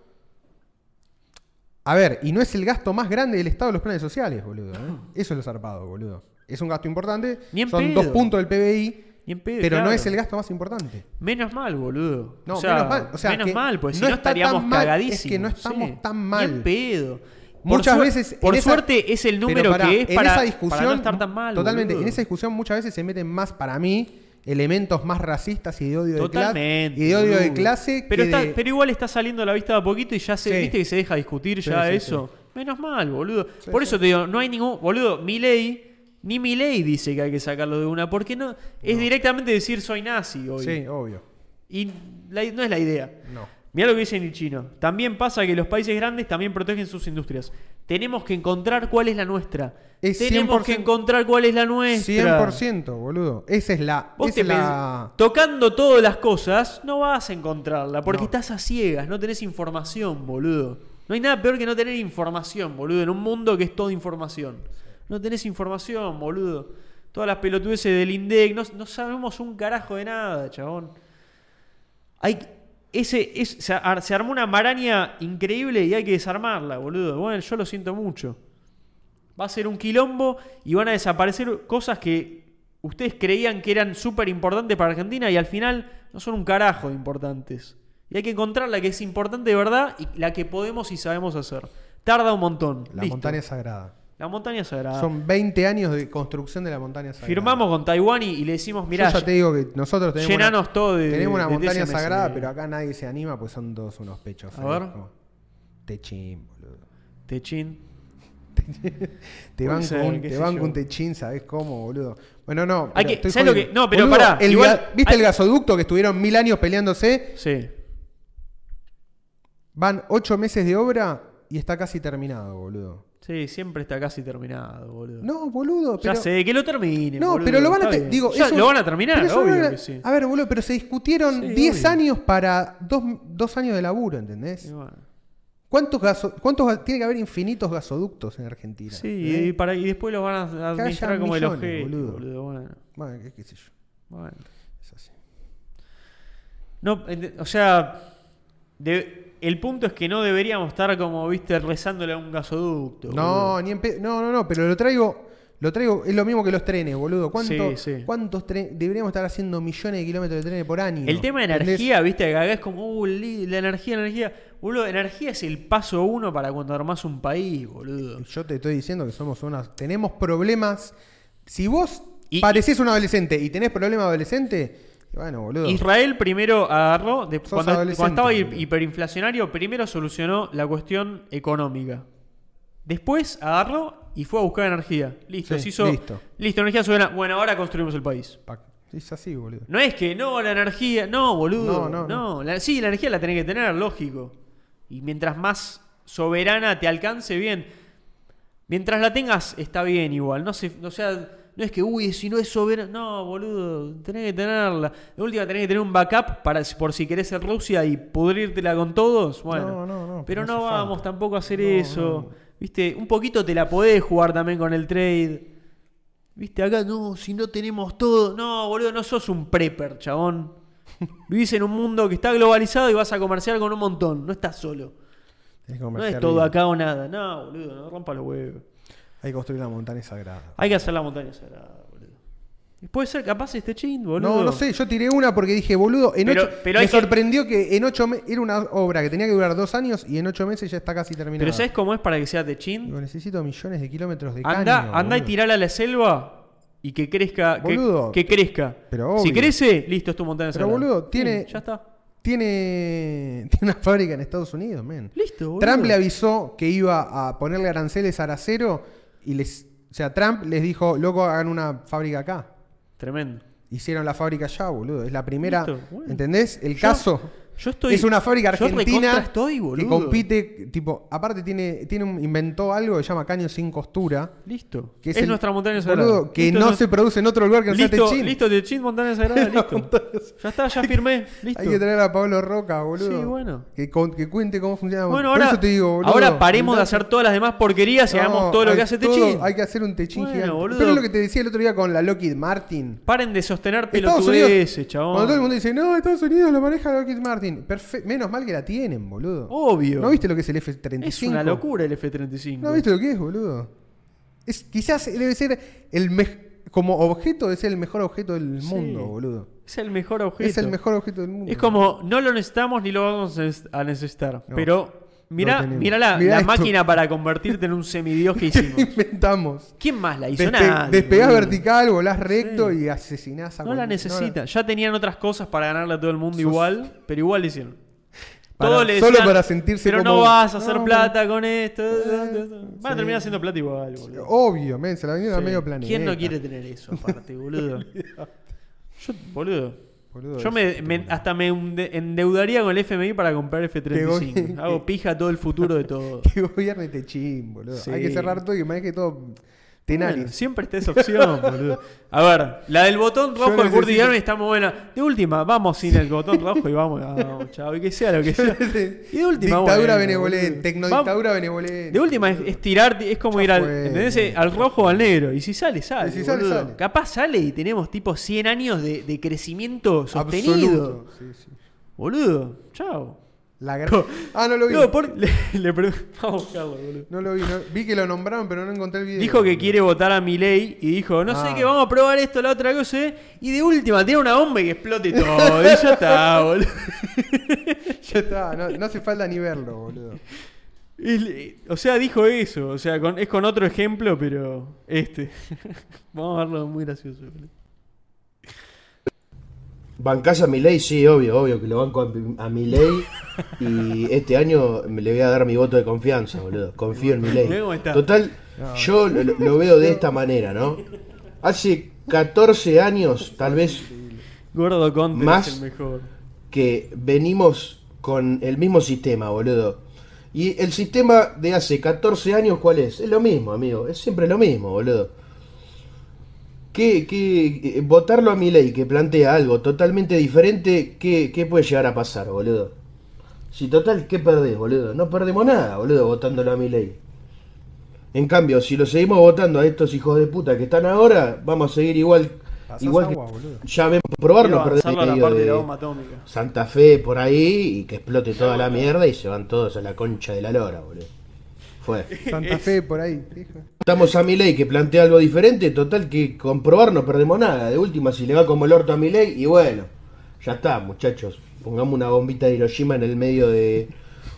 Speaker 1: A ver, y no es el gasto más grande del Estado de los planes sociales, boludo. ¿eh? Eso es lo zarpado, boludo. Es un gasto importante.
Speaker 2: Ah. Ni en
Speaker 1: Son
Speaker 2: pedo.
Speaker 1: dos puntos del PBI,
Speaker 2: Ni en pedo,
Speaker 1: pero no
Speaker 2: claro.
Speaker 1: es el gasto más importante.
Speaker 2: Menos mal, boludo.
Speaker 1: No,
Speaker 2: o sea,
Speaker 1: menos mal. O sea,
Speaker 2: menos
Speaker 1: que
Speaker 2: mal, pues si
Speaker 1: no
Speaker 2: no
Speaker 1: está tan
Speaker 2: estaríamos
Speaker 1: mal, es
Speaker 2: cagadísimos.
Speaker 1: que no estamos
Speaker 2: sí.
Speaker 1: tan
Speaker 2: Ni
Speaker 1: mal.
Speaker 2: en pedo. Por
Speaker 1: Muchas
Speaker 2: suer-
Speaker 1: veces. en
Speaker 2: Por
Speaker 1: esa-
Speaker 2: suerte es el
Speaker 1: Pero
Speaker 2: número
Speaker 1: pará,
Speaker 2: que es
Speaker 1: en
Speaker 2: para,
Speaker 1: esa
Speaker 2: para no estar tan mal.
Speaker 1: Totalmente.
Speaker 2: boludo.
Speaker 1: En esa discusión muchas veces se meten más, para mí, elementos más racistas y de odio de
Speaker 2: Totalmente.
Speaker 1: clase. Y de odio de
Speaker 2: boludo.
Speaker 1: clase.
Speaker 2: Pero,
Speaker 1: que
Speaker 2: está-
Speaker 1: de-
Speaker 2: pero igual está saliendo a la vista de a poquito y ya se,
Speaker 1: Sí.
Speaker 2: viste que se deja discutir
Speaker 1: Sí,
Speaker 2: ya
Speaker 1: sí,
Speaker 2: eso. Menos mal, boludo.
Speaker 1: Sí,
Speaker 2: Por
Speaker 1: sí,
Speaker 2: eso te digo, no hay ningún. Boludo, mi ley. Ni mi ley dice que hay que sacarlo de una. Porque no. Es directamente decir soy nazi hoy.
Speaker 1: Sí, obvio.
Speaker 2: Y la- no es la idea.
Speaker 1: No.
Speaker 2: Mirá lo que dice el chino. También pasa que los países grandes también protegen sus industrias. Tenemos que encontrar cuál es la nuestra.
Speaker 1: Es
Speaker 2: Tenemos
Speaker 1: 100%.
Speaker 2: que encontrar cuál es la nuestra.
Speaker 1: 100%, boludo. Esa es la.
Speaker 2: Vos
Speaker 1: esa
Speaker 2: te
Speaker 1: es la...
Speaker 2: pens- tocando todas las cosas, no vas a encontrarla, porque
Speaker 1: No.
Speaker 2: estás a ciegas, no tenés información, boludo. No hay nada peor que no tener información, boludo, en un mundo que es todo información. No tenés información, boludo. Todas las pelotudeces del INDEC, no, no sabemos un carajo de nada, chabón. Hay, ese, es, se, ar- se armó una maraña increíble y hay que desarmarla, boludo. Bueno, yo lo siento mucho. Va a ser un quilombo y van a desaparecer cosas que ustedes creían que eran súper importantes para Argentina y al final no son un carajo de importantes. Y hay que encontrar la que es importante de verdad y la que podemos y sabemos hacer. Tarda un montón.
Speaker 1: La
Speaker 2: Listo.
Speaker 1: montaña sagrada.
Speaker 2: la montaña sagrada.
Speaker 1: Son 20 años de construcción de la montaña sagrada.
Speaker 2: Firmamos con Taiwán y, y le decimos, mirá,
Speaker 1: Yo ya te digo que nosotros tenemos.
Speaker 2: llenanos
Speaker 1: una,
Speaker 2: todo de-
Speaker 1: Tenemos una
Speaker 2: de
Speaker 1: montaña
Speaker 2: TSMC.
Speaker 1: sagrada, pero acá nadie se anima pues son todos unos pechos.
Speaker 2: A
Speaker 1: ¿sabes?
Speaker 2: ver.
Speaker 1: Como, Techín, boludo.
Speaker 2: Techín.
Speaker 1: Te
Speaker 2: Puede
Speaker 1: van
Speaker 2: ser,
Speaker 1: con un,
Speaker 2: qué
Speaker 1: te
Speaker 2: sé
Speaker 1: banco
Speaker 2: yo.
Speaker 1: un techín, ¿sabés cómo, boludo? Bueno, no.
Speaker 2: Hay
Speaker 1: pero
Speaker 2: que-
Speaker 1: estoy
Speaker 2: ¿sabés lo
Speaker 1: jodiendo.
Speaker 2: que- no, pero
Speaker 1: Boludo,
Speaker 2: pará,
Speaker 1: el
Speaker 2: igual-
Speaker 1: ga- ¿Viste
Speaker 2: hay-
Speaker 1: el gasoducto que estuvieron mil años peleándose?
Speaker 2: Sí.
Speaker 1: Van ocho meses de obra y está casi terminado, boludo.
Speaker 2: Sí, siempre está casi terminado, boludo.
Speaker 1: No, boludo.
Speaker 2: ya
Speaker 1: Pero,
Speaker 2: sé, que lo terminen.
Speaker 1: No,
Speaker 2: boludo,
Speaker 1: pero lo van a,
Speaker 2: está
Speaker 1: te-
Speaker 2: bien.
Speaker 1: digo,
Speaker 2: Ya
Speaker 1: es un-
Speaker 2: lo van a terminar,
Speaker 1: pero eso
Speaker 2: obvio
Speaker 1: no era-
Speaker 2: que sí.
Speaker 1: A ver, boludo, pero se discutieron
Speaker 2: Sí,
Speaker 1: 10
Speaker 2: obvio.
Speaker 1: años para dos, dos años de laburo, ¿entendés?
Speaker 2: Y bueno.
Speaker 1: ¿Cuántos gaso- cuántos ga- tiene que haber infinitos gasoductos en Argentina?
Speaker 2: Sí,
Speaker 1: ¿eh?
Speaker 2: y, para, y después los van a
Speaker 1: Que
Speaker 2: administrar
Speaker 1: hayan
Speaker 2: como el
Speaker 1: millones,
Speaker 2: ojete, boludo.
Speaker 1: boludo.
Speaker 2: Bueno,
Speaker 1: Bueno, qué, qué sé yo.
Speaker 2: bueno.
Speaker 1: Es así.
Speaker 2: No, ent- o sea, de- el punto es que no deberíamos estar como, viste, rezándole a un gasoducto.
Speaker 1: No,
Speaker 2: boludo.
Speaker 1: ni en pe- no, no, no, pero lo traigo Lo traigo, es lo mismo que los trenes, boludo. ¿Cuánto-
Speaker 2: Sí, sí.
Speaker 1: ¿Cuántos trenes? Deberíamos estar haciendo millones de kilómetros de trenes por año.
Speaker 2: El tema de
Speaker 1: ¿entendés?
Speaker 2: energía, viste, que acá es como, uh, li- la energía, energía. Boludo, energía es el paso uno para cuando armás un país, boludo.
Speaker 1: Yo te estoy diciendo que somos unas. Tenemos problemas. Si vos
Speaker 2: Y-
Speaker 1: parecés un adolescente y tenés problema adolescente, bueno, boludo.
Speaker 2: Israel primero agarró, de-
Speaker 1: Sos
Speaker 2: cuando, cuando
Speaker 1: adolescente,
Speaker 2: estaba hi-
Speaker 1: boludo.
Speaker 2: hiperinflacionario, primero solucionó la cuestión económica. Después agarró y fue a buscar energía. Listo,
Speaker 1: Sí,
Speaker 2: se hizo.
Speaker 1: listo.
Speaker 2: Listo. energía soberana. Bueno, ahora construimos el país.
Speaker 1: Pa- Es así, boludo.
Speaker 2: No es que no, la energía. No, boludo.
Speaker 1: No, no,
Speaker 2: No, La- sí, la energía la tenés que tener, lógico. Y mientras más soberana te alcance, bien. Mientras la tengas, está bien igual. No se, o sea, no es que, uy, si no es soberana. No, boludo, tenés que tenerla. De última, tenés que tener un backup para, por si querés ser Rusia y pudrirtela con todos. Bueno,
Speaker 1: No, no, no, pero
Speaker 2: pero
Speaker 1: no
Speaker 2: no,
Speaker 1: hace
Speaker 2: vamos
Speaker 1: falta.
Speaker 2: tampoco a hacer
Speaker 1: No,
Speaker 2: eso. Viste, un poquito te la podés jugar también con el trade. Viste, acá no, si no tenemos todo. No, boludo, no sos un prepper, chabón. Vivís en un mundo que está globalizado y vas a comerciar con un montón. No estás solo.
Speaker 1: Tenés que
Speaker 2: No es
Speaker 1: comerciar
Speaker 2: todo
Speaker 1: bien.
Speaker 2: acá o nada. No, boludo, no rompa los huevos.
Speaker 1: Hay que construir la montaña sagrada.
Speaker 2: Hay que hacer la montaña sagrada, boludo. Y Puede ser capaz este chin, boludo.
Speaker 1: No, no sé, yo tiré una porque dije, boludo, en
Speaker 2: Pero-
Speaker 1: ocho-
Speaker 2: pero
Speaker 1: me
Speaker 2: hay que-
Speaker 1: sorprendió que en ocho meses era una obra que tenía que durar dos años y en ocho meses ya está casi terminada.
Speaker 2: Pero ¿sabes cómo es para que sea de
Speaker 1: Digo,
Speaker 2: chin?
Speaker 1: necesito millones de kilómetros de
Speaker 2: Anda,
Speaker 1: caño,
Speaker 2: anda y
Speaker 1: boludo.
Speaker 2: tirala a la selva y que crezca. que-
Speaker 1: Boludo,
Speaker 2: Que, crezca.
Speaker 1: pero
Speaker 2: si
Speaker 1: obvio.
Speaker 2: crece, listo, es tu montaña
Speaker 1: Pero,
Speaker 2: sagrada.
Speaker 1: boludo,
Speaker 2: Sí,
Speaker 1: tiene-
Speaker 2: ya está.
Speaker 1: Tiene, tiene una fábrica en Estados Unidos, men.
Speaker 2: Listo, boludo.
Speaker 1: Trump le avisó que iba a ponerle aranceles al acero y les, o sea, Trump les dijo, loco, hagan una fábrica acá.
Speaker 2: Tremendo.
Speaker 1: Hicieron la fábrica allá, boludo. Es la primera,
Speaker 2: Listo, bueno.
Speaker 1: ¿entendés? El
Speaker 2: Yo-
Speaker 1: caso
Speaker 2: yo estoy-
Speaker 1: es una fábrica
Speaker 2: yo
Speaker 1: argentina
Speaker 2: recontra estoy,
Speaker 1: que
Speaker 2: boludo.
Speaker 1: compite, tipo, aparte tiene, tiene un- inventó algo que se llama caño sin costura,
Speaker 2: Listo.
Speaker 1: que
Speaker 2: es
Speaker 1: es, el-
Speaker 2: nuestra montaña
Speaker 1: boludo,
Speaker 2: sagrada.
Speaker 1: que
Speaker 2: Listo,
Speaker 1: no
Speaker 2: nos-
Speaker 1: se produce en otro lugar que no sea
Speaker 2: Listo,
Speaker 1: Techín.
Speaker 2: listo, de chin, montaña sagrada, listo. Ya está, ya firmé. Listo.
Speaker 1: Hay que traer a Pablo Roca, boludo.
Speaker 2: Sí, bueno.
Speaker 1: Que, con- que cuente cómo funciona.
Speaker 2: Bueno,
Speaker 1: Por
Speaker 2: ahora,
Speaker 1: eso te digo, boludo.
Speaker 2: ahora paremos de
Speaker 1: Entonces-
Speaker 2: hacer todas las demás porquerías y
Speaker 1: No,
Speaker 2: hagamos todo lo
Speaker 1: hay
Speaker 2: que hace
Speaker 1: todo-
Speaker 2: Techín.
Speaker 1: Hay que hacer un techín
Speaker 2: Bueno,
Speaker 1: gigante.
Speaker 2: boludo.
Speaker 1: Pero es lo que te decía el otro día con la Lockheed Martin.
Speaker 2: Paren de sostener
Speaker 1: Estados Unidos,
Speaker 2: pelotudeces, chabón.
Speaker 1: Cuando todo el mundo dice, no, Estados Unidos lo maneja Lockheed Martin. Perfe- Menos mal que la tienen, boludo.
Speaker 2: Obvio.
Speaker 1: ¿No viste lo que es el F-35?
Speaker 2: es una locura el F-35.
Speaker 1: ¿No viste lo que es, boludo? Es, quizás debe ser el mejor. Como objeto, es el mejor objeto del
Speaker 2: Sí.
Speaker 1: mundo, boludo.
Speaker 2: Es el mejor objeto.
Speaker 1: Es el mejor objeto del mundo.
Speaker 2: Es como, no lo necesitamos ni lo vamos a neces- a necesitar.
Speaker 1: No.
Speaker 2: Pero
Speaker 1: No
Speaker 2: mirá,
Speaker 1: tenemos.
Speaker 2: mirá la,
Speaker 1: Mirá
Speaker 2: la
Speaker 1: esto.
Speaker 2: máquina para convertirte en un semidios que hicimos.
Speaker 1: Inventamos.
Speaker 2: ¿Quién más la hizo?
Speaker 1: Despe-
Speaker 2: Nadie,
Speaker 1: despegás
Speaker 2: boludo.
Speaker 1: vertical, volás recto
Speaker 2: Sí.
Speaker 1: y asesinás a
Speaker 2: No la
Speaker 1: cualquier-
Speaker 2: necesita. Ya tenían otras cosas para ganarle a todo el mundo igual, pero igual le hicieron.
Speaker 1: Para-
Speaker 2: Todo le
Speaker 1: solo
Speaker 2: decían,
Speaker 1: para sentirse
Speaker 2: Pero
Speaker 1: como-
Speaker 2: no vas a hacer
Speaker 1: No,
Speaker 2: plata con esto.
Speaker 1: Eh,
Speaker 2: Van a
Speaker 1: sí.
Speaker 2: terminar haciendo plata igual, boludo.
Speaker 1: Obvio, men, se la vendieron a
Speaker 2: Sí.
Speaker 1: medio planeta.
Speaker 2: ¿Quién no quiere tener eso aparte, boludo? Yo, boludo.
Speaker 1: Boludo,
Speaker 2: Yo
Speaker 1: es
Speaker 2: me, me-
Speaker 1: espectacular.
Speaker 2: hasta me hunde- endeudaría con el FMI para comprar
Speaker 1: Te voy-
Speaker 2: F-35. Hago pija todo el futuro de todo.
Speaker 1: Que gobierno y te chin, boludo.
Speaker 2: Sí.
Speaker 1: Hay que cerrar todo y maneje todo tenaris.
Speaker 2: Bueno, siempre está esa opción, boludo. A ver, la del botón rojo de
Speaker 1: necesito-
Speaker 2: Curtis Darwin está muy buena. De última, vamos sin el botón rojo y vamos, ah, vamos, chao, y que sea lo que sea. Y de última,
Speaker 1: dictadura
Speaker 2: bueno,
Speaker 1: benevolente,
Speaker 2: boludo.
Speaker 1: tecnodictadura
Speaker 2: Vamos-
Speaker 1: benevolente.
Speaker 2: De última es, es tirar, es como
Speaker 1: Ya
Speaker 2: ir al,
Speaker 1: fue.
Speaker 2: ¿entendés? Eh, al rojo o al negro. Y si sale, sale.
Speaker 1: Y si sale,
Speaker 2: boludo.
Speaker 1: sale.
Speaker 2: Capaz sale y tenemos tipo 100 años de, de crecimiento
Speaker 1: Absoluto.
Speaker 2: sostenido.
Speaker 1: Sí, sí.
Speaker 2: Boludo, chao.
Speaker 1: La gran- Ah, no lo vi.
Speaker 2: No, por- le, le pregun- Vamos a buscarlo, boludo.
Speaker 1: No lo vi. no- Vi que lo nombraron, pero no encontré el video.
Speaker 2: Dijo que quiere votar a Milei y dijo, no
Speaker 1: Ah.
Speaker 2: sé qué, vamos a probar esto, la otra cosa, eh, y de última tira una bomba y que explote todo, y ya está, boludo.
Speaker 1: Ya está, no, no hace falta ni verlo, boludo.
Speaker 2: Y le- O sea, dijo eso, o sea, con- es con otro ejemplo, pero este. vamos a verlo, muy gracioso. boludo.
Speaker 4: ¿Bancás a Milei? Sí, obvio, obvio que lo banco a, a Milei. Y este año me- le voy a dar mi voto de confianza, boludo. Confío en
Speaker 2: Mirá
Speaker 4: Milei.
Speaker 2: cómo está.
Speaker 4: Total, yo lo, lo veo de esta manera, ¿no? Hace 14 años, tal vez,
Speaker 2: Gordo Conte
Speaker 4: Más-
Speaker 2: es el mejor.
Speaker 4: que venimos con el mismo sistema, boludo. Y el sistema de hace 14 años, ¿cuál es? Es lo mismo, amigo. Es siempre lo mismo, boludo. Que, que, eh, votarlo a mi ley que plantea algo totalmente diferente, ¿qué, ¿qué puede llegar a pasar, boludo? Si total, ¿qué perdés, boludo? No perdemos nada, boludo, votándolo a mi ley. En cambio, si lo seguimos votando a estos hijos de puta que están ahora, vamos a seguir igual.
Speaker 1: Pasás
Speaker 4: Igual
Speaker 1: agua, boludo.
Speaker 4: que ya vemos probarlo,
Speaker 2: Quiero
Speaker 4: pero
Speaker 2: avanzarlo a la
Speaker 4: medio
Speaker 2: parte de la
Speaker 4: de-
Speaker 2: bomba atómica.
Speaker 4: Santa Fe por ahí y que explote toda la mierda y se van todos a la concha de la lora, boludo. Fue.
Speaker 1: Santa Fe por ahí. viejo.
Speaker 4: Estamos a Milei que plantea algo diferente, total que comprobar no perdemos nada. De última, si le va como el orto a Milei, y bueno, ya está, muchachos. Pongamos una bombita de Hiroshima en el medio de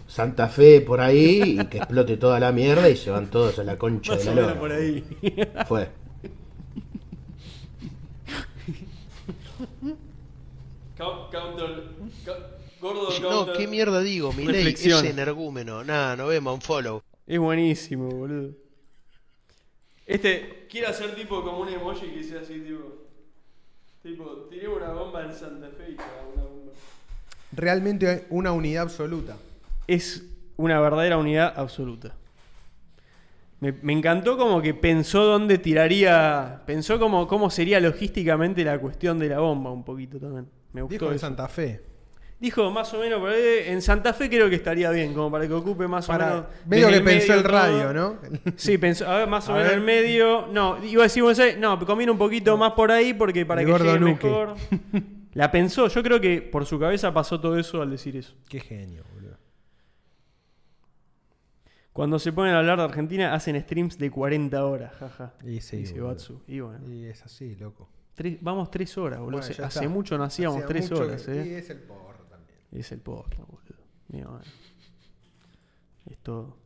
Speaker 4: Santa Fe por ahí y que explote toda la mierda y se van todos a la concha de la lora.
Speaker 2: por ahí.
Speaker 4: Fue. No, qué mierda digo, Milei es
Speaker 2: Reflexión.
Speaker 4: energúmeno. Nada, no vemos un follow.
Speaker 2: Es buenísimo, boludo. Este quiere hacer tipo como un emoji que sea así, tipo. Tipo, tiré una bomba en Santa Fe y cagá una bomba.
Speaker 1: Realmente una unidad absoluta.
Speaker 2: Es una verdadera unidad absoluta. Me, me encantó como que pensó dónde tiraría. Pensó como cómo sería logísticamente la cuestión de la bomba un poquito también. Me gustó
Speaker 1: Dijo de
Speaker 2: eso.
Speaker 1: Santa Fe.
Speaker 2: Dijo más o menos, por ahí, en Santa Fe creo que estaría bien, como para que ocupe más o menos.
Speaker 1: Para, medio
Speaker 2: desde
Speaker 1: que pensó el
Speaker 2: todo.
Speaker 1: radio, ¿no?
Speaker 2: Sí, pensó, a ver, más o
Speaker 1: A
Speaker 2: menos
Speaker 1: ver.
Speaker 2: el medio. No, iba a decir Buenos Aires, no, conviene un poquito más por ahí porque para
Speaker 1: El
Speaker 2: que
Speaker 1: gordo
Speaker 2: llegue
Speaker 1: Nuque.
Speaker 2: mejor. La pensó, yo creo que por su cabeza pasó todo eso al decir eso.
Speaker 1: Qué genio, boludo.
Speaker 2: Cuando se ponen a hablar de Argentina, hacen streams de 40 horas, jaja.
Speaker 1: Y sí,
Speaker 2: dice
Speaker 1: boludo.
Speaker 2: Batsu. Y bueno,
Speaker 1: Y es así, loco.
Speaker 2: tres- vamos tres horas, boludo.
Speaker 1: Bueno,
Speaker 2: Hace-
Speaker 1: ya
Speaker 2: hace
Speaker 1: está.
Speaker 2: mucho no hacíamos
Speaker 1: Hacía
Speaker 2: tres
Speaker 1: mucho
Speaker 2: horas,
Speaker 1: que-
Speaker 2: eh.
Speaker 1: Y es el porro también.
Speaker 2: Es el porno, boludo. Mi madre. Es todo.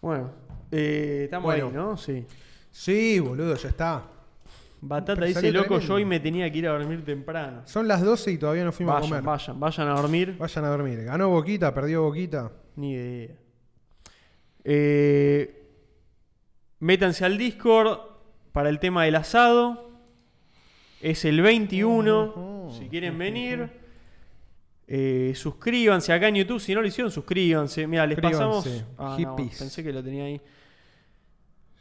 Speaker 2: Bueno, eh, estamos
Speaker 1: Bueno.
Speaker 2: ahí, ¿no? Sí.
Speaker 1: Sí, boludo, ya está.
Speaker 2: Batata
Speaker 1: Pero
Speaker 2: dice,
Speaker 1: salió
Speaker 2: loco,
Speaker 1: tremendo".
Speaker 2: yo hoy me tenía que ir a dormir temprano.
Speaker 1: Son las 12 y todavía no fuimos a
Speaker 2: Vayan,
Speaker 1: comer.
Speaker 2: vayan, vayan a dormir.
Speaker 1: Vayan a dormir. Ganó Boquita, perdió Boquita.
Speaker 2: Ni idea. Eh, métanse al Discord para el tema del asado. Es el 21. Si quieren venir. Eh, suscríbanse acá en YouTube. Si no lo hicieron, suscríbanse. Mira, les pasamos.
Speaker 1: Suscríbanse,
Speaker 2: Ah, no,
Speaker 1: hippies.
Speaker 2: pensé que lo tenía ahí.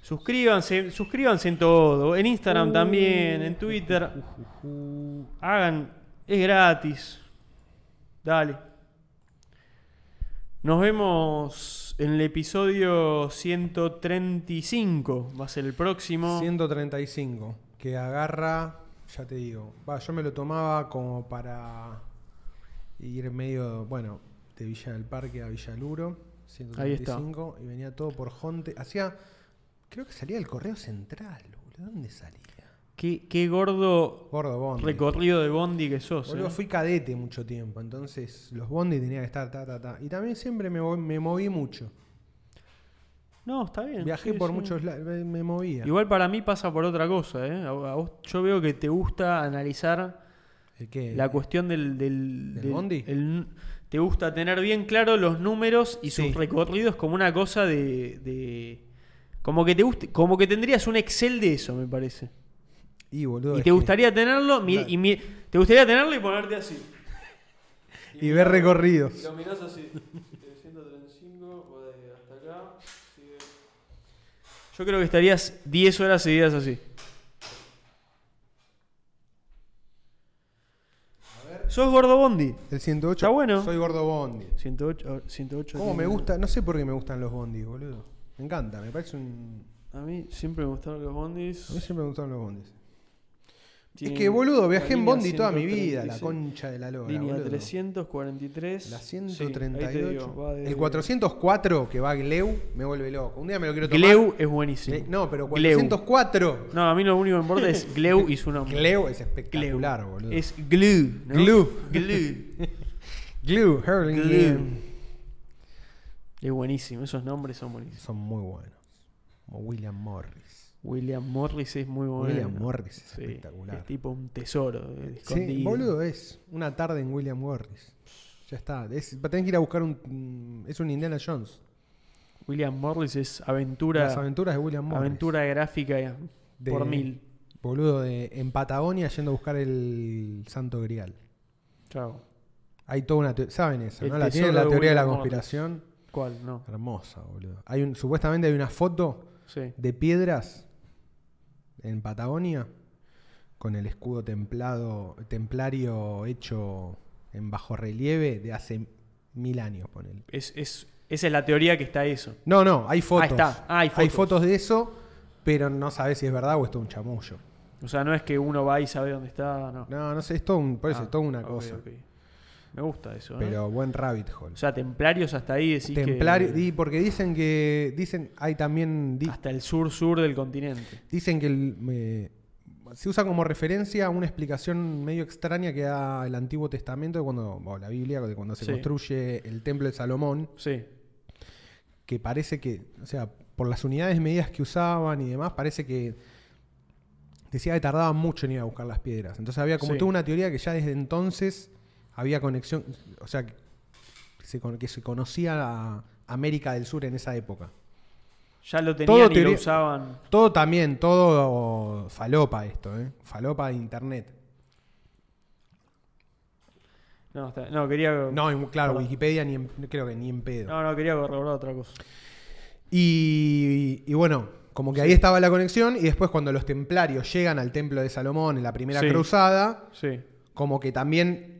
Speaker 2: Suscríbanse, suscríbanse en todo. En Instagram también, en Twitter. Hagan. Es gratis. Dale. Nos vemos en el episodio 135. Va a ser el próximo.
Speaker 1: 135. Que agarra, ya te digo. Va, yo me lo tomaba como para ir medio, bueno, de Villa del Parque a Villaluro. 135. Y venía todo por Jonte. Hacía, creo que salía del correo central, boludo. ¿Dónde salía?
Speaker 2: Qué, qué gordo
Speaker 1: Gordo Bondi.
Speaker 2: recorrido de Bondi que sos.
Speaker 1: Boludo,
Speaker 2: eh.
Speaker 1: fui cadete mucho tiempo, entonces los bondi tenía que estar ta ta ta. Y también siempre me, mo- me moví mucho.
Speaker 2: No, está bien.
Speaker 1: Viajé
Speaker 2: sí,
Speaker 1: por
Speaker 2: sí.
Speaker 1: muchos lados, me me movía.
Speaker 2: Igual para mí pasa por otra cosa. eh. A- a vos- yo veo que te gusta analizar
Speaker 1: ¿El qué?
Speaker 2: la cuestión del. del,
Speaker 1: Eh, ¿Del Bondi?
Speaker 2: el- te gusta tener bien claro los números y sus
Speaker 1: Sí.
Speaker 2: recorridos como una cosa de. de- como que te guste, como que tendrías un Excel de eso, me parece.
Speaker 1: Y, boludo,
Speaker 2: Y
Speaker 1: es
Speaker 2: te
Speaker 1: que-
Speaker 2: gustaría tenerlo mi- y mi- te gustaría tenerlo y ponerte así.
Speaker 1: Y ver recorridos.
Speaker 2: Lo mirás así. 335, podés hasta acá. sigue. Yo creo que estarías 10 horas seguidas así. Sos gordo Bondi.
Speaker 1: El 108.
Speaker 2: Está bueno.
Speaker 1: Soy gordo bondi.
Speaker 2: 108. a ver, 108
Speaker 1: ¿Cómo
Speaker 2: tiene-
Speaker 1: me gusta? No sé por qué me gustan los bondis, boludo. Me encanta, me parece un.
Speaker 2: A mí siempre me gustaron los bondis.
Speaker 1: A mí siempre me gustaron los bondis. Es
Speaker 2: Tienen
Speaker 1: que, boludo,
Speaker 2: la
Speaker 1: viajé en
Speaker 2: línea
Speaker 1: bondi toda mi
Speaker 2: 136.
Speaker 1: vida, la concha de la lora.
Speaker 2: Línea
Speaker 1: boludo.
Speaker 2: 343.
Speaker 1: La
Speaker 2: Sí, ahí te
Speaker 1: 138.
Speaker 2: digo, va de-
Speaker 1: El 404 que va a Gleu me vuelve loco. Un día me lo quiero tomar.
Speaker 2: Gleu es buenísimo.
Speaker 1: Gle- Eh, No, pero
Speaker 2: Gleu.
Speaker 1: 404.
Speaker 2: No, a mí lo único que me importa es Gleu y su nombre.
Speaker 1: Gleu es
Speaker 2: Gleu.
Speaker 1: espectacular, boludo.
Speaker 2: Es Glue. ¿no?
Speaker 1: Glue.
Speaker 2: Glue.
Speaker 1: Gleu, Hurlingham.
Speaker 2: Es buenísimo, esos nombres son buenísimos.
Speaker 1: Son muy buenos. Como William Morris.
Speaker 2: William Morris es muy bueno.
Speaker 1: William Morris es
Speaker 2: Sí,
Speaker 1: espectacular.
Speaker 2: Es tipo un tesoro. eh,
Speaker 1: Sí,
Speaker 2: escondido.
Speaker 1: boludo, es una tarde en William Morris. Ya está. Es, tenés que ir a buscar un. mm, Es un Indiana Jones.
Speaker 2: William Morris es aventura,
Speaker 1: Las aventuras de William Morris.
Speaker 2: aventura gráfica
Speaker 1: De-
Speaker 2: por mil.
Speaker 1: Boludo, de, en Patagonia yendo a buscar el Santo Grial.
Speaker 2: Chao.
Speaker 1: Hay toda una teoría. ¿Saben eso?
Speaker 2: El
Speaker 1: ¿no? La
Speaker 2: tesoro
Speaker 1: tienen la
Speaker 2: de
Speaker 1: teoría de la
Speaker 2: William Morris.
Speaker 1: conspiración.
Speaker 2: ¿Cuál? No.
Speaker 1: Hermosa, boludo. Hay un, supuestamente hay una foto
Speaker 2: Sí.
Speaker 1: de piedras en Patagonia con el escudo templado, templario hecho en bajo relieve de hace mil años, ponele.
Speaker 2: Es, es, esa es la teoría que está eso.
Speaker 1: No, no, hay fotos.
Speaker 2: está. Ah, hay fotos.
Speaker 1: de eso, pero no sabes si es verdad o es todo un chamullo.
Speaker 2: O sea, no es que uno va y sabe dónde está, no.
Speaker 1: No, no sé, es todo un, por eso,
Speaker 2: Ah,
Speaker 1: es toda una
Speaker 2: ok,
Speaker 1: cosa.
Speaker 2: ok. Me gusta eso. ¿eh?
Speaker 1: Pero buen rabbit hole.
Speaker 2: o sea, templarios hasta ahí decís que-
Speaker 1: Templario- y porque dicen que. Dicen, hay también. di-
Speaker 2: hasta el sur-sur del continente.
Speaker 1: Dicen que el- me- se usa como referencia una explicación medio extraña que da el Antiguo Testamento, de cuando, o la Biblia, de cuando se
Speaker 2: Sí.
Speaker 1: construye el Templo de Salomón,
Speaker 2: Sí.
Speaker 1: que parece que, o sea, por las unidades medidas que usaban y demás, parece que decía que tardaban mucho en ir a buscar las piedras. Entonces había como
Speaker 2: Sí.
Speaker 1: toda una teoría que ya desde entonces había conexión, o sea, que se, con- que se conocía a América del Sur en esa época.
Speaker 2: Ya lo tenían
Speaker 1: Todo
Speaker 2: y
Speaker 1: teoría-
Speaker 2: lo usaban.
Speaker 1: Todo también, todo falopa esto, ¿eh? Falopa de internet.
Speaker 2: No, está- no, quería.
Speaker 1: No, en- claro,
Speaker 2: Perdón.
Speaker 1: Wikipedia ni en- creo que ni en pedo.
Speaker 2: No, no, quería corroborar otra cosa.
Speaker 1: Y, y bueno, como que ahí estaba la conexión y después cuando los templarios llegan al templo de Salomón en la primera
Speaker 2: Sí.
Speaker 1: cruzada,
Speaker 2: Sí.
Speaker 1: como que también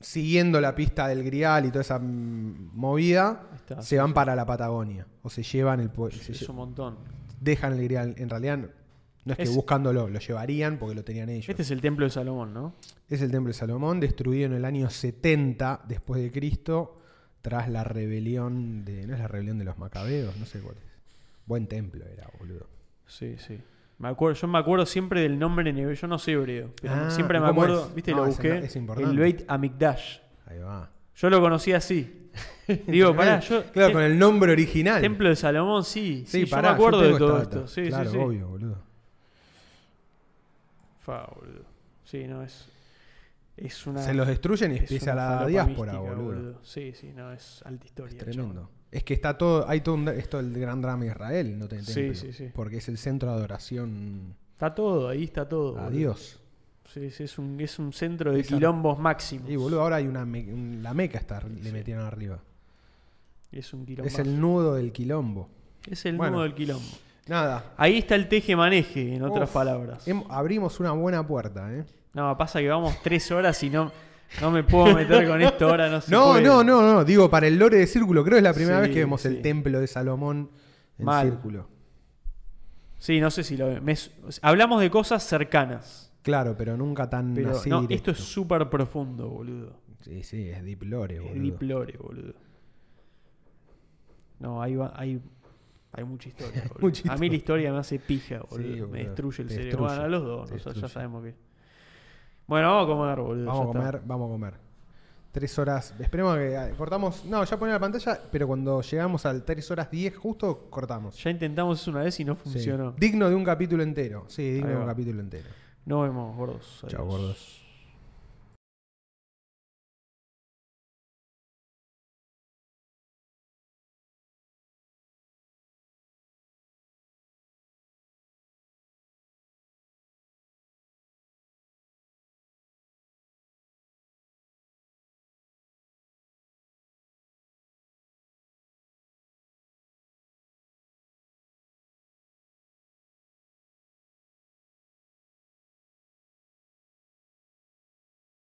Speaker 1: siguiendo la pista del Grial y toda esa mm, movida,
Speaker 2: Está,
Speaker 1: se van para la Patagonia o se llevan el pue- se
Speaker 2: Es
Speaker 1: lle-
Speaker 2: un montón.
Speaker 1: dejan el Grial. En realidad no es que
Speaker 2: Es-
Speaker 1: buscándolo, lo llevarían porque lo tenían ellos.
Speaker 2: Este es el templo de Salomón, ¿no?
Speaker 1: Es el templo de Salomón, destruido en el año 70 después de Cristo, tras la rebelión de. ¿No es la rebelión de los macabeos? No sé cuál es. Buen templo era, boludo.
Speaker 2: Sí, sí. Me acuerdo, yo me acuerdo siempre del nombre en hebreo. Yo no sé hebreo, pero
Speaker 1: Ah,
Speaker 2: siempre me
Speaker 1: ¿cómo
Speaker 2: acuerdo.
Speaker 1: es?
Speaker 2: ¿Viste?
Speaker 1: No,
Speaker 2: lo
Speaker 1: es-
Speaker 2: busqué.
Speaker 1: es importante.
Speaker 2: El Beit Amikdash.
Speaker 1: Ahí va.
Speaker 2: Yo lo conocí así. Digo, pará, yo.
Speaker 1: Claro,
Speaker 2: tem-
Speaker 1: con el nombre original.
Speaker 2: Templo de Salomón, sí. Sí,
Speaker 1: pará,
Speaker 2: yo me acuerdo
Speaker 1: tengo
Speaker 2: de todo
Speaker 1: esta data.
Speaker 2: esto. Sí,
Speaker 1: claro,
Speaker 2: sí, sí.
Speaker 1: obvio, boludo.
Speaker 2: Fa, boludo. Sí, no es. Es una.
Speaker 1: Se los destruyen y
Speaker 2: es
Speaker 1: empieza
Speaker 2: una
Speaker 1: la
Speaker 2: falopa
Speaker 1: diáspora,
Speaker 2: mística,
Speaker 1: boludo.
Speaker 2: Sí, sí, no, es alta historia.
Speaker 1: Es tremendo. Es que está todo. Hay todo un, esto del gran drama de Israel, no te
Speaker 2: Sí,
Speaker 1: templo,
Speaker 2: sí, sí.
Speaker 1: Porque es el centro de adoración
Speaker 2: chabón. Está todo, ahí está todo.
Speaker 1: a
Speaker 2: boludo.
Speaker 1: Dios.
Speaker 2: Sí, sí, es un, es un centro de
Speaker 1: Esa-
Speaker 2: quilombos máximos.
Speaker 1: Y boludo, ahora hay una. me- un- la meca está, le
Speaker 2: Sí.
Speaker 1: metieron arriba.
Speaker 2: Es un quilombo.
Speaker 1: Es el nudo del quilombo.
Speaker 2: Es el
Speaker 1: Bueno.
Speaker 2: nudo del quilombo.
Speaker 1: Nada.
Speaker 2: Ahí está el teje maneje, en otras
Speaker 1: Uf, Em-
Speaker 2: palabras.
Speaker 1: hem- abrimos una buena puerta, ¿eh?
Speaker 2: No, pasa que vamos tres horas y no, no me puedo meter con esto ahora, no se
Speaker 1: No,
Speaker 2: puede.
Speaker 1: no, no, no. Digo, para el lore de círculo, creo que es la primera
Speaker 2: Sí,
Speaker 1: vez que vemos
Speaker 2: sí.
Speaker 1: el templo de Salomón en
Speaker 2: Mal.
Speaker 1: círculo.
Speaker 2: Sí, no sé si lo me- Hablamos de cosas cercanas.
Speaker 1: Claro, pero nunca tan
Speaker 2: Pero
Speaker 1: Mm, así.
Speaker 2: no,
Speaker 1: directo.
Speaker 2: esto es súper profundo, boludo.
Speaker 1: Sí, sí, es deep lore,
Speaker 2: Es
Speaker 1: boludo.
Speaker 2: deep lore, boludo. No, ahí va- hay, hay mucha historia, boludo.
Speaker 1: mucha
Speaker 2: A mí
Speaker 1: historia.
Speaker 2: la historia me hace pija, boludo.
Speaker 1: boludo.
Speaker 2: Me destruye el
Speaker 1: Te
Speaker 2: cerebro. Bueno,
Speaker 1: destruye,
Speaker 2: a los dos,
Speaker 1: te
Speaker 2: o sea, ya
Speaker 1: destruye.
Speaker 2: sabemos que. Bueno, vamos a comer, boludo.
Speaker 1: Vamos a
Speaker 2: ya está.
Speaker 1: comer, vamos a comer. Tres horas. Esperemos que ah, cortamos. No, ya ponen la pantalla, pero cuando llegamos al 3 horas 10 justo, cortamos.
Speaker 2: Ya intentamos eso una vez y no
Speaker 1: Sí.
Speaker 2: funcionó.
Speaker 1: Digno de un capítulo entero. Sí, digno
Speaker 2: Ahí
Speaker 1: de un
Speaker 2: va.
Speaker 1: capítulo entero.
Speaker 2: Nos vemos, gordos.
Speaker 1: Chao,
Speaker 2: Adiós.
Speaker 1: gordos.